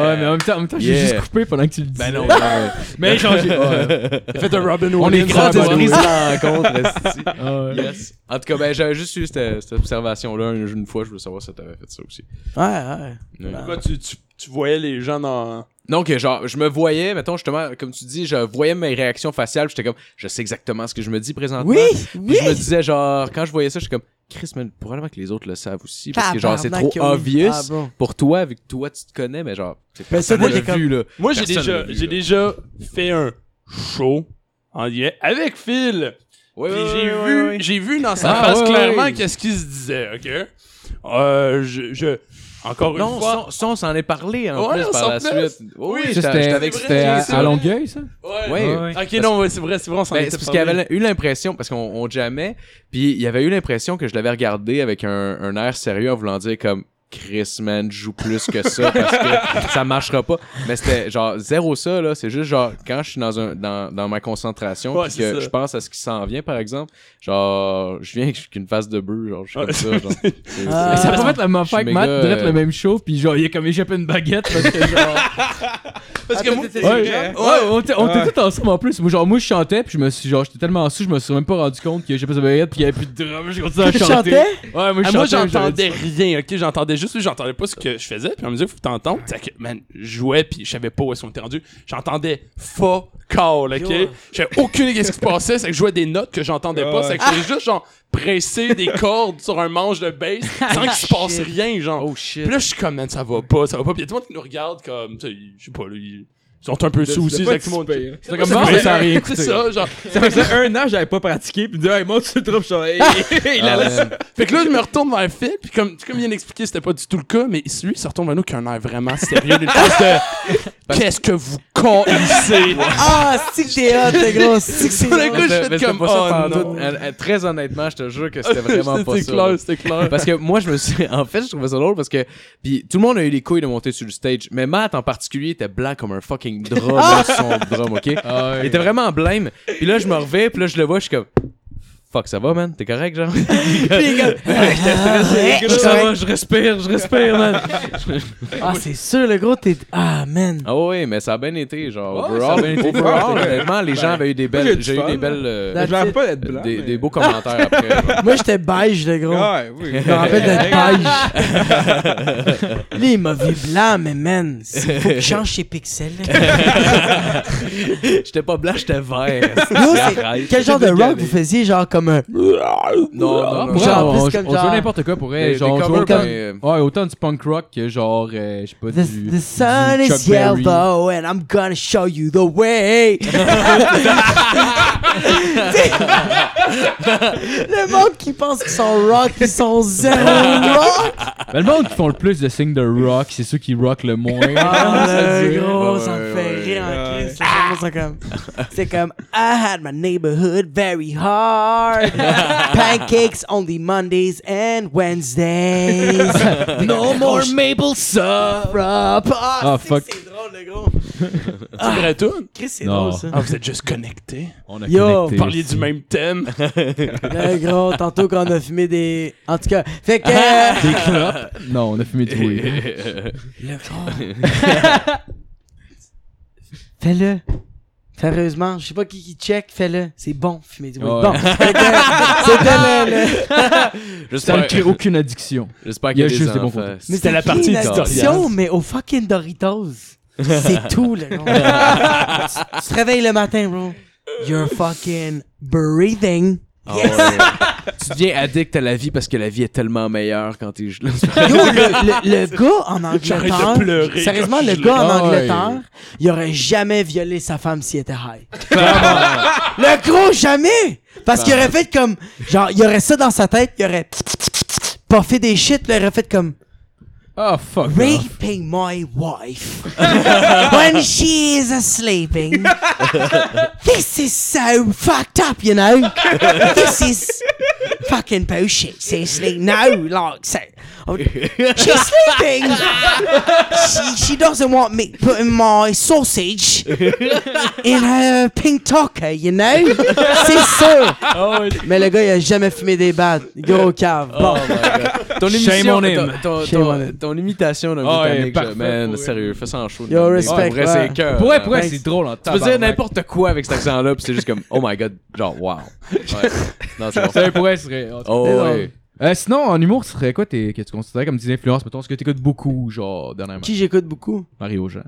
Speaker 3: Ouais, mais en même temps, en même temps, j'ai
Speaker 6: Yeah.
Speaker 3: juste coupé pendant que tu le disais.
Speaker 6: Ben non,
Speaker 3: mais j'ai changé. Ouais.
Speaker 4: Faites un Robin
Speaker 3: On est
Speaker 4: Williams.
Speaker 3: grand
Speaker 4: sur la
Speaker 3: esprit.
Speaker 4: bonne-
Speaker 6: rencontre,
Speaker 3: Ah, ouais.
Speaker 6: Yes. En tout cas, ben, j'avais juste eu cette, cette observation-là une, une fois. Je voulais savoir si t'avais fait ça aussi.
Speaker 5: ouais, ouais.
Speaker 4: Pourquoi tu, tu, tu voyais les gens dans.
Speaker 6: Donc, genre, je me voyais, mettons, justement, comme tu dis, je voyais mes réactions faciales. puis J'étais comme, je sais exactement ce que je me dis présentement.
Speaker 5: Oui,
Speaker 6: Puis
Speaker 5: oui!
Speaker 6: je me disais, genre, quand je voyais ça, j'étais comme, Chris, mais probablement que les autres le savent aussi. Parce que, genre, c'est trop
Speaker 5: Tabarnak, oui.
Speaker 6: obvious.
Speaker 5: Ah, bon.
Speaker 6: pour toi, vu que toi, tu te connais, mais genre, c'est
Speaker 5: Ben, ça,
Speaker 6: personne
Speaker 5: moi,
Speaker 6: l'a
Speaker 5: j'ai comme-
Speaker 6: vu, là.
Speaker 4: Moi, j'ai
Speaker 6: Personne
Speaker 4: déjà,
Speaker 6: l'a vu,
Speaker 4: j'ai
Speaker 6: là.
Speaker 4: déjà fait un show en lien avec Phil.
Speaker 6: Ouais,
Speaker 4: Puis
Speaker 6: ouais,
Speaker 4: j'ai
Speaker 6: ouais,
Speaker 4: vu,
Speaker 6: ouais, ouais.
Speaker 4: j'ai vu dans sa
Speaker 6: Ah,
Speaker 4: face
Speaker 6: ouais,
Speaker 4: clairement
Speaker 6: ouais.
Speaker 4: qu'est-ce qu'il se disait, ok? Euh, je, je, encore
Speaker 6: Non,
Speaker 4: une fois.
Speaker 6: ça, ça, on s'en est parlé en
Speaker 4: Ouais, on
Speaker 6: plus
Speaker 4: s'en
Speaker 6: par la
Speaker 4: plaît.
Speaker 6: suite. Oui,
Speaker 3: Ça,
Speaker 6: j'étais j'étais
Speaker 3: C'était
Speaker 6: avec
Speaker 4: c'est
Speaker 3: c'était
Speaker 4: vrai,
Speaker 3: à,
Speaker 4: c'est
Speaker 3: à
Speaker 4: vrai.
Speaker 3: Longueuil, ça?
Speaker 4: Ouais.
Speaker 6: Ouais.
Speaker 3: Ouais.
Speaker 4: Ok, non, ouais, c'est vrai, c'est vrai, on s'en
Speaker 6: Ben,
Speaker 4: était
Speaker 6: c'est parce qu'il y
Speaker 4: parlé.
Speaker 6: avait eu l'impression, parce qu'on on jammait, puis il y avait eu l'impression que je l'avais regardé avec un, un air sérieux en voulant dire comme Chris man joue plus que ça parce que ça marchera pas. Mais c'était genre zéro ça là, c'est juste genre quand je suis dans un dans, dans ma concentration
Speaker 4: Ouais,
Speaker 6: puis
Speaker 4: c'est
Speaker 6: que
Speaker 4: ça.
Speaker 6: je pense à ce qui s'en vient par exemple, genre je viens avec une face de bœuf, genre je suis comme
Speaker 4: Ouais.
Speaker 6: ça genre. C'est-
Speaker 5: Ah.
Speaker 3: Mais ça
Speaker 5: non.
Speaker 3: pourrait être la même affaire que
Speaker 6: méga,
Speaker 3: Matt,
Speaker 6: euh,
Speaker 3: drette le même show, puis genre, il a comme échappé une baguette. Parce que genre...
Speaker 4: Parce que moi,
Speaker 3: ouais,
Speaker 1: vrai, hein?
Speaker 3: ouais, on était on était
Speaker 1: Ouais.
Speaker 3: tous ensemble en plus. Moi, genre, moi, je chantais, puis je me suis, genre, j'étais tellement sous, je me suis même pas rendu compte qu'il y a échappé sa baguette, puis qu'il y avait plus de drum, j'ai continué à
Speaker 5: Tu
Speaker 3: chanter.
Speaker 5: chantais?
Speaker 3: Ouais, moi, je
Speaker 4: Ah, moi,
Speaker 3: chantais,
Speaker 4: j'entendais rien, ok? J'entendais juste, oui, j'entendais pas ce que je faisais. Puis à mesure que vous t'entendre, c'est que, man, je jouais, puis je savais pas où est-ce qu'on était rendu. J'entendais fuck all, ok?
Speaker 5: Yo.
Speaker 4: J'avais aucune idée qu'est-ce qui se passait. C'est que je jouais des notes que j'entendais pas. C'est que j'étais juste, genre, pressé des cordes sur un manche de bass sans qu'il se
Speaker 3: Ah,
Speaker 4: passe rien, genre.
Speaker 6: Oh shit.
Speaker 4: Puis là, je suis comme, man, ça va pas, ça va pas. Puis il y a tout le monde qui nous regarde comme, tu sais, je sais pas, là, ils ils sont un peu sous aussi, c'est que tout le monde-
Speaker 3: C'est comme bon, ça a rien écouté.
Speaker 4: C'est ça, genre.
Speaker 1: Ça faisait un an que j'avais pas pratiqué, puis de hey, monte sur le troupe, je suis là, hey, il
Speaker 6: Ah,
Speaker 1: a la-
Speaker 6: man.
Speaker 4: Fait que là, je me retourne vers Phil, puis comme, comme il vient d'expliquer, c'était pas du tout le cas, mais lui, il se retourne vers nous qui a un air vraiment sérieux, une face de Qu'est-ce que vous connaissez?
Speaker 5: Ah, c'est que t'es hot, t'es gros! C'est que c'est
Speaker 4: Tout d'un
Speaker 5: hot.
Speaker 4: coup,
Speaker 6: Mais c'était-
Speaker 4: j'étais
Speaker 6: mais c'était
Speaker 4: comme,
Speaker 6: pas ça
Speaker 4: oh,
Speaker 6: pendant
Speaker 4: non.
Speaker 6: tout. Euh, euh, Très honnêtement, je te jure que c'était vraiment pas ça.
Speaker 4: C'était
Speaker 6: là.
Speaker 4: clair, c'était clair.
Speaker 6: Parce que moi, je me suis. En fait, je trouvais ça drôle parce que. Puis tout le monde a eu les couilles de monter sur le stage. Mais Matt en particulier était blanc comme un fucking drum, là, sur son drum, ok?
Speaker 3: Ah, ouais.
Speaker 6: Il était vraiment blême. Puis là, je me reviens, puis là, je le vois, je suis comme. Fuck, ça va, man? T'es correct, genre? Puis il est comme,
Speaker 5: Ah, ouais,
Speaker 6: ça va, je respire, je respire, man.
Speaker 5: Ah, c'est sûr, le gros, t'es. Ah, man.
Speaker 6: Ah oui, mais ça a bien été, genre.
Speaker 1: Ouais, ça a
Speaker 6: overall,
Speaker 1: bien été.
Speaker 6: overall,
Speaker 1: Ouais.
Speaker 6: honnêtement, les gens avaient eu des
Speaker 1: j'ai eu
Speaker 6: belles.
Speaker 1: du
Speaker 6: J'ai eu
Speaker 1: fun.
Speaker 6: des belles. euh,
Speaker 1: Je me rappelle pas d'être blanc.
Speaker 6: des,
Speaker 1: mais-
Speaker 6: des beaux commentaires après. genre.
Speaker 5: Moi, j'étais beige, le gros.
Speaker 4: Ah.
Speaker 1: Ouais, oui.
Speaker 5: Je me rappelle d'être beige. Là, il m'a vu blanc, mais man, c'est- faut que je change ses pixels. là.
Speaker 6: J'étais pas blanc, j'étais vert.
Speaker 5: Yo, c'est- Quel genre de rock vous faisiez, genre comme un.
Speaker 6: Non, non, Ah,
Speaker 5: Genre,
Speaker 6: non.
Speaker 3: genre,
Speaker 5: plus
Speaker 3: on, on
Speaker 5: comme
Speaker 3: joue
Speaker 5: genre-
Speaker 3: n'importe quoi pour
Speaker 6: Des-
Speaker 3: elle.
Speaker 6: des
Speaker 3: Genre, on joue
Speaker 6: covers,
Speaker 3: autant,
Speaker 6: mais- euh,
Speaker 3: ouais, autant du punk rock que genre, euh, je sais pas,
Speaker 5: The,
Speaker 3: du.
Speaker 5: the sun
Speaker 3: du
Speaker 5: is
Speaker 3: Chuck Berry.
Speaker 5: yellow and I'm gonna show you the way. le monde qui pense qu'ils sont rock, ils sont zéro rock.
Speaker 3: Ben, le monde qui font le plus de signes de rock, c'est ceux qui rock le moins.
Speaker 5: Ah,
Speaker 3: Ça
Speaker 5: le
Speaker 3: dit.
Speaker 5: gros,
Speaker 6: Ouais,
Speaker 5: ça me
Speaker 6: ouais,
Speaker 5: fait
Speaker 6: ouais.
Speaker 5: rire en
Speaker 1: Ouais.
Speaker 5: crise. le gros, ça comme- C'est comme I had my neighborhood very hard. Pancakes only Mondays and Wednesdays. no more maple syrup. Ah,
Speaker 3: Ah,
Speaker 5: c'est-
Speaker 3: fuck.
Speaker 5: C'est drôle, le gros.
Speaker 4: C'est vrai, tout.
Speaker 5: Chris, c'est
Speaker 3: Non.
Speaker 5: drôle, ça.
Speaker 4: Ah, vous êtes juste connectés.
Speaker 3: On a
Speaker 5: Yo,
Speaker 3: connecté
Speaker 4: Vous parliez
Speaker 3: aussi.
Speaker 4: du même thème.
Speaker 5: Le gros, tantôt qu'on a fumé des. En tout cas, fait que. euh,
Speaker 3: Des clopes. Non, on a fumé du weed.
Speaker 5: Fais-le. Sérieusement, je sais pas qui qui check, fais-le. C'est bon, fumer du weed.
Speaker 3: Ouais.
Speaker 5: Bon, fait que, c'était le- le...
Speaker 3: Ça ne
Speaker 6: J'espère
Speaker 3: crée aucune addiction.
Speaker 6: j'espère
Speaker 3: Il y a
Speaker 6: qu'il y a
Speaker 3: juste
Speaker 6: des
Speaker 3: des bons
Speaker 6: enfants.
Speaker 3: côtés.
Speaker 5: Mais
Speaker 4: C'était la
Speaker 5: c'est
Speaker 4: partie
Speaker 5: une
Speaker 4: éditoriale.
Speaker 5: addiction, mais au fucking Doritos. C'est tout, là. gros. tu, tu te réveilles le matin, bro. You're fucking breathing.
Speaker 6: Ah ouais. tu deviens addict à la vie parce que la vie est tellement meilleure quand t'es gelé.
Speaker 5: Yo, le, le- le gars en Angleterre.
Speaker 4: de pleurer
Speaker 5: Sérieusement,
Speaker 4: quand je
Speaker 5: le
Speaker 4: l'ai.
Speaker 5: gars en
Speaker 3: Ah ouais.
Speaker 5: Angleterre, il aurait jamais violé sa femme s'il était high. le gros, jamais! Parce qu'il aurait fait comme. Genre, il aurait ça dans sa tête, il aurait. Pas fait des shit, puis il aurait fait comme.
Speaker 3: Ah, fuck. off.
Speaker 5: raping my wife when she is sleeping. this is so fucked up, you know. this is fucking bullshit. Seriously, no, like so. oh, She's sleeping. she, she doesn't want me putting my sausage in her pink tucker, you know. C'est sûr. Mais le gars, il a jamais fumé des battes. Gros cave. Bon.
Speaker 6: Ton
Speaker 3: Shame
Speaker 6: émission,
Speaker 3: on him.
Speaker 6: ton- ton-
Speaker 5: Shame
Speaker 6: ton-
Speaker 5: on him.
Speaker 6: ton imitation d'un
Speaker 3: Ah ouais,
Speaker 6: Britannique, là,
Speaker 3: parfait
Speaker 6: man,
Speaker 3: pour elle.
Speaker 6: sérieux, fais ça en show.
Speaker 5: Yo,
Speaker 6: man.
Speaker 5: respect,
Speaker 6: Ouais, en vrai,
Speaker 5: ouais.
Speaker 6: c'est Ah, cœur.
Speaker 3: Pour vrai,
Speaker 6: man.
Speaker 3: pour vrai,
Speaker 5: Thanks.
Speaker 3: c'est drôle en
Speaker 6: Tu peux dire
Speaker 3: tabarnak.
Speaker 6: n'importe quoi avec cet accent-là, puis c'est juste comme, oh my god, genre, wow. Ouais. Non, c'est bon.
Speaker 3: Ça, pour vrai, ce serait. en tout cas.
Speaker 6: Oh, ouais.
Speaker 3: Euh, sinon, en humour, ce serait quoi tes- que tu considérais comme des influences Mettons, ce que t'écoutes beaucoup, genre, dernièrement
Speaker 5: Qui j'écoute beaucoup?
Speaker 3: Mario Jean.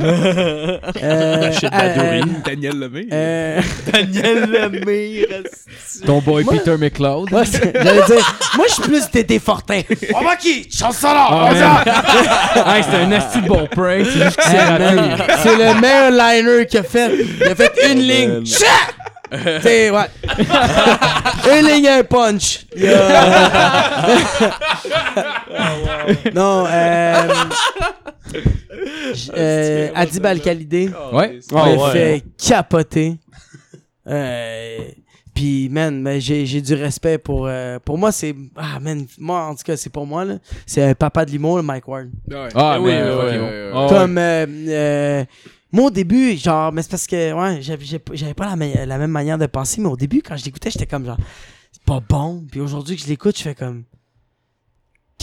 Speaker 5: Euh,
Speaker 4: Rachid
Speaker 5: euh,
Speaker 4: Badouri.
Speaker 1: Daniel Lemay.
Speaker 5: Euh,
Speaker 6: Daniel Lemire.
Speaker 3: Ton boy
Speaker 5: Moi-
Speaker 3: Peter McLeod.
Speaker 5: moi, c'est- j'allais dire, moi, je suis plus Tété Fortin. On va qui? Chancelor!
Speaker 3: Ah, man. Hey, c'était un asti de bon prank, c'est juste
Speaker 6: Eh,
Speaker 3: qu'il s'est raté.
Speaker 5: C'est le meilleur liner qu'il a fait. Il a fait une ligne. Chat! T'sais, ouais. une ligne, un punch. Il a-
Speaker 6: Ah,
Speaker 5: non, euh. j- euh, Adib Al-Khalidé.
Speaker 3: Ah Ouais.
Speaker 6: Eh
Speaker 5: On
Speaker 4: ouais.
Speaker 5: fait capoter. Euh, puis, man, ben, j'ai, j'ai du respect pour. euh, pour moi, c'est. Ah, man, moi, en tout cas, c'est pour moi, là. C'est un papa de l'humour, le Mike Ward.
Speaker 3: Ah,
Speaker 6: Eh
Speaker 3: man, fucking
Speaker 6: oui, ouais, ouais,
Speaker 3: bon.
Speaker 6: ouais, ouais.
Speaker 3: Ah, ouais.
Speaker 5: Comme. euh, euh, moi, au début, genre, mais c'est parce que, ouais, j'avais, j'ai pas- j'avais pas la, me- la même manière de penser, mais au début, quand je l'écoutais, j'étais comme, genre, c'est pas bon. Puis aujourd'hui que je l'écoute, je fais comme.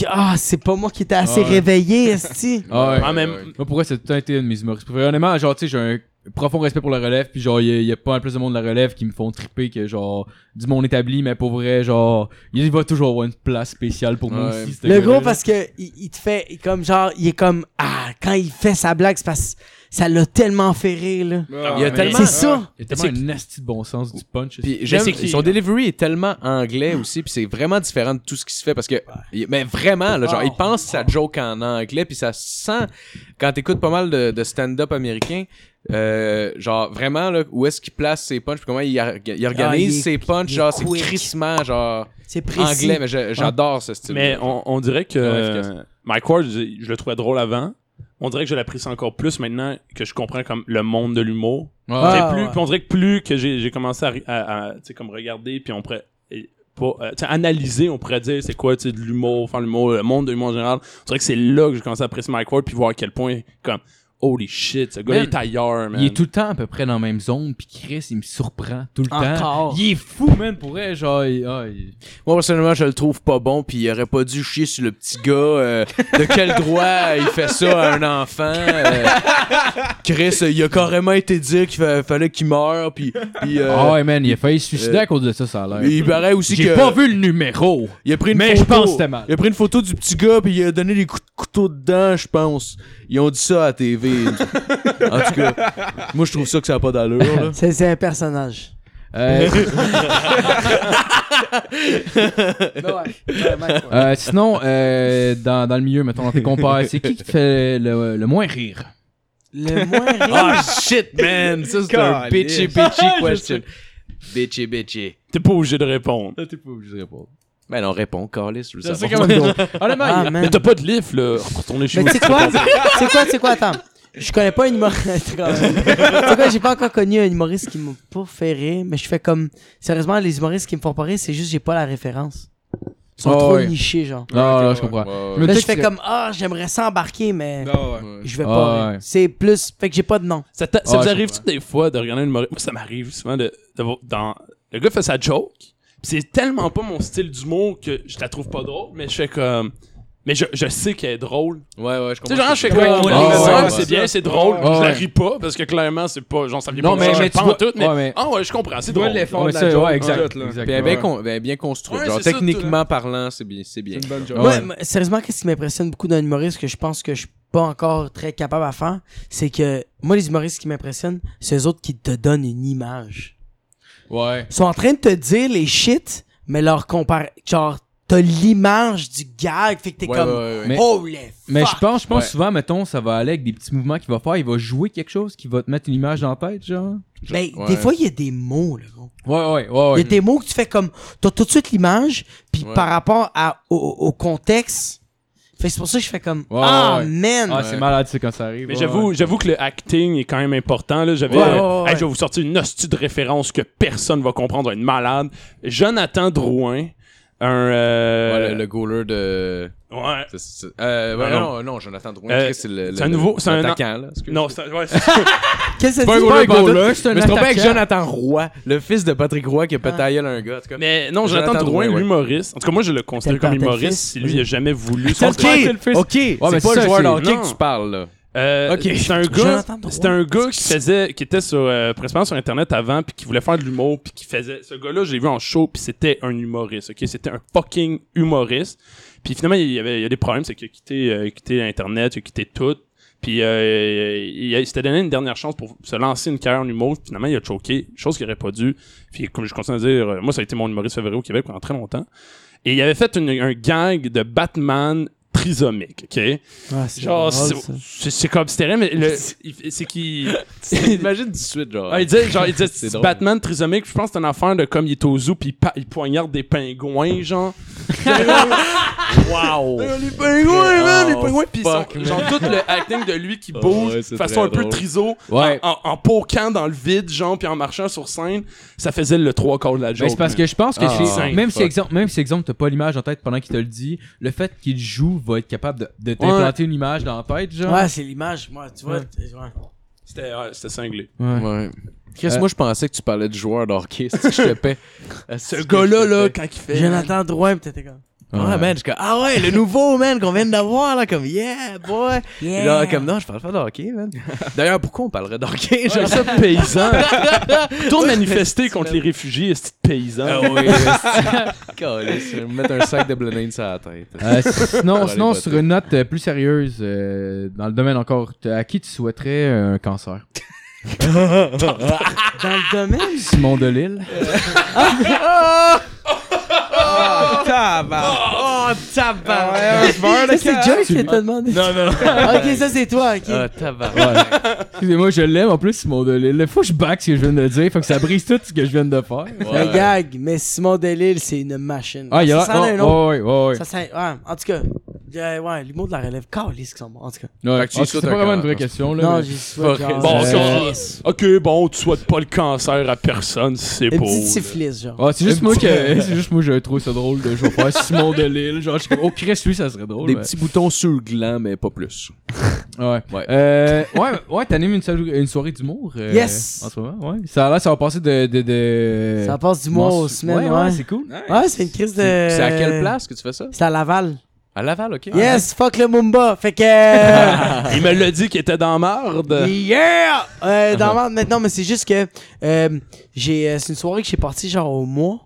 Speaker 5: Ah, c'est pas moi qui étais assez
Speaker 3: Ah ouais.
Speaker 5: réveillé, esti.
Speaker 3: Ah, ouais.
Speaker 4: Ah, même-
Speaker 3: Moi, pour vrai, c'est tout le temps été une mise humoriste. Pour vrai, Honnêtement, genre, tu sais, j'ai un profond respect pour la relève, puis genre, il y, a- il y a pas mal plus de monde de la relève qui me font triper que genre, du monde établi, mais pour vrai, genre, il va toujours avoir une place spéciale pour moi
Speaker 6: Ouais.
Speaker 3: aussi. ce
Speaker 5: Le
Speaker 3: gars-là.
Speaker 5: gros, parce que il, il te fait, il comme genre, il est comme, ah, quand il fait sa blague, c'est parce que ça l'a tellement fait rire, là.
Speaker 6: Il y a tellement-
Speaker 5: C'est ça.
Speaker 3: Il y a tellement un asti de bon sens du punch.
Speaker 6: Puis j'aime-
Speaker 4: c'est qui,
Speaker 6: son
Speaker 4: là?
Speaker 6: delivery est tellement anglais aussi, puis c'est vraiment différent de tout ce qui se fait parce que, il- mais vraiment, là, genre, il
Speaker 5: Oh.
Speaker 6: pense sa joke en anglais, puis ça se sent quand t'écoutes pas mal de, de stand-up américain, euh, genre vraiment là, où est-ce qu'il place ses punchs, puis comment il, ar- il organise
Speaker 5: Ah, il est-
Speaker 6: ses punchs,
Speaker 5: il est
Speaker 6: genre c'est
Speaker 5: quick.
Speaker 6: crissement, genre
Speaker 5: C'est précis.
Speaker 6: anglais, mais je- j'adore ce style.
Speaker 4: Mais on, on dirait que
Speaker 6: Ouais, efficace.
Speaker 4: euh, Mike Ward, je, je le trouvais drôle avant. On dirait que je l'apprécie encore plus maintenant que je comprends comme le monde de l'humour.
Speaker 3: Ah,
Speaker 5: Ah,
Speaker 4: T'sais, plus,
Speaker 5: ouais.
Speaker 4: puis on dirait que plus que j'ai j'ai commencé à, ri- à- à, t'sais, comme regarder, puis on pourrait et pas, euh, t'sais, analyser, on pourrait dire c'est quoi t'sais, de l'humour, faire l'humour, le monde de l'humour en général. On dirait que c'est là que j'ai commencé à apprécier Mike Ward, puis voir à quel point, comme, holy shit, ce gars-là
Speaker 3: Man,
Speaker 4: est ailleurs, man.
Speaker 3: Il est tout le temps à peu près dans la même zone, puis Chris, il me surprend tout le temps.
Speaker 5: Encore.
Speaker 3: Il est fou, man, pour vrai, genre, il- ah, il-
Speaker 6: Moi, personnellement, je le trouve pas bon, puis il aurait pas dû chier sur le petit gars. euh, de quel droit il fait ça à un enfant? euh. Chris, euh, il a carrément été dire qu'il fa- fallait qu'il meure, puis... puis, euh,
Speaker 3: Ah ouais, man, il a failli se suicider à cause de ça, ça a l'air.
Speaker 6: il paraît aussi que...
Speaker 3: J'ai pas vu le numéro.
Speaker 6: Il a pris une
Speaker 3: mais je
Speaker 6: photo,
Speaker 3: pense que c'était mal.
Speaker 6: Il a pris une photo du petit gars, puis il a donné des coups de couteau dedans, je pense. Ils ont dit ça à la TV. en tout cas, moi, je trouve ça que ça a pas d'allure, là.
Speaker 5: C'est, c'est un personnage.
Speaker 3: Euh, euh, sinon, euh, dans, dans le milieu, mettons, dans tes compères, c'est qui qui te fait le, le moins rire?
Speaker 5: Le moins
Speaker 3: Ah,
Speaker 6: Oh shit, man! Ça, c'est un
Speaker 1: Calisse.
Speaker 6: bitchy, bitchy question. bitchy, bitchy.
Speaker 4: T'es pas obligé de répondre.
Speaker 3: t'es pas obligé de répondre.
Speaker 6: Ben, on répond, Carlis, je veux
Speaker 3: C'est
Speaker 6: savoir.
Speaker 3: quand même drôle. Honnêtement, il-
Speaker 5: Ah, man.
Speaker 4: Mais t'as pas de lift, là. Retournez chez
Speaker 5: Mais
Speaker 4: vous.
Speaker 5: tu sais quoi? C'est quoi, c'est quoi, attends. Je connais pas un humoriste. quand même. Tu sais quoi, j'ai pas encore connu un humoriste qui m'a pas fait rire, mais je fais comme. Sérieusement, les humoristes qui me font pas rire, c'est juste que j'ai pas la référence. Ils sont
Speaker 3: Ah
Speaker 5: trop
Speaker 3: ouais.
Speaker 5: nichés, genre.
Speaker 3: Non, non, je comprends.
Speaker 6: Ouais,
Speaker 3: Mais
Speaker 5: Là,
Speaker 3: tu
Speaker 5: je
Speaker 3: sais
Speaker 5: fais
Speaker 3: que-
Speaker 5: comme, ah, j'aimerais s'embarquer, mais
Speaker 1: Non, ouais.
Speaker 6: ouais.
Speaker 5: je vais
Speaker 3: Ah
Speaker 5: pas. rire.
Speaker 3: ouais.
Speaker 5: C'est plus. Fait que j'ai pas de nom.
Speaker 4: Ça, t'a- ça
Speaker 3: Ah,
Speaker 4: vous
Speaker 3: je
Speaker 4: arrive-tu des fois de regarder un humoriste? Moi, ça m'arrive souvent de, de voir dans... Le gars fait sa joke, pis c'est tellement pas mon style d'humour que je la trouve pas drôle, mais je fais comme... Mais je, je sais qu'elle est drôle.
Speaker 6: Ouais, ouais, je
Speaker 4: Tu sais,
Speaker 6: comprends.
Speaker 4: genre, je fais
Speaker 1: Ouais,
Speaker 4: comme... ah,
Speaker 1: ouais,
Speaker 4: Ouais,
Speaker 3: ouais,
Speaker 4: ça,
Speaker 6: ouais.
Speaker 4: c'est bien, c'est drôle.
Speaker 1: Ouais,
Speaker 4: je la
Speaker 3: ouais.
Speaker 4: ris pas, parce que clairement, c'est pas... Genre, ça vient
Speaker 3: Non,
Speaker 4: pas
Speaker 3: mais-
Speaker 4: de ça,
Speaker 3: mais
Speaker 4: je
Speaker 3: tu
Speaker 4: pense
Speaker 3: vois-
Speaker 4: tout, mais...
Speaker 3: ouais, mais-
Speaker 4: Ah ouais, je comprends, c'est
Speaker 1: Tu dois
Speaker 4: drôle.
Speaker 1: l'effort
Speaker 3: Ouais,
Speaker 1: de la
Speaker 3: ça,
Speaker 1: joke.
Speaker 3: ouais,
Speaker 1: en
Speaker 3: exact,
Speaker 1: fait, là.
Speaker 3: exact.
Speaker 6: Puis elle est bien,
Speaker 1: Ouais.
Speaker 6: con- elle est bien construite.
Speaker 4: Ouais,
Speaker 6: genre,
Speaker 4: c'est ça,
Speaker 6: techniquement parlant, c'est bien. C'est bien.
Speaker 1: C'est une bonne joke.
Speaker 3: Ah
Speaker 5: Ouais,
Speaker 3: ouais.
Speaker 5: mais sérieusement, qu'est-ce qui m'impressionne beaucoup d'un humoriste que je pense que je suis pas encore très capable à faire, c'est que moi, les humoristes qui m'impressionnent, c'est eux autres qui te donnent une image.
Speaker 3: Ouais.
Speaker 5: Ils sont en train de te dire les shit, mais leur compare. Genre, t'as l'image du gag, fait que t'es
Speaker 6: Ouais,
Speaker 5: comme.
Speaker 6: ouais, ouais, ouais.
Speaker 3: Mais-
Speaker 5: Holy fuck!
Speaker 3: Mais je pense, je pense
Speaker 6: Ouais.
Speaker 3: souvent, mettons, ça va aller avec des petits mouvements qu'il va faire. Il va jouer quelque chose qui va te mettre une image dans la tête, genre.
Speaker 5: Mais
Speaker 6: Ouais.
Speaker 5: des fois, il y a des mots, là, gros.
Speaker 3: Ouais, ouais, ouais.
Speaker 5: Il y a des mots que tu fais comme. T'as tout de suite l'image, puis
Speaker 6: Ouais.
Speaker 5: par rapport à, au, au contexte. Fait que c'est pour ça que je fais comme.
Speaker 3: Ouais,
Speaker 5: ah,
Speaker 3: ouais.
Speaker 5: man!
Speaker 3: Ah, c'est malade, c'est quand ça arrive.
Speaker 4: Mais
Speaker 3: ouais,
Speaker 4: j'avoue,
Speaker 3: ouais.
Speaker 4: j'avoue que le acting est quand même important. Là. J'avais,
Speaker 5: Ouais,
Speaker 4: euh,
Speaker 5: ouais, ouais.
Speaker 4: hey, je vais vous sortir une hostie de référence que personne va comprendre, une malade. Jonathan Drouin, un...
Speaker 6: Ouais,
Speaker 4: euh,
Speaker 6: le, le goaler de.
Speaker 4: ouais.
Speaker 6: c'est- c'est- Euh, ouais,
Speaker 4: Non,
Speaker 6: non, non, Jonathan Drouin.
Speaker 4: Euh,
Speaker 6: Chris, c'est le,
Speaker 4: c'est un nouveau- c'est un-
Speaker 6: attaquant, là. excuse.
Speaker 4: Non,
Speaker 6: c'est
Speaker 4: c'est, ouais, c'est-
Speaker 5: Qu'est-ce que
Speaker 6: pas un Ah.
Speaker 5: c'est?
Speaker 6: goaler,
Speaker 3: pas un
Speaker 6: pantoute.
Speaker 3: goaler, c'est un
Speaker 6: Mais je me trompe avec
Speaker 3: attaquant.
Speaker 6: Jonathan Roy, le fils de Patrick Roy qui a peut-être aïeul un gars. En tout cas.
Speaker 4: Mais non, Jonathan,
Speaker 6: Jonathan
Speaker 4: Drouin,
Speaker 6: Drouin,
Speaker 4: l'humoriste. En tout cas, moi, je le considère
Speaker 5: Tel père,
Speaker 4: comme
Speaker 5: tel
Speaker 4: humoriste.
Speaker 5: fils.
Speaker 4: Si lui, il a jamais voulu.
Speaker 6: Ok,
Speaker 4: son
Speaker 6: ok, c'est
Speaker 3: mais
Speaker 6: pas
Speaker 3: ça,
Speaker 6: le joueur
Speaker 3: c'est-
Speaker 6: de hockey
Speaker 4: non.
Speaker 6: que tu parles, là.
Speaker 4: Euh,
Speaker 6: Ok.
Speaker 4: C'est un gars,
Speaker 5: Jonathan Drouin.
Speaker 4: c'est un gars qui faisait, qui était sur, euh, principalement sur Internet avant, puis qui voulait faire de l'humour, puis qui faisait. Ce gars-là, je l'ai vu en show, puis c'était un humoriste. Ok, c'était un fucking humoriste. Puis finalement, il y avait, il y a des problèmes, c'est qu'il a quitté, euh, quitté Internet, il a quitté tout. Puis euh, il, il s'était donné une dernière chance pour se lancer une carrière en humour. puis Finalement, il a choqué, chose qu'il aurait pas dû. Puis comme je continue à dire, euh, moi, ça a été mon humoriste favori au Québec pendant très longtemps. Et il avait fait une- un gang de Batman trisomique, ok?
Speaker 5: Ah, c'est
Speaker 4: Genre,
Speaker 5: drôle,
Speaker 4: c'est-
Speaker 5: ça.
Speaker 4: c'est c'est comme c'était rien, mais le- il- c'est qu'il.
Speaker 6: Imagine 18, genre.
Speaker 4: Ah, il disait, genre, il disait,
Speaker 6: C'est drôle.
Speaker 4: Batman trisomique, je pense que c'est une affaire de comme il est au zoo pis il, pa- il poignarde des pingouins, genre.
Speaker 6: Wow!
Speaker 4: Oh, les pingouins,
Speaker 6: man, les
Speaker 4: pingouins pis ils sont-
Speaker 6: fuck, man.
Speaker 4: genre, tout le acting de lui qui bouge,
Speaker 6: ouais,
Speaker 4: de
Speaker 6: c'est
Speaker 4: façon
Speaker 6: très
Speaker 4: un peu
Speaker 6: drôle.
Speaker 4: triso,
Speaker 3: Ouais.
Speaker 4: en, en, en poquant dans le vide, genre, pis en marchant sur scène, ça faisait le trois quarts de la joke.
Speaker 3: Mais Ben, c'est parce que je pense que
Speaker 6: Ah,
Speaker 3: chez-
Speaker 4: cinq,
Speaker 3: même, si
Speaker 4: fuck.
Speaker 3: exemple, même si exemple t'as pas l'image en tête pendant qu'il te le dit, le fait qu'il joue va être capable de, de t'implanter une image dans la tête, genre.
Speaker 5: Ouais, c'est l'image, moi, tu vois.
Speaker 3: Ouais.
Speaker 5: t'es- ouais.
Speaker 4: C'était ouais, c'était cinglé.
Speaker 3: Ouais.
Speaker 6: Ouais. Chris,
Speaker 3: Euh,
Speaker 6: moi, je pensais que tu parlais de joueur de hockey. C'est que je te paie. Ah,
Speaker 4: Ce gars-là, là, quand il fait.
Speaker 5: Jonathan Drouin, peut-être t'es comme.
Speaker 6: Ouais,
Speaker 5: ben.
Speaker 6: man, je suis comme, ah ouais, le nouveau, man, qu'on vient d'avoir, là, comme, yeah, boy.
Speaker 5: Yeah.
Speaker 6: Là, comme, non, je parle pas de hockey, man. D'ailleurs, pourquoi on parlerait de hockey,
Speaker 4: J'aime
Speaker 6: genre?
Speaker 4: ça, paysan. Tourne manifester contre les réfugiés, ce petit paysan.
Speaker 6: Ah oui, c'est- Calisse, je vais me mettre un sac de blenheim sur la tête.
Speaker 3: Euh, sinon,
Speaker 6: Pour
Speaker 3: sinon
Speaker 6: aller
Speaker 3: sur
Speaker 6: voter.
Speaker 3: une note euh, plus sérieuse, euh, dans le domaine encore, t- à qui tu souhaiterais euh, un cancer
Speaker 5: Dans le domaine.
Speaker 3: Simon Delille
Speaker 1: Tabarnak.
Speaker 6: Oh, tabarnak!
Speaker 1: Ah, ouais, je meurs de
Speaker 5: Ça, c'est
Speaker 1: cœur.
Speaker 5: Joyce qui t'a demandé.
Speaker 6: Non, non.
Speaker 5: ok, ça, c'est toi, ok.
Speaker 6: Ah, tabarnak.
Speaker 3: Excusez-moi, je l'aime en plus, Simon Delille. Il faut que je back ce que je viens de dire, faut que ça brise tout ce que je viens de faire.
Speaker 5: Un gag, mais Simon Delille, c'est une machine.
Speaker 3: Ah, il y a
Speaker 5: ça sent un
Speaker 3: l'air.
Speaker 5: autre.
Speaker 3: Oh, ouais, ouais, ouais.
Speaker 5: Ça sent. Ouais, en tout cas. euh, ouais, l'humour de la relève. Calisse qu'ils sont bons, en tout cas.
Speaker 3: Ouais.
Speaker 6: Fait que tu
Speaker 3: Ah,
Speaker 6: y
Speaker 3: c'est
Speaker 6: sautes
Speaker 3: pas
Speaker 6: un
Speaker 3: vraiment
Speaker 6: cancer.
Speaker 3: une vraie question, là.
Speaker 5: Non,
Speaker 3: mais-
Speaker 5: j'y suis pas.
Speaker 6: Fuck,
Speaker 4: Bon,
Speaker 5: genre,
Speaker 4: ça,
Speaker 5: euh,
Speaker 4: ok, bon, tu souhaites pas le cancer à personne, c'est
Speaker 5: Une
Speaker 4: beau.
Speaker 5: petite
Speaker 4: là.
Speaker 5: syphilis, genre.
Speaker 3: Ah, c'est juste moi que c'est juste moi je trouve ça drôle de jouer faire Simon Delille genre je suis comme, oh Chris lui ça serait drôle
Speaker 6: Des
Speaker 3: mais-
Speaker 6: petits boutons sur le gland, mais pas plus.
Speaker 3: ouais
Speaker 6: Ouais.
Speaker 3: euh, ouais ouais t'animes une, sou- une soirée d'humour euh,
Speaker 5: Yes.
Speaker 3: en ce moment ouais ça là ça va passer de de, de...
Speaker 5: Ça passe du mois aux
Speaker 3: mensu- ouais,
Speaker 5: semaines,
Speaker 3: ouais,
Speaker 5: ouais.
Speaker 3: c'est cool
Speaker 5: Ouais, c'est une crise de.
Speaker 6: C'est à quelle place Ah, que tu fais ça?
Speaker 5: C'est à Laval.
Speaker 6: À Laval, ok.
Speaker 5: Yes, fuck le Mumba. Fait que.
Speaker 4: Il me l'a dit qu'il était dans marde.
Speaker 5: Yeah!
Speaker 3: Uh-huh.
Speaker 5: Euh, dans ma- maintenant, mais c'est juste que euh, j'ai, euh, c'est une soirée que j'ai partie genre au mois,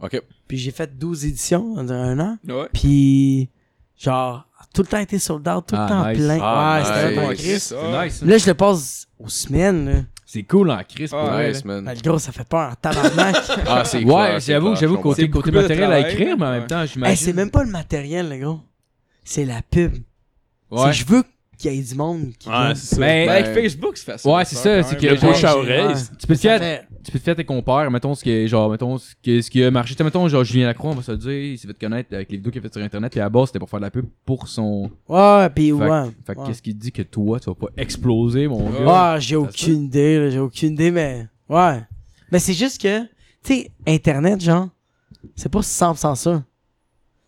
Speaker 6: Ok.
Speaker 5: puis j'ai fait 12 éditions en un an,
Speaker 1: Ouais.
Speaker 5: puis genre, tout le temps été sold out, tout
Speaker 3: Ah,
Speaker 5: le temps
Speaker 3: nice. Mm.
Speaker 5: plein.
Speaker 6: Ah,
Speaker 5: ouais, c'était
Speaker 6: nice.
Speaker 5: vraiment
Speaker 6: Ouais,
Speaker 5: Chris.
Speaker 1: ça.
Speaker 3: nice. hein.
Speaker 5: Là, je le passe aux semaines. là.
Speaker 3: C'est cool en Chris pour
Speaker 1: Ah,
Speaker 3: vrai, là.
Speaker 6: Nice,
Speaker 5: Ben,
Speaker 6: man.
Speaker 5: le gros, ça fait peur en tabarnak.
Speaker 6: Ah, c'est
Speaker 3: Ouais,
Speaker 6: clair, c'est
Speaker 3: j'avoue, j'avoue,
Speaker 6: clair, je comprends.
Speaker 3: côté, côté
Speaker 1: C'est beaucoup de
Speaker 3: matériel à
Speaker 1: travail,
Speaker 3: écrire, mais en
Speaker 1: ouais.
Speaker 3: même temps,
Speaker 5: Hey, Ah, c'est
Speaker 3: j'imagine.
Speaker 5: même pas le matériel, le gros. C'est la pub.
Speaker 3: Ouais,
Speaker 5: C'est je veux qu'il y ait du monde qui
Speaker 4: Ouais,
Speaker 5: vienne.
Speaker 4: c'est ça.
Speaker 3: Mais-
Speaker 1: Ben, avec Facebook, c'est facile.
Speaker 3: Ouais, c'est ça, c'est que-
Speaker 4: le
Speaker 3: j'ai-
Speaker 4: bouche à
Speaker 5: j'ai-
Speaker 4: oreille.
Speaker 5: ouais.
Speaker 4: c'est-
Speaker 3: Tu peux te
Speaker 5: Ça
Speaker 3: fier,
Speaker 5: fait-
Speaker 3: tu peux te fier à tes compères, mettons ce qui est genre, mettons ce qui, est- ce qui a marché. Tu sais, mettons genre Julien Lacroix, on va se le dire, il s'est fait connaître avec les vidéos qu'il a fait sur internet, puis à la base c'était pour faire de la pub pour son.
Speaker 5: Ouais, pis
Speaker 3: Fait, que-
Speaker 5: ouais.
Speaker 3: fait que
Speaker 5: ouais.
Speaker 3: qu'est-ce qui te dit que toi tu vas pas exploser, mon
Speaker 1: Ouais.
Speaker 3: gars?
Speaker 5: Ah, j'ai
Speaker 3: se peut.
Speaker 5: aucune idée, là, j'ai aucune idée, mais ouais. Mais c'est juste que, tu sais, Internet, genre, c'est pas simple sans ça.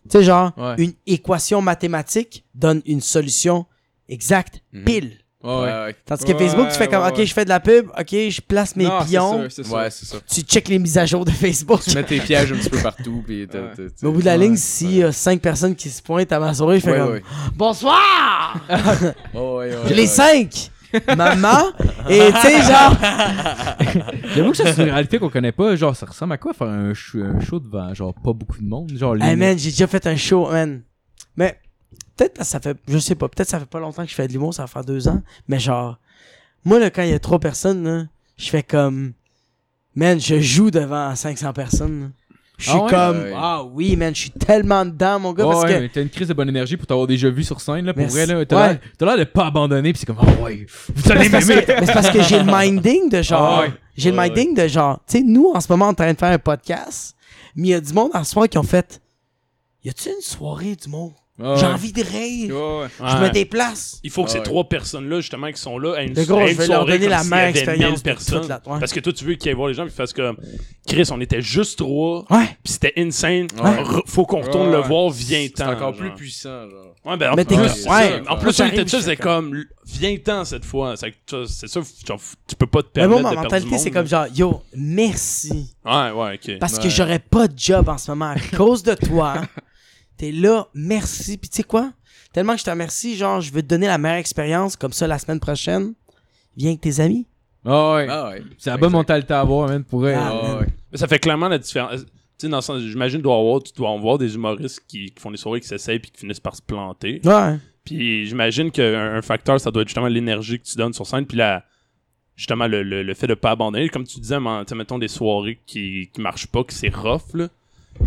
Speaker 5: Tu sais, genre,
Speaker 3: Ouais.
Speaker 5: une équation mathématique donne une solution exacte,
Speaker 6: Mhm.
Speaker 5: pile.
Speaker 3: Ouais, ouais.
Speaker 6: Ouais,
Speaker 5: Tandis que
Speaker 1: Ouais,
Speaker 5: Facebook, tu fais comme,
Speaker 1: ouais,
Speaker 5: ok,
Speaker 1: ouais.
Speaker 5: je fais de la pub, ok, je place mes
Speaker 1: Non, c'est
Speaker 5: pions,
Speaker 1: sûr, c'est
Speaker 6: ouais.
Speaker 1: sûr.
Speaker 6: Ouais, c'est ça.
Speaker 5: tu check les mises à jour de Facebook.
Speaker 6: Tu mets tes pièges un petit peu partout, puis t'as-
Speaker 1: Ouais.
Speaker 6: t'as- t'as-
Speaker 5: Mais au bout de la
Speaker 1: Ouais,
Speaker 5: ligne, s'il y a cinq personnes qui se pointent à ma souris, je fais
Speaker 6: Ouais,
Speaker 5: comme,
Speaker 6: ouais.
Speaker 5: bonsoir!
Speaker 6: Oh, ouais, ouais,
Speaker 5: Je
Speaker 6: ouais,
Speaker 5: les
Speaker 6: ouais.
Speaker 5: cinq! Maman! Et tu sais, genre,
Speaker 3: J'avoue que ça c'est une réalité qu'on connaît pas, genre ça ressemble à quoi faire un, sh- un show devant genre pas beaucoup de monde, genre les-
Speaker 5: Hey man, j'ai déjà fait un show, man. Mais peut-être que ça fait, je sais pas, peut-être que ça fait pas longtemps que je fais de l'humour, ça va faire deux ans. Mais genre, moi là, quand il y a trois personnes, là, je fais comme, man, je joue devant 500 personnes. là. Je suis
Speaker 3: Ah ouais? Ah
Speaker 5: comme,
Speaker 6: Ouais.
Speaker 5: ah oui, man, je suis tellement dedans, mon gars,
Speaker 3: Ouais,
Speaker 5: parce
Speaker 3: ouais,
Speaker 5: que.
Speaker 3: mais t'as une crise de bonne énergie pour t'avoir déjà vu sur scène, là, pour
Speaker 5: Merci.
Speaker 3: vrai, là. T'as
Speaker 5: Ouais.
Speaker 3: l'air- t'as l'air de pas abandonner, pis c'est comme, oh ouais, vous allez
Speaker 5: Mais c'est parce
Speaker 3: m'aimer!
Speaker 5: que- mais c'est parce que j'ai le minding de genre.
Speaker 3: Ah ouais.
Speaker 5: J'ai le
Speaker 3: Ouais,
Speaker 5: minding de genre. Tu sais, nous, en ce moment, on est en train de faire un podcast, mais il y a du monde en soir qui ont fait. Y a-tu une soirée du monde?
Speaker 3: Ah
Speaker 5: J'ai
Speaker 3: ouais.
Speaker 5: envie de rire.
Speaker 1: Ouais, ouais.
Speaker 5: Je
Speaker 4: Ouais.
Speaker 5: me déplace.
Speaker 4: Il faut que ces
Speaker 6: Ouais.
Speaker 4: trois personnes-là, justement, qui sont là, aient une,
Speaker 5: Le gros,
Speaker 4: aient
Speaker 5: je
Speaker 4: une
Speaker 5: vais leur
Speaker 4: soirée
Speaker 5: donner
Speaker 4: comme
Speaker 5: la
Speaker 4: s'il y
Speaker 5: meilleure
Speaker 4: avait
Speaker 5: expérience
Speaker 4: 1000
Speaker 5: de toute
Speaker 4: personnes.
Speaker 5: la- ouais.
Speaker 4: Parce que toi, tu veux qu'ils aillent voir les gens, puis fassent comme Chris, on était juste trois,
Speaker 5: Ouais.
Speaker 4: puis c'était insane.
Speaker 6: Ouais.
Speaker 4: R- Faut qu'on retourne
Speaker 1: Ouais.
Speaker 4: le voir, viens
Speaker 6: C'est
Speaker 4: ten
Speaker 6: encore plus puissant, genre.
Speaker 4: Ouais, ben, en
Speaker 5: Mais
Speaker 4: plus,
Speaker 5: t'es
Speaker 4: ouais,
Speaker 6: comme-
Speaker 4: c'est
Speaker 6: ouais.
Speaker 4: ça. en
Speaker 6: Ouais.
Speaker 4: plus, on
Speaker 5: J'arrive,
Speaker 4: était dessus,
Speaker 5: je fais
Speaker 4: c'est comme, viens-t'en cette fois. C'est que tu- c'est ça, genre, tu peux pas te
Speaker 5: Mais
Speaker 4: permettre
Speaker 5: moi, ma
Speaker 4: de perdre du
Speaker 5: mentalité, c'est comme
Speaker 4: monde,
Speaker 5: genre, yo, merci.
Speaker 4: là. Ouais, ouais, ok.
Speaker 5: Parce que
Speaker 6: Ouais.
Speaker 5: j'aurais pas de job en ce moment à cause de toi. T'es là, merci. Puis tu sais quoi? Tellement que je te remercie, genre, je veux te donner la meilleure expérience, comme ça, la semaine prochaine. Viens avec tes amis.
Speaker 3: Ah ouais.
Speaker 6: Ah ouais.
Speaker 3: C'est la bonne mentalité à avoir, man, pour elle.
Speaker 5: Ah,
Speaker 6: Ah
Speaker 5: man.
Speaker 6: ouais.
Speaker 4: Mais ça fait clairement la différence. Tu sais, dans le sens, j'imagine, doit avoir, tu dois en voir des humoristes qui, qui font des soirées, qui s'essayent, puis qui finissent par se planter.
Speaker 5: Ouais.
Speaker 4: Puis j'imagine qu'un un facteur, ça doit être justement l'énergie que tu donnes sur scène, puis la, justement le, le, le fait de pas abandonner. Comme tu disais, man, tu sais, mettons des soirées qui, qui marchent pas, que c'est rough, là.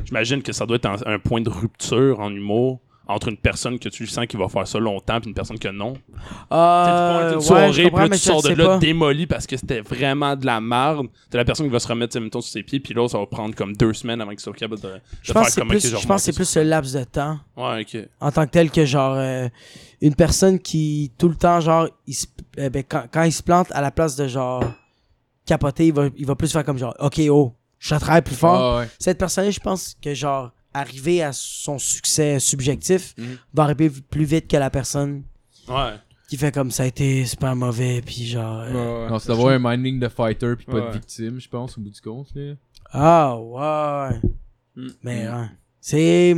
Speaker 4: J'imagine que ça doit être un, un point de rupture en humour entre une personne que tu sens qui va faire ça longtemps puis une personne que non. Tu sais, tu
Speaker 5: Euh,
Speaker 4: passes une
Speaker 5: ouais,
Speaker 4: soirée,
Speaker 5: je
Speaker 4: puis
Speaker 5: comprends,
Speaker 4: là,
Speaker 5: mais
Speaker 4: tu
Speaker 5: je le
Speaker 4: sors de
Speaker 5: sais
Speaker 4: là
Speaker 5: pas.
Speaker 4: démoli parce que c'était vraiment de la merde. T'as la personne qui va se remettre, tu sais, mettons, sur ses pieds, puis là, ça va prendre comme deux semaines avant qu'il soit capable de, de
Speaker 5: Je pense que
Speaker 4: faire
Speaker 5: c'est
Speaker 4: comme
Speaker 5: plus,
Speaker 4: ok,
Speaker 5: je pense que c'est plus le laps de temps.
Speaker 4: Ouais, ok.
Speaker 5: en tant que tel que genre euh, une personne qui tout le temps genre il se- euh, ben, quand, quand il se plante à la place de genre capoter il va, il va plus faire comme genre ok oh je travaille plus fort
Speaker 3: Ah ouais.
Speaker 5: cette personne là je pense que genre arriver à son succès subjectif
Speaker 6: Mhm.
Speaker 5: va arriver plus vite que la personne
Speaker 4: Ouais.
Speaker 5: qui fait comme ça a été super mauvais puis genre euh,
Speaker 1: Ouais,
Speaker 3: Non, c'est d'avoir un minding de fighter pis pas de
Speaker 1: Ouais.
Speaker 3: victime, je pense, au bout du compte, là.
Speaker 5: ah ouais
Speaker 6: Mm.
Speaker 1: Mhm.
Speaker 5: mais ouais. c'est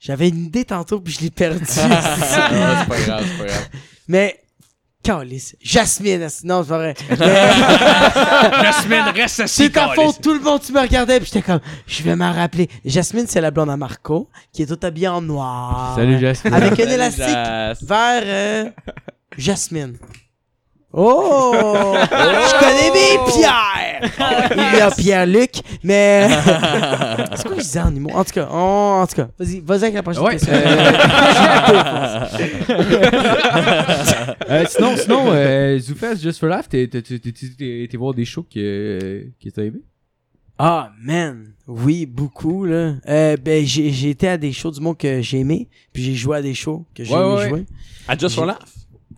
Speaker 5: j'avais une idée tantôt puis je l'ai perdue
Speaker 6: Ah, c'est pas grave, c'est pas grave.
Speaker 5: Mais. Calice. Jasmine, est- non, c'est pas vrai.
Speaker 4: Jasmine, reste
Speaker 5: C'est ta faute, tout le monde, tu me regardais, puis j'étais comme, je vais m'en rappeler. Jasmine, c'est la blonde à Marco, qui est toute habillée en noir.
Speaker 3: Salut, Jasmine.
Speaker 5: Avec un
Speaker 6: Salut,
Speaker 5: élastique
Speaker 6: Jas.
Speaker 5: vers euh, Jasmine. Oh! Je connais
Speaker 3: Oh!
Speaker 5: mes Pierre! Il y a Pierre-Luc, mais. c'est quoi que je disais en humour? En tout cas, on- en tout cas, vas-y, vas-y avec la prochaine
Speaker 3: Ouais.
Speaker 5: question.
Speaker 3: Euh, sinon, sinon, euh, Zoufès, Just for Laugh, t'es, t'es, t'es, t'es- t'es- t'es voir des shows qui, euh, qui t'ont aimé?
Speaker 5: Ah, man! Oui, beaucoup, là. Euh, ben, j'ai j'ai été à des shows du monde que j'ai aimé, puis j'ai joué à des shows que j'ai
Speaker 3: Ouais,
Speaker 5: aimé
Speaker 3: ouais.
Speaker 5: jouer.
Speaker 4: À Just for Laugh.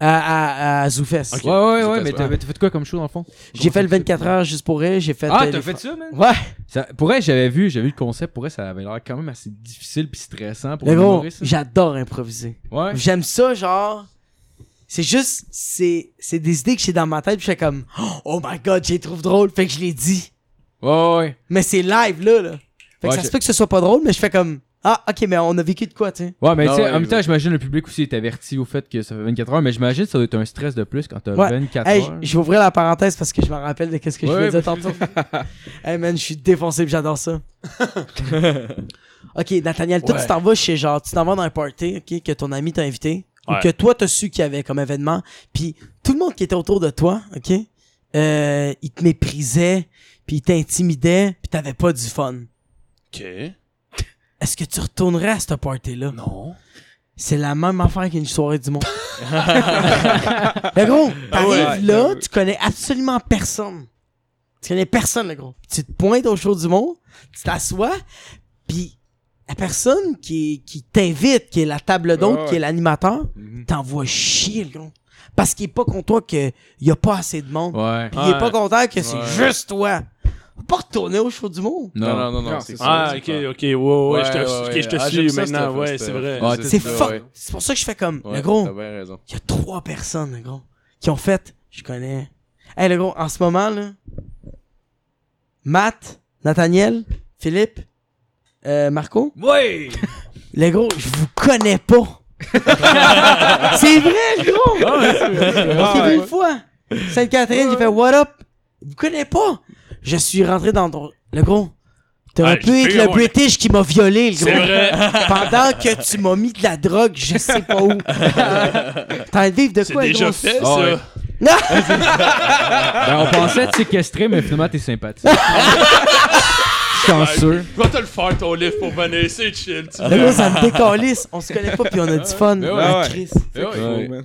Speaker 5: À, à, à Zoufest.
Speaker 4: Ok.
Speaker 3: Ouais, ouais, ouais,
Speaker 6: Zoufès,
Speaker 3: mais t'as,
Speaker 6: ouais.
Speaker 3: t'as fait quoi comme show, dans le fond?
Speaker 5: J'ai fait le 24 heures juste pour elle, j'ai fait...
Speaker 3: Ah, t'as
Speaker 5: euh, les
Speaker 3: fait
Speaker 5: fa-
Speaker 3: ça, man?
Speaker 5: Ouais!
Speaker 3: Ça, pour vrai, j'avais vu, j'avais vu le concept, pour vrai, ça avait l'air quand même assez difficile pis stressant pour
Speaker 5: Le
Speaker 3: un
Speaker 5: gros,
Speaker 3: humoriste, là.
Speaker 5: j'adore improviser.
Speaker 3: Ouais.
Speaker 5: J'aime ça, genre... C'est juste, c'est c'est des idées que j'ai dans ma tête, puis je fais comme... Oh my God, je les trouve drôles, fait que je les dis.
Speaker 3: Ouais, ouais.
Speaker 5: Mais c'est live, là, là. Fait que
Speaker 3: Ouais,
Speaker 5: ça
Speaker 3: je-
Speaker 5: se peut que ce soit pas drôle, mais je fais comme... Ah, OK, mais on a vécu de quoi, tu sais?
Speaker 3: Ouais, mais
Speaker 6: Ah
Speaker 3: tu sais,
Speaker 6: ouais,
Speaker 3: en même temps,
Speaker 6: ouais.
Speaker 3: j'imagine le public aussi est averti au fait que ça fait 24 heures, mais j'imagine que ça doit être un stress de plus quand t'as
Speaker 5: Ouais.
Speaker 3: 24
Speaker 5: Hey,
Speaker 3: heures.
Speaker 5: je vais ouvrir la parenthèse parce que je me rappelle de qu'est-ce que je
Speaker 3: Ouais,
Speaker 5: faisais tantôt. hey man, je suis défoncé pis j'adore ça. OK, Nathaniel, toi,
Speaker 4: Ouais.
Speaker 5: tu t'en vas chez genre, tu t'en vas dans un party, OK, que ton ami t'a invité,
Speaker 4: Ouais.
Speaker 5: ou que toi, t'as su qu'il y avait comme événement, puis tout le monde qui était autour de toi, OK, euh, il te méprisait, puis il t'intimidait, puis t'avais pas du fun.
Speaker 4: Ok.
Speaker 5: Est-ce que tu retournerais à ce party-là?
Speaker 4: Non.
Speaker 5: C'est la même affaire qu'une soirée du monde. le gros, t'arrives
Speaker 1: Ah ouais.
Speaker 5: là, tu connais absolument personne. Tu connais personne, le gros. Tu te pointes au show du monde, tu t'assois, puis la personne qui, qui t'invite, qui est la table d'hôte,
Speaker 1: Ah ouais.
Speaker 5: qui est l'animateur, t'envoie chier, le gros. Parce qu'il est pas content qu'il y a pas assez de monde.
Speaker 3: Ouais.
Speaker 5: Puis il est
Speaker 4: Ouais.
Speaker 5: pas content que c'est
Speaker 6: Ouais.
Speaker 5: juste toi. Faut pas retourner au show du monde.
Speaker 3: Non, non.
Speaker 6: non,
Speaker 1: Non, c'est ça.
Speaker 4: Ah, ok, ok, ouais, ouais,
Speaker 6: Ouais,
Speaker 4: je te,
Speaker 6: ouais,
Speaker 4: ok,
Speaker 6: ouais.
Speaker 4: je te
Speaker 6: Ah,
Speaker 4: suis
Speaker 6: j'aime ça,
Speaker 4: maintenant,
Speaker 6: cette-
Speaker 4: ouais,
Speaker 6: cette-
Speaker 4: c'est vrai.
Speaker 3: Ouais,
Speaker 5: C'est
Speaker 6: ça,
Speaker 5: fuck.
Speaker 6: ouais.
Speaker 5: C'est pour ça que je fais comme,
Speaker 6: Ouais,
Speaker 5: le gros.
Speaker 6: T'as bien raison.
Speaker 5: Il y a trois personnes, le gros, qui ont fait. Je connais. Hey, le gros, en ce moment, là. Matt, Nathaniel, Philippe, euh, Marco. Ouais! Le gros, je vous connais pas. c'est vrai, le gros! c'est
Speaker 1: Ah, ouais.
Speaker 5: une fois. Sainte-Catherine, j'ai fait What up? Vous connaissez pas? Je suis rentré dans ton- le gros. T'aurais
Speaker 4: Ouais,
Speaker 5: pu
Speaker 4: j'ai
Speaker 5: être
Speaker 4: vu,
Speaker 5: le
Speaker 4: ouais.
Speaker 5: British qui m'a violé, le gros.
Speaker 4: C'est vrai.
Speaker 5: Pendant que tu m'as mis de la drogue, je sais pas où. T'as envie de vivre de
Speaker 4: C'est
Speaker 5: quoi,
Speaker 4: déjà
Speaker 5: gros?
Speaker 4: fait,
Speaker 3: Ah, ouais.
Speaker 4: ça.
Speaker 3: Ben, on pensait te séquestrer, mais finalement, t'es sympathique. Chanceux.
Speaker 4: Je vais te le faire, ton livre, pour venir, c'est chill. tu
Speaker 5: Le
Speaker 4: vois.
Speaker 5: gros, ça me décalisse. On se connaît pas, puis on a du fun.
Speaker 6: ouais,
Speaker 5: Ah,
Speaker 1: ouais.
Speaker 5: Chris.
Speaker 1: Cool, man.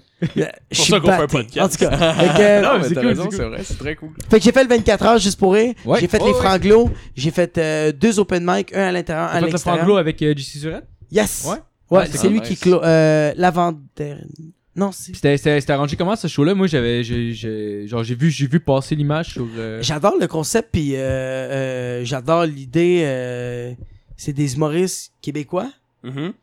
Speaker 5: Je suis
Speaker 4: ça qu'on fait un
Speaker 5: batté.
Speaker 4: podcast.
Speaker 5: En tout cas, fait
Speaker 4: Ah,
Speaker 5: que,
Speaker 6: Non, mais
Speaker 3: c'est
Speaker 6: t'as
Speaker 3: cool,
Speaker 6: raison,
Speaker 3: c'est
Speaker 6: c'est vrai, c'est très cool.
Speaker 5: fait que j'ai fait le 24 heures juste pour rire.
Speaker 3: Ouais.
Speaker 5: J'ai fait
Speaker 6: Oh,
Speaker 5: les
Speaker 6: ouais.
Speaker 5: franglos. J'ai fait euh, deux open mic, un à l'intérieur, un à
Speaker 3: T'as fait le
Speaker 5: l'extérieur.
Speaker 3: franglo avec euh, JC Surette?
Speaker 5: Yes.
Speaker 3: Ouais.
Speaker 5: Ouais,
Speaker 3: Ouais,
Speaker 5: c'est
Speaker 6: c'est
Speaker 5: lui
Speaker 6: nice.
Speaker 5: qui clôt euh, l'avant-dernier. Non, c'est.
Speaker 3: Puis C'était c'était- c'était arrangé comment ce show-là? Moi, j'avais. j'ai- j'ai- Genre, j'ai vu, j'ai vu passer l'image sur. euh,
Speaker 5: J'adore le concept, puis euh, euh, j'adore l'idée. euh, c'est des humoristes québécois
Speaker 4: Mhm.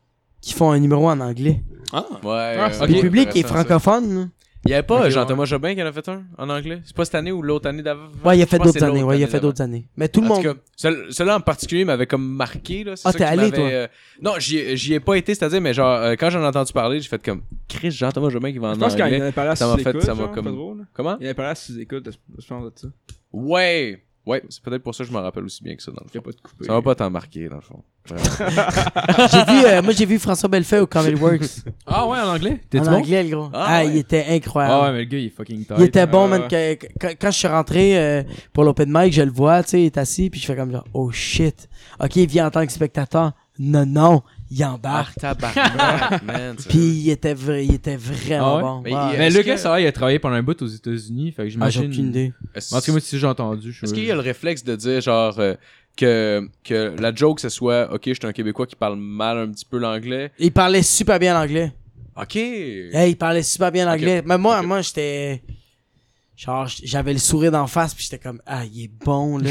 Speaker 5: qui font un numéro en anglais.
Speaker 4: Ah.
Speaker 6: Ouais.
Speaker 1: Ah,
Speaker 6: euh,
Speaker 1: c'est
Speaker 6: ouais,
Speaker 5: Le public est
Speaker 6: intéressant, ça.
Speaker 5: francophone.
Speaker 6: Il y avait pas
Speaker 3: Ok,
Speaker 6: Jean-Thomas Jobin qui en a fait un en anglais C'est pas cette année ou l'autre année d'avant
Speaker 5: Ouais, il a
Speaker 6: Je
Speaker 5: fait
Speaker 6: pense que
Speaker 5: d'autres
Speaker 6: c'est
Speaker 5: années.
Speaker 6: l'autre
Speaker 5: Ouais, il a fait
Speaker 6: année d'avant.
Speaker 5: d'autres années. Mais tout le
Speaker 6: En tout
Speaker 5: monde.
Speaker 6: cas, cel- celui-là en particulier m'avait comme marqué. Là, c'est
Speaker 5: Ah,
Speaker 6: ça
Speaker 5: t'es
Speaker 6: qui
Speaker 5: allé,
Speaker 6: m'avait,
Speaker 5: toi?
Speaker 6: euh, Non, j'y ai- j'y ai pas été cette année, mais genre, euh, quand j'en ai entendu parler, j'ai fait comme Chris Jean-Thomas Jobin qui va
Speaker 1: Je
Speaker 6: en
Speaker 1: pense qu'il y
Speaker 6: anglais.
Speaker 1: en a parlé à
Speaker 6: ça m'a fait-
Speaker 1: sous-écoute,
Speaker 6: ça m'a
Speaker 1: genre,
Speaker 6: comme-
Speaker 1: pas drôle, là.
Speaker 6: Comment
Speaker 1: Il y en a parlé à sous-écoute, je pense, de ça.
Speaker 6: Ouais Ouais, c'est peut-être pour ça que je m'en rappelle aussi bien que ça, dans le
Speaker 1: Il y a
Speaker 6: fond.
Speaker 1: pas de coupé.
Speaker 6: Ça va pas t'en marquer, dans le fond. Vraiment.
Speaker 5: J'ai vu, euh, moi j'ai vu François Bellefeuille au Comedy Works.
Speaker 3: Ah ouais, en anglais? T'es
Speaker 5: en
Speaker 3: bon?
Speaker 5: anglais, le gros.
Speaker 6: Ah,
Speaker 5: Ah,
Speaker 6: ouais.
Speaker 5: il était
Speaker 3: Ah ouais,
Speaker 5: incroyable.
Speaker 3: mais le gars, il est fucking tight.
Speaker 5: il était bon,
Speaker 1: Ouais,
Speaker 5: man. que- que- Quand, quand je suis rentré euh, pour l'open mic, je le vois, tu sais, il est assis, puis je fais comme genre, oh shit. Ok, il vient en tant que spectateur. Non, non, il embarque.
Speaker 6: tabarnak, man.
Speaker 5: Ah, Puis il était, vra- il était
Speaker 3: Ah
Speaker 5: vraiment
Speaker 3: ouais?
Speaker 5: bon.
Speaker 6: Mais
Speaker 5: Ouais.
Speaker 6: il-
Speaker 3: Mais
Speaker 6: Est-ce
Speaker 3: le
Speaker 6: que-
Speaker 3: gars, ça va, il a travaillé pendant un bout aux États-Unis, fait que
Speaker 5: Ah,
Speaker 3: j'imagine.
Speaker 5: j'ai aucune idée.
Speaker 6: Est-ce
Speaker 3: En tout cas, moi, c'est ce que j'ai entendu. je-
Speaker 6: est-ce qu'il y a le réflexe de dire, genre, euh, que, que la joke, ce soit, OK, je suis un Québécois qui parle mal un petit peu l'anglais.
Speaker 5: Il parlait super bien l'anglais.
Speaker 6: OK.
Speaker 5: Hey, il parlait super bien l'anglais.
Speaker 6: Ok.
Speaker 5: Mais moi,
Speaker 6: Ok.
Speaker 5: moi, j'étais. Genre, j- j'avais le sourire d'en face, puis j'étais comme, ah, il est bon, là.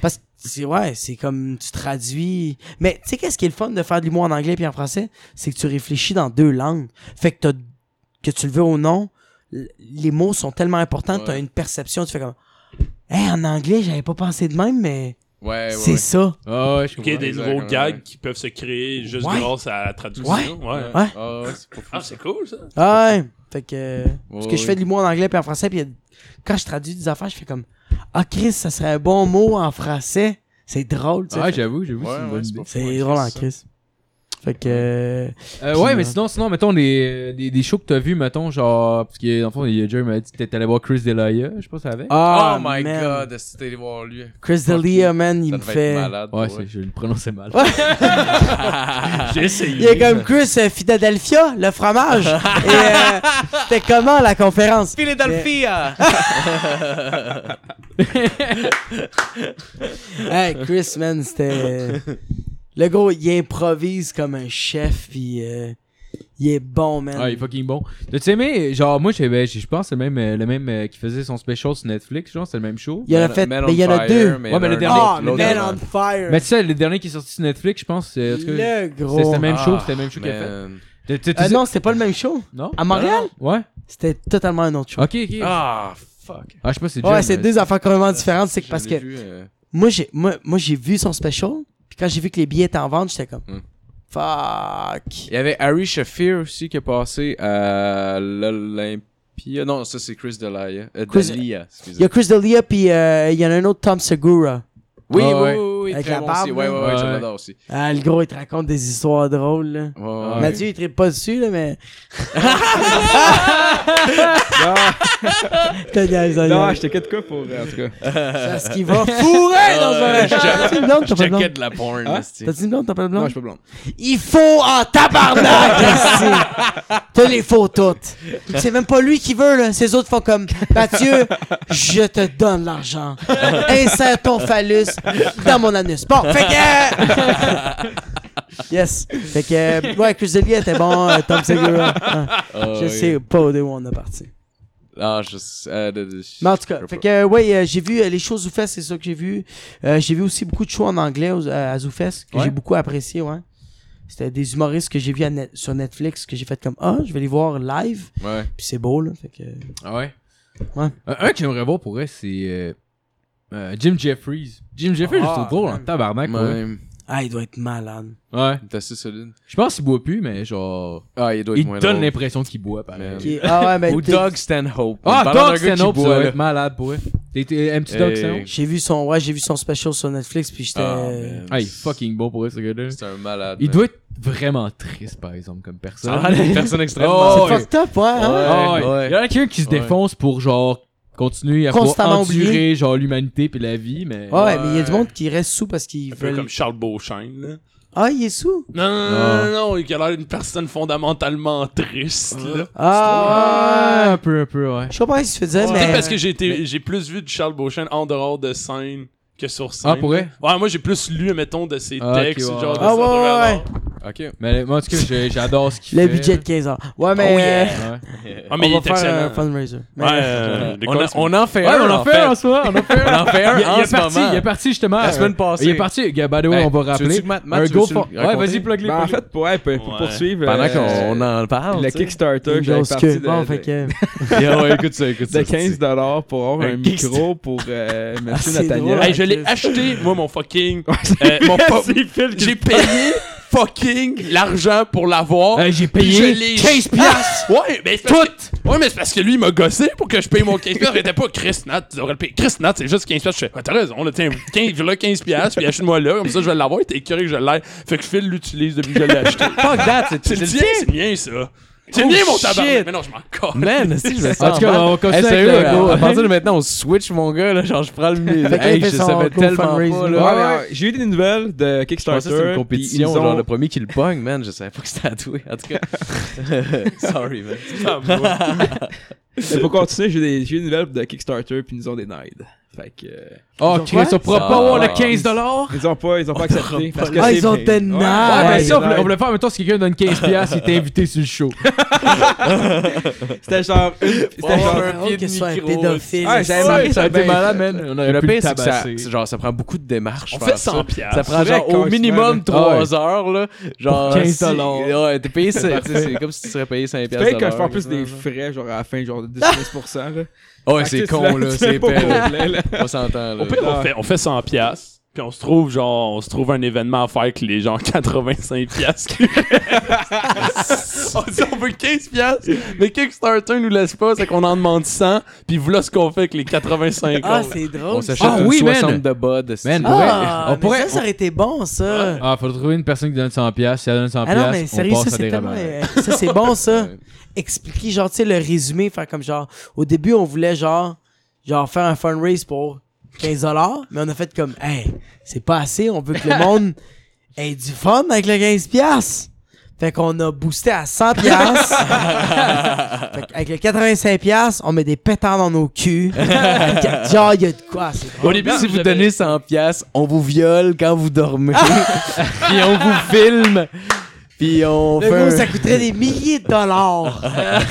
Speaker 5: Parce que, c'est, ouais, c'est comme, tu traduis. Mais, tu sais, qu'est-ce qui est le fun de faire de l'humour en anglais puis en français? C'est que tu réfléchis dans deux langues. Fait que t'as- que tu le veux ou non, l- les mots sont tellement importants,
Speaker 6: Ouais.
Speaker 5: t'as une perception, tu fais comme, hey, en anglais, j'avais pas pensé de même, mais
Speaker 6: Eh Ouais, ouais.
Speaker 5: c'est
Speaker 6: ouais.
Speaker 5: ça.
Speaker 3: Ah ouais, je
Speaker 4: Ok, des
Speaker 6: exact,
Speaker 4: nouveaux
Speaker 6: ouais,
Speaker 4: gags
Speaker 6: ouais.
Speaker 4: qui peuvent se créer juste
Speaker 5: Ouais.
Speaker 4: grâce à la traduction. Ouais.
Speaker 5: Ouais.
Speaker 6: Ah, ouais, c'est pas fou.
Speaker 4: Ah, c'est cool, ça.
Speaker 5: Ah Ouais. Fait que. Parce
Speaker 6: Ouais,
Speaker 5: que je fais de l'humour en anglais puis en français, puis il y a- quand je traduis des affaires, je fais comme Ah, Chris, ça serait un bon mot en français. C'est drôle, tu sais.
Speaker 3: Ah,
Speaker 5: Fait-
Speaker 3: j'avoue, j'avoue,
Speaker 6: Ouais,
Speaker 3: c'est une
Speaker 6: ouais,
Speaker 3: bonne
Speaker 6: c'est
Speaker 3: idée.
Speaker 6: pas
Speaker 5: c'est
Speaker 6: Ouais,
Speaker 5: drôle en
Speaker 6: Chris, ça.
Speaker 5: Chris. Fait que.
Speaker 3: Euh, ouais, mais sinon, sinon, mettons, les, les, les shows que t'as vus, mettons, genre, parce que, dans le fond, il y a Jerry m'a dit que t'étais allé voir Chris Delia, je pense, avec.
Speaker 6: Oh,
Speaker 5: Ah,
Speaker 6: my
Speaker 5: man.
Speaker 6: god, est-ce que t'es allé voir lui?
Speaker 5: Chris D'Elia, man, il
Speaker 6: Ça
Speaker 5: me
Speaker 6: devait être
Speaker 5: fait.
Speaker 6: malade.
Speaker 3: Ouais,
Speaker 6: pour
Speaker 3: c'est-
Speaker 6: eux.
Speaker 3: je le prononçais mal.
Speaker 4: J'ai
Speaker 5: Il est
Speaker 4: essayé.
Speaker 5: comme Chris euh, Philadelphia, le fromage. Et euh, c'était comment la conférence?
Speaker 6: Philadelphia!
Speaker 5: Hey, Chris, man, c'était. Le gros, il improvise comme un chef, puis euh, il est bon, man.
Speaker 3: Ah, il est fucking bon. T'as-tu aimé, genre, moi, j'ai- ben, j'ai- je pense, c'est le même, euh, le même euh, qui faisait son special sur Netflix, genre, c'est le même show.
Speaker 5: Il y en a
Speaker 6: Man-
Speaker 5: fait,
Speaker 6: Man
Speaker 5: mais il y en a
Speaker 6: on Fire,
Speaker 5: deux.
Speaker 6: mais
Speaker 3: Ouais,
Speaker 6: il y
Speaker 3: mais
Speaker 6: en a
Speaker 3: le
Speaker 6: un
Speaker 3: dernier-
Speaker 5: Ah,
Speaker 6: autre,
Speaker 5: mais
Speaker 6: l'autre
Speaker 5: Man
Speaker 6: avant.
Speaker 5: on Fire.
Speaker 3: Mais tu sais, le dernier qui est sorti sur Netflix, je pense, c'est, en tout cas,
Speaker 5: le
Speaker 3: c'était
Speaker 5: gros.
Speaker 3: c'était le même
Speaker 6: Ah,
Speaker 3: show, c'était le même show qu'il a fait.
Speaker 6: man.
Speaker 3: T'as- t'as-
Speaker 5: Euh,
Speaker 3: t'as-
Speaker 5: non, Ah, c'était pas le même show.
Speaker 3: non?
Speaker 5: À Montréal,
Speaker 3: Ouais.
Speaker 5: c'était totalement un autre show.
Speaker 3: Ok, ok. Ah,
Speaker 6: Ah, fuck.
Speaker 3: je sais pas, c'est
Speaker 5: ouais,
Speaker 3: Jerry, euh,
Speaker 5: c'est
Speaker 3: mais-
Speaker 5: deux affaires complètement différentes. C'est que parce
Speaker 6: Je l'ai
Speaker 5: que
Speaker 6: vu, euh,
Speaker 5: moi, j'ai moi, moi, j'ai vu son special. Puis quand j'ai vu que les billets étaient en vente, j'étais comme
Speaker 6: Hmm.
Speaker 5: fuck.
Speaker 6: Il y avait Harry Shafir aussi qui est passé à l'Olympia. Non, ça c'est Chris Delia. Euh,
Speaker 5: Chris-
Speaker 6: Delia,
Speaker 5: Il y
Speaker 6: excusez.
Speaker 5: a Chris D'Elia, puis euh, il y en a un autre, Tom Segura.
Speaker 6: Oui,
Speaker 3: Ah,
Speaker 6: oui,
Speaker 3: ouais.
Speaker 6: oui, oui,
Speaker 5: Avec
Speaker 6: très
Speaker 5: la
Speaker 6: bon
Speaker 5: barbe,
Speaker 6: aussi. Ouais,
Speaker 5: là.
Speaker 6: ouais, ouais, je
Speaker 3: Ouais.
Speaker 6: l'adore aussi.
Speaker 5: Ah, le gros, il te raconte des histoires drôles, là.
Speaker 6: Ouais, ouais.
Speaker 3: Ah,
Speaker 5: Mathieu, il tripe pas dessus, là, mais. T'as niaise, t'as
Speaker 1: Non,
Speaker 5: niaise.
Speaker 1: j'étais quatre cas pour. euh, en tout cas.
Speaker 5: Parce qu'il va fourrer dans un
Speaker 6: Ah,
Speaker 5: restaurant. T'as-tu une blonde, t'as pas de blonde?
Speaker 6: Jacket de la porn,
Speaker 1: Ah.
Speaker 6: esti.
Speaker 5: T'as-tu une blonde, t'as pas de
Speaker 1: Non, je
Speaker 5: blonde?
Speaker 1: suis pas blond.
Speaker 5: Il faut en tabarnak, ici. T'as les faux toutes. C'est même pas lui qui veut, là. Ces autres font comme Mathieu, je te donne l'argent. Insère ton phallus dans mon anus. Bon, fait que. euh, Yes. Fait que, euh, ouais, Chris Delia était bon, euh, Tom Segura. Ah,
Speaker 6: Ah,
Speaker 5: je
Speaker 6: oui.
Speaker 5: sais pas d'où on est parti.
Speaker 6: Ah, je sais. euh, de- de-
Speaker 5: Mais en tout cas,
Speaker 6: je sais
Speaker 5: fait
Speaker 6: pas.
Speaker 5: que, euh, ouais, euh, j'ai vu euh, les shows Zoufest, c'est ça que j'ai vu. Euh, j'ai vu aussi beaucoup de shows en anglais aux- à, à Zoufest que
Speaker 6: Ouais.
Speaker 5: j'ai beaucoup apprécié, ouais. C'était des humoristes que j'ai vus à Net- sur Netflix que j'ai fait comme Ah, je vais les voir live.
Speaker 6: Ouais.
Speaker 5: Puis c'est beau, là. Fait que,
Speaker 3: Ah ouais?
Speaker 5: Ouais.
Speaker 3: Un, un que j'aimerais voir pour vrai, c'est euh, euh, Jim Jeffries. Jim Jeffries,
Speaker 5: Ah,
Speaker 3: je le trouve drôle en
Speaker 5: man.
Speaker 3: tabarnak. pour vrai.
Speaker 6: Ouais,
Speaker 5: ah, il doit être malade.
Speaker 3: Ouais.
Speaker 6: il est assez solide.
Speaker 3: Je pense qu'il boit plus, mais genre.
Speaker 6: Ah, il doit être
Speaker 3: Il
Speaker 6: moins
Speaker 3: donne
Speaker 6: drôle.
Speaker 3: l'impression qu'il boit, pareil.
Speaker 6: Man.
Speaker 5: Ok, Ah ouais, mais
Speaker 6: Ou
Speaker 5: t'es-
Speaker 6: Doug Stanhope. On
Speaker 3: Ah,
Speaker 6: parle d'un
Speaker 3: Doug
Speaker 6: gars qui
Speaker 3: Stanhope, ça
Speaker 6: boit,
Speaker 3: doit
Speaker 6: là. Euh,
Speaker 3: être malade, pour vrai. T'es- t'es- Un petit Doug
Speaker 6: Hey.
Speaker 3: Stanhope?
Speaker 5: j'ai vu son ouais, j'ai vu son special sur Netflix puis j'étais euh,
Speaker 6: Ah, man.
Speaker 3: Ah, il est fucking beau pour vrai, ce gars-là.
Speaker 6: C'est un malade.
Speaker 3: Il
Speaker 6: man.
Speaker 3: doit être vraiment triste, par exemple, comme personne.
Speaker 6: Ça a l'air d'une personne
Speaker 3: Oh,
Speaker 6: extrêmement.
Speaker 5: C'est
Speaker 3: ouais.
Speaker 5: fucked up, ouais. hein?
Speaker 3: Ah ouais.
Speaker 6: Ouais.
Speaker 3: Il y en a quelqu'un qui se
Speaker 6: Ouais.
Speaker 3: défonce pour genre continuer à pouvoir
Speaker 5: Constamment
Speaker 3: endurer
Speaker 5: oublié.
Speaker 3: genre l'humanité puis la vie mais
Speaker 5: Ah, Ouais, mais il y a du monde qui reste sous parce qu'ils
Speaker 4: Un peu
Speaker 5: veulent.
Speaker 4: comme Charles Beauchesne, là.
Speaker 5: Ah, il est sous.
Speaker 4: Non, non,
Speaker 3: Ah.
Speaker 4: non, non, non, il a l'air d'une personne fondamentalement triste, là.
Speaker 3: Ouais,
Speaker 5: Ah, ouais.
Speaker 3: un peu un peu ouais
Speaker 5: Je sais pas ce qu'il faisait,
Speaker 4: Peut-être
Speaker 5: mais.
Speaker 4: parce que j'ai été- j'ai plus vu de Charles Beauchamp en dehors de scène que sur scène.
Speaker 3: ah pour vrai
Speaker 4: Ouais, moi j'ai plus lu, mettons, de ses
Speaker 3: Ah, ok,
Speaker 4: textes,
Speaker 3: ouais,
Speaker 4: genre de
Speaker 3: ouais.
Speaker 5: Ah,
Speaker 4: ça, de
Speaker 5: ouais, ouais,
Speaker 4: vraiment.
Speaker 6: Ok.
Speaker 3: mais moi en tout cas j'ai- j'adore ce qu'il
Speaker 5: Le
Speaker 3: fait
Speaker 5: budget de 15 heures. Ouais, mais. euh,
Speaker 3: Ouais.
Speaker 4: Ah, mais
Speaker 5: on
Speaker 4: il
Speaker 5: va
Speaker 4: est
Speaker 5: faire un
Speaker 4: excellent.
Speaker 5: fundraiser. Mais-
Speaker 4: Ouais, euh, des
Speaker 6: On, a-
Speaker 4: coins-
Speaker 6: on en fait
Speaker 3: Ouais,
Speaker 6: un.
Speaker 3: on en fait un en soi on en fait
Speaker 6: On
Speaker 3: un
Speaker 6: en fait un
Speaker 3: il, il
Speaker 6: en
Speaker 3: est
Speaker 6: ce
Speaker 3: parti,
Speaker 6: moment.
Speaker 3: il est parti justement.
Speaker 6: La semaine
Speaker 3: euh,
Speaker 6: passée.
Speaker 3: Il est parti. Gars, by the way,
Speaker 6: Ben,
Speaker 3: on va
Speaker 6: Ah, tu veux-tu
Speaker 3: rappeler.
Speaker 6: que Matt-
Speaker 3: un
Speaker 6: Matt, tu
Speaker 3: go
Speaker 6: veux-tu
Speaker 3: for-
Speaker 6: le
Speaker 3: Ouais,
Speaker 6: raconter?
Speaker 3: vas-y, plug les.
Speaker 1: Ben, en fait, pour, ouais, pour, pour
Speaker 4: Ouais.
Speaker 1: poursuivre.
Speaker 6: Pendant
Speaker 1: euh,
Speaker 6: qu'on en parle.
Speaker 1: Le
Speaker 6: tu sais.
Speaker 1: Kickstarter,
Speaker 5: Une
Speaker 1: que j'avais
Speaker 5: grosse
Speaker 1: parti
Speaker 5: queue.
Speaker 1: de,
Speaker 5: Bon,
Speaker 1: de-
Speaker 5: fait que. euh,
Speaker 6: Yeah, ouais, écoute ça, écoute
Speaker 1: de
Speaker 6: ça.
Speaker 1: 15
Speaker 6: c'est-
Speaker 1: dollars pour avoir
Speaker 6: Un
Speaker 1: un
Speaker 6: Kickstarter.
Speaker 1: micro pour euh, Monsieur
Speaker 5: Ah, c'est
Speaker 1: Nathaniel.
Speaker 5: drôle.
Speaker 4: Hey, je l'ai acheté, moi, mon fucking. euh, mon pa- j'ai payé fucking l'argent pour l'avoir.
Speaker 3: j'ai
Speaker 4: Puis je
Speaker 3: payé
Speaker 4: l'ai- Ah!
Speaker 3: 15 piastres.
Speaker 4: Ouais, mais c'est parce que- Ouais, mais c'est parce que lui, il m'a gossé pour que je paye mon 15$. Il était pas Chris Nat, tu devrais le payer. Chris Nat, c'est juste 15$. Je fais, ah, t'as raison, là, tiens, 15, voilà 15$, puis achète-moi là, comme ça, je vais l'avoir. T'es curieux que je l'aille. Fait que Phil l'utilise depuis que je l'ai acheté.
Speaker 6: Fuck that,
Speaker 4: C'est le tien, c'est le mien, ça. C'est le mien, mon
Speaker 6: shit.
Speaker 4: tabac. Mais non, je m'en colle.
Speaker 6: Man, si je
Speaker 5: Ah,
Speaker 6: me sens
Speaker 3: En tout cas,
Speaker 6: mal.
Speaker 3: on continue
Speaker 6: Hey,
Speaker 3: avec
Speaker 6: sérieux,
Speaker 3: le
Speaker 6: à-
Speaker 3: go.
Speaker 6: À partir de maintenant, on switch, mon gars. Là, genre, je prends le milieu.
Speaker 5: Fait qu'il
Speaker 6: Hey,
Speaker 5: fait
Speaker 6: je
Speaker 5: son
Speaker 6: savais
Speaker 5: go
Speaker 6: tellement pas.
Speaker 5: fundraising.
Speaker 1: Ouais,
Speaker 6: Là.
Speaker 1: mais, euh, j'ai eu des nouvelles
Speaker 6: Je
Speaker 1: de
Speaker 6: pensais
Speaker 1: Kickstarter.
Speaker 6: que c'était une
Speaker 1: puis ils
Speaker 6: compétition,
Speaker 1: nous ont-
Speaker 6: genre le premier qui le pogne, man. Je savais pas que c'était à toi. En tout cas, sorry, man.
Speaker 1: Mais pour continuer, j'ai des- j'ai eu des nouvelles de Kickstarter puis ils nous ont denied. Fait que. euh,
Speaker 3: Oh,
Speaker 5: ont
Speaker 3: Chris,
Speaker 5: quoi?
Speaker 3: on pourra
Speaker 6: Ça-
Speaker 3: pas avoir le 15 dollars.
Speaker 1: Ils ont pas, ils ont pas accepté. Parce que
Speaker 5: Ah,
Speaker 1: c'est-
Speaker 5: ils ont
Speaker 1: Ouais,
Speaker 5: denied.
Speaker 3: Ouais,
Speaker 5: Ah,
Speaker 3: ben
Speaker 5: ouais,
Speaker 3: ça, on voulait,
Speaker 1: denied.
Speaker 3: on voulait faire, mettons, si quelqu'un donne 15 piastres, il était invité sur le show.
Speaker 1: C'était genre une. C'était
Speaker 6: Ouais,
Speaker 1: genre.
Speaker 6: ouais.
Speaker 5: Oh,
Speaker 6: pied
Speaker 5: que
Speaker 6: de
Speaker 5: ce soit un
Speaker 6: micro.
Speaker 5: pédophile.
Speaker 1: Ah, j'avais
Speaker 5: ça.
Speaker 1: marqué
Speaker 3: ça a été
Speaker 1: ben,
Speaker 3: malade, man. On aurait
Speaker 6: Le
Speaker 3: pu
Speaker 6: pire,
Speaker 3: le
Speaker 6: c'est que ça,
Speaker 3: tabasser.
Speaker 6: c'est genre, ça prend beaucoup de démarches.
Speaker 4: On
Speaker 6: faire
Speaker 4: fait
Speaker 6: ça.
Speaker 4: 100 piastres.
Speaker 6: Ça prend
Speaker 1: C'est vrai
Speaker 6: genre au
Speaker 1: que
Speaker 6: minimum
Speaker 1: c'est
Speaker 6: 3 heures, là. Genre,
Speaker 3: 15
Speaker 6: si-
Speaker 3: dollars.
Speaker 6: Ouais, t'es payé, c'est tu sais, c'est comme si tu serais payé 5
Speaker 1: Tu
Speaker 6: piastres.
Speaker 1: payes quand je
Speaker 6: prends
Speaker 1: prends plus des frais, genre à la fin, genre de 10-15%. là.
Speaker 6: Ouais,
Speaker 1: Fait
Speaker 6: c'est
Speaker 1: que
Speaker 6: con, là. C'est
Speaker 1: pas
Speaker 6: payé.
Speaker 1: pour vrai, là.
Speaker 6: On s'entend, là.
Speaker 4: Au pire, on fait, on fait 100 piastres, puis on se trouve genre, on se trouve un événement à faire avec les gens 85 piastres. qui restent. on dit on veut 15 piastres, mais Kickstarter nous laisse pas, c'est qu'on en demande 100, puis voilà ce qu'on fait avec les 85
Speaker 5: Ah,
Speaker 4: autres.
Speaker 5: c'est drôle.
Speaker 6: On s'achète
Speaker 3: Ah
Speaker 6: une
Speaker 3: oui, man.
Speaker 6: 60 de bod. c'est-
Speaker 3: Man,
Speaker 6: Ouais.
Speaker 5: Ah,
Speaker 3: On
Speaker 5: mais
Speaker 3: pourrait-
Speaker 5: ça, ça aurait été bon, ça.
Speaker 3: Ah, faut trouver une personne qui donne 100 piastres. Si elle donne 100
Speaker 5: Ah non, mais
Speaker 3: piastres, on
Speaker 5: sérieux, ça,
Speaker 3: passe à
Speaker 5: c'est
Speaker 3: des
Speaker 5: tellement...
Speaker 3: rabats.
Speaker 5: euh, Ça, c'est bon, ça.
Speaker 6: Ouais.
Speaker 5: Expliquer, genre, tu sais, le résumé, faire comme genre... Au début, on voulait, genre, genre faire un fundraise pour 15 mais on a fait comme, hey, c'est pas assez, on veut que le monde ait du fun avec le 15 piastres. Fait qu'on a boosté à 100 piastres. Fait qu'avec le 85 piastres, on met des pétards dans nos culs. genre, il y a de quoi, c'est drôle.
Speaker 4: Au début,
Speaker 6: Si vous
Speaker 4: j'avais-
Speaker 6: donnez 100 piastres, on vous viole quand vous dormez. Puis on vous filme. Puis on
Speaker 5: Le
Speaker 6: fait
Speaker 5: gros,
Speaker 6: un-
Speaker 5: ça coûterait des milliers de dollars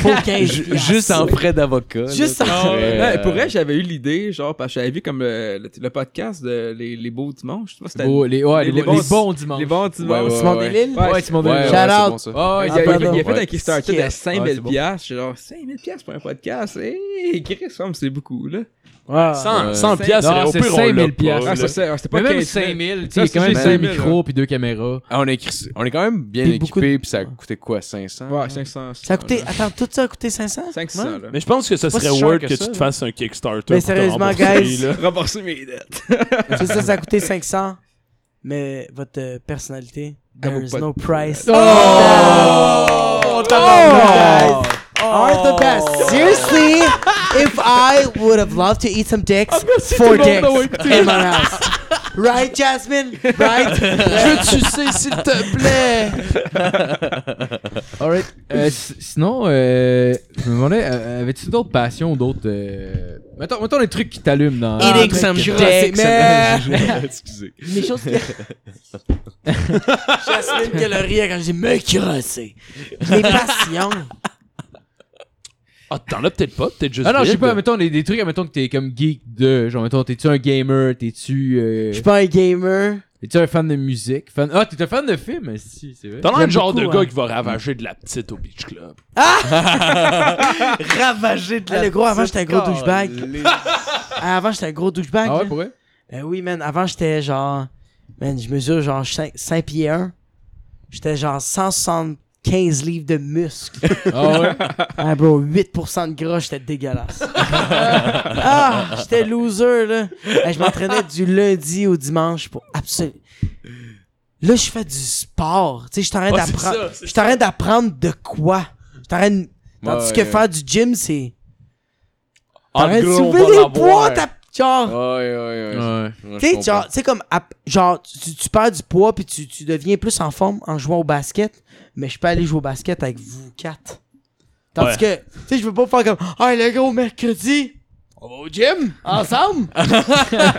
Speaker 5: pour 15
Speaker 6: ju- juste en frais d'avocat. là.
Speaker 5: Juste en-
Speaker 6: Ça serait,
Speaker 1: Ouais,
Speaker 6: euh,
Speaker 1: pour vrai, j'avais eu l'idée, genre, parce que j'avais vu comme euh, le, le- le podcast de Les, les Beaux Dimanches. Je sais pas si
Speaker 5: euh,
Speaker 1: c'était-
Speaker 3: Beau- les, ouais,
Speaker 1: les
Speaker 3: les, les
Speaker 1: bons-
Speaker 3: bons dimanches.
Speaker 1: Les Bons Dimanches.
Speaker 6: Ouais,
Speaker 5: Simon Delille?
Speaker 1: ouais. ben,
Speaker 3: Ouais, Simon
Speaker 6: Ouais, ouais,
Speaker 3: Delille.
Speaker 5: Shout
Speaker 6: c'est
Speaker 5: out.
Speaker 6: bon, ça.
Speaker 3: Ah, ouais,
Speaker 5: Ah,
Speaker 3: il y a- il y a-
Speaker 5: pardon.
Speaker 1: Il a fait un
Speaker 6: Ouais.
Speaker 1: Kickstarter
Speaker 5: Skip.
Speaker 1: de 5000
Speaker 3: Ouais, c'est bon.
Speaker 1: Eh, piastres. Genre, 5000 piastres pour un podcast. Hé, Chris, comme c'est beaucoup, là.
Speaker 5: Ah.
Speaker 4: 100,
Speaker 6: Ouais.
Speaker 4: 100 piastres,
Speaker 3: Non,
Speaker 4: au
Speaker 3: c'est
Speaker 4: pire, on
Speaker 3: 5000
Speaker 4: l'a
Speaker 3: piastres.
Speaker 4: pas,
Speaker 1: Ah,
Speaker 4: là.
Speaker 1: ça, c'est- ah, c'était pas
Speaker 3: Mais même
Speaker 1: 15 000.
Speaker 3: 5000, tu sais,
Speaker 1: Ça,
Speaker 3: il y a quand même
Speaker 1: c'est
Speaker 3: 5
Speaker 1: 5000,
Speaker 3: micros puis deux caméras.
Speaker 6: Ah, on, est, cri- on est quand même bien
Speaker 5: Puis beaucoup de-
Speaker 6: équipé, puis ça a coûté quoi, 500?
Speaker 1: Ouais, 500.
Speaker 5: Ça a coûté. hein? Attends, tout ça a coûté 500
Speaker 1: 500,
Speaker 5: Ouais.
Speaker 1: là.
Speaker 4: Mais je pense que ce
Speaker 6: Pas
Speaker 4: serait
Speaker 6: si cher
Speaker 4: worth
Speaker 6: que
Speaker 4: que,
Speaker 6: ça,
Speaker 4: tu te
Speaker 6: là.
Speaker 4: fasses un Kickstarter.
Speaker 5: Mais
Speaker 4: pour te
Speaker 5: sérieusement,
Speaker 4: rembourser,
Speaker 5: guys.
Speaker 4: là.
Speaker 1: Rembourser mes dettes.
Speaker 5: Ça, ça, ça a coûté 500. Mais votre euh, personnalité,
Speaker 1: Elle
Speaker 5: there
Speaker 1: vaut
Speaker 5: is
Speaker 1: pas
Speaker 5: no price.
Speaker 3: Oh!
Speaker 5: Oh,
Speaker 3: tabarnak.
Speaker 5: guys Are the best. Seriously, if I would have loved to eat some dicks,
Speaker 3: tout le
Speaker 5: four
Speaker 3: monde d'avoir
Speaker 5: dicks in my house. Right, Jasmine? Right?
Speaker 6: Je veux sucer, s'il te plaît!
Speaker 3: Alright. Euh, si- sinon, euh, je me demandais, euh, avais-tu d'autres passions ou d'autres. Euh... Mettons, mettons les trucs qui t'allument dans.
Speaker 5: Ah,
Speaker 3: Eating
Speaker 5: mais
Speaker 3: some
Speaker 5: je
Speaker 3: dick,
Speaker 5: sais, mais-
Speaker 6: Excusez.
Speaker 5: Les choses que. Jasmine Calorie quand j'ai me crossé. Les passions.
Speaker 4: Ah, t'en as peut-être pas, peut-être juste.
Speaker 3: Ah non, je sais
Speaker 4: vide.
Speaker 3: pas, mettons des, des trucs, mettons que t'es comme geek de. Genre, mettons, t'es-tu un gamer, t'es-tu. euh,
Speaker 5: Je suis pas un gamer.
Speaker 3: T'es-tu un fan de musique? Fan... Ah, t'es un fan de film, si, c'est vrai.
Speaker 4: T'en as
Speaker 5: J'aime
Speaker 4: le genre de
Speaker 5: beaucoup,
Speaker 4: gars
Speaker 5: hein.
Speaker 4: qui va ravager de la petite au Beach Club.
Speaker 5: Ravagé de Ah, Le gros, avant, j'étais un gros douchebag. Ah, Avant, j'étais un gros douchebag.
Speaker 3: Ah ouais,
Speaker 5: là.
Speaker 3: pour vrai?
Speaker 5: Ben oui, man. Avant, j'étais genre. Man, je mesure genre 5, pieds 1. J'étais genre 175 livres de muscles.
Speaker 3: Ah ouais?
Speaker 5: ah, bro, 8% de gras, j'étais dégueulasse. ah, j'étais loser, là. Ben, je m'entraînais du lundi au dimanche pour absolument. Là, je fais du sport. Tu sais, je suis en train
Speaker 4: Ouais, Ah, c'est
Speaker 5: d'apprendre.
Speaker 4: ça, c'est
Speaker 5: Je suis en train d'apprendre de quoi? Je suis en train de- Tandis
Speaker 6: Ouais,
Speaker 5: que
Speaker 6: ouais.
Speaker 5: faire du gym, c'est.
Speaker 4: En
Speaker 6: Ah,
Speaker 5: T'arrêtes de
Speaker 4: gros, on
Speaker 5: soulever
Speaker 4: va
Speaker 5: des
Speaker 4: l'avoir.
Speaker 5: poids, t'as. Genre.
Speaker 6: Ouais, ouais, ouais.
Speaker 3: ouais.
Speaker 6: Ouais,
Speaker 5: Tu
Speaker 6: Ah, je
Speaker 5: sais, genre, tu sais, comme, ap- genre, tu, tu perds du poids puis tu, tu deviens plus en forme en jouant au basket, mais je peux aller jouer au basket avec vous quatre. Tandis que, tu sais, je veux pas faire comme, ah, le gros mercredi, on va au gym, ensemble.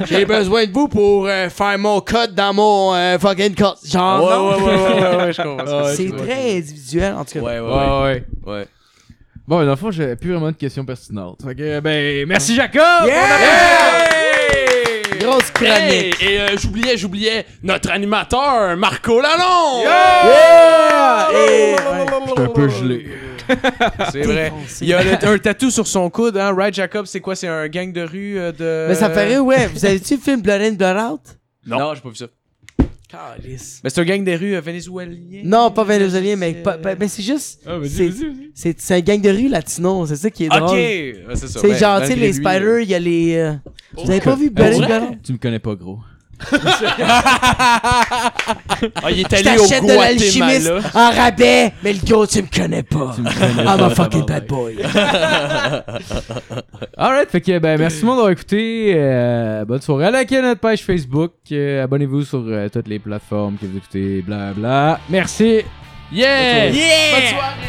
Speaker 5: J'ai besoin de vous pour euh, faire mon code dans mon euh, fucking code. Genre, non.
Speaker 6: comprends. Ouais, ouais, ouais, ouais, ouais, Ah, ouais, je comprends.
Speaker 3: Ah, ouais,
Speaker 5: c'est
Speaker 3: je vois.
Speaker 5: très individuel, en tout cas.
Speaker 6: Ouais, ouais, ouais.
Speaker 3: Ah Ouais, ouais.
Speaker 6: ouais.
Speaker 3: Bon, dans le fond, j'avais plus vraiment de questions pertinentes. Fait que, ben, merci Jacob!
Speaker 5: Grosse chronique.
Speaker 4: Hey, et euh, j'oubliais, j'oubliais notre animateur, Marco Lalonde!
Speaker 5: Yeah! Et- Ah, ouais.
Speaker 3: J'étais un peu gelé.
Speaker 6: C'est vrai.
Speaker 5: Défoncé.
Speaker 6: Il y a le- un tatou sur son coude, hein. Ride Jacob, c'est quoi? C'est un gang de rue euh, de.
Speaker 5: Mais ça me fait rire, ouais. Vous avez-tu le film Blood in, Blood Out?
Speaker 6: Non, j'ai pas vu ça.
Speaker 5: Calice.
Speaker 6: Mais c'est un gang de rue euh, vénézuélien.
Speaker 5: Non, pas vénézuélien, mais, pas- pas- mais c'est juste. c'est- C'est c'est un gang de rue latino, c'est ça qui est
Speaker 6: Ok!
Speaker 5: drôle.
Speaker 6: Ouais, c'est ça.
Speaker 5: C'est
Speaker 6: ouais,
Speaker 5: genre, tu sais,
Speaker 6: malgré
Speaker 5: les
Speaker 6: lui,
Speaker 5: spiders,
Speaker 6: euh,
Speaker 5: il y a les. euh, Vous avez pas vu
Speaker 3: Euh,
Speaker 5: Blood
Speaker 3: tu-
Speaker 5: and Blood Out?
Speaker 3: Tu me connais pas, gros.
Speaker 4: Ah, il est
Speaker 5: Je
Speaker 4: allé au
Speaker 5: t'achète de l'alchimiste
Speaker 4: Guatemala.
Speaker 5: en rabais, mais le gros, tu me connais pas. I'm a Ah, fucking bad boy.
Speaker 3: Alright, fait que, ben, merci tout le monde d'avoir écouté. Euh, bonne soirée. Allez liker notre page Facebook. Euh, Abonnez-vous sur euh, toutes les plateformes que vous écoutez. Blabla. Merci.
Speaker 4: Yeah!
Speaker 5: Yeah!
Speaker 4: Bonne soirée!